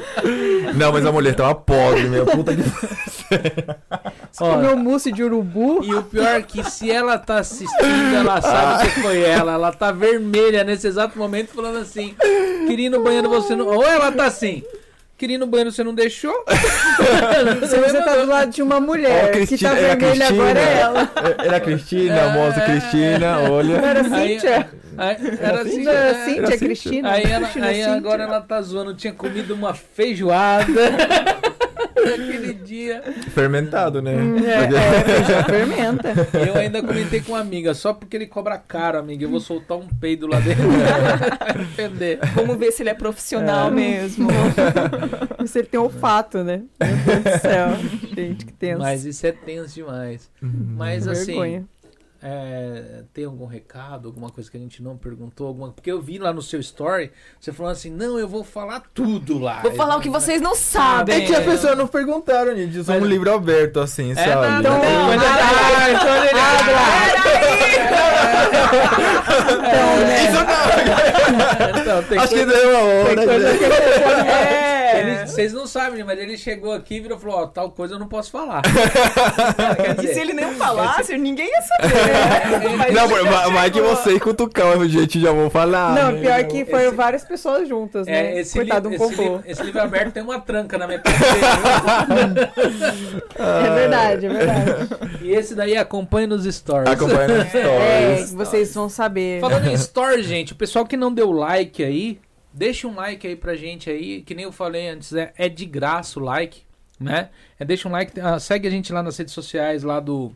Speaker 3: (laughs) Não, mas a mulher tava pobre, minha puta que.
Speaker 4: Você comeu mousse de urubu?
Speaker 1: (laughs) E o pior é que se ela tá assistindo, ela sabe que foi ela. Ela tá vermelha nesse exato momento falando assim: queria ir no banheiro, você não. Ou ela tá assim. Queria ir no banheiro, você não deixou?
Speaker 4: Você, você tá do lado de uma mulher
Speaker 3: Ó,
Speaker 4: que tá
Speaker 3: Cristina, é a
Speaker 4: vermelha
Speaker 3: Cristina.
Speaker 4: agora é ela.
Speaker 3: É- Era a Cristina, a moça Cristina,
Speaker 4: Não
Speaker 3: olha.
Speaker 4: era
Speaker 1: Aí-
Speaker 4: Cíntia?
Speaker 1: Aí, era assim,
Speaker 4: Não era
Speaker 1: é,
Speaker 4: Cíntia,
Speaker 3: Cíntia.
Speaker 4: Cristina?
Speaker 1: Aí, ela-
Speaker 4: Cristina,
Speaker 1: aí
Speaker 4: Cíntia.
Speaker 1: agora ela tá zoando, tinha comido uma feijoada (laughs) naquele dia.
Speaker 3: Fermentado, né? Porque-
Speaker 4: (laughs) É, é, já fermenta.
Speaker 1: Eu ainda comentei com uma amiga, só porque ele cobra caro, amiga. Eu vou soltar um peido lá dentro. Vai
Speaker 2: (laughs)
Speaker 1: Entender.
Speaker 2: Vamos ver se ele é profissional mesmo.
Speaker 4: Você tem olfato, né? Meu Deus do
Speaker 1: (laughs)
Speaker 4: céu. Gente, que tenso.
Speaker 1: Mas isso é tenso demais. Mas assim,
Speaker 4: Vergonha.
Speaker 1: é, tem algum recado, alguma coisa que a gente não perguntou? Alguma... Porque eu vi lá no seu story, você falando assim, não, eu vou falar tudo lá.
Speaker 2: Vou falar o que vocês não
Speaker 3: É
Speaker 2: sabem.
Speaker 3: que a pessoa não perguntaram, gente. Isso é um
Speaker 1: Mas-
Speaker 3: livro aberto, assim,
Speaker 1: É,
Speaker 3: sabe?
Speaker 1: não, não,
Speaker 4: Então,
Speaker 1: mas é- ah, então ele-
Speaker 3: Isso não!
Speaker 1: Então, tem
Speaker 3: Acho né? que
Speaker 1: coisa-
Speaker 3: deu uma
Speaker 1: tem
Speaker 3: hora.
Speaker 1: coisa
Speaker 3: né?
Speaker 1: que ele não pode falar.
Speaker 4: É.
Speaker 1: Ele- Vocês não sabem, né, mas ele chegou aqui e virou e falou: Ó, tal coisa eu não posso
Speaker 3: (laughs)
Speaker 1: falar. Quer
Speaker 4: (laughs)
Speaker 2: E
Speaker 1: dizer,
Speaker 2: se ele nem falasse, ninguém ia (laughs) saber. Mas
Speaker 3: Não,
Speaker 2: ele já
Speaker 3: vai, vai que
Speaker 2: chegou.
Speaker 3: vocês cutucam, mas, gente, já vou falar.
Speaker 4: Não,
Speaker 3: né?
Speaker 4: pior que foram
Speaker 1: esse-
Speaker 4: várias pessoas juntas, né?
Speaker 1: É, esse,
Speaker 4: Coitado,
Speaker 1: li-
Speaker 4: um
Speaker 1: esse,
Speaker 4: complô.
Speaker 1: li- esse livro aberto tem uma tranca na metade dele. Ah.
Speaker 4: É verdade, é verdade.
Speaker 1: (laughs) e esse daí acompanha nos stories. (laughs)
Speaker 3: Acompanhando as
Speaker 4: É,
Speaker 3: stories.
Speaker 4: vocês vão saber.
Speaker 1: Falando em stories, gente, o pessoal que não deu like aí, deixa um like aí pra gente aí, que nem eu falei antes, é, é de graça o like, né? É, deixa um like, ah, segue a gente lá nas redes sociais, lá do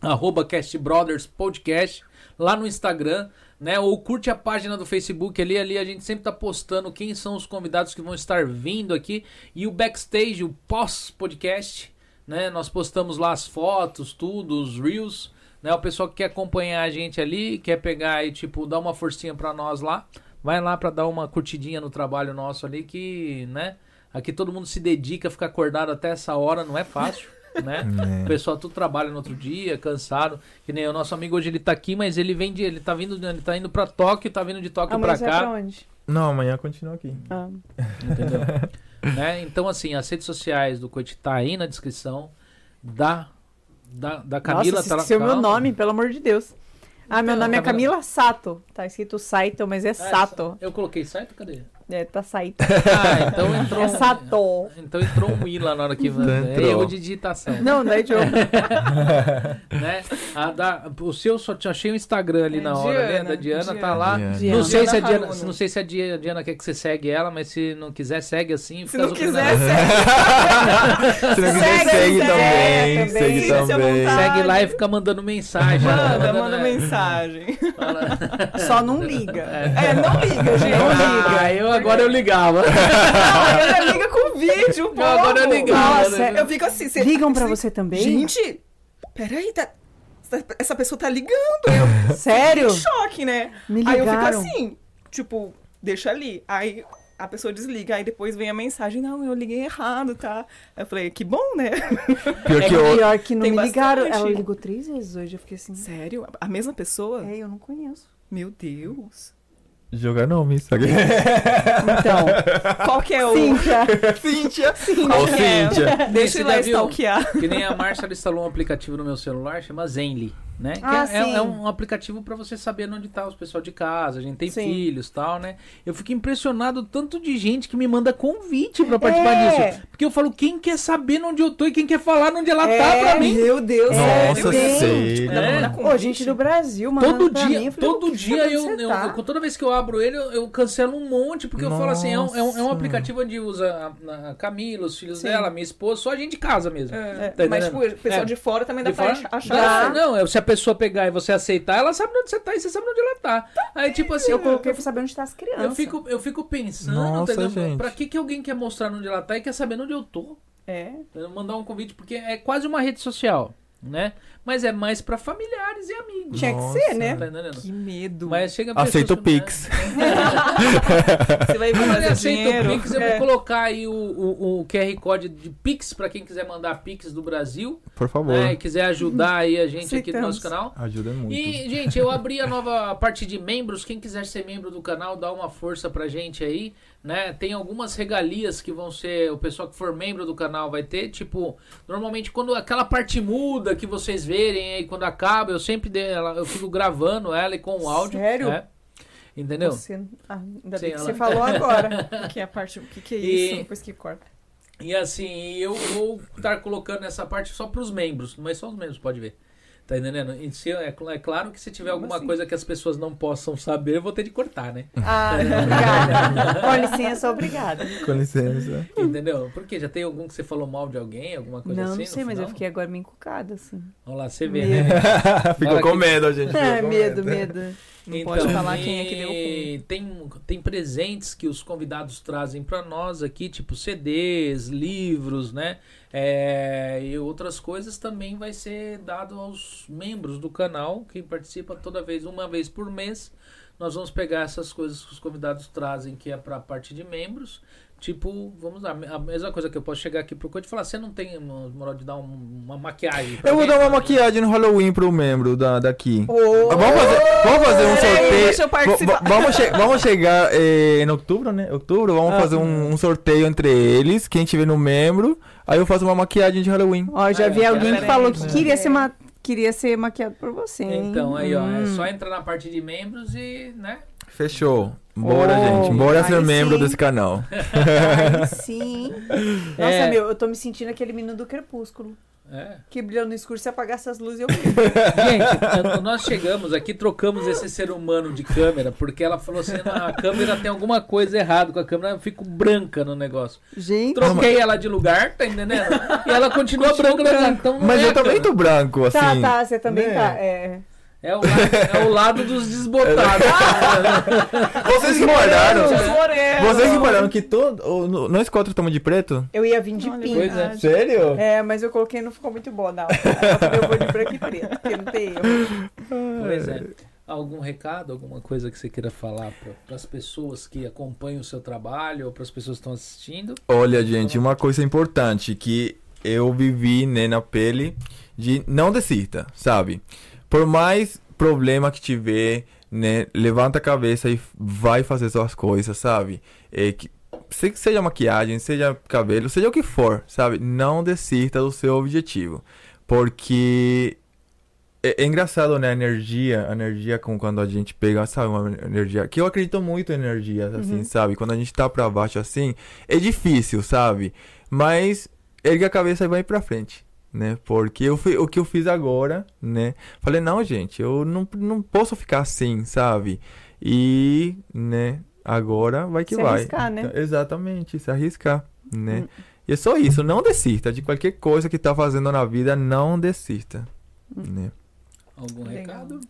Speaker 1: arroba Cast Brothers Podcast, lá no Instagram, né? Ou curte a página do Facebook ali, ali a gente sempre tá postando quem são os convidados que vão estar vindo aqui e o backstage, o pós-podcast, né? Nós postamos lá as fotos, tudo, os reels, né? O pessoal que quer acompanhar a gente ali, quer pegar e tipo dar uma forcinha pra nós lá, vai lá pra dar uma curtidinha no trabalho nosso ali que, né? Aqui todo mundo se dedica a ficar acordado até essa hora, não é fácil, né? O
Speaker 3: É.
Speaker 1: pessoal tudo trabalha no outro dia, cansado. Que nem o nosso amigo hoje ele tá aqui, mas ele vem de, ele tá vindo, ele tá indo pra Tóquio, tá vindo de Tóquio pra
Speaker 4: Amanhã você vai Ah, é pra
Speaker 1: cá,
Speaker 4: onde?
Speaker 3: Não, amanhã continua aqui.
Speaker 4: Ah.
Speaker 1: entendeu? Né? Então assim, as redes sociais do Coit tá aí na descrição da da, da Camila
Speaker 4: Nossa,
Speaker 1: tá lá-
Speaker 4: esqueceu meu
Speaker 1: tá-
Speaker 4: nome, pelo amor de Deus. Ah, meu
Speaker 2: Então,
Speaker 4: nome é
Speaker 1: Camila-
Speaker 4: Camila Sato. Tá escrito Saito, mas é Sato.
Speaker 1: Eu coloquei certo,
Speaker 2: (laughs)
Speaker 1: cadê?
Speaker 4: É, tá Saito.
Speaker 1: Ah, então entrou
Speaker 4: É Sato.
Speaker 1: Então entrou um i lá na hora que É
Speaker 3: Entrou.
Speaker 1: erro de digitação.
Speaker 4: Não, daí de
Speaker 1: Né? A da- o seu só te achei o Instagram ali
Speaker 2: É,
Speaker 1: na hora, né?
Speaker 2: Diana,
Speaker 1: Da Diana, tá
Speaker 2: Diana.
Speaker 1: lá.
Speaker 3: Diana. (laughs)
Speaker 1: Não sei, se a
Speaker 2: Diana
Speaker 1: Diana,
Speaker 2: Haruno.
Speaker 1: não sei se a Di- a Diana quer que você segue ela, mas se não quiser, segue assim.
Speaker 2: Se
Speaker 1: fica
Speaker 2: não
Speaker 1: as
Speaker 2: quiser,
Speaker 1: opiniões.
Speaker 2: segue.
Speaker 3: Se não quiser,
Speaker 2: Segue,
Speaker 3: segue,
Speaker 2: segue,
Speaker 3: também.
Speaker 4: também,
Speaker 3: Segue
Speaker 2: fica à
Speaker 3: também.
Speaker 2: vontade.
Speaker 1: segue lá e fica mandando mensagem.
Speaker 2: Manda, né?
Speaker 1: Mandando,
Speaker 2: manda
Speaker 1: é,
Speaker 2: mensagem.
Speaker 1: fala-
Speaker 4: Só
Speaker 1: (laughs)
Speaker 4: não liga.
Speaker 2: É, não liga, gente.
Speaker 4: (laughs)
Speaker 1: Não liga, eu agora eu (laughs) ligava.
Speaker 2: Não, ela liga com vídeo, pô.
Speaker 1: agora eu ligava.
Speaker 4: Nossa,
Speaker 1: né?
Speaker 2: Eu fico assim, você...
Speaker 4: Ligam pra você também?
Speaker 2: Gente, peraí, tá... essa pessoa tá ligando. Eu fiquei
Speaker 4: Sério?
Speaker 2: em choque, né?
Speaker 4: Me
Speaker 2: Aí eu fico
Speaker 4: ligaram.
Speaker 2: assim, tipo, deixa ali. Aí a pessoa desliga, aí depois vem a mensagem, não, eu liguei errado, tá? Aí eu falei, que bom, né?
Speaker 3: Pior que eu.
Speaker 4: Pior É que não
Speaker 2: Tem
Speaker 4: me ligaram.
Speaker 2: bastante.
Speaker 4: Ela ligou três vezes hoje. Eu fiquei assim,
Speaker 2: Sério? A mesma pessoa?
Speaker 4: é, eu não conheço.
Speaker 2: Meu Deus.
Speaker 3: Jogar nome, sabe?
Speaker 4: (laughs) Então,
Speaker 2: Qual que é o... (laughs)
Speaker 4: Cíntia.
Speaker 3: Cíntia!
Speaker 2: Qual
Speaker 3: Ô,
Speaker 2: que é?
Speaker 3: Cíntia!
Speaker 2: Deixa
Speaker 1: Esse
Speaker 2: eu ir lá
Speaker 1: Davi,
Speaker 2: stalkear.
Speaker 1: Que nem a Márcia ela instalou um aplicativo no meu celular, chama Zenly, né? Que
Speaker 4: Ah,
Speaker 1: é, é-
Speaker 4: sim.
Speaker 1: é um aplicativo pra você saber onde tá os pessoal de casa, a gente tem
Speaker 4: Sim.
Speaker 1: filhos, tal, né? Eu fico impressionado o tanto de gente que me manda convite pra participar
Speaker 4: É.
Speaker 1: disso, porque eu falo quem quer saber onde eu tô e quem quer falar onde ela tá
Speaker 4: É,
Speaker 1: pra mim.
Speaker 2: Meu Deus.
Speaker 3: Nossa,
Speaker 4: tem.
Speaker 3: sei.
Speaker 1: É.
Speaker 4: Ô, gente do Brasil, mano.
Speaker 1: Todo dia,
Speaker 4: mim, eu falei,
Speaker 1: todo
Speaker 4: "Que
Speaker 1: dia eu,
Speaker 4: você
Speaker 1: eu-
Speaker 4: tá?"
Speaker 1: eu- toda vez que eu abro ele, eu, eu cancelo um monte, porque eu falo assim, é um, é um, é um
Speaker 3: Nossa.
Speaker 1: aplicativo onde usa a, a Camila, os filhos
Speaker 4: Sim.
Speaker 1: dela, minha esposa, só a gente de casa mesmo.
Speaker 2: É,
Speaker 1: Tá
Speaker 2: mas,
Speaker 1: entendendo?
Speaker 2: tipo, o pessoal
Speaker 1: É.
Speaker 2: de fora também dá
Speaker 1: De
Speaker 2: pra
Speaker 1: fora?
Speaker 2: achar. assim.
Speaker 1: Não, não, é, se a pessoa pegar e você aceitar, ela sabe onde você tá e você sabe onde ela tá. Aí, tipo assim,
Speaker 4: Eu coloquei pra saber
Speaker 1: (laughs)
Speaker 4: onde tá as crianças.
Speaker 1: eu fico, eu fico pensando,
Speaker 3: Nossa,
Speaker 1: entendeu?
Speaker 3: gente.
Speaker 1: pra que, que alguém quer mostrar onde ela tá e quer saber onde eu tô?
Speaker 4: É.
Speaker 1: Entendeu? Mandar um convite, porque é quase uma rede social. né? Mas é mais pra familiares e amigos.
Speaker 4: Tinha que ser, né?
Speaker 1: Tá entendendo?
Speaker 2: Que medo.
Speaker 1: Mas chega pessoas
Speaker 3: Aceito o
Speaker 1: que-
Speaker 3: Pix.
Speaker 2: Você vai
Speaker 1: Quando ele
Speaker 2: fazer
Speaker 1: aceita
Speaker 2: dinheiro.
Speaker 1: o Pix, eu
Speaker 2: É.
Speaker 1: vou colocar aí o, o, o QR Code de Pix pra quem quiser mandar Pix do Brasil,
Speaker 3: (laughs) Por favor.
Speaker 1: né? E quiser ajudar aí a gente aqui do
Speaker 4: Aceitamos.
Speaker 1: nosso canal.
Speaker 3: Ajuda muito.
Speaker 1: E, gente, eu abri a nova parte de membros. Quem quiser ser membro do canal, dá uma força pra gente aí, né? Tem algumas regalias que vão ser. O pessoal que for membro do canal vai ter. Tipo, normalmente quando aquela parte muda que vocês verem aí, quando acaba, eu sempre dei ela- eu fico gravando ela e com o áudio.
Speaker 4: Sério?
Speaker 1: né? Entendeu?
Speaker 4: Você... Ah, ainda
Speaker 1: Sei
Speaker 4: bem que
Speaker 1: lá.
Speaker 4: você falou agora.
Speaker 2: O que é a parte? O que, que é
Speaker 1: E-
Speaker 2: isso? Depois que corta.
Speaker 1: E assim, eu vou estar colocando essa parte só pros membros, mas só os membros pode ver. Tá entendendo? E se- é, cl- é claro que se tiver
Speaker 4: Como
Speaker 1: alguma
Speaker 4: assim?
Speaker 1: coisa que as pessoas não possam saber, eu vou ter de cortar, né? (laughs)
Speaker 4: Ah, não, obrigada. Com licença, obrigada.
Speaker 3: Com
Speaker 1: (laughs)
Speaker 3: licença.
Speaker 1: Entendeu? Porque já tem algum que você falou mal de alguém, alguma coisa
Speaker 4: Não,
Speaker 1: assim?
Speaker 4: não sei, mas eu
Speaker 1: final?
Speaker 4: fiquei agora meio encucada, assim.
Speaker 1: Vamos lá,
Speaker 3: (laughs)
Speaker 1: você vê,
Speaker 4: Medo.
Speaker 1: né?
Speaker 3: Ficou com medo, gente. ficou
Speaker 4: É,
Speaker 3: com
Speaker 4: medo, medo.
Speaker 2: Não pode falar quem é que deu o cu.
Speaker 1: Então, e tem, tem presentes que os convidados trazem pra nós aqui, tipo CDs, livros, né? É, e outras coisas também vai ser dado aos membros do canal, quem participa toda vez, uma vez por mês. Nós vamos pegar essas coisas que os convidados trazem, que é pra parte de membros. Tipo, vamos lá, a mesma coisa que eu posso chegar aqui pro coach e falar: você não tem moral de dar um- uma maquiagem? pra
Speaker 3: Eu vou
Speaker 1: mim?"
Speaker 3: dar uma maquiagem no Halloween pro membro da, daqui.
Speaker 4: Ô,
Speaker 3: Vamos fazer, vamos fazer um
Speaker 2: Peraí,
Speaker 3: sorteio.
Speaker 2: É, deixa eu participar.
Speaker 3: Va- va- Vamos, che- vamos chegar eh, em outubro, né? Outubro, vamos
Speaker 2: Ah.
Speaker 3: fazer um, um sorteio entre eles. Quem tiver no membro, aí eu faço uma maquiagem de Halloween.
Speaker 4: Ó, já
Speaker 1: Ah,
Speaker 4: vi
Speaker 1: é,
Speaker 4: alguém que
Speaker 2: peraí,
Speaker 4: falou que
Speaker 2: peraí.
Speaker 4: queria ser, ma- queria ser maquiado por você, hein?
Speaker 1: Então, aí, ó, é
Speaker 4: Hum.
Speaker 1: só entrar na parte de membros e, né?
Speaker 3: Fechou. Bora,
Speaker 4: Oh,
Speaker 3: gente. Bora ser
Speaker 4: aí
Speaker 3: membro
Speaker 4: sim.
Speaker 3: desse canal.
Speaker 4: Aí sim. Nossa,
Speaker 1: É.
Speaker 4: meu, eu tô me sentindo aquele menino do crepúsculo.
Speaker 1: É.
Speaker 4: Que brilhou no escuro, se apagasse as luzes, eu brilho.
Speaker 1: Gente, é, nós chegamos aqui, trocamos esse ser humano de câmera, porque ela falou assim: "Não, a câmera tem alguma coisa errada com a câmera, eu fico branca no negócio.
Speaker 3: Então,
Speaker 4: (laughs) Gente,
Speaker 1: Troquei ela de lugar, tá entendendo? E ela continua branca, no negócio, então não
Speaker 3: Mas
Speaker 1: é
Speaker 3: eu
Speaker 1: a
Speaker 3: também
Speaker 1: câmera.
Speaker 3: tô branco, assim.
Speaker 4: tá, tá, você também
Speaker 3: né?
Speaker 4: tá. É.
Speaker 1: É o, lado, é o lado dos
Speaker 3: (laughs)
Speaker 1: desbotados.
Speaker 3: Vocês que moraram.
Speaker 2: Moreno.
Speaker 3: Vocês que moraram que todo. oh, no- Nós quatro estamos de preto?
Speaker 4: Eu ia vir de
Speaker 2: Olha,
Speaker 4: pinto.
Speaker 1: pois é.
Speaker 2: verdade.
Speaker 3: Sério?
Speaker 4: É, mas eu coloquei não ficou muito boa, não. Eu vou de branco e preto, porque não tem erro.
Speaker 1: Pois é. Algum recado, alguma coisa que você queira falar para as pessoas que acompanham o seu trabalho ou para as pessoas que estão assistindo?
Speaker 3: Olha, gente, uma coisa importante que eu vivi né, na pele de não desista, sabe? Por mais problema que tiver, né, levanta a cabeça e vai fazer suas coisas, sabe? É que- se- seja maquiagem, seja cabelo, seja o que for, sabe? Não desista do seu objetivo, porque é, é engraçado, né? A energia, a energia com quando a gente pega, sabe, uma energia que eu acredito muito em energias, assim, sabe? Quando a gente tá pra baixo assim, é difícil, sabe? Mas ergue a cabeça e vai pra frente, né? Porque eu fi- o que eu fiz agora, né? Falei, não, gente, eu não, não posso ficar assim, sabe? E, né, agora vai que
Speaker 4: Se
Speaker 3: vai.
Speaker 4: arriscar, né? Hum.
Speaker 3: Então, exatamente, se arriscar, né? E é só isso, não desista de qualquer coisa que tá fazendo na vida, não desista,
Speaker 4: Hum.
Speaker 3: né?
Speaker 1: Algum
Speaker 2: Legal.
Speaker 1: recado?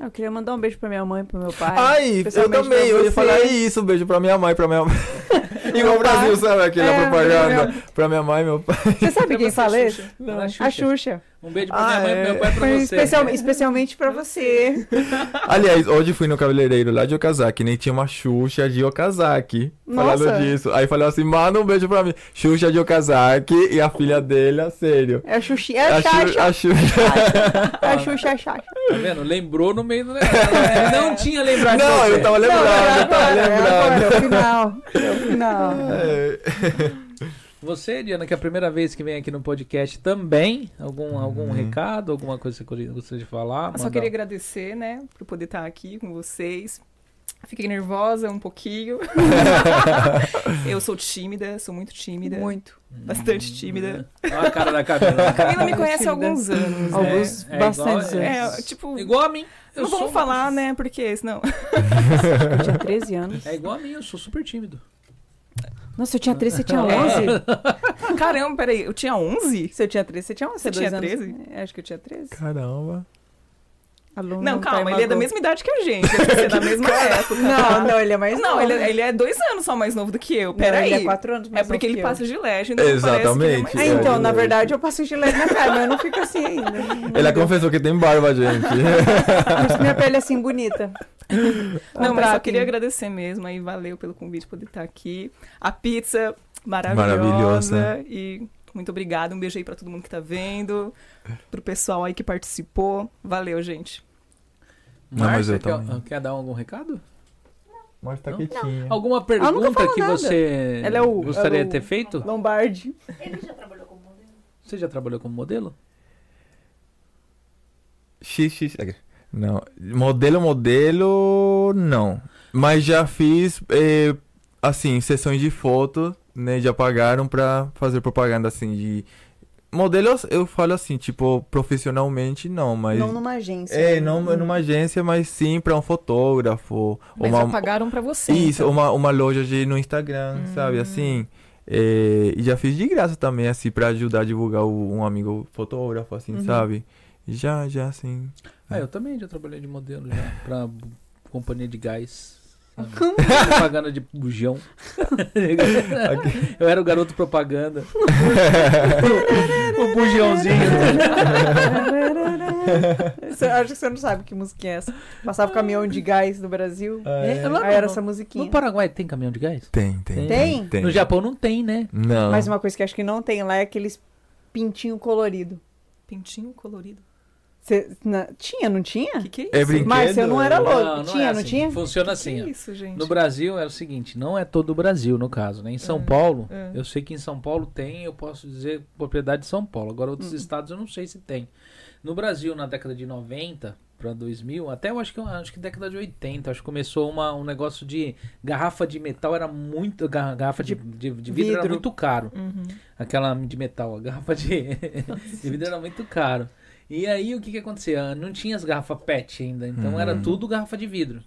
Speaker 4: Ah, Eu queria mandar um beijo pra minha mãe, pro meu pai.
Speaker 3: Ai, eu
Speaker 4: especialmente
Speaker 3: também,
Speaker 4: pra
Speaker 3: eu ia
Speaker 4: você.
Speaker 3: falar é isso, beijo pra minha mãe, pra minha (laughs) Igual o Brasil, sabe aquela
Speaker 4: É,
Speaker 3: propaganda? Pra minha mãe, meu pai.
Speaker 4: Você sabe quem
Speaker 1: Você,
Speaker 4: fala
Speaker 1: Xuxa?
Speaker 4: isso?
Speaker 1: Não, é
Speaker 4: A
Speaker 1: Xuxa.
Speaker 4: Xuxa.
Speaker 1: Um beijo pra
Speaker 3: Ah,
Speaker 1: minha mãe,
Speaker 3: é.
Speaker 1: pro meu pai e pra
Speaker 4: Foi
Speaker 1: você.
Speaker 4: especial- Especialmente pra você.
Speaker 3: Aliás, hoje fui no cabeleireiro lá de Okazaki, nem tinha uma Xuxa de Okazaki.
Speaker 4: Nossa.
Speaker 3: Falando disso. Aí falou assim, manda um beijo pra mim. Xuxa de Okazaki e a filha dele, a sério.
Speaker 4: É a Xuxinha. É a
Speaker 3: A Xu-
Speaker 4: Xaxa.
Speaker 3: a Xuxa.
Speaker 4: É a Xuxa, é a Xaxa.
Speaker 1: Tá vendo? Lembrou no meio do
Speaker 3: (laughs)
Speaker 1: negócio. Ela Não tinha lembrado. de
Speaker 3: É. Não,
Speaker 1: você.
Speaker 3: eu tava
Speaker 4: Não,
Speaker 3: lembrado,
Speaker 4: é
Speaker 3: eu tava
Speaker 4: agora, é agora,
Speaker 3: tá lembrado.
Speaker 4: é o final. É o final.
Speaker 3: É,
Speaker 1: Você, Diana, que é a primeira vez que vem aqui no podcast também.
Speaker 3: Uhum.
Speaker 1: Algum, algum recado, alguma coisa que você gostaria de falar?
Speaker 2: Eu só
Speaker 1: Mandar-
Speaker 2: queria agradecer, né, por poder estar aqui com vocês. Fiquei nervosa um
Speaker 3: (laughs)
Speaker 2: pouquinho. eu sou tímida, sou muito tímida.
Speaker 4: Muito.
Speaker 2: Bastante tímida.
Speaker 1: um- Olha a cara da Camila.
Speaker 2: Camila me conhece
Speaker 4: Tímida.
Speaker 2: há alguns anos, né?
Speaker 4: Alguns
Speaker 1: é
Speaker 4: bastantes
Speaker 1: igual-
Speaker 4: anos.
Speaker 2: É, tipo,
Speaker 1: Igual a mim. Eu
Speaker 2: não
Speaker 1: sou um-
Speaker 2: vamos
Speaker 1: uma-
Speaker 2: falar, né, porque senão...
Speaker 4: Eu tinha 13 anos.
Speaker 1: É igual a mim, eu sou super tímido.
Speaker 4: Nossa, eu tinha 13, você tinha
Speaker 2: É.
Speaker 4: 11?
Speaker 2: Caramba, peraí, eu tinha 11?
Speaker 4: Se eu tinha 13, você tinha 11?
Speaker 2: Você
Speaker 4: dois
Speaker 2: tinha
Speaker 4: anos.
Speaker 2: 13?
Speaker 4: É, Acho que eu tinha 13.
Speaker 3: Caramba.
Speaker 4: Aluno
Speaker 2: Não,
Speaker 4: tá
Speaker 2: calma, ele é da
Speaker 4: imador.
Speaker 2: mesma idade que a gente. Ele deve ser
Speaker 4: (laughs)
Speaker 2: da mesma época.
Speaker 4: Não, não, ele é mais
Speaker 2: Não,
Speaker 4: novo.
Speaker 2: ele, ele é dois anos só mais novo do que eu.
Speaker 4: Não, ele
Speaker 2: Peraí.
Speaker 4: é quatro anos
Speaker 2: É
Speaker 4: mais
Speaker 2: porque
Speaker 4: novo
Speaker 2: ele
Speaker 4: que eu.
Speaker 2: passa gilete, então parece que ele é mais
Speaker 3: Exatamente.
Speaker 4: Ah,
Speaker 2: novo.
Speaker 4: então, na
Speaker 3: Ele-
Speaker 4: verdade, eu passo gilete na cara, mas eu não fico assim ainda.
Speaker 3: Ela confessou que tem barba, gente.
Speaker 4: Por isso que minha pele é assim, bonita.
Speaker 2: Não, mas só
Speaker 4: Contratem.
Speaker 2: queria agradecer mesmo. Aí valeu pelo convite poder estar aqui. A pizza maravilhosa.
Speaker 3: Maravilhosa.
Speaker 2: E muito obrigada. Um beijo aí pra todo mundo que tá vendo. Pro pessoal aí que participou. Valeu, gente.
Speaker 3: Não, mas eu
Speaker 1: Márcia, quer-
Speaker 3: também.
Speaker 1: quer dar algum recado?
Speaker 3: Mas tá
Speaker 1: Não?
Speaker 3: quietinha.
Speaker 1: Alguma
Speaker 4: Ela
Speaker 1: pergunta
Speaker 4: nunca fala
Speaker 1: que
Speaker 4: nada.
Speaker 1: você
Speaker 4: Ela é o-
Speaker 1: gostaria
Speaker 4: ela é
Speaker 1: de
Speaker 4: o-
Speaker 1: ter feito?
Speaker 4: Lombardi.
Speaker 5: Ele já trabalhou com modelo?
Speaker 1: Você já trabalhou como modelo?
Speaker 3: XX. Não. Modelo, modelo, não. Mas já fiz, eh, assim, sessões de foto, né? Já pagaram pra fazer propaganda, assim, de... Modelos, eu falo assim, tipo, profissionalmente, não, mas...
Speaker 4: Não numa agência.
Speaker 3: É,
Speaker 4: né?
Speaker 3: não numa agência, mas sim pra um fotógrafo. ou
Speaker 2: Mas
Speaker 3: uma...
Speaker 2: apagaram pra você.
Speaker 3: Isso,
Speaker 2: então.
Speaker 3: uma, uma loja de, no Instagram,
Speaker 4: Hum.
Speaker 3: sabe, assim... Eh, e já fiz de graça também, assim, pra ajudar a divulgar o- um amigo fotógrafo, assim,
Speaker 1: Uhum.
Speaker 3: sabe? Já, já, assim...
Speaker 1: Ah, eu também já trabalhei de modelo já, pra b- companhia de gás. sabe? propaganda de bujão. eu era o garoto propaganda. o bujãozinho.
Speaker 4: Você- Acho que você não sabe que música é essa. Passava caminhão de gás no Brasil.
Speaker 1: É,
Speaker 3: Ah,
Speaker 1: lá
Speaker 4: Aí Ah, era
Speaker 1: no-
Speaker 4: essa
Speaker 1: No
Speaker 4: musiquinha.
Speaker 1: Paraguai tem caminhão de gás?
Speaker 3: Tem, tem.
Speaker 4: Tem?
Speaker 1: No Japão não tem, né?
Speaker 3: Não.
Speaker 4: Mas uma coisa que acho que não tem lá é aqueles pintinho colorido.
Speaker 2: Pintinho colorido.
Speaker 4: Cê- na- tinha, não tinha?
Speaker 2: O que, que é isso?
Speaker 3: É brinquedo.
Speaker 4: Mas eu não era louco. tinha,
Speaker 1: é
Speaker 4: não
Speaker 1: assim.
Speaker 4: tinha?
Speaker 1: Funciona
Speaker 2: Que
Speaker 1: assim, ó.
Speaker 2: é isso, gente?
Speaker 1: No Brasil é o seguinte, não é todo o Brasil, no caso, né? Em São Paulo,
Speaker 2: é.
Speaker 1: eu sei que em São Paulo tem, eu posso dizer propriedade de São Paulo. Agora,
Speaker 2: Hum.
Speaker 1: outros estados eu não sei se tem. No Brasil, na década de 90 para 2000, até eu acho que acho que década de 80, acho que começou uma, um negócio de garrafa de metal era muito garra- garrafa de, de, de vidro, era
Speaker 4: vidro.
Speaker 1: muito caro.
Speaker 2: Uhum.
Speaker 1: Aquela de metal, a garrafa
Speaker 4: (laughs)
Speaker 1: de, (laughs) de vidro era muito caro. E aí o que que acontecia? Ah, Não tinha as garrafas PET ainda, então era tudo garrafa de vidro.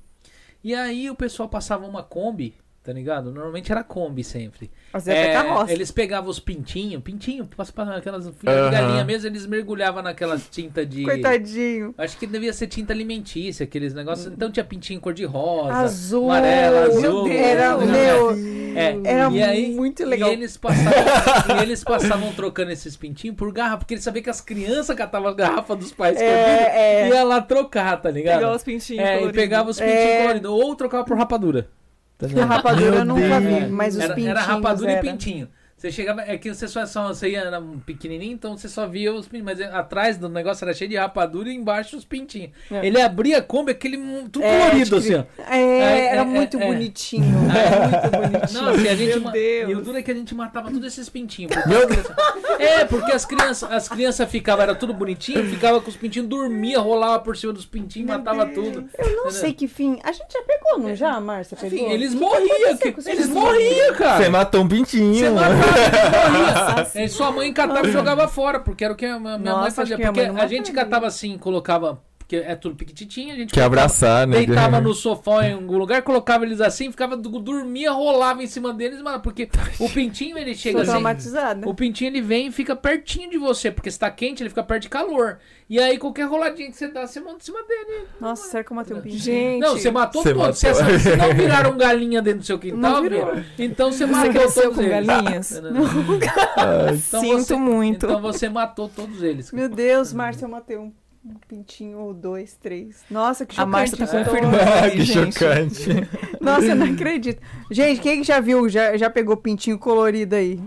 Speaker 1: E aí o pessoal passava uma Kombi, tá ligado? Normalmente era Kombi sempre.
Speaker 4: Às vezes até
Speaker 1: É,
Speaker 4: carroça.
Speaker 1: eles pegavam os pintinhos, pintinho, passavam aquelas filhas de
Speaker 3: Aham.
Speaker 1: galinha mesmo, eles mergulhavam naquelas tinta de.
Speaker 4: (laughs) Coitadinho. Hum.
Speaker 1: Acho que devia ser tinta alimentícia, aqueles negócios. Então tinha pintinho cor-de-rosa,
Speaker 4: Azul.
Speaker 1: amarela,
Speaker 4: Meu
Speaker 1: azul.
Speaker 4: Deus. Era, meu,
Speaker 1: É,
Speaker 4: era
Speaker 1: e aí-
Speaker 4: muito legal.
Speaker 1: E eles, passavam, e eles passavam trocando esses pintinhos por garrafa, porque eles sabiam que as crianças catavam a garrafa dos pais escondidos
Speaker 4: É,
Speaker 1: e ia lá trocar, tá ligado?
Speaker 2: Pegava os
Speaker 1: É,
Speaker 2: pintinhos
Speaker 1: e
Speaker 2: coloridos.
Speaker 1: pegava os pintinhos
Speaker 4: É.
Speaker 1: coloridos, ou trocava por rapadura. Tá
Speaker 4: A
Speaker 1: ligado?
Speaker 4: rapadura eu nunca
Speaker 1: Deus.
Speaker 4: vi, mas os
Speaker 1: era,
Speaker 4: pintinhos.
Speaker 1: era rapadura
Speaker 4: era.
Speaker 1: e pintinho. Você chegava, é que você só, só você ia, era um pequenininho, então você só via os pintinhos, mas é, atrás do negócio era cheio de rapadura e embaixo os pintinhos.
Speaker 4: É.
Speaker 1: Ele abria a Kombi, aquele mu- tudo
Speaker 4: É,
Speaker 1: colorido,
Speaker 4: acho que-
Speaker 1: assim, ó.
Speaker 4: É,
Speaker 1: É, é,
Speaker 4: era muito
Speaker 1: é, é.
Speaker 4: bonitinho.
Speaker 1: (laughs)
Speaker 4: Era muito bonitinho.
Speaker 1: Não, assim, a gente
Speaker 2: Meu
Speaker 1: ma-
Speaker 2: Deus.
Speaker 1: E o duro é que a gente matava todos esses pintinhos. porque as crianças- É, porque as crianças, as crianças ficavam, era tudo bonitinho, ficava com os pintinhos, dormia, rolava por cima dos pintinhos, matava tudo.
Speaker 4: Eu não sei que fim. A gente já pegou, não já, Márcia?
Speaker 1: Enfim,
Speaker 4: Pegou?
Speaker 1: eles morriam, que-
Speaker 4: vocês
Speaker 1: eles
Speaker 4: não-
Speaker 1: morriam, cara.
Speaker 3: Você matou um pintinho.
Speaker 1: Você matava,
Speaker 3: mano.
Speaker 1: morria. É, sua mãe catava e jogava fora, porque era o que a minha minha mãe
Speaker 4: Nossa,
Speaker 1: fazia.
Speaker 4: acho que minha
Speaker 1: Porque
Speaker 4: mãe não
Speaker 1: a gente
Speaker 4: mataria.
Speaker 1: catava assim, colocava. Porque é tudo piquititinho,
Speaker 4: um
Speaker 1: a gente
Speaker 3: Quer
Speaker 1: colocava-
Speaker 3: abraçar, né?
Speaker 1: deitava
Speaker 3: (laughs)
Speaker 1: no sofá em algum lugar, colocava eles assim, ficava, dormia, rolava em cima deles, mano.
Speaker 3: (laughs)
Speaker 1: Porque o pintinho ele chega
Speaker 4: Tô
Speaker 1: assim.
Speaker 4: traumatizada.
Speaker 1: O pintinho ele vem e fica pertinho de você, porque se tá quente, ele fica perto de calor. E aí qualquer roladinha que você dá, você monta em cima dele.
Speaker 4: Nossa, será que eu matei um pintinho?
Speaker 2: Gente,
Speaker 1: Não, você matou
Speaker 3: Você
Speaker 1: todos.
Speaker 3: matou.
Speaker 1: Vocês- Vocês não viraram
Speaker 3: (laughs)
Speaker 1: galinha dentro do seu quintal,
Speaker 4: Não virou.
Speaker 1: viu? Então você
Speaker 2: você
Speaker 1: matou
Speaker 2: cresceu
Speaker 1: todos
Speaker 2: com
Speaker 1: eles.
Speaker 2: galinhas?
Speaker 1: Então
Speaker 2: Sinto
Speaker 1: você-
Speaker 2: muito.
Speaker 1: Então você matou todos eles.
Speaker 4: Meu Deus, Márcia, eu matei um, um pintinho ou dois, três. Nossa, que
Speaker 2: A
Speaker 4: chocante.
Speaker 2: Márcia tá
Speaker 4: isso.
Speaker 2: confirmando.
Speaker 3: Ah, que
Speaker 2: gente.
Speaker 3: chocante.
Speaker 4: Nossa, eu não acredito. Gente, quem que já viu, já, já pegou pintinho colorido aí?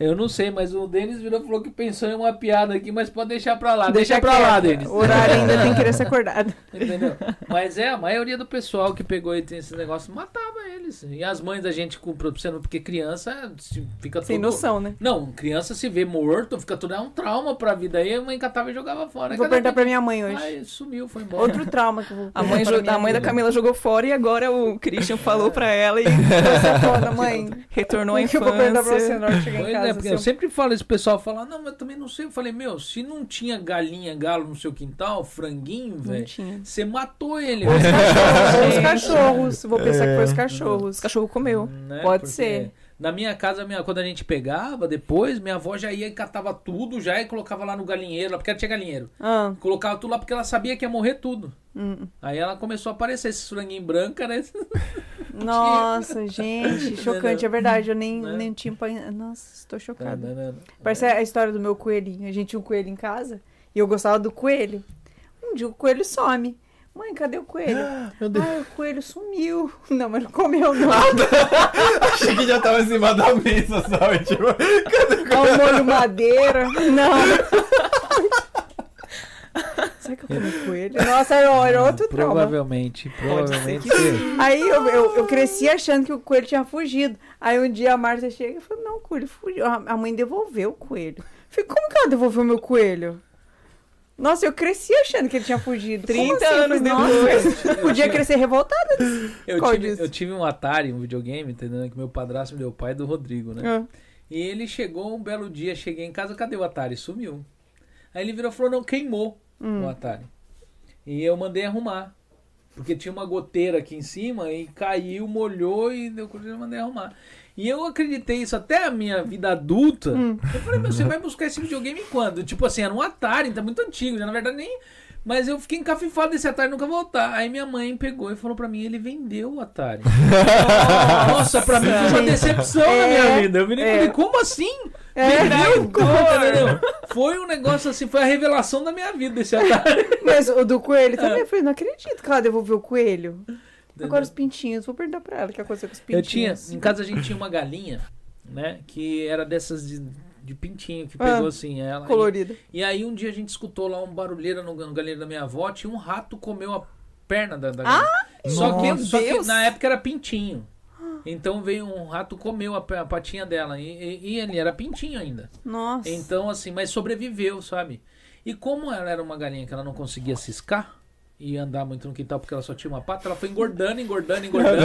Speaker 1: Eu não sei, mas o Denis virou e falou que pensou em uma piada aqui, mas pode deixar pra lá. Ah, Deixa, pra
Speaker 4: quieto.
Speaker 1: lá, Denis.
Speaker 4: O horário
Speaker 1: (laughs)
Speaker 4: ainda tem criança acordada.
Speaker 1: Entendeu? Mas é, a maioria do pessoal que pegou e tem esse negócio matava eles. E as mães da gente com produção, porque criança se- fica
Speaker 4: Sem
Speaker 1: tudo-
Speaker 4: noção, né?
Speaker 1: Não, criança se vê morto, fica tudo é um trauma pra vida. Aí a mãe catava e jogava fora.
Speaker 4: Vou
Speaker 1: Cada
Speaker 4: perguntar pra
Speaker 1: vez-
Speaker 4: minha mãe hoje.
Speaker 1: Ai, sumiu, foi embora.
Speaker 4: Outro trauma que eu vou
Speaker 2: A mãe,
Speaker 4: contar pra
Speaker 2: jo-
Speaker 4: minha
Speaker 2: a
Speaker 1: (laughs)
Speaker 2: mãe da Camila jogou fora e agora o Christian falou pra ela e (laughs)
Speaker 4: Cacetona, é mãe.
Speaker 2: retornou à
Speaker 4: O que eu vou perguntar pra você
Speaker 2: infância.
Speaker 4: na hora que chegar
Speaker 1: Pois
Speaker 4: em
Speaker 1: é,
Speaker 4: casa?
Speaker 1: porque
Speaker 4: assim,
Speaker 1: eu sempre falo, esse pessoal fala, não, mas eu também não sei. Eu falei, meu, se não tinha galinha, galo no seu quintal, franguinho,
Speaker 4: Não
Speaker 1: velho,
Speaker 4: tinha.
Speaker 1: você matou ele.
Speaker 4: Ou os
Speaker 1: velho.
Speaker 4: cachorros, ou os
Speaker 2: Gente.
Speaker 4: cachorros. Vou pensar que foi os
Speaker 2: Os
Speaker 4: cachorros.
Speaker 2: É. cachorro comeu.
Speaker 1: Né?
Speaker 4: Pode
Speaker 1: Porque
Speaker 4: ser.
Speaker 1: Na minha casa, minha, quando a gente pegava, depois, minha avó já ia e catava tudo já e colocava lá no galinheiro, lá, porque ela tinha galinheiro.
Speaker 4: Ah,
Speaker 1: Colocava tudo lá porque ela sabia que ia morrer tudo. (laughs)
Speaker 4: hum.
Speaker 1: Aí ela começou a aparecer esse franguinho branco, né?
Speaker 4: Nossa, gente, chocante. É verdade, eu nem,
Speaker 1: Né? É,
Speaker 4: nem tinha... pan- Nossa, estou chocada. Parece a história do meu coelhinho. A gente tinha um coelho em casa e eu gostava do coelho. Um dia o coelho some. Mãe, cadê o coelho?
Speaker 3: Meu
Speaker 4: Ai, o coelho sumiu. (laughs) Não, mas não comeu não.
Speaker 3: Achei que já tava em cima da mesa, sabe? (laughs) Tipo,
Speaker 4: Olha o É um molho madeira. Não. Será que eu comi coelho? Nossa, era era outro trauma.
Speaker 1: Ah, Provavelmente, provavelmente.
Speaker 4: Aí eu, eu, eu cresci achando que o coelho tinha fugido. Aí um dia a Marta chega e falou: Não, o coelho fugiu. A a mãe devolveu o coelho. Eu Falei, como que ela devolveu meu coelho? Nossa, eu cresci achando que ele tinha fugido. Como
Speaker 2: 30
Speaker 4: assim?
Speaker 2: anos
Speaker 4: Falei, "Nossa,
Speaker 2: depois.
Speaker 4: Podia crescer revoltada.
Speaker 1: Eu
Speaker 4: Qual
Speaker 1: tive,
Speaker 4: disso?
Speaker 1: eu tive um Atari, um videogame, entendendo que meu padrasto me deu o pai do Rodrigo, né? E ele chegou um belo dia, cheguei em casa, cadê o Atari? Sumiu. Aí ele virou e falou, não, queimou o Atari. E eu mandei arrumar. Porque tinha uma goteira aqui em cima e caiu, molhou e deu coisa, eu mandei arrumar. E eu acreditei isso até a minha vida adulta. Eu falei, meu, você vai buscar esse videogame quando? Tipo assim, era um Atari, então muito antigo, já na verdade nem. Mas eu fiquei encafifado desse Atari nunca voltar. Aí minha mãe pegou e falou pra mim, ele vendeu o Atari. Nossa, pra mim foi uma decepção na minha
Speaker 4: É,
Speaker 1: vida. Eu virei e
Speaker 4: é.
Speaker 1: falei, como assim?
Speaker 4: É,
Speaker 1: Vendeu? Entendeu? Foi um negócio assim, foi a revelação da minha vida esse Atari.
Speaker 4: Mas o do coelho
Speaker 2: É.
Speaker 4: também. Eu falei, não acredito que ela devolveu o coelho. Agora os pintinhos, vou perguntar pra ela o que aconteceu com os
Speaker 1: Eu
Speaker 4: pintinhos.
Speaker 1: tinha, em casa a gente tinha uma galinha, né? Que era dessas de, de pintinho, que
Speaker 4: Ah,
Speaker 1: pegou assim ela. E,
Speaker 4: Colorida.
Speaker 2: Então.
Speaker 1: e aí um dia a gente escutou lá um barulheira no, no galinheiro da minha avó, tinha um rato comeu a perna da, da galinha. só que,
Speaker 2: meu
Speaker 1: só que
Speaker 2: Deus!
Speaker 1: na época era pintinho. Então veio um rato comeu a, pe- a patinha dela. E, e, e ele era pintinho ainda.
Speaker 4: Nossa.
Speaker 1: Então, assim, mas sobreviveu, sabe? E como ela era uma galinha que ela não conseguia ciscar e andar muito no quintal porque ela só tinha uma pata, ela foi engordando, engordando,
Speaker 3: (laughs)
Speaker 1: engordando.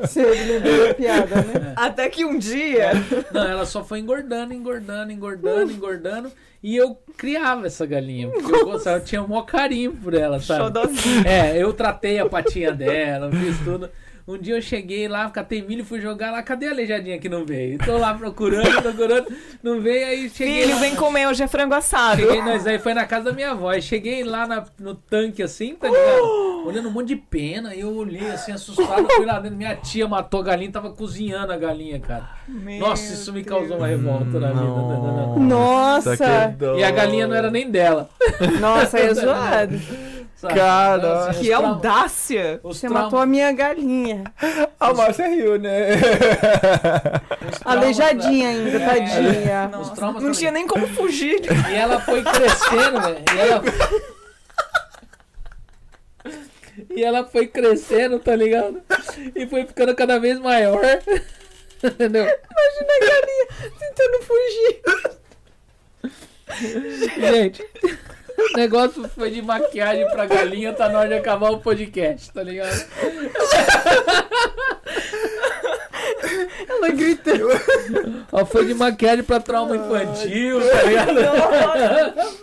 Speaker 4: Você lembrou da piada, né?
Speaker 2: Até que um dia.
Speaker 1: não, ela só foi engordando, engordando, engordando, engordando. E eu criava essa galinha, porque eu gostava, eu tinha um maior carinho por ela, sabe?
Speaker 2: Xodózinho.
Speaker 1: É, eu tratei a patinha dela, fiz tudo. Um dia eu cheguei lá, catei milho, fui jogar lá, cadê a aleijadinha que não veio? Tô lá procurando, procurando, não veio, aí (laughs) cheguei
Speaker 2: Filho,
Speaker 1: lá-
Speaker 2: vem comer, hoje é frango assado.
Speaker 1: Cheguei, nós aí foi na casa da minha avó. Aí cheguei lá na- no tanque assim, tá ligado? Olhando um monte de pena. E eu olhei assim, assustado, fui lá dentro. Minha tia matou a galinha, tava cozinhando a galinha, cara. Nossa, isso me causou uma revolta na vida. Não, não, não.
Speaker 4: Nossa.
Speaker 3: Nossa, que é dó.
Speaker 1: E a galinha não era nem dela.
Speaker 4: Nossa, é zoado.
Speaker 1: sabe?
Speaker 3: Cara,
Speaker 1: Então, assim,
Speaker 2: Que é
Speaker 4: é
Speaker 1: os trau-
Speaker 2: audácia!
Speaker 1: os
Speaker 4: Você
Speaker 1: trau-
Speaker 4: matou a minha galinha.
Speaker 3: A Márcia Ah, riu,
Speaker 4: (laughs)
Speaker 3: né?
Speaker 1: os traumas-
Speaker 4: Aleijadinha ainda,
Speaker 1: É. (laughs)
Speaker 4: tadinha.
Speaker 1: Os
Speaker 2: Nossa,
Speaker 1: traumas
Speaker 2: não
Speaker 1: também.
Speaker 2: tinha nem como fugir.
Speaker 1: (laughs) E ela foi crescendo, né? E ela... e ela foi crescendo, tá ligado? E foi ficando cada vez maior. (laughs) Entendeu?
Speaker 4: Imagina a galinha tentando fugir.
Speaker 1: Gente, o negócio foi de maquiagem pra galinha, tá na hora de acabar o podcast, tá ligado?
Speaker 4: Ela grita.
Speaker 1: Ó, foi de maquiagem pra trauma infantil, tá ligado?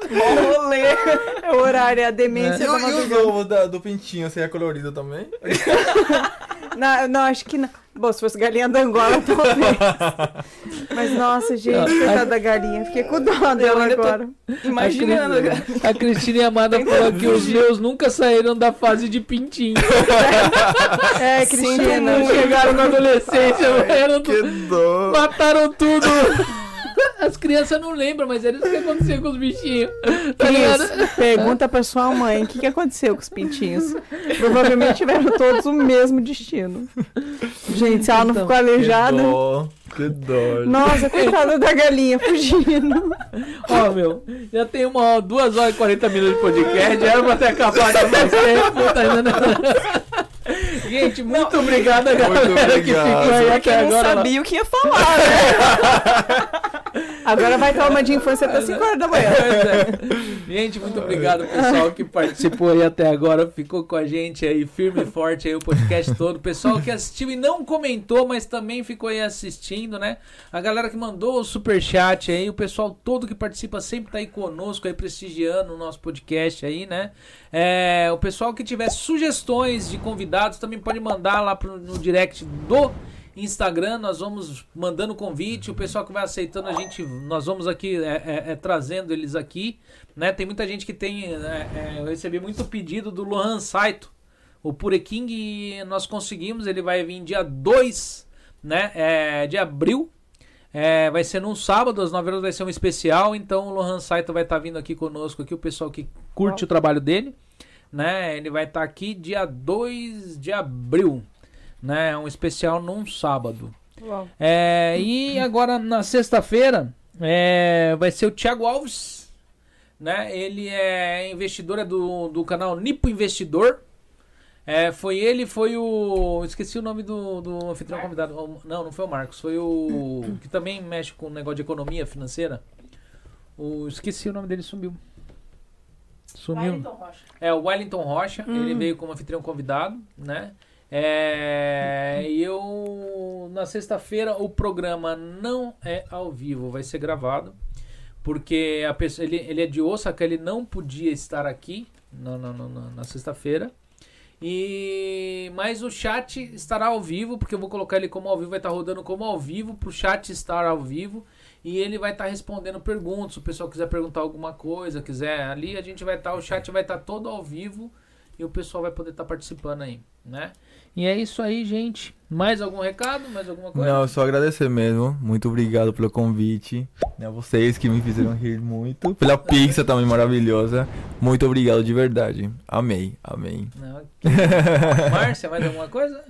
Speaker 2: Bom rolê.
Speaker 4: É o horário, é a
Speaker 3: E,
Speaker 1: Né?
Speaker 4: demência da
Speaker 3: o- e os
Speaker 4: madrugada.
Speaker 3: ovos da- do pintinho, você é colorido também? (laughs)
Speaker 4: Não, não, acho que não. Bom, se fosse galinha da Angola, (laughs) talvez. Mas, nossa, gente, coitada da galinha. Fiquei com dó dela
Speaker 2: ainda tô-
Speaker 4: agora.
Speaker 2: Imaginando.
Speaker 1: A Cristina e a Amada falou que os meus nunca saíram da fase de pintinho.
Speaker 4: É, Cristina.
Speaker 1: Não chegaram na adolescência, eram
Speaker 3: Que dó.
Speaker 1: Mataram tudo! As crianças não lembram, mas era isso que acontecia com os bichinhos. Tá ligado?
Speaker 4: Cris, pergunta pra sua mãe o que, que aconteceu com os pintinhos. Provavelmente tiveram todos o mesmo destino. Gente, se ela
Speaker 1: Então,
Speaker 4: não ficou
Speaker 3: Que
Speaker 4: aleijada.
Speaker 3: dó. Que dó.
Speaker 4: né? Nossa, coitada da galinha fugindo.
Speaker 1: Ó, meu, já tem uma hora, duas horas e 40 minutos de podcast, era pra ter acabado há mais tempo, tá entendendo? Gente, muito obrigado a galera que
Speaker 3: obrigado.
Speaker 1: ficou aí
Speaker 2: Porque
Speaker 1: até
Speaker 2: não
Speaker 1: agora.
Speaker 2: sabia o que ia falar, né?
Speaker 4: Agora vai tomar de infância até 5 horas da manhã.
Speaker 1: né? é. Gente, muito obrigado, pessoal, que participou aí até agora, ficou com a gente aí firme e forte aí o podcast todo. Pessoal que assistiu e não comentou, mas também ficou aí assistindo, né? A galera que mandou o superchat aí, o pessoal todo que participa sempre tá aí conosco aí prestigiando o nosso podcast aí, né? É, o pessoal que tiver sugestões de convidados também pode mandar lá pro, no direct do Instagram, nós vamos mandando convite, o pessoal que vai aceitando a gente, nós vamos aqui é, é, é, trazendo eles aqui, né? Tem muita gente que tem, é, é, eu recebi muito pedido do Lohan Saito, o Pure King, e nós conseguimos, ele vai vir dia 2 né, é, de abril, é, vai ser num sábado, às 9 horas vai ser um especial, então o Lohan Saito vai estar vindo aqui conosco, aqui o pessoal que curte o trabalho dele, né? Ele vai estar aqui dia 2 de abril, né? Um especial num sábado.
Speaker 4: Uau.
Speaker 1: É, e agora na sexta-feira é, vai ser o Thiago Alves, né? Ele é investidor é do, do canal Nipo Investidor. É, foi ele, foi o. Esqueci o nome do, do anfitrião convidado. O- Não, não foi o Marcos, foi o. que também mexe com o negócio de economia financeira. O, esqueci o nome dele, sumiu. Sumiu.
Speaker 5: Wellington Rocha.
Speaker 1: É, o Wellington Rocha, ele veio como anfitrião convidado, né? É, e eu, na sexta-feira, o programa não é ao vivo, vai ser gravado, porque a pessoa, ele, ele é de Osaka, ele não podia estar aqui na, na, na, na- na sexta-feira. E mas o chat estará ao vivo, porque eu vou colocar ele como ao vivo, vai estar rodando como ao vivo pro chat estar ao vivo e ele vai estar respondendo perguntas. Se o pessoal quiser perguntar alguma coisa, quiser ali, a gente vai estar, o chat vai estar todo ao vivo e o pessoal vai poder estar participando aí, né? E é isso aí, gente. Mais algum recado? Mais alguma coisa?
Speaker 3: Não, só agradecer mesmo. Muito obrigado pelo convite. Né, vocês que me fizeram rir muito. Pela pizza também maravilhosa. Muito obrigado de verdade. Amei, amei.
Speaker 1: Não, ok. (laughs) Márcia, mais alguma coisa?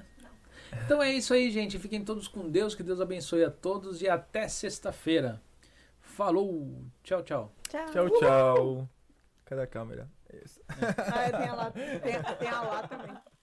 Speaker 1: Então é isso aí, gente. Fiquem todos com Deus, que Deus abençoe a todos e até sexta-feira. Falou, tchau, tchau.
Speaker 4: Tchau.
Speaker 3: (laughs) Tchau, tchau. Cadê a câmera?
Speaker 4: Ah, tem a lá, tem, tem a lá também.